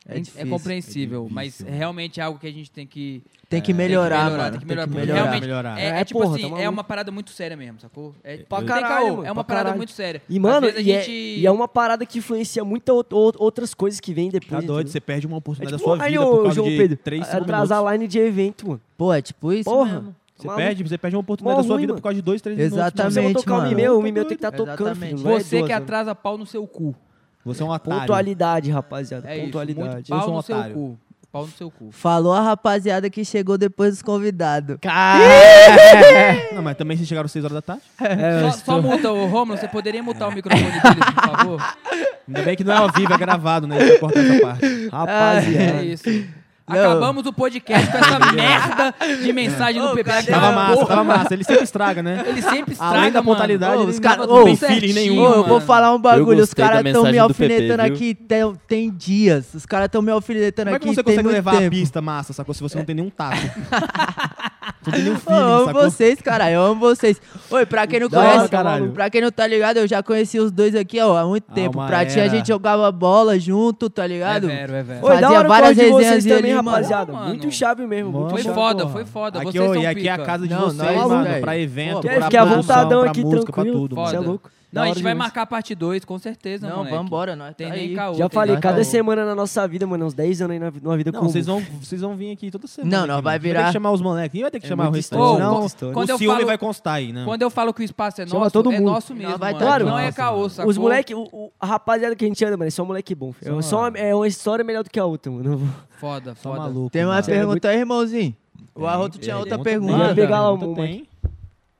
É,
É,
difícil.
compreensível,
é
mas
difícil.
realmente é algo que a gente tem que
Tem que melhorar, mano.
Tem que melhorar, porque
Tem que
melhorar.
realmente
Melhorar.
É, é
É,
tipo
porra,
assim,
tá
é
maluco.
uma parada muito séria mesmo, sacou? É,
Pra
não tem
caralho,
caô,
mano,
é uma
pra
parada
caralho.
muito séria.
E, mano,
Às vezes a
e, é,
gente...
e é uma parada que influencia muitas outras coisas que vêm depois.
Tá doido,
entendeu?
você perde uma oportunidade
É
da sua
aí,
vida
ô,
por causa
João
de
Pedro,
três, cinco
atrasar
minutos.
a line de evento, mano.
Pô, é tipo isso
Porra.
mesmo.
Você
Maluco.
perde, você perde uma oportunidade da
Mó
sua
ruim,
vida por
mano.
causa de dois, três minutos. é mano.
Se eu
Exatamente,
tocar o
mano.
meu, o meu tem que estar
Tá
tocando,
Exatamente.
filho. não é
Você
duas
que
horas.
atrasa pau no seu cu.
Você é um otário.
Pontualidade, rapaziada.
É isso, muito
pontualidade.
Eu
pau
sou um
no seu
otário.
cu. Pau no seu cu.
Falou a rapaziada que chegou depois dos convidados.
Não, mas também vocês chegaram às seis horas da tarde.
só, só muta o Romulo, você poderia mutar o microfone deles, por favor?
Ainda bem que não é ao vivo, é gravado, né? Deixa eu cortar essa parte.
Rapaziada.
É isso. Acabamos o podcast com essa merda de mensagem do PP.
Tava massa, tava massa. Ele sempre estraga, né?
Ele sempre estraga,
Além da
mano.
pontualidade,
Ô,
ele
os
não
caras
tava
ô,
bem
certinho,
feeling nenhum,
Ô, eu vou
mano.
falar um bagulho,
Eu
os
gostei
caras
da
estão me
mensagem do PP,
alfinetando
viu?
aqui tem, tem dias. Os caras estão me alfinetando
Como é
aqui
que você
tem
consegue
muito
levar a
tempo.
pista massa, sacou? Se você não tem nenhum tato. Você não tem nenhum
Ô, eu
feeling,
amo
sacou?
vocês, cara. Eu amo vocês. Oi, pra quem não
Da hora,
conhece,
caralho.
pra quem não tá ligado, eu já conheci os dois aqui, ó, há muito
Ah,
tempo.
uma
pra ti a
era.
gente jogava bola junto, tá
É
ligado?
vero, é vero.
Ô,
Foi da
Fazia
hora
várias
várias de vocês
resenhas
também,
ali, mano.
rapaziada.
Mano.
Muito chave mesmo.
Mano.
Muito
Poxa,
Foi
chave.
foda,
porra.
foi foda.
Aqui,
Vocês
ô,
são
e aqui é
pica.
a casa de
Não,
vocês,
nós,
mano.
velho.
Pra evento,
Pô,
pra
É, fiquei à
produção,
vontadão
pra
aqui,
música, pra
tranquilo.
tudo,
Foda.
Você é
mano.
louco?
Não, a
Da hora
gente vai
demais.
marcar a parte 2, com certeza,
Não,
moleque.
vambora, nós
Tem
tá
nem
aí.
caô.
Já
tem
falei,
nem
cada
caô.
semana na nossa vida, mano, uns 10 anos aí na, vi- numa vida
Não,
comum.
vocês vão, vocês vão vir aqui toda semana.
Não, não,
aqui, mano.
vai
Vai ter
virar-
que chamar os moleques. Ninguém vai ter que
É
chamar o
muita
restante,
história,
não.
muita história. Quando
o
eu
ciúme
falo-
vai constar aí, né?
Quando eu falo que o espaço é
Chama
nosso,
todo
é
mundo.
nosso mesmo,
Não, vai
mano.
todo mundo.
Não é caô, sacou?
Os moleque, o, o- a rapaziada que a gente anda, mano, é só moleque bom. filho. É,
Só
só
uma-
uma, é uma história melhor do que a outra, mano.
Foda,
Só
foda.
maluco.
Tem mais
mano.
pergunta aí, irmãozinho? é O Arroto tinha
é
Tem
outra
pergunta,
pergunta.
tem,
Ia pegar lá
pergunta
uma
tem.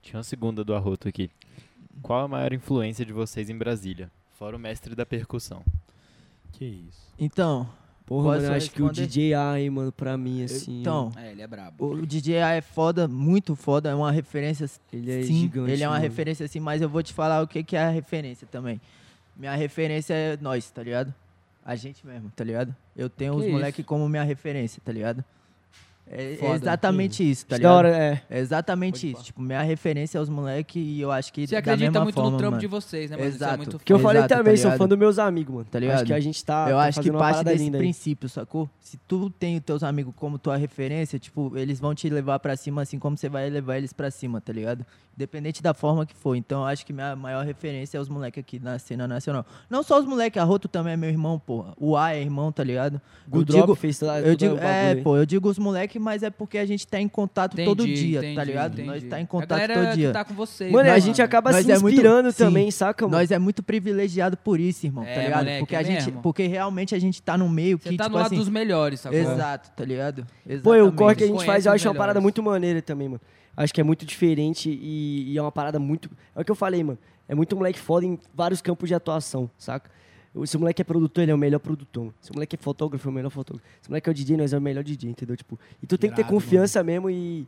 Tinha uma segunda do Arroto aqui. Qual a maior influência de vocês em Brasília? Fora o mestre da percussão.
Que isso.
Então,
Porra,
Posso
mano, eu acho que o
responder?
DJ A, hein, mano, pra mim, assim.
então,
É, ele é brabo.
o DJ A é foda, muito foda, é uma referência
Ele é
sim,
gigante.
Ele é uma
mano.
referência assim, mas eu vou te falar o que, que é a referência também. Minha referência é nós, tá ligado? A gente mesmo, tá ligado? Eu tenho
Que
os
isso.
moleques como minha referência, tá ligado? É é
Foda,
exatamente isso, tá
Acho
ligado?
Da hora, é.
É exatamente
Pode
isso. Tipo, minha referência é os moleques e eu acho que
Você
da
acredita
mesma
muito
forma,
no trampo
mano.
de vocês, né, mano? Isso
Exato.
é muito
Que eu falei
Exato,
também,
tá
sou fã
ligado?
dos meus amigos, mano.
Tá ligado?
Acho que a gente tá.
eu
tá
acho que
fazendo uma
parte
parada
desse
linda aí.
princípio, sacou? Se tu tem os teus amigos como tua referência, tipo, eles vão te levar pra cima assim como você vai levar eles pra cima, tá ligado? Independente da forma que for. Então, eu acho que minha maior referência é os moleques aqui na cena nacional. Não só os moleques, a Roto também é meu irmão, porra. O A é irmão, tá ligado?
O
eu
Drop
digo,
fez lá,
eu
tudo
digo,
o bagulho
é,
aí.
pô, eu digo os moleques, mas é porque a gente tá em contato
Entendi,
todo dia, tá
entendi,
ligado? Nós
entendi.
tá em
a
contato
galera
todo
que
dia.
tá com vocês.
Mano,
né,
a gente acaba
nós
se
é muito-
inspirando
sim.
também, saca, mano?
Nós é muito privilegiado por isso, irmão, tá
É,
ligado?
moleque,
porque
é
a gente,
mesmo.
porque realmente a gente tá no meio
Você
que
tá
tipo
do lado
assim,
dos melhores, sacou?
Exato, tá ligado?
Pô, e o
Exatamente.
corre que a
Eles
gente faz,
conhecem
eu
os
acho uma parada
melhores.
muito maneira também, mano. Acho que é muito diferente e, e é uma parada muito. É o que eu falei, mano. É muito moleque foda em vários campos de atuação, saca? Se o moleque é produtor, ele é o melhor produtor. mano. Se o moleque é fotógrafo, é o melhor fotógrafo. Se o moleque é o DJ, nós é o melhor DJ, entendeu? Tipo, e tu tem que ter
Irado,
confiança mesmo e.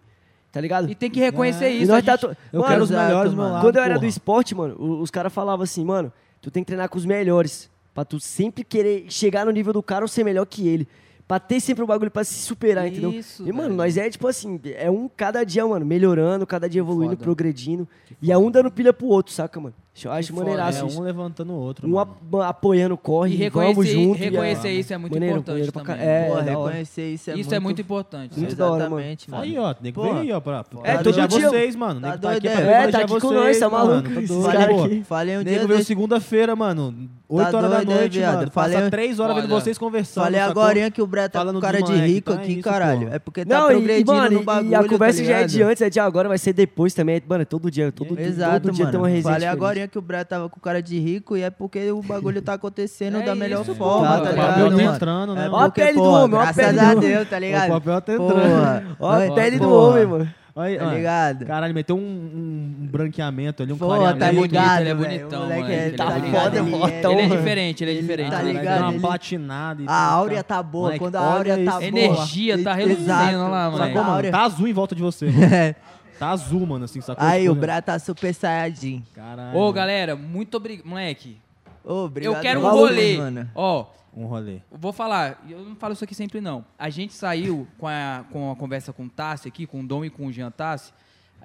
Tá ligado?
E tem que reconhecer
E
É isso. a
nós tá
gente-
to-
Eu
Mano,
quero os
Exato,
melhores do meu
mano.
lado.
quando eu era do
porra.
esporte, mano, o- os caras falavam assim, mano, Tu tem que treinar com os melhores. Pra tu sempre querer chegar no nível do cara ou ser melhor que ele. Pra ter sempre o bagulho pra se superar, entendeu?
Isso,
E, mano,
velho.
nós é tipo assim, é um cada dia, mano, melhorando, cada dia evoluindo,
foda.
progredindo. E é um dando pilha pro outro, saca, mano? Eu acho
foda,
maneiraço
é,
isso.
um levantando o outro.
Um ap- apoiando, corre,
E
vamos
reconhecer,
junto. e
reconhecer isso é muito
maneiro,
importante
maneiro pra
também.
ca- É,
Pô,
da hora.
reconhecer isso é
Isso
muito
é muito importante.
Muito
velho.
da hora, mano.
Exatamente, mano.
Aí, ó, tem que
Pô,
ver aí, ó, pra, pra
É, todo
velejar
dia-
vocês, mano.
tá
Nego tá aqui
doido,
pra
é.
velejar
É, tá aqui
vocês,
com nós, tá
mano.
maluco,
Tá
esses
doido,
caras
pô.
aqui.
Falei um dia
Nego veio
desse-
segunda-feira, mano, 8 horas
Tá doido,
da
hein,
noite,
viado?
mano.
Falei-
Passa 3 horas vendo
Olha.
vocês conversando,
Falei
sacou?
agora que o Brett tá
Falando
com
dos
cara de
moleque,
rico
tá? É
aqui,
isso,
caralho.
pô.
É porque tá
Não, e, e,
progredindo
mano,
no
e-
bagulho,
e a conversa
tá
já é de
ligado?
antes, é de agora, vai ser depois também. Mano, é todo dia, todo, dia-
Exato,
todo dia
mano.
tem uma resenha tipo, é
Falei
diferente.
agora que o Brett tava com cara de rico e é porque o bagulho tá acontecendo
É
da melhor
isso, pô.
forma,
O
Tá
tá
papel
ligado?
tá
mano?
entrando, né?
É
mano?
Ó a
porque,
pele do
pô,
homem, ó a
Graças
pele do
a
homem.
Deus, tá ligado?
O papel tá
Porra.
entrando.
Ó, a
Ó,
pele do
porra.
homem, mano.
Aí,
Tá
ó,
ligado?
Caralho, meteu um- um um branqueamento ali, um
Porra,
clareamento.
tá
Ele é bonito,
ligado,
ele é
velho?
bonitão,
O moleque
moleque,
é-
ele é
tá
bonitão.
foda,
Ele-
botão,
Ele é
mano.
diferente, ele é diferente.
tá
ele é
Caralho,
ligado,
deu uma
ele-
platinada e
A
tudo,
áurea
cara.
tá boa,
Moleque,
quando a
olha
áurea tá
isso.
boa.
Energia tá reluzindo
Exato.
lá,
Sacou,
moleque.
Sacou,
áurea.
mano? Tá azul em volta de você. tá azul, mano, assim, sacou?
Aí, o
Tipo,
Brá tá super saiyajin.
Caralho.
Ô, galera, muito obrigado. Moleque,
Ô, obrigado.
eu quero um
valeu,
rolê.
mano.
Ó,
Um rolê.
Eu Vou falar, eu não falo isso aqui sempre não. A gente saiu com a, com a conversa com o Tassi aqui, com o Dom e com o Jean Tassi.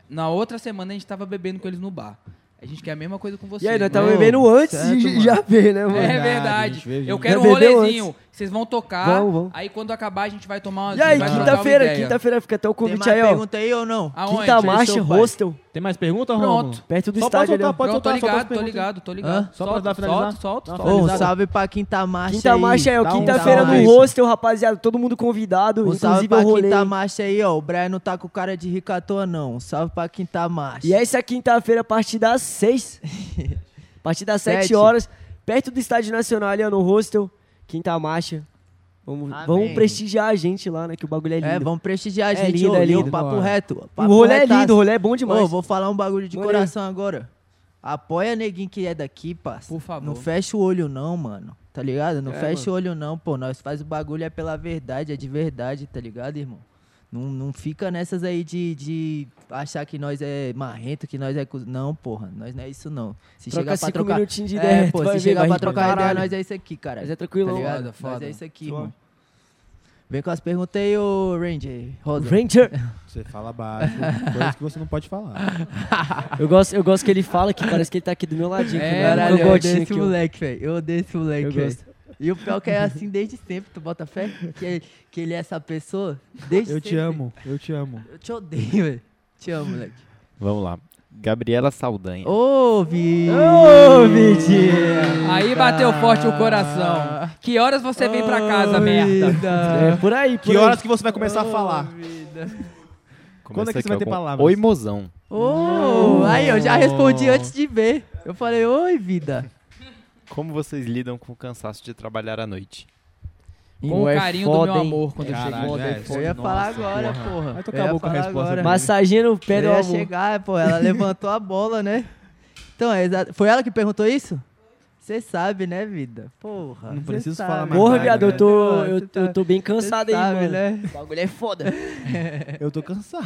Na outra semana a gente tava bebendo com eles no bar. A gente quer a mesma coisa com você.
E aí, nós
mano.
tava
Ô,
bebendo antes
certo,
e
mano.
já vê, né, mano?
É
Verdade,
verdade.
gente, veio
eu
junto.
quero um
Bebeu
rolezinho. Vocês vão tocar.
Vamos, vamos.
Aí quando acabar a gente vai tomar uma
E aí, quinta-feira, quinta-feira fica até o
Tem mais
convite aí, ó.
pergunta aí ou não?
Aonde?
Quinta marcha,
Fechou, pai.
hostel,
Tem mais perguntas, Romulo?
Pronto.
perto do
Só pode
estádio ali, ó.
soltar, pode
Pronto,
soltar.
tô
solta as
ligado,
perguntas.
tô ligado, tô ligado.
Só pra dar uma
solta,
finalizada?
solta,
Dá uma
solta.
Ô, um
Finalizado.
salve pra Quinta Marcha
Quinta
aí.
marcha é aí, ó.
dá um
Quinta-feira
salve.
no hostel, rapaziada. Todo mundo convidado,
Um salve
inclusive
pra
eu rolei.
Quinta Marcha aí, ó. O Brian não tá com cara de rico à toa, não. Um salve pra Quinta Marcha.
E essa quinta-feira, a partir das 6. a partir das 7
Sete.
horas, perto do Estádio Nacional, ali ó, no hostel. Quinta marcha. Vamos,
Amém.
vamos prestigiar a gente lá, né? Que o bagulho é lindo.
É, vamos prestigiar a
É
gente.
lindo,
ô,
é
e o
lindo.
Papo reto. ó,
O
papo
rolê é
retaço.
lindo, o rolê é bom demais.
Ô, vou falar um bagulho de
Maneiro.
coração agora. Apoia neguinho que é daqui, parça.
Por favor.
Não fecha o olho não, mano. Tá ligado? Não
É,
fecha o olho não, pô. Nós faz o bagulho é pela verdade, é de verdade, tá ligado, irmão? Não, não fica nessas aí de, de achar que nós é marrento, que nós é... cu- Não, porra. Nós não é isso, não. Se
Troca
chegar pra
cinco
trocar...
minutinhos de
é,
ideia, tu
pô,
vai
se
ver,
chegar
vai
pra
rir pra
trocar ideia,
caralho.
nós é isso aqui, cara.
Mas é tranquilo.
Tá ligado?
Foda,
Nós
foda.
é isso aqui,
Suave.
irmão. Vem com as perguntas aí, ô Ranger. Rosa.
Ranger.
Você fala baixo, coisas que você não pode falar.
Eu gosto, eu gosto que ele fala que parece que ele tá aqui do meu ladinho.
É,
com o meu
Caralho, eu
bigodinho
odeio esse
aqui, ó.
moleque, velho. Eu odeio esse moleque,
Eu
velho.
gosto.
E o pior que é assim desde sempre, tu bota fé? Que, que ele é essa pessoa desde
Eu
sempre.
te amo, eu te amo.
Eu te odeio, velho. Te amo, moleque.
Vamos lá. Gabriela Saldanha.
Ô, Vi!
Ô, Vitinho.
Aí bateu forte o coração. Que horas você vem pra casa, merda?
É por aí, por
Que
aí.
horas que você vai começar a falar?
Começa
é que você
aqui
vai ter
com
palavras?
Oi, mozão.
Ô, aí eu já respondi antes de ver. Eu falei, oi, vida.
Como vocês lidam com o cansaço de trabalhar à noite?
Com o
é
Ué,
carinho do
é foda,
meu
hein?
amor quando eu cheguei.
Caralho, é,
Eu ia
nossa,
falar agora,
porra.
porra.
Vai
Eu
tocar a
ia
boca com a
falar
resposta
agora.
dele.
Massageia no pé
Eu
do
ia
amor.
chegar, pô, ela levantou a bola, né? Então, é exa- foi ela que perguntou isso? Você sabe, né, vida? Porra.
Não
cê
preciso
sabe.
falar mais
Porra,
Caralho,
viado, eu tô, eu,
Cê
tá-
eu tô bem cansado aí,
sabe,
mano.
né?
O bagulho é foda.
Eu tô cansado.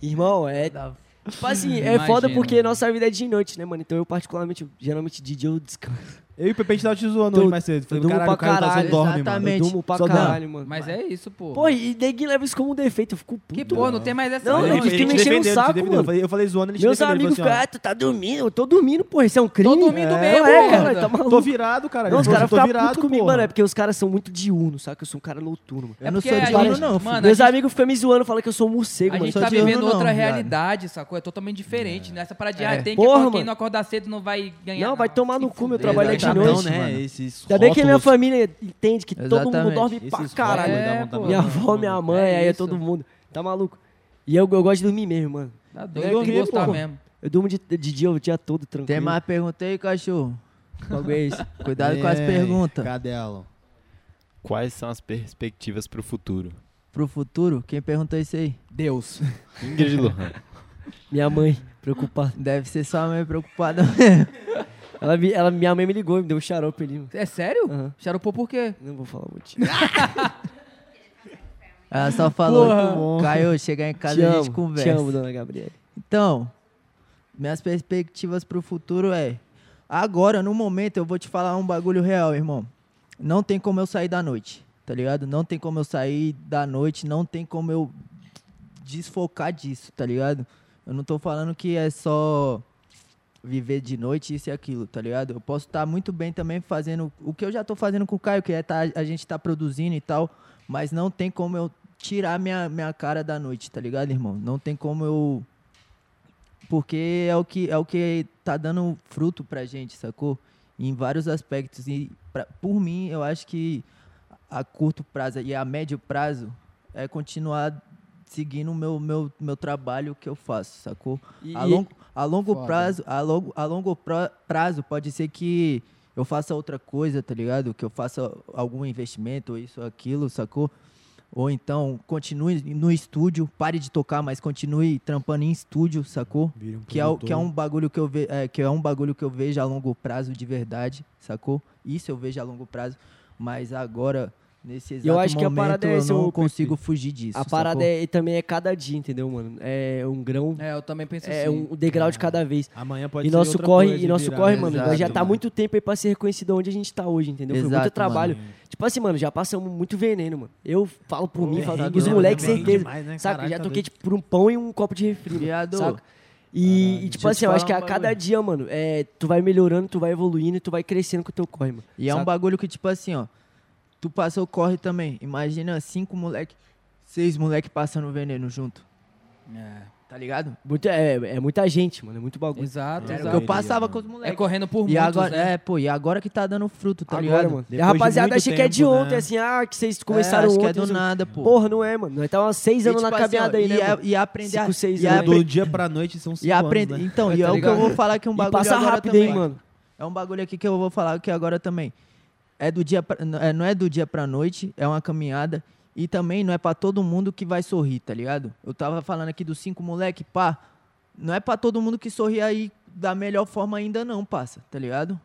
Irmão, é. Tipo assim, é
Imagina.
foda porque nossa vida é de noite, né, mano? Então eu, particularmente, geralmente de dia eu descanso.
Eu e o Pepe, a gente tava te zoando
Eu-
hoje mais cedo. Falei,
eu durmo
caralho, o
pra
cara só
caralho,
dorme, mano.
exatamente.
Eu durmo pra
Só dá.
caralho, mano.
Mas é isso, pô.
Pô, e ninguém leva isso como um defeito, eu fico puto.
que pô, não tem mais essa.
Não,
Ele-
não,
ele
fica
te
me enchendo o
defendeu, ele te
saco,
defendeu.
mano.
Eu falei- Eu falei zoando, ele te
Meus
defendeu, ele
amigos
falou
ficam, ah,
assim,
tu tá dormindo, eu tô dormindo, porra, isso é um crime.
dormindo
é,
mesmo,
é,
porra.
cara, tá
ó,
maluco.
Tô virado, cara.
Não, os caras
tô
ficam
virado
putos comigo,
porra.
mano, é porque os caras são muito diurno, saca? Eu sou um cara noturno, mano.
Eu não
É porque
sou de
a
barulho,
gente-
não. filho.
mano,
Meus
a gente-
amigos ficam me zoando, falam que eu sou um morcego,
A
mano.
gente
sou
tá
de ano
vivendo
não,
outra
viado.
realidade, sacou? É totalmente diferente. Nessa paradinha,
É.
"Ah, tem que
Porra,
acordar, quem
mano.
não acordar cedo não vai ganhar.
Não, vai tomar no cu, meu trabalho é de
Exatamente,
noite.
né?
mano.
Esses
Ainda bem que minha
rótulos-
família entende que todo mundo
Exatamente.
dorme pra
Esses
caralho. né?
rótulos
É,
da vontade-
pô.
Minha avó, minha mãe,
É
aí é
isso.
todo mundo. Tá maluco? E eu, eu gosto de dormir mesmo, mano.
Tá doido,
Eu
tem que
dormi,
gostar
pô.
mesmo.
Eu durmo de, de dia o dia todo tranquilo.
Tem mais pergunta aí, cachorro?
Logo é isso.
Cuidado com as
Ei,
perguntas.
Cadelo.
Quais são as perspectivas pro futuro?
Pro futuro, quem perguntou isso aí?
Deus.
Ingrid Lohan.
Minha mãe, preocupada.
Deve ser sua mãe preocupada.
Ela, me- ela, minha mãe me ligou, me deu um xarope ali. mano.
É sério?
Aham.
Xaropô por quê?
Não vou falar muito.
Ela só falou,
Porra.
Caio, chegar em casa
te
a
amo,
gente conversa.
te amo, dona Gabriela.
Então, minhas perspectivas pro futuro é Agora, no momento, eu vou te falar um bagulho real, irmão. Não tem como eu sair da noite, tá ligado? Não tem como eu sair da noite, não tem como eu desfocar disso, tá ligado? Eu não tô falando que é só viver de noite, isso e aquilo, tá ligado? Eu posso estar muito bem também fazendo o que eu já tô fazendo com o Caio, que é tá, a gente tá produzindo e tal, mas não tem como eu tirar minha, minha cara da noite, tá ligado, irmão? Não tem como eu. Porque é o que, é o que tá dando fruto pra gente, sacou? Em vários aspectos. E pra, por mim, eu acho que a curto prazo e a médio prazo é continuar seguindo o meu, meu, meu trabalho que eu faço, sacou?
E-
a longo, a longo
Foda.
prazo, a longo, a longo pra- prazo pode ser que eu faça outra coisa, tá ligado? Que eu faça algum investimento, ou isso, aquilo, sacou? Ou então continue no estúdio, pare de tocar, mas continue trampando em estúdio, sacou?
Vire um
que, é, o- que é
produtor.
um bagulho que eu ve, é, que é um bagulho que eu vejo a longo prazo de verdade, sacou? Isso eu vejo a longo prazo, mas agora nesse exato
eu acho que a
momento
parada é
eu
essa,
não
ô,
consigo
Pepe.
fugir disso.
A parada
sacou?
é, e também é cada dia, entendeu, mano? É um grão.
É, eu também penso
É
assim.
um degrau de cada vez.
Amanhã pode
e
ser
nosso
outra
corre,
coisa
E
e
nosso
virar.
né?
corre, mano,
Exato,
já tá
mano.
muito tempo aí pra ser reconhecido onde a gente tá hoje, entendeu? Foi
Exato,
muito trabalho.
mano.
Tipo assim, mano, já passamos muito veneno, mano. Eu falo por mim, falo
Perrengue,
os
né,
moleques,
mano?
certeza.
Demais, né?
Saca?
Caralho,
já
tá
toquei
doido.
tipo, por um pão e um copo de refri. mano,
Viado.
Saca? E, e,
deixa
tipo
eu
assim,
te
eu
falar
acho que
um
a cada
bagulho.
dia, mano, é, tu vai melhorando, tu vai evoluindo e tu vai crescendo com o teu corre, mano.
E é um bagulho que, tipo assim, ó. Tu passou corre também. Imagina cinco moleque, seis moleque passando veneno junto.
É.
Tá ligado?
Muito, é, é muita gente, mano. É muito bagulho.
Exato,
Era o que eu passava com os moleques.
É correndo por
e
muitos,
agora,
né?
É, pô, e agora que tá dando fruto, tá
Agora,
ligado?
mano. E a rapaziada acha que é de ontem, assim, ah, que vocês começaram
acho que
ontem.
né? é do
não sei o quê.
nada, pô.
Porra, não é, mano. Nós tava há seis
E,
anos
tipo
na
assim,
cabeada
ó,
aí, né?
e a-
mano?
e aprender a-
Cinco, seis
e a-
anos.
Do
né?
dia pra noite são
E aprender. Então, e é o que eu vou falar que é um
tá E
bagulho
passa
agora
rápido,
também.
hein, mano.
É um bagulho aqui que eu vou falar que agora também. É do dia pra, n- é, não é do dia pra noite, é uma caminhada e também não é pra todo mundo que vai sorrir, tá ligado? Eu tava falando aqui dos cinco moleque, pá. Não é pra todo mundo que sorri aí da melhor forma ainda não, passa, tá ligado?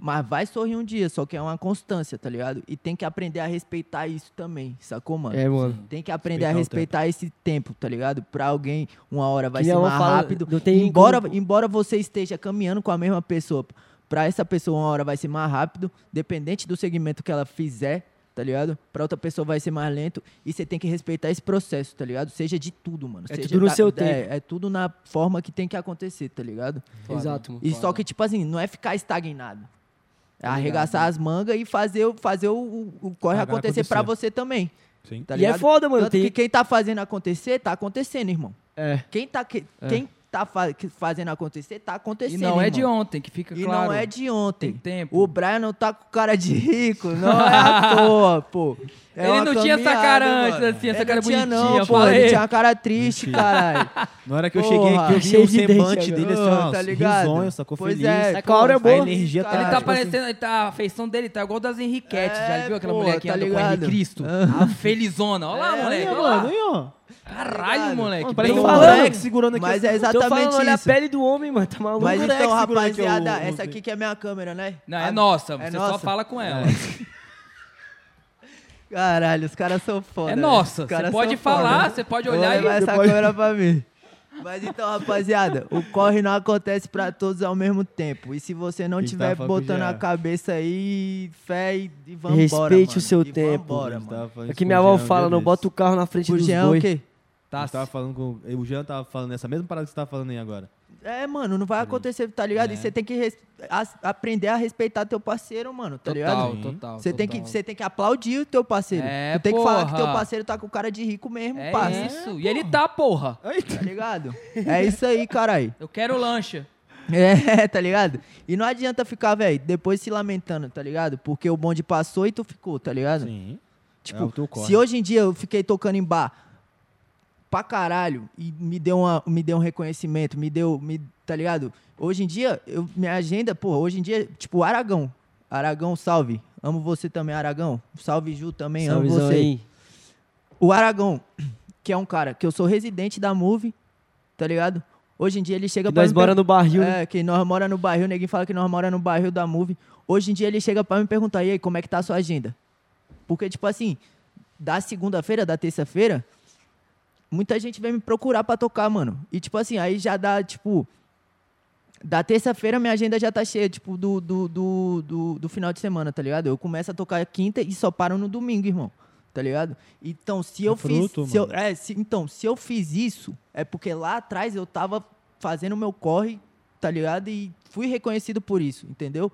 Mas vai sorrir um dia, só que é uma constância, tá ligado? E tem que aprender a respeitar isso também, sacou, mano?
É, mano.
Tem que aprender a
Respeitar
respeitar esse tempo, tá ligado? Pra alguém, uma hora vai
Que
ser
minha mãe
mais
fala,
rápido.
não tem
embora,
como-
embora você esteja caminhando com a mesma pessoa, pra essa pessoa uma hora vai ser mais rápido, dependente do segmento que ela fizer, tá ligado? Pra outra pessoa vai ser mais lento e você tem que respeitar esse processo, tá ligado? Seja de tudo, mano.
É
Seja
tudo no seu
é,
tempo.
É tudo na forma que tem que acontecer, tá ligado?
Foda. é, Exato, mano.
E só
Foda.
que, tipo assim, não é ficar estagnado. É
Tá ligado,
arregaçar as mangas e fazer, o- fazer o, o- o corre
Pagar
acontecer
acontecer.
pra você também.
Sim.
Tá
E é
ligado?
foda, mano,
Tanto
tem-
que quem tá fazendo acontecer, tá acontecendo, irmão.
É.
Quem tá, que-
É.
Quem tá fa- que- fazendo acontecer, tá
E
acontecendo.
não é
irmão.
de ontem, que fica
E
claro.
não é de ontem.
Tem tempo.
O Brian não tá com cara de rico, não é à toa, pô. É
Ele
uma
não tinha essa
caminhada,
cara
mano.
antes, assim, essa
Ele
cara
não tinha,
bonitinha,
Não, pô,
fala
ele
aí.
tinha uma cara triste,
Mentira.
caralho.
Na hora que eu cheguei aqui, eu vi
Porra,
o
cheio de
semblante
dente
dele assim,
agora.
ó,
Tá ligado?
risonho, sacou?
Pois
Feliz.
é,
Tá
pô,
hora é
a
boa.
energia tá-
Ele tá
tipo assim-
parecendo, ele tá, a feição dele tá igual das Henriquetes, já viu aquela
pô,
mulher que
tá
anda com o Henrique
ligado? Ah.
Cristo? a felizona, olha lá,
É,
moleque,
aí,
olha lá.
mano, aí,
Caralho, moleque.
parece
bem
um
falando.
moleque segurando aqui
Mas
assim.
é
Tô falando,
exatamente
olha a
isso.
pele do homem, mano. Tá maluco.
Mas então,
Moleque segurando
rapaziada,
aqui o-
essa aqui que é minha câmera, né?
Não, é
A-
nossa, você só
nossa? É,
fala com ela.
Caralho, os caras são foda.
É
velho.
nossa,
né? Os caras
você pode
são foda. né?
falar, você pode
Vou
olhar e-
levar essa
Você pode-
câmera pra mim. Mas então, rapaziada, o corre não acontece pra todos ao mesmo tempo. E se você não
Quem
tiver
tava
botando
com
a
já.
cabeça aí, fé e, e vambora,
Respeite
mano.
o seu
E
tempo.
vambora,
mano.
mano. Tipo, é
é que minha avó fala, não bota o carro na frente do boi.
Tá. Tava falando com, o Jean tava falando nessa mesma parada que você tava falando aí agora.
É, mano,
Hum.
não vai acontecer, tá ligado?
É.
E você tem que res- as- aprender a respeitar teu parceiro, mano, tá
Total,
ligado?
total,
Você tem que
total.
você tem que aplaudir o teu parceiro.
É,
tu tem que falar que
porra.
teu parceiro tá com cara de rico mesmo,
É
parça.
isso, e ele tá, porra.
Tá ligado? É isso aí, carai.
Eu quero lancha.
É, tá ligado? E não adianta ficar, velho, depois se lamentando, tá ligado? Porque o bonde passou e tu ficou, tá ligado? Sim.
É o teu
Tipo,
corre.
se hoje em dia eu fiquei tocando em bar pra caralho e me deu, uma, me deu um reconhecimento, me deu, me, tá ligado? Hoje em dia, eu, minha agenda, porra, hoje em dia, tipo, Aragão. Aragão, salve. Amo você também, Aragão. Salve, Ju, também. amo
Salvezão
você.
aí.
O Aragão, que é um cara que eu sou residente da Move, tá ligado? Hoje em dia ele chega
Que nós
me
mora
pergun-
no barril,
É,
né?
que nós mora no barril, ninguém fala que nós mora no barril da Move. Hoje em dia ele chega pra me perguntar, e aí, como é que tá a sua agenda? Porque, tipo assim, da segunda-feira, da terça-feira, muita gente vem me procurar pra tocar, mano. E, tipo assim, aí já dá, tipo, Da terça-feira minha agenda já tá cheia, tipo, do, do, do, do, do final de semana, tá ligado? Eu começo a tocar quinta e só paro no domingo, irmão. Tá ligado? Então, se eu
fruto,
fiz. se eu-
mano.
é, se- então, se eu fiz isso, é porque lá atrás eu tava fazendo o meu corre, tá ligado? E fui reconhecido por isso, entendeu?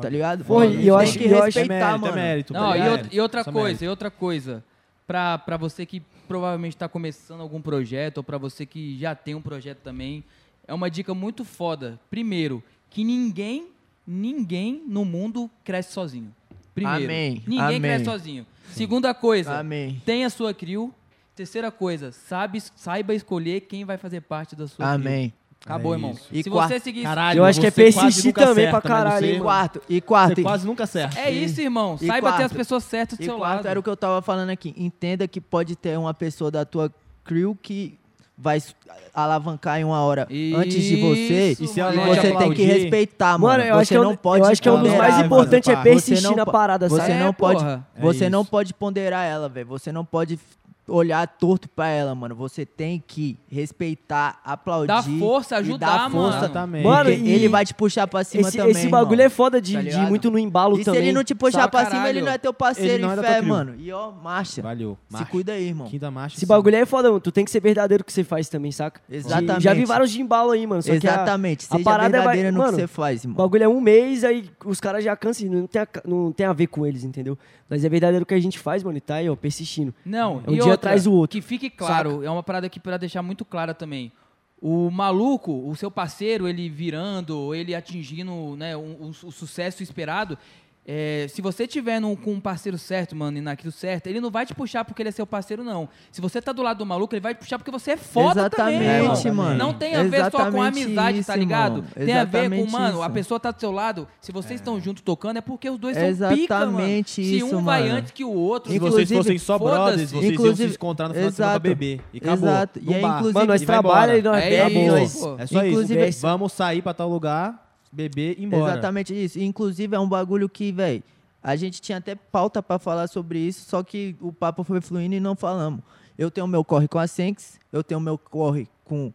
Tá ligado?
Foi, e eu acho-
tem que
eu acho-
respeitar,
É mérito, é
mano.
mérito,
Não,
tá
e,
ligado?
outra, e outra
Isso é
coisa,
mérito.
e outra coisa. Pra, pra você que provavelmente tá começando algum projeto, ou pra você que já tem um projeto também, é uma dica muito foda. Primeiro, que ninguém, ninguém no mundo cresce sozinho. Primeiro.
Amém,
Ninguém
amém.
cresce sozinho. Segunda coisa,
Amém.
tenha sua crew. Terceira coisa, sabe, saiba escolher quem vai fazer parte da sua crew.
Amém.
Acabou,
É
irmão.
isso.
Se
E quarta-
você seguir...
Caralho,
Eu acho que é
você quase
persistir
nunca
também
acerta,
pra
né?
caralho,
Você-
hein,
E
mano.
quarto, e quarto.
Você quase nunca acerta.
É isso, irmão.
E
Saiba ter as
quarto.
pessoas certas do
E
seu
quarto
lado.
era o que eu tava falando aqui. Entenda que pode ter uma pessoa da tua crew que vai s- alavancar em uma hora antes de você.
Isso,
E
E se
você
ela
mano.
não te
tem que
aplaudir-
respeitar, mano.
Mano, eu acho
Você
que é um-
não pode
eu acho que é um dos
ponderar,
mais
mano.
importantes é
Você não
persistir na
po-
parada,
Você
sabe?
É,
não pode,
porra.
É
você não
isso.
pode ponderar ela, velho. Você não pode olhar torto pra ela, mano. Você tem que respeitar, aplaudir,
Dá força,
e
ajudar,
dar força
mano.
Exatamente.
Mano,
Porque
e-
ele vai te puxar pra cima
esse,
também.
esse bagulho
mano.
é foda de,
Tá
de
ligado?
ir muito no embalo
E se
também.
ele não te puxar
Sabe,
pra cima, ele
caralho.
não é teu parceiro
Ele não
e
é da
fé,
tua crew.
mano. E ó, marcha.
Valeu.
Se
marcha.
cuida aí, irmão.
Quinta marcha.
Esse
sim.
bagulho é foda, mano. Tu tem que ser verdadeiro no que você faz também, saca? De-
Exatamente.
Já vi vários de embalo aí, mano. Só que a-
Exatamente.
a
Seja
parada é vai-
verdadeira no
mano,
que você faz,
o
irmão.
bagulho é um mês, aí os caras já cansam. e Não tem, a, ca- não tem a ver com eles, entendeu? Mas é verdadeiro o que a gente faz, mano. E tá aí, ó, persistindo.
Não,
É um
e
dia
outra,
atrás do outro,
Que fique claro, é uma parada aqui pra deixar muito clara também. O maluco, o seu parceiro, ele virando, ele atingindo né, um- um su- o sucesso esperado. é, se você tiver num- com um parceiro certo, mano, e naquilo certo, ele não vai te puxar porque ele é seu parceiro, não. Se você tá do lado do maluco, ele vai te puxar porque você é foda também,
Exatamente,
irmão.
mano.
Não tem a ver só com
Exatamente
a amizade, tá
isso,
ligado?
irmão.
Tem a ver com,
Exatamente
mano, a
isso.
pessoa tá do seu lado. Se vocês estão juntos tocando, é porque os dois são pica, mano.
Exatamente
Se um
isso,
vai
mano.
antes que o outro,
Se vocês fossem
Inclusive,
só brothers,
foda-se.
vocês iam se
Inclusive-
encontrar no final de semana pra
Exato.
beber. E acabou.
Exato. E
Num
é
bar.
inclusive-
Mano, nós
E vai embora.
trabalhamos e nós
É
bebemos.
isso.
nós-
Pô.
É só
Inclusive-
isso. Vamos sair pra tal lugar, beber e ir embora.
Exatamente isso. Inclusive, é um bagulho que, velho, a gente tinha até pauta pra falar sobre isso, só que o papo foi fluindo e não falamos. Eu tenho meu corre com a Senx, eu tenho meu corre com.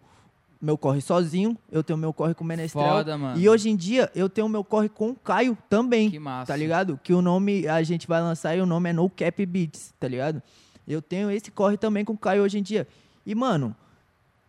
Meu corre sozinho, eu tenho meu corre com o Menestrel.
Foda, mano.
É E hoje em dia, eu tenho meu corre com o Caio também.
Que massa.
Tá ligado? Que o nome a gente vai lançar e o nome é No Cap Beats, tá ligado? Eu tenho esse corre também com o Caio hoje em dia. E, mano,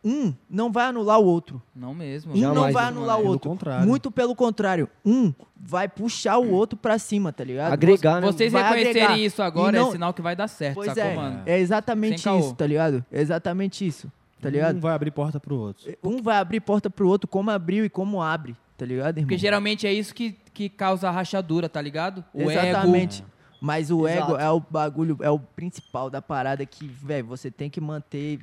um não vai anular o outro.
Não mesmo.
Um não vai
é
anular o
É Pelo
outro.
contrário.
Muito pelo contrário. Um vai puxar o outro pra cima, tá ligado?
Agregar, né?
Vocês
Vai
reconhecerem
agregar.
isso agora
E
é
não-
sinal que vai dar certo,
Pois
sacou,
é.
mano?
É exatamente
Sem caô.
isso, tá ligado? É exatamente isso, tá
Um
ligado?
vai abrir porta pro outro.
Um vai abrir porta pro outro como abriu e como abre, tá ligado, irmão?
Porque geralmente é isso que, que causa a rachadura, tá ligado? O
Exatamente. Mas o
Exato.
ego é o bagulho, é o principal da parada que, velho, você tem que manter,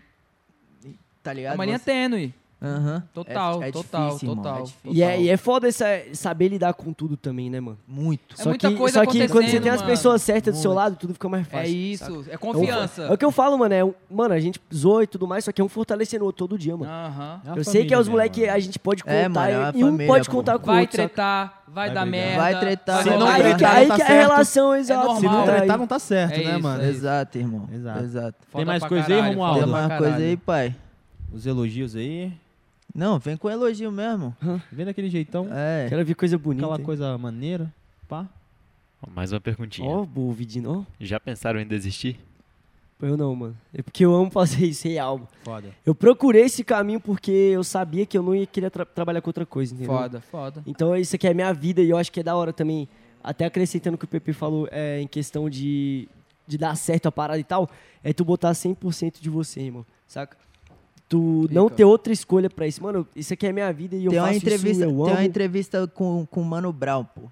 tá
ego.
ligado?
A mania
Você-
É tênue.
Aham. É-
Total,
é
total,
difícil, irmão,
total.
é difícil.
E é, e é foda essa- saber lidar com tudo também, né, mano?
Muito.
É muita
que,
coisa
só que quando você
acontecendo,
tem as
mano.
pessoas certas do seu lado, tudo fica mais
É
fácil.
isso, é
É um fo- É
confiança.
o que eu falo, mano. É um- mano, a gente zoa e tudo mais, só que é um fortalecendo o outro todo dia, mano.
Aham.
É uma
eu sei que é os
família,
moleque
mano.
a gente pode contar
É, mano, é uma
e um
família,
pode
pô.
contar com o
Vai
outro. saca?
tretar, vai
Vai
dar
brigar.
merda.
Vai tretar,
vai
Se não
dar merda.
aí que,
tretar,
aí
não tá
que a
certo.
relação é exato.
normal.
Se não
Mal.
tretar, não tá certo,
É
né,
isso,
mano?
é
Exato, irmão.
Exato.
Exato.
Foda
mais
pra
coisa aí,
caralho,
Romualdo?
foda
Tem
pra
mais coisa
caralho.
aí, pai?
Os elogios aí.
Não, vem com elogio mesmo.
Vendo aquele jeitão,
É.
Quero ver coisa bonita.
aquela
hein?
coisa maneira. Pá.
Ó, Mais uma perguntinha.
Ó, o Vidinho,
Já pensaram em desistir?
ó. Eu não, mano. É porque eu amo fazer isso real.
Foda.
Eu procurei esse caminho porque eu sabia que eu não ia querer tra- trabalhar com outra coisa, entendeu?
Foda, foda.
Então isso aqui é minha vida e eu acho que é da hora também. Até acrescentando o que o Pepe falou é, em questão de, de dar certo a parada e tal, é tu botar 100% de você, irmão, saca? Tu não ter outra escolha pra isso. Mano, isso aqui é minha vida e eu
tem
faço
uma entrevista,
isso, eu
tem
amo.
uma entrevista com, com o Mano Brown, pô.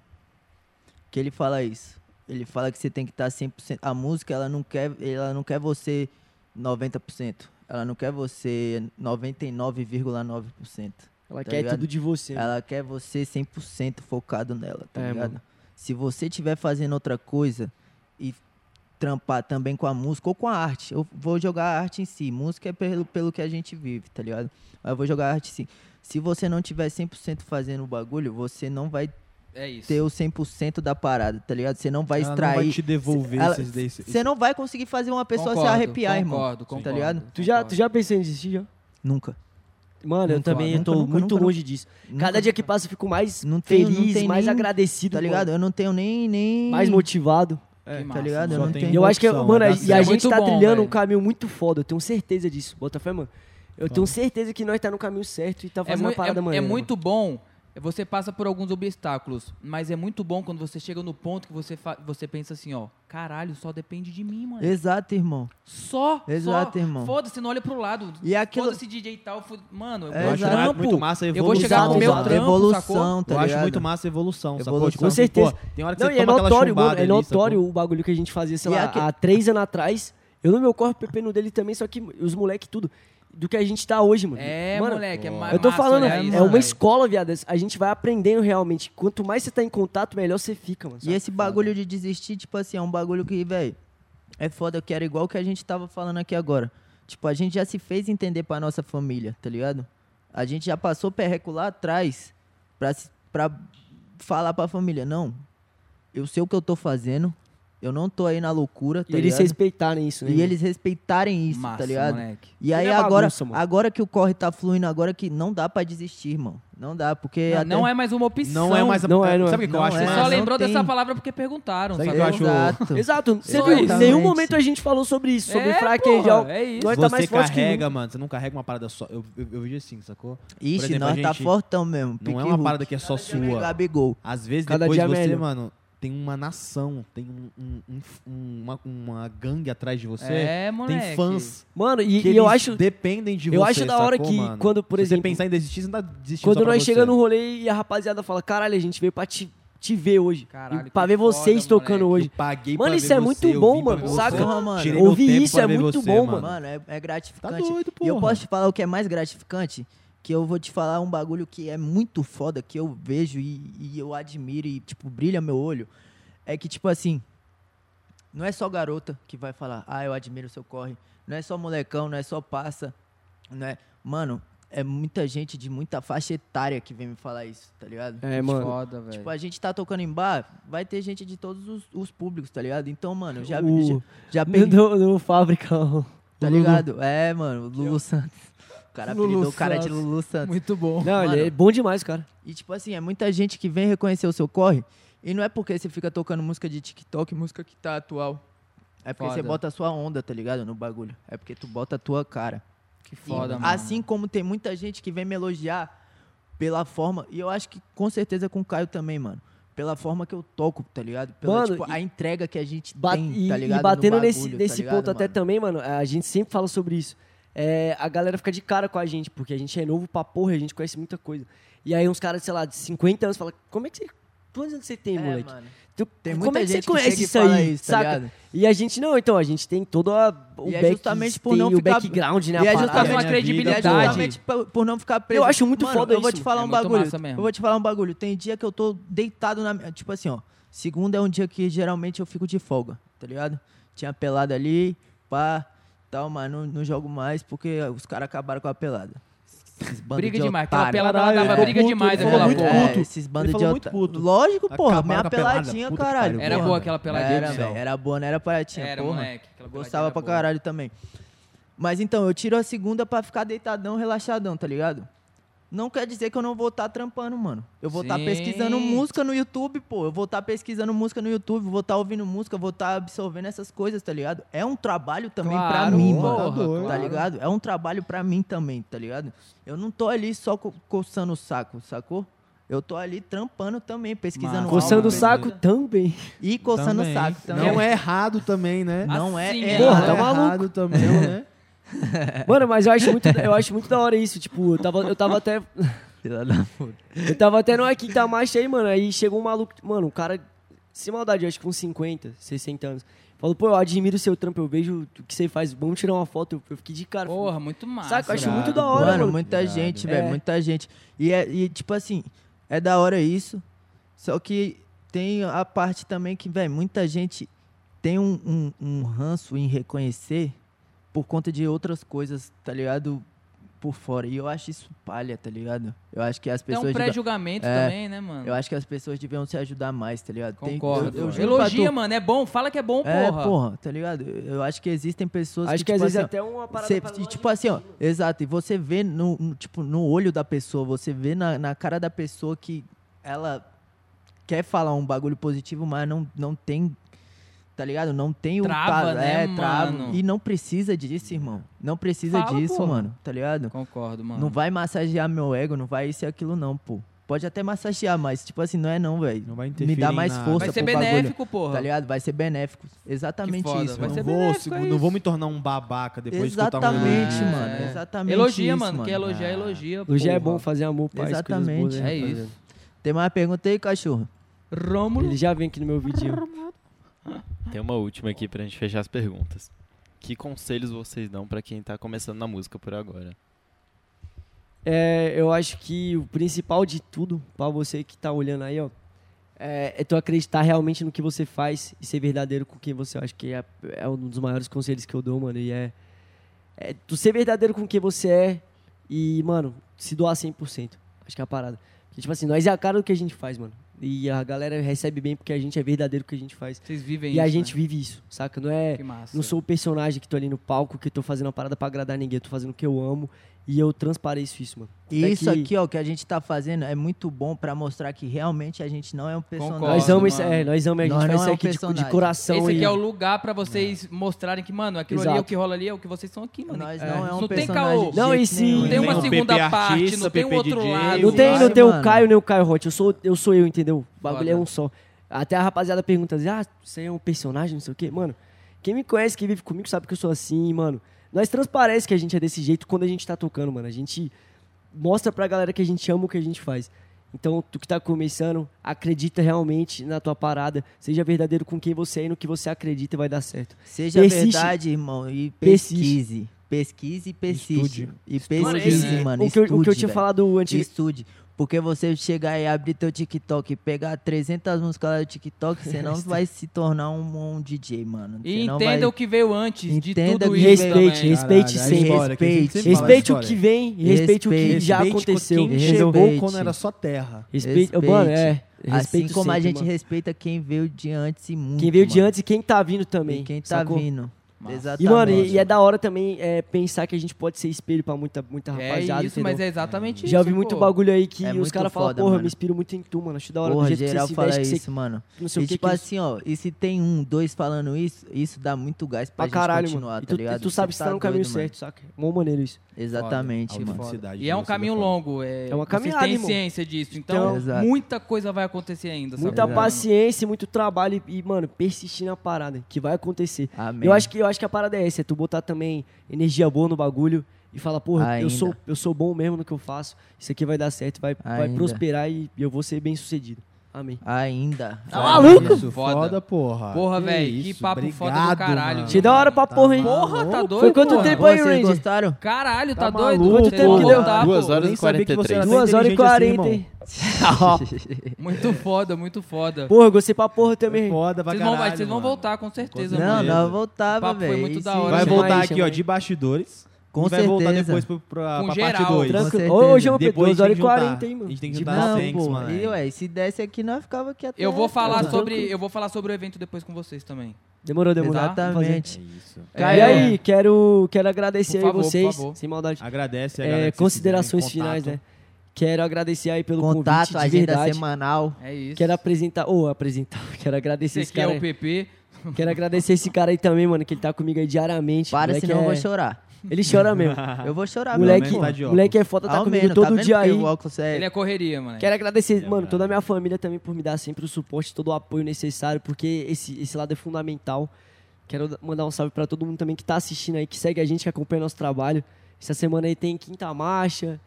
Que ele fala isso. Ele fala que você tem que tá estar 100%. A música, ela não quer, ela não quer você 90%. Ela não quer você 99,9%.
Ela
tá
quer
ligado?
tudo de você.
Ela quer você 100% focado nela, tá
É,
ligado?
mano.
Se você estiver fazendo outra coisa e trampar também com a música ou com a arte, eu vou jogar a arte em si. Música é pelo, pelo que a gente vive, tá ligado? Mas eu vou jogar a arte em si. Se você não tiver 100% fazendo o bagulho, você não vai
É isso.
ter o 100% da parada, tá ligado? Você não vai
Ela não
extrair.
vai te devolver
Ela- é
esses desse-
Você não vai conseguir fazer uma pessoa
Concordo,
se arrepiar, irmão.
concordo,
tá
concordo,
ligado?
Tu já,
concordo.
tu já pensou em desistir, já?
Nunca.
Mano, eu
Nunca,
também
nunca,
tô
nunca,
muito
nunca,
longe disso. Cada dia que passa eu fico mais
Não tenho-
feliz,
não tem
mais
nem-
agradecido.
Tá ligado? Eu não tenho nem. nem...
Mais motivado.
É,
Que
tá
massa,
ligado? Eu
só
não
tem
tenho.
E eu acho que,
opção,
mano,
é
a-
dar
e a
certo.
gente tá
Muito bom,
trilhando um
velho.
caminho muito foda, eu tenho certeza disso. Botafé, mano. Eu tenho certeza que nós tá no caminho certo e tá
É,
fazendo
mui-
a
é-
parada
é
maneira, mano.
muito bom. Você passa por alguns obstáculos, mas é muito bom quando você chega no ponto que você, fa- você pensa assim, ó, caralho, só depende de mim, mano.
Exato, irmão.
Só,
Exato,
só.
irmão.
Foda-se, não olha pro lado.
E é aquilo-
Foda-se DJ e tal. fo- Mano,
É,
eu
eu
vou
acho
exato.
trampo.
muito- muito massa a
eu
evolução.
vou chegar no meu
sabe?
Exato.
trampo,
Evolução, tá
Eu acho
ligado?
muito massa a evolução, sacou?
Evolução.
Tipo
Com
assim,
certeza.
pô, tem hora que
Não,
você
e é
toma aquela
notório,
chumbada
mano, é
ali, sacou?
notório o bagulho que a gente fazia, sei
E
lá,
aque-
há três anos atrás. Eu no meu corpo, o PP no dele também, só que os moleque tudo. Do que a gente tá hoje, mano.
É,
mano,
moleque, é ma-
Eu tô
massa
falando,
olhar
é
isso,
uma
velho.
escola, viado. A gente vai aprendendo realmente. Quanto mais você tá em contato, melhor você fica, mano.
E
sabe?
esse bagulho de desistir, tipo assim, é um bagulho que, velho, é foda que era igual que a gente tava falando aqui agora. Tipo, a gente já se fez entender pra nossa família, tá ligado? A gente já passou perreco lá atrás pra, se- pra falar pra família, não, eu sei o que eu tô fazendo, eu não tô aí na loucura, tá
E eles
ligado?
respeitarem isso, né?
E
mano?
eles respeitarem isso,
Massa,
tá ligado?
moleque.
E
Não
aí
é
agora,
bagunça, mano.
agora que o corre tá fluindo, agora que não dá pra desistir, irmão. Não dá, porque
Não,
até-
não é mais uma opção.
Não é mais... a-
Não é, não é.
Sabe o que que eu
Não
acho?
é.
Você
massa?
só
não
lembrou
tem.
dessa palavra porque perguntaram.
Sabe o
sacou?
que eu acho?
Exato.
Exato. Você viu?
Exatamente.
Em nenhum momento a gente falou sobre isso, sobre
É,
fraquejar.
porra, é isso.
Nós tá mais
Você
forte que
carrega, mano. Você não carrega uma parada só. Eu, eu, eu vejo assim, sacou?
Ixi,
exemplo, a
nós tá
gente-
fortão mesmo.
Não
pique
é uma
Hulk.
parada que é só sua.
Gabigol.
Às vezes,
Cada
depois
dia
você,
melhor.
mano, tem uma nação, tem um- um- um f- uma, uma gangue atrás de você.
É, moleque.
tem fãs
Mano,
que
e, e
eles
eu acho.
dependem de você.
eu acho da hora
sacou,
que
mano?
quando, por
Se
exemplo,
você pensar em desistir, você não tá desistindo só
Quando
pra
nós
você.
chegamos no rolê e a rapaziada fala, caralho, a gente veio pra te, te ver hoje.
Caralho,
e pra
que
ver vocês
foda,
tocando
moleque.
hoje.
Eu paguei
Mano,
pra
isso
ver
é
você,
muito
eu
bom,
vim pra
mano,
ver
saca?
você,
Porra, mano.
tirei meu
Ouvir
tempo
isso
pra
é
ver
muito
você,
bom,
mano.
Mano, é, é gratificante.
Tá doido,
E eu
porra.
posso te falar o que é mais gratificante? Que eu vou te falar um bagulho que é muito foda, que eu vejo e, e eu admiro e, tipo, brilha meu olho. É que, tipo assim, não é só garota que vai falar, ah, eu admiro o seu corre. Não é só molecão, não é só passa. Não é... Mano, é muita gente de muita faixa etária que vem me falar isso, tá ligado?
É,
Tipo,
mano.
Foda, velho.
Tipo, a gente tá tocando em bar, vai ter gente de todos os, os públicos, tá ligado? Então, mano, eu já,
O-
já, já
No,
perdi
no, no fábrica. ó.
Tá
Lulu.
ligado? É, mano, o Lulu Santos. O cara
Lulu
apelidou o cara de
Santos.
Lulu Santos.
Muito bom.
Não,
Mano.
ele é bom demais, cara.
E tipo assim, é muita gente que vem reconhecer o seu corre. E não é porque você fica tocando música de TikTok, música que tá atual. É porque
Foda.
você bota a sua onda, tá ligado? No bagulho. É porque tu bota a tua cara.
Que foda,
E
mano.
Assim como tem muita gente que vem me elogiar pela forma. E eu acho que com certeza com o Caio também, mano. Pela forma que eu toco, tá ligado? Pela
Mano,
tipo,
e-
a entrega que a gente
Ba-
tem,
e,
tá
e
ligado? No
batendo nesse,
bagulho, tá
nesse
ligado,
ponto até
mano?
também, mano, a gente sempre fala sobre isso. É, a galera fica de cara com a gente, porque a gente é novo pra porra, a gente conhece muita coisa. E aí uns caras, sei lá, de 50 anos falam, como é que você... Quantos anos você tem,
É,
moleque?
mano.
Tu-
Tem
como
muita
é que
gente
você
que
conhece
chega e
isso
fala
aí,
isso, tá
saca?
ligado?
E a gente não, então, a gente tem todo a, o,
E é
back-
justamente por
tem
não
o
ficar-
background, né?
e
a
é
parada.
Tá
justamente-
com uma
E é
credibilidade. tá
E é justamente por, por não ficar preso.
Eu acho muito
Mano,
foda
Eu vou
isso,
te falar
mano.
um
É muito
bagulho.
massa mesmo.
Eu vou te falar um bagulho. Tem dia que eu tô deitado na. minha- Tipo assim, ó. Segunda é um dia que geralmente eu fico de folga, tá ligado? Tinha pelada ali, pá, tal, mas não, não jogo mais porque os caras acabaram com a pelada. Esses bandos
Briga
de
demais. Aquela
otário.
pelada lá dava
É.
briga
Puto,
demais.
ele
Aquela
falou muito
porra.
É,
puto.
esses bandos
Ele
de
falou muito
ota-
puto.
Lógico, porra.
Acabaram
Minha
com a pelada,
peladinha,
puta que
caralho.
pariu.
Era
porra.
boa aquela peladinha.
Era,
né?
velho. Era boa, não era paradinha,
Era,
porra.
moleque. Aquela peladinha
Gostava
era
pra
boa.
caralho também. Mas então, eu tiro a segunda pra ficar deitadão, relaxadão, tá ligado? Não quer dizer que eu não vou estar trampando, mano. Eu vou estar
Sim.
pesquisando música no YouTube, pô. Eu vou estar pesquisando música no YouTube, vou estar ouvindo música, vou estar absorvendo essas coisas, tá ligado? É um trabalho também pra
Claro,
mim,
porra,
mano.
claro.
Tá ligado? É um trabalho pra mim também, tá ligado? Eu não tô ali só co coçando o saco, sacou? Eu tô ali trampando também, pesquisando
Massa.
álbum,
Coçando o
Calma,
saco
pesquisando-
também.
E coçando o
Também.
saco também.
Não é errado também, né?
Não é,
Assim,
é
porra,
errado.
tá
é errado também, né?
Mano, mas eu acho muito, eu acho muito da hora isso. Tipo, eu tava, eu tava até. Eu tava até numa quinta marcha aí, mano. Aí chegou um maluco. Mano, um cara, sem maldade, eu acho que com 50, 60 anos. Falou, pô, eu admiro o seu trampo, eu vejo o que você faz. Vamos tirar uma foto. Eu, eu fiquei de cara.
Porra, muito massa.
Saca, eu acho
velho.
muito da hora,
Mano,
mano.
muita gente, velho,
É.
muita gente. E, é- e, tipo assim, é da hora isso. Só que tem a parte também que, velho, muita gente tem um, um, um ranço em reconhecer por conta de outras coisas, tá ligado? por fora. E eu acho isso palha, tá ligado? Eu acho que as
É
pessoas.
um
deva-
pré-julgamento
É,
também, né, mano?
Eu acho que as pessoas deviam se ajudar mais, tá ligado? Tem-
Concordo.
eu- eu juro pra tu-
Elogia, mano. É bom. Fala que é bom,
É,
porra.
porra, tá ligado? Eu acho que existem pessoas
Acho que às
tipo
vezes
assim,
é
ó,
até uma parada
cê-
pra
e, tipo assim, ó, exato, e você vê no, no- tipo, no olho da pessoa, você vê na, na cara da pessoa que ela quer falar um bagulho positivo, mas não, não tem, tá ligado? Não tem o...
Trava,
ta-
né,
é, trava.
mano?
E não precisa disso, irmão. Não precisa
Fala,
disso,
porra.
mano, tá ligado?
Concordo, mano.
Não vai massagear meu ego, não vai isso e aquilo não, pô. Pode até massagear, mas tipo assim, não é não, velho.
Não vai
Me dá
interferir
mais
na-
força
Vai ser
pro bagulho,
benéfico, porra.
Tá ligado? Vai ser benéfico. Exatamente
Que foda,
isso,
vai
mano.
ser
Não vou,
benéfico,
se-
é
não
isso.
vou me tornar um babaca depois de escutar um
Exatamente,
elogio.
mano.
É.
Exatamente
Elogia,
isso,
mano. Quem elogia, elogia.
Hoje é
porra.
bom fazer amor, paz, coisas boas,
Exatamente.
né,
É
rapaziada?
isso.
Tem mais pergunta aí, cachorro?
Rômulo.
Ele já vem aqui no meu vidinho.
Tem uma última aqui pra gente fechar as perguntas. Que conselhos vocês dão pra quem tá começando na música por agora?
É, eu acho que o principal de tudo, pra você que tá olhando aí, ó, é, é tu acreditar realmente no que você faz e ser verdadeiro com quem você. Eu acho que é, é um dos maiores conselhos que eu dou, mano. E é, é tu ser verdadeiro com quem você é e, mano, se doar 100%. Acho que é a parada. Porque, tipo assim, nós é a cara do que a gente faz, mano. E a galera recebe bem porque a gente é verdadeiro com o que a gente faz.
Vocês vivem
e
isso,
a gente
né?
vive isso, saca? Não é.
Que massa.
Não sou o personagem que tô ali no palco, que tô fazendo uma parada pra agradar ninguém. Eu tô fazendo o que eu amo e eu transpareço isso, mano.
E
Até
isso
que
aqui, ó, que a gente tá fazendo é muito bom pra mostrar que realmente a gente não é um personagem.
Concordo,
Nós amamos isso,
mano.
é, nós amamos, a gente
Nós
faz
não
isso
é um
aqui de- de,
personagem.
coração.
Esse
e...
aqui é o lugar pra vocês mostrarem que, mano, aquilo ali é o
Exato.
que rola ali, é o que vocês são aqui, mano.
Nós não é, um
Não tem
personagem.
caô.
de
né? Não, um
jeito
e se-
nenhum,
Não tem uma
irmão.
Não,
segunda
PP
parte,
artista,
não tem um
PP
outro
DJ,
lado.
Não tem, não
Vai,
tem o
mano.
Caio nem o Caio Hot. Eu sou eu, sou eu entendeu? O bagulho é
Foda.
um só. Até a rapaziada pergunta assim, ah, você é um personagem, não sei o quê. Mano, quem me conhece, quem vive comigo, sabe que eu sou assim, mano. Nós transparece que a gente é desse jeito quando a gente tá tocando, mano. A gente mostra pra galera que a gente ama o que a gente faz. Então, tu que tá começando, acredita realmente na tua parada. Seja verdadeiro com quem você é e no que você acredita vai dar certo.
Seja
Persiste.
verdade, irmão, e
Persiste. né?
pesquise. Pesquise e persiste.
Estude.
E
Mano,
pesquise,
esse-
mano.
é o, que eu, o que eu
estude,
tinha
velho.
falado antes,
Estude. Porque você chegar e abrir teu TikTok e pegar 300 músicas lá do TikTok, você não vai se tornar um, um DJ, mano.
E
Você não
entenda
vai...
o que veio antes de
Entenda
tudo
que
isso.
veio-
também.
Respeite, respeite
Caralho, a
sempre.
é história, que a gente sempre fala, a
Respeite o
história.
que vem e respeite, o que
Respeite.
já
Respeite
aconteceu.
Quem
Respeite.
entendeu?
chegou quando era só terra.
Respeite.
Respeite.
Mano, é. Respeite
Assim como a
sempre,
gente
mano.
respeita quem veio de antes e muito.
Quem veio de
mano.
antes e quem tá vindo também.
E quem tá
sacou?
vindo. tá Exatamente.
E, mano, e, e é da hora também é, pensar que a gente pode ser espelho pra muita, muita rapaziada.
É isso,
entendeu?
mas é exatamente isso.
Já ouvi muito
pô.
bagulho aí que
É
os
muito
caras falam,
foda,
porra, eu
mano.
me inspiro muito em tu, mano. Acho da hora do
Porra,
jeito que você
geral
se
fala
veste, que
isso,
você
mano.
não sei
E
o que.
tipo
que eles-
assim, ó, e se tem um, dois falando isso, isso dá muito gás pra,
Pra
gente
caralho,
continuar,
mano. E
tá
tu,
ligado?
tu sabe que
Você
tá no caminho
doido, mano.
certo, saca? Mó maneiro isso.
Exatamente,
Foda.
mano.
Autenticidade
E é
de
um
você
caminho
da forma.
longo. É,
É uma caminhada,
Vocês têm
irmão.
ciência disso. Então,
Então, Exato.
muita coisa vai acontecer
tá
ainda. sabe?
Muita
Mano,
paciência, muito trabalho e, e, mano, persistir na parada, que vai acontecer.
Amém.
Eu acho, que, eu acho que a parada é essa, é tu botar também energia boa no bagulho e falar, porra, eu
Ainda.
sou, eu sou bom mesmo no que eu faço, isso aqui vai dar certo, vai, vai
Ainda.
prosperar e eu vou ser bem sucedido. Amém.
Ainda.
Ah,
Tá
Ainda.
maluco?
Isso, foda.
Foda,
porra.
Porra, velho, que
isso,
papo foda do
obrigado,
caralho,
mano.
Te
Te da hora pra porra, hein?
Porra, tá doido?
Foi quanto
porra?
tempo
é
aí,
Vocês
Ranger?
gostaram?
Caralho, tá,
Tá
doido?
maluco,
Quanto tempo
pô.
que deu? Tá,
Duas
pô.
horas
nem
e
sabia que
43.
você era tão
2 horas e
inteligente assim,
40,
irmão.
hein?
Muito foda, muito foda.
Porra, eu gostei pra porra também, Ranger.
Foda pra
Vocês vão,
caralho,
vocês vão
mano.
voltar, com certeza,
certeza.
Não,
mano.
nós
O papo
voltava,
foi
velho.
muito da
Sim,
hora.
Vai
Chama
voltar
aí,
aqui,
chama
ó,
aí.
de bastidores.
Com
e vai voltar
certeza.
depois pro- pra,
Com
pra parte
geral.
2.
Tranquilo.
Com
Hoje é
certeza.
uma 2 horas e
Depois a gente
40, hein,
A
mano.
gente tem que
De
juntar
não,
as tanks,
pô.
mano.
E, ué, se desse aqui, nós ficava aqui até.
Eu vou falar
Tá
sobre,
tranquilo.
eu vou falar sobre o evento depois com vocês também.
Demorou, demorou. Vamos fazer.
Exatamente.
Cara, e
É.
aí, quero, quero
Por
agradecer aí
favor, por
vocês,
favor.
sem maldade.
Agradece a
É,
galera que vocês
considerações
fizeram,
finais, né?
contato.
Quero agradecer aí pelo
Contato,
convite, de
agenda
verdade.
semanal.
É isso.
Quero apresentar, ou apresentar, quero agradecer
Esse aqui
esse
é
cara.
o
aí.
PP.
Quero agradecer esse cara aí também, mano, que ele tá comigo aí diariamente.
Para,
Moleque
senão eu
é-
vou chorar.
Ele chora mesmo.
Eu vou chorar,
moleque,
menos tá de óculos.
moleque é foda, tá
Ao
comigo
menos,
todo
tá vendo
dia
que
aí.
o óculos é-
Ele é correria, mano.
Quero agradecer,
É
mano, toda a minha família também por me dar sempre o suporte, todo o apoio necessário, porque esse, esse lado é fundamental. Quero da- mandar um salve pra todo mundo também que tá assistindo aí, que segue a gente, que acompanha nosso trabalho. Essa semana aí tem Quinta Marcha,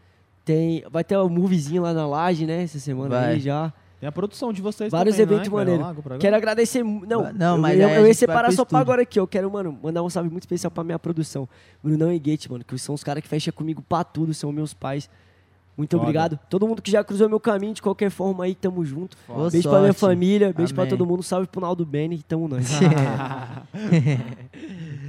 tem. Vai ter um moviezinho lá na laje, né? Essa semana
Vai.
aí já.
Tem a produção de vocês
Vários
também, né,
eventos
que vai
maneiros.
rolar agora pra
Quero agradecer. mu- Não,
Ah, não,
eu,
mas
eu,
aí a
eu ia
gente vai
separar
pro
só pra
estúdio.
agora aqui. Eu quero, mano, mandar um salve muito especial pra minha produção. Brunão e Gate, mano, que são os caras que fecham comigo pra tudo, são meus pais. Muito
Foda.
obrigado. Todo mundo que já cruzou meu caminho, de qualquer forma aí, tamo junto.
Boa
beijo pra minha
sorte.
família, beijo pra
Amém.
todo mundo. Salve pro Naldo Bene, tamo nós.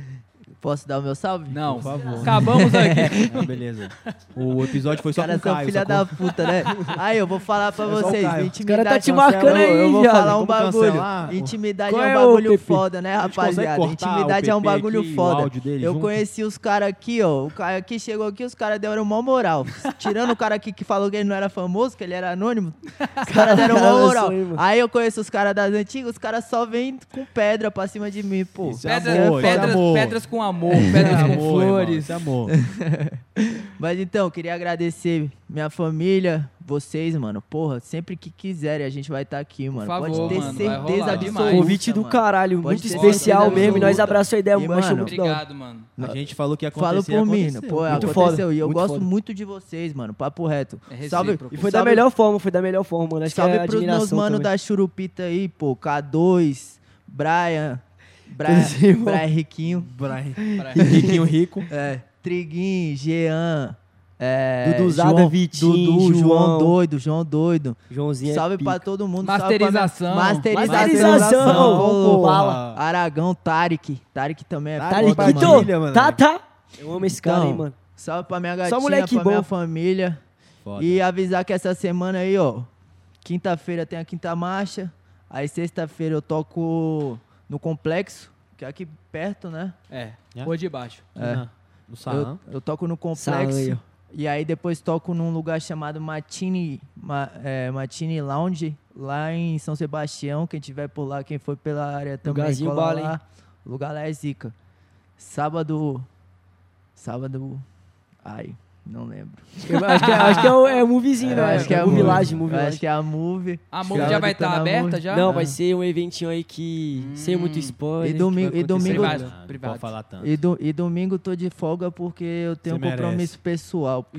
Posso dar o meu salve?
Não.
Por favor.
Acabamos aqui.
Não, beleza. O episódio foi só
Cara,
com o
são
Caio.
filha
sacou?
da puta, né? Aí, eu vou falar pra
É só o
vocês.
Caio.
Intimidade,
Os cara tá te
marcando
aí,
Eu vou
viado.
falar um
Como
bagulho.
cancelar?
Intimidade
Qual
é
é
um
o
bagulho
PP?
foda, né,
A gente consegue
rapaziada?
cortar o
Intimidade é um
PP
bagulho
aqui, o
foda.
áudio dele
eu
junto?
conheci os caras aqui, ó. O cara que chegou aqui, os caras deram mó moral. Tirando o cara aqui que falou que ele não era famoso, que ele era anônimo, os caras deram mó
Cara,
moral.
sonho, mano.
Aí eu conheço os caras das antigas, os caras só vêm com pedra pra cima de mim, pô.
Isso é
Pedra-
amor, isso é
pedras,
amor.
pedras com amor, pedras com
amor, irmão,
flores.
Tá
isso é amor.
Mas então, queria agradecer minha família, vocês, mano. Porra, sempre que quiserem, a gente vai estar aqui, mano.
favor,
Pode
mano,
ter
vai
certeza
rolar
absoluta.
demais.
Convite do
mano.
caralho,
Pode
muito
ter
especial
certeza
mesmo. e Nós
absoluta.
abraçamos a ideia,
E,
eu acho
mano,
muito da hora.
Obrigado, mano.
A gente falou que ia acontecer.
Falo por mim,
aconteceu.
pô,
Muito
aconteceu.
foda,
e eu
muito
gosto
foda.
muito de vocês, mano. Papo reto.
É
Salve,
recíproco.
E foi da
salve-
melhor forma, foi da melhor forma. né? Acho que
Salve
é
pros meus
admiração
manos
também.
da Churupita aí, pô. K2, Brian, Brian,
Esse é, irmão.
Brian Riquinho,
Brian.
Pra-
Riquinho rico.
é, Triguinho, Jean, é,
Duduzada,
João-
Vitinho,
Dudu,
João.
João Doido, João Doido.
Joãozinho. é
Salve
pica.
pra todo mundo.
Masterização.
Salve pra minha- Masterização.
Masterização,
Masterização.
porra.
Aragão, Tarik. Tarik também é
Tá
Agora tá família,
ligado?
mano.
Tá, tá. Eu amo esse cara,
Então,
hein, mano.
Salve pra minha gatinha,
moleque
pra minha
bom.
família.
Foda.
E avisar que essa semana aí, ó. Quinta-feira tem a quinta marcha. Aí sexta-feira eu toco no complexo, que é aqui perto, né?
É,
É.
rua de baixo.
É.
Ah, No salão.
Eu, eu toco no
Tá. Salve, ó.
complexo. E aí depois toco num lugar chamado Matini, Ma- é, Matini Lounge, lá em São Sebastião. Quem tiver por lá, quem for pela área também,
Lugarzinho
cola
bala, hein?
lá. O lugar lá é zica. Sábado. Sábado. Ai, não lembro.
Eu acho que, acho que é, o, é o moviezinho, né?
acho que é a
movie.
movie.
Village,
Eu
movie Village.
acho que é a Move.
A MUV já vai
tá
estar aberta já?
Não, vai ser Hum. um eventinho aí que. sem muito spoiler.
E domingo-
que vai
e domingo-
acontecer.
Privado, privado.
Pode falar tanto.
E, do, e domingo eu tô de folga porque eu tenho
Você
um compromisso
merece.
pessoal. pô,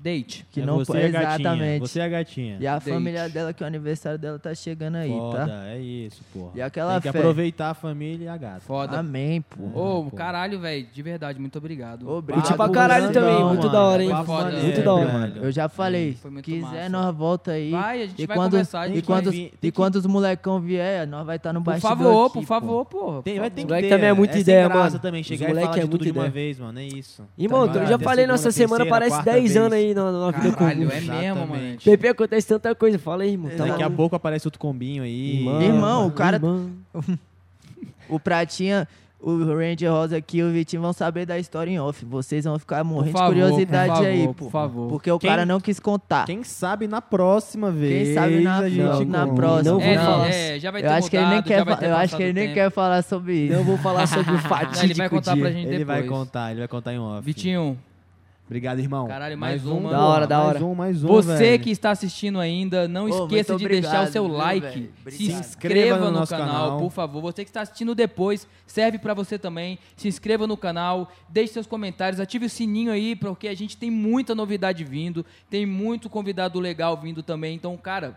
Date.
que
É
não
você
pode.
e a gatinha,
Exatamente.
Você é a gatinha.
E a
Date.
família dela, que é o aniversário dela tá chegando aí,
Foda,
tá?
é isso, porra.
E
Tem
aquela
que
fé.
aproveitar a família e a gata.
Foda.
Amém, pô.
Ô,
Pô.
caralho, velho, de verdade, muito obrigado.
Obrigado.
Curti pra caralho
grandão,
também, muito da hora, hein?
Papo
Muito
maneiro,
da hora.
é velho.
é. Eu já falei,
Foi muito
quiser
massa.
nós volta aí.
Vai, a gente
e
vai
quando,
conversar, a
e
gente
quando,
vai
vir.
E quando os molecão vier, nós vai estar no
Por
bastidor
favor,
aqui,
por
pô.
favor, porra.
Tem, vai ter
Os
que
moleque
ter,
também é
né?
muita
sem
ideia,
graça
mano.
também,
Os
chegar e
moleque
falar
é
de tudo
muita
de uma
ideia.
vez, mano, é isso. Tá
Irmão, eu
ligado?
já
Até
falei nossa
segunda,
semana,
terceira,
parece
quarta
10 anos
vez.
aí na, na vida com
Caralho, é
Exatamente.
mesmo, mano.
PP acontece tanta coisa, fala aí, irmão. Tá
Daqui a
maluco?
pouco aparece outro combinho aí.
Irmão, o cara-
irmão.
O Pratinha, o Ranger Rosa aqui e o Vitinho vão saber da história em off. Vocês vão ficar
Por
morrendo
favor,
um de curiosidade
por favor,
aí, pô.
Por favor.
Porque o
Quem-
cara não quis contar.
Quem sabe na próxima vez.
sabe na-
a gente
não, na
conta.
próxima.
Não
É,
vou
não,
falar.
é, já vai ter
Eu acho que ele nem
mudado, já
quer,
vai
fa-
ter
eu acho
passado
que ele
o
nem
tempo.
quer falar sobre isso.
Não vou falar sobre o
Não, Tá, Ele vai
fatídico
contar
dia.
pra gente
Ele
depois.
vai contar, ele vai contar em off.
Vitinho,
Obrigado, irmão.
Caralho, mais uma.
Da hora, da
Mais
hora.
um, mais um,
você
velho.
que está assistindo ainda, não
Ô,
esqueça
muito
de deixar o
obrigado,
seu
viu,
like,
velho?
se
Obrigado.
inscreva no,
nosso
canal,
canal.
por favor. Você que está assistindo depois, serve para você também. Se inscreva no canal, deixe seus comentários, ative o sininho aí, porque a gente tem muita novidade vindo, tem muito convidado legal vindo também. Então, cara,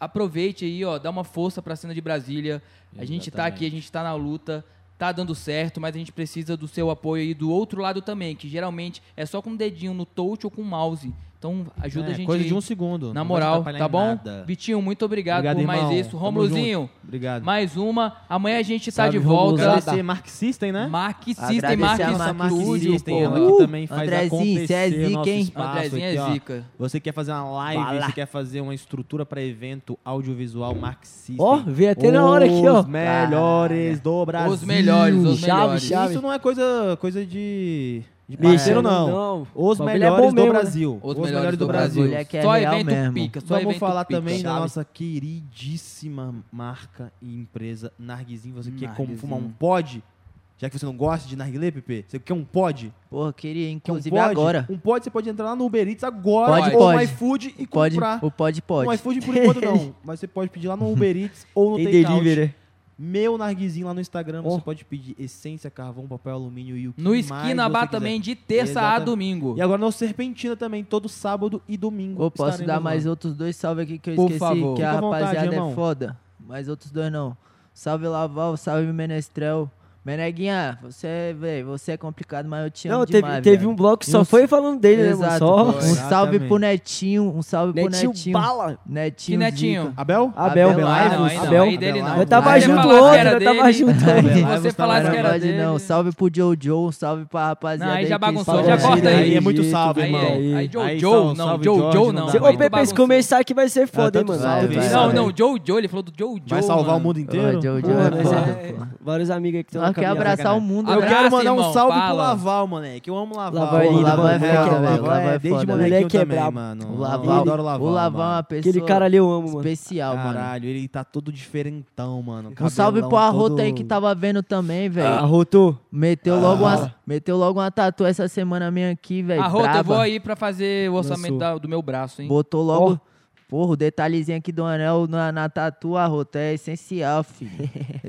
aproveite aí, ó, dá uma força para a cena de Brasília. A gente tá aqui, a gente tá na luta, tá dando certo, mas a gente precisa do seu apoio aí do outro lado também, que geralmente é só com o dedinho no touch ou com o mouse. Então,
É,
ajuda a gente
coisa
aí.
de um segundo.
Na
não vai
moral,
atrapalhar
tá
em
bom?
nada.
Vitinho, muito obrigado,
Obrigado,
por mais
irmão.
isso.
Tamo
Romulozinho,
Obrigado.
mais uma. Amanhã a gente tá de
Salve,
volta.
Romulozada.
Agradecer Mark System, né?
Mark System,
Agradecer
Mark
a
Isso, a
System.
Mark
Mark
Studio,
System,
pô.
ela que
Uh,
também faz
Andrezinho, cê é
acontecer o nosso
zica, hein?
espaço
um Andrezinho
aqui,
é
ó.
zica.
Você quer fazer uma live,
Vai lá.
você quer fazer uma estrutura pra evento audiovisual Mark System.
Ó, veio até na hora aqui, ó.
Os melhores do Brasil.
Os melhores, os
Chave,
melhores.
chave.
Isso não é coisa, coisa de, de
Bicho,
parceiro, não. Os
Bagulho é
melhores
bom
do
mesmo, né?
Brasil.
Os, melhores, do
Brasil.
Brasil.
Moleque é
só
real
evento
mesmo.
pica, só
Vamos
evento
falar
pica.
também da
Sabe?
nossa queridíssima marca e empresa Narguizinho. Você quer como
Narguizinho.
fumar um pod? Já que você não gosta de narguilé, Pepe, você quer um pod?
Porra, queria,
Quer um
inclusive
pod?
agora.
Um pod, você pode entrar lá no Uber Eats agora
Pode,
ou
pode.
no iFood e
Pode,
comprar. Um
o pode pode.
No iFood por enquanto não, mas você pode pedir lá no Uber Eats ou no
Tem
Takeout.
delivery.
Meu narguizinho lá no Instagram, você pode pedir essência, carvão, papel alumínio e o que
Oh. No
mais
Esquina
você
Bar
quiser.
também, de terça a
Exatamente.
domingo.
E agora no Serpentina também, todo sábado e domingo.
Ô, posso
estaremos
dar
lá.
mais um? outros dois salve aqui que eu
Por
esqueci,
favor.
que a
Fica à vontade,
rapaziada é
irmão.
foda. Mais outros dois não. Salve Laval, salve Menestrel, Meneguinha, você, é- véi, você é complicado, mas eu te amo
Não, teve,
demais,
teve
velho.
um bloco que
E
só
um-
foi falando dele, né, mano?
Exato,
Só...
pô. Um salve pro Netinho, um salve
Netinho
pro Netinho.
bala.
Netinho.
Que Netinho?
Zica.
Abel?
Abel,
Abel
Abel,
Laivos.
Abel.
Aí dele não.
Nós tava
Aí você
junto
falasse que
ontem,
era
nós tava
dele,
junto
Se
ontem.
você
Não,
falasse que
não
era
pode
dele...
não. Salve pro Jojo, um salve pra rapaziada.
Não, aí já
que
bagunçou,
escuta
já
a
corta
gente.
aí.
Aí é muito salve,
Aí,
irmão.
aí, aí,
Aí,
Jojo,
salve,
não,
salve,
Jojo,
Jorge,
não.
não
Se-
aí tá
Ô,
tu
Pepe, se
bagunçou.
começar aqui vai ser foda, hein,
tanto
mano?
salve,
Vai,
vai,
vai.
Não, não, Jojo, ele falou do Jojo.
Vai salvar o mundo inteiro?
Ô, Jojo,
Pô,
é
mas
foda,
é-
pô.
Vários amigos aí que estão
Nós quer abraçar o
né?
mundo,
Eu
velho.
Abraça,
quero mandar
irmão,
um salve pro
fala.
Laval, moleque. Eu amo Laval.
Laval é
Pô,
lindo,
é
mano.
foda,
Moleque é brabo,
Laval
moleque
é
é
Desde
foda.
molequinho
Moleque é
também,
brabo.
mano.
O
Eu
Laval,
adoro Laval.
o Laval é uma
mano.
pessoa
Aquele cara ali eu amo, mano.
especial, mano.
Caralho, ele tá todo diferentão, mano.
Um salve pro
Cabelão
Arroto
todo- Ah,
aí que tava vendo também, velho.
Arrotou.
Meteu logo, uma, meteu logo uma tatu essa semana minha aqui, velho.
Arrota, eu vou
braba.
aí pra fazer o orçamento
Lançou.
da- do meu braço, hein?
Botou logo. Porra, o detalhezinho aqui do anel na, na tatu, Arroto, é essencial, filho.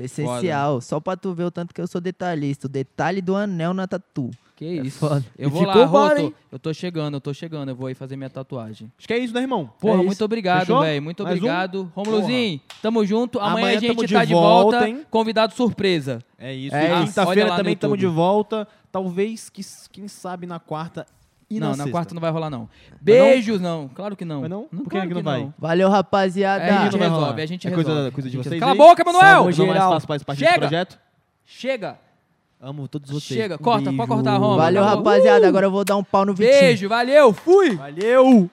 essencial. Só pra tu ver o tanto que eu sou detalhista. O detalhe do anel na tatu.
Que isso.
foda.
Eu
E
vou lá,
ficou bom,
Roto.
hein?
Eu tô chegando, eu tô chegando. Eu vou aí fazer minha tatuagem.
Acho que é isso, né, irmão?
Porra,
isso.
muito obrigado,
Fechou?
velho. Muito
Mais um?
obrigado. Romulozinho, tamo junto. Amanhã,
Amanhã
a gente
tamo de
tá de volta.
volta, hein?
Convidado surpresa.
É isso.
É
E
isso. Olha
Quinta-feira
lá no
também estamos de
YouTube.
volta. Talvez, que- quem sabe, na quarta e na
não, na
sexta.
quarta não vai rolar, não. Beijos, não? Claro que não.
Vai não? Por que
claro
é que não vai?
Valeu, rapaziada.
É, a gente
Não vai
resolve,
rolar.
a gente
é coisa,
resolve.
coisa de
A gente
vocês
resolve. Cala
aí?
a boca, Manuel!
Salve, Não mais
Geral.
faço parte
Chega!
desse projeto.
Chega!
Amo todos vocês.
Chega,
Um
corta, pode
beijo.
cortar, Roma.
Valeu,
Acabou.
rapaziada. Agora eu vou dar um pau no Vitinho.
Beijo, valeu, fui!
Valeu!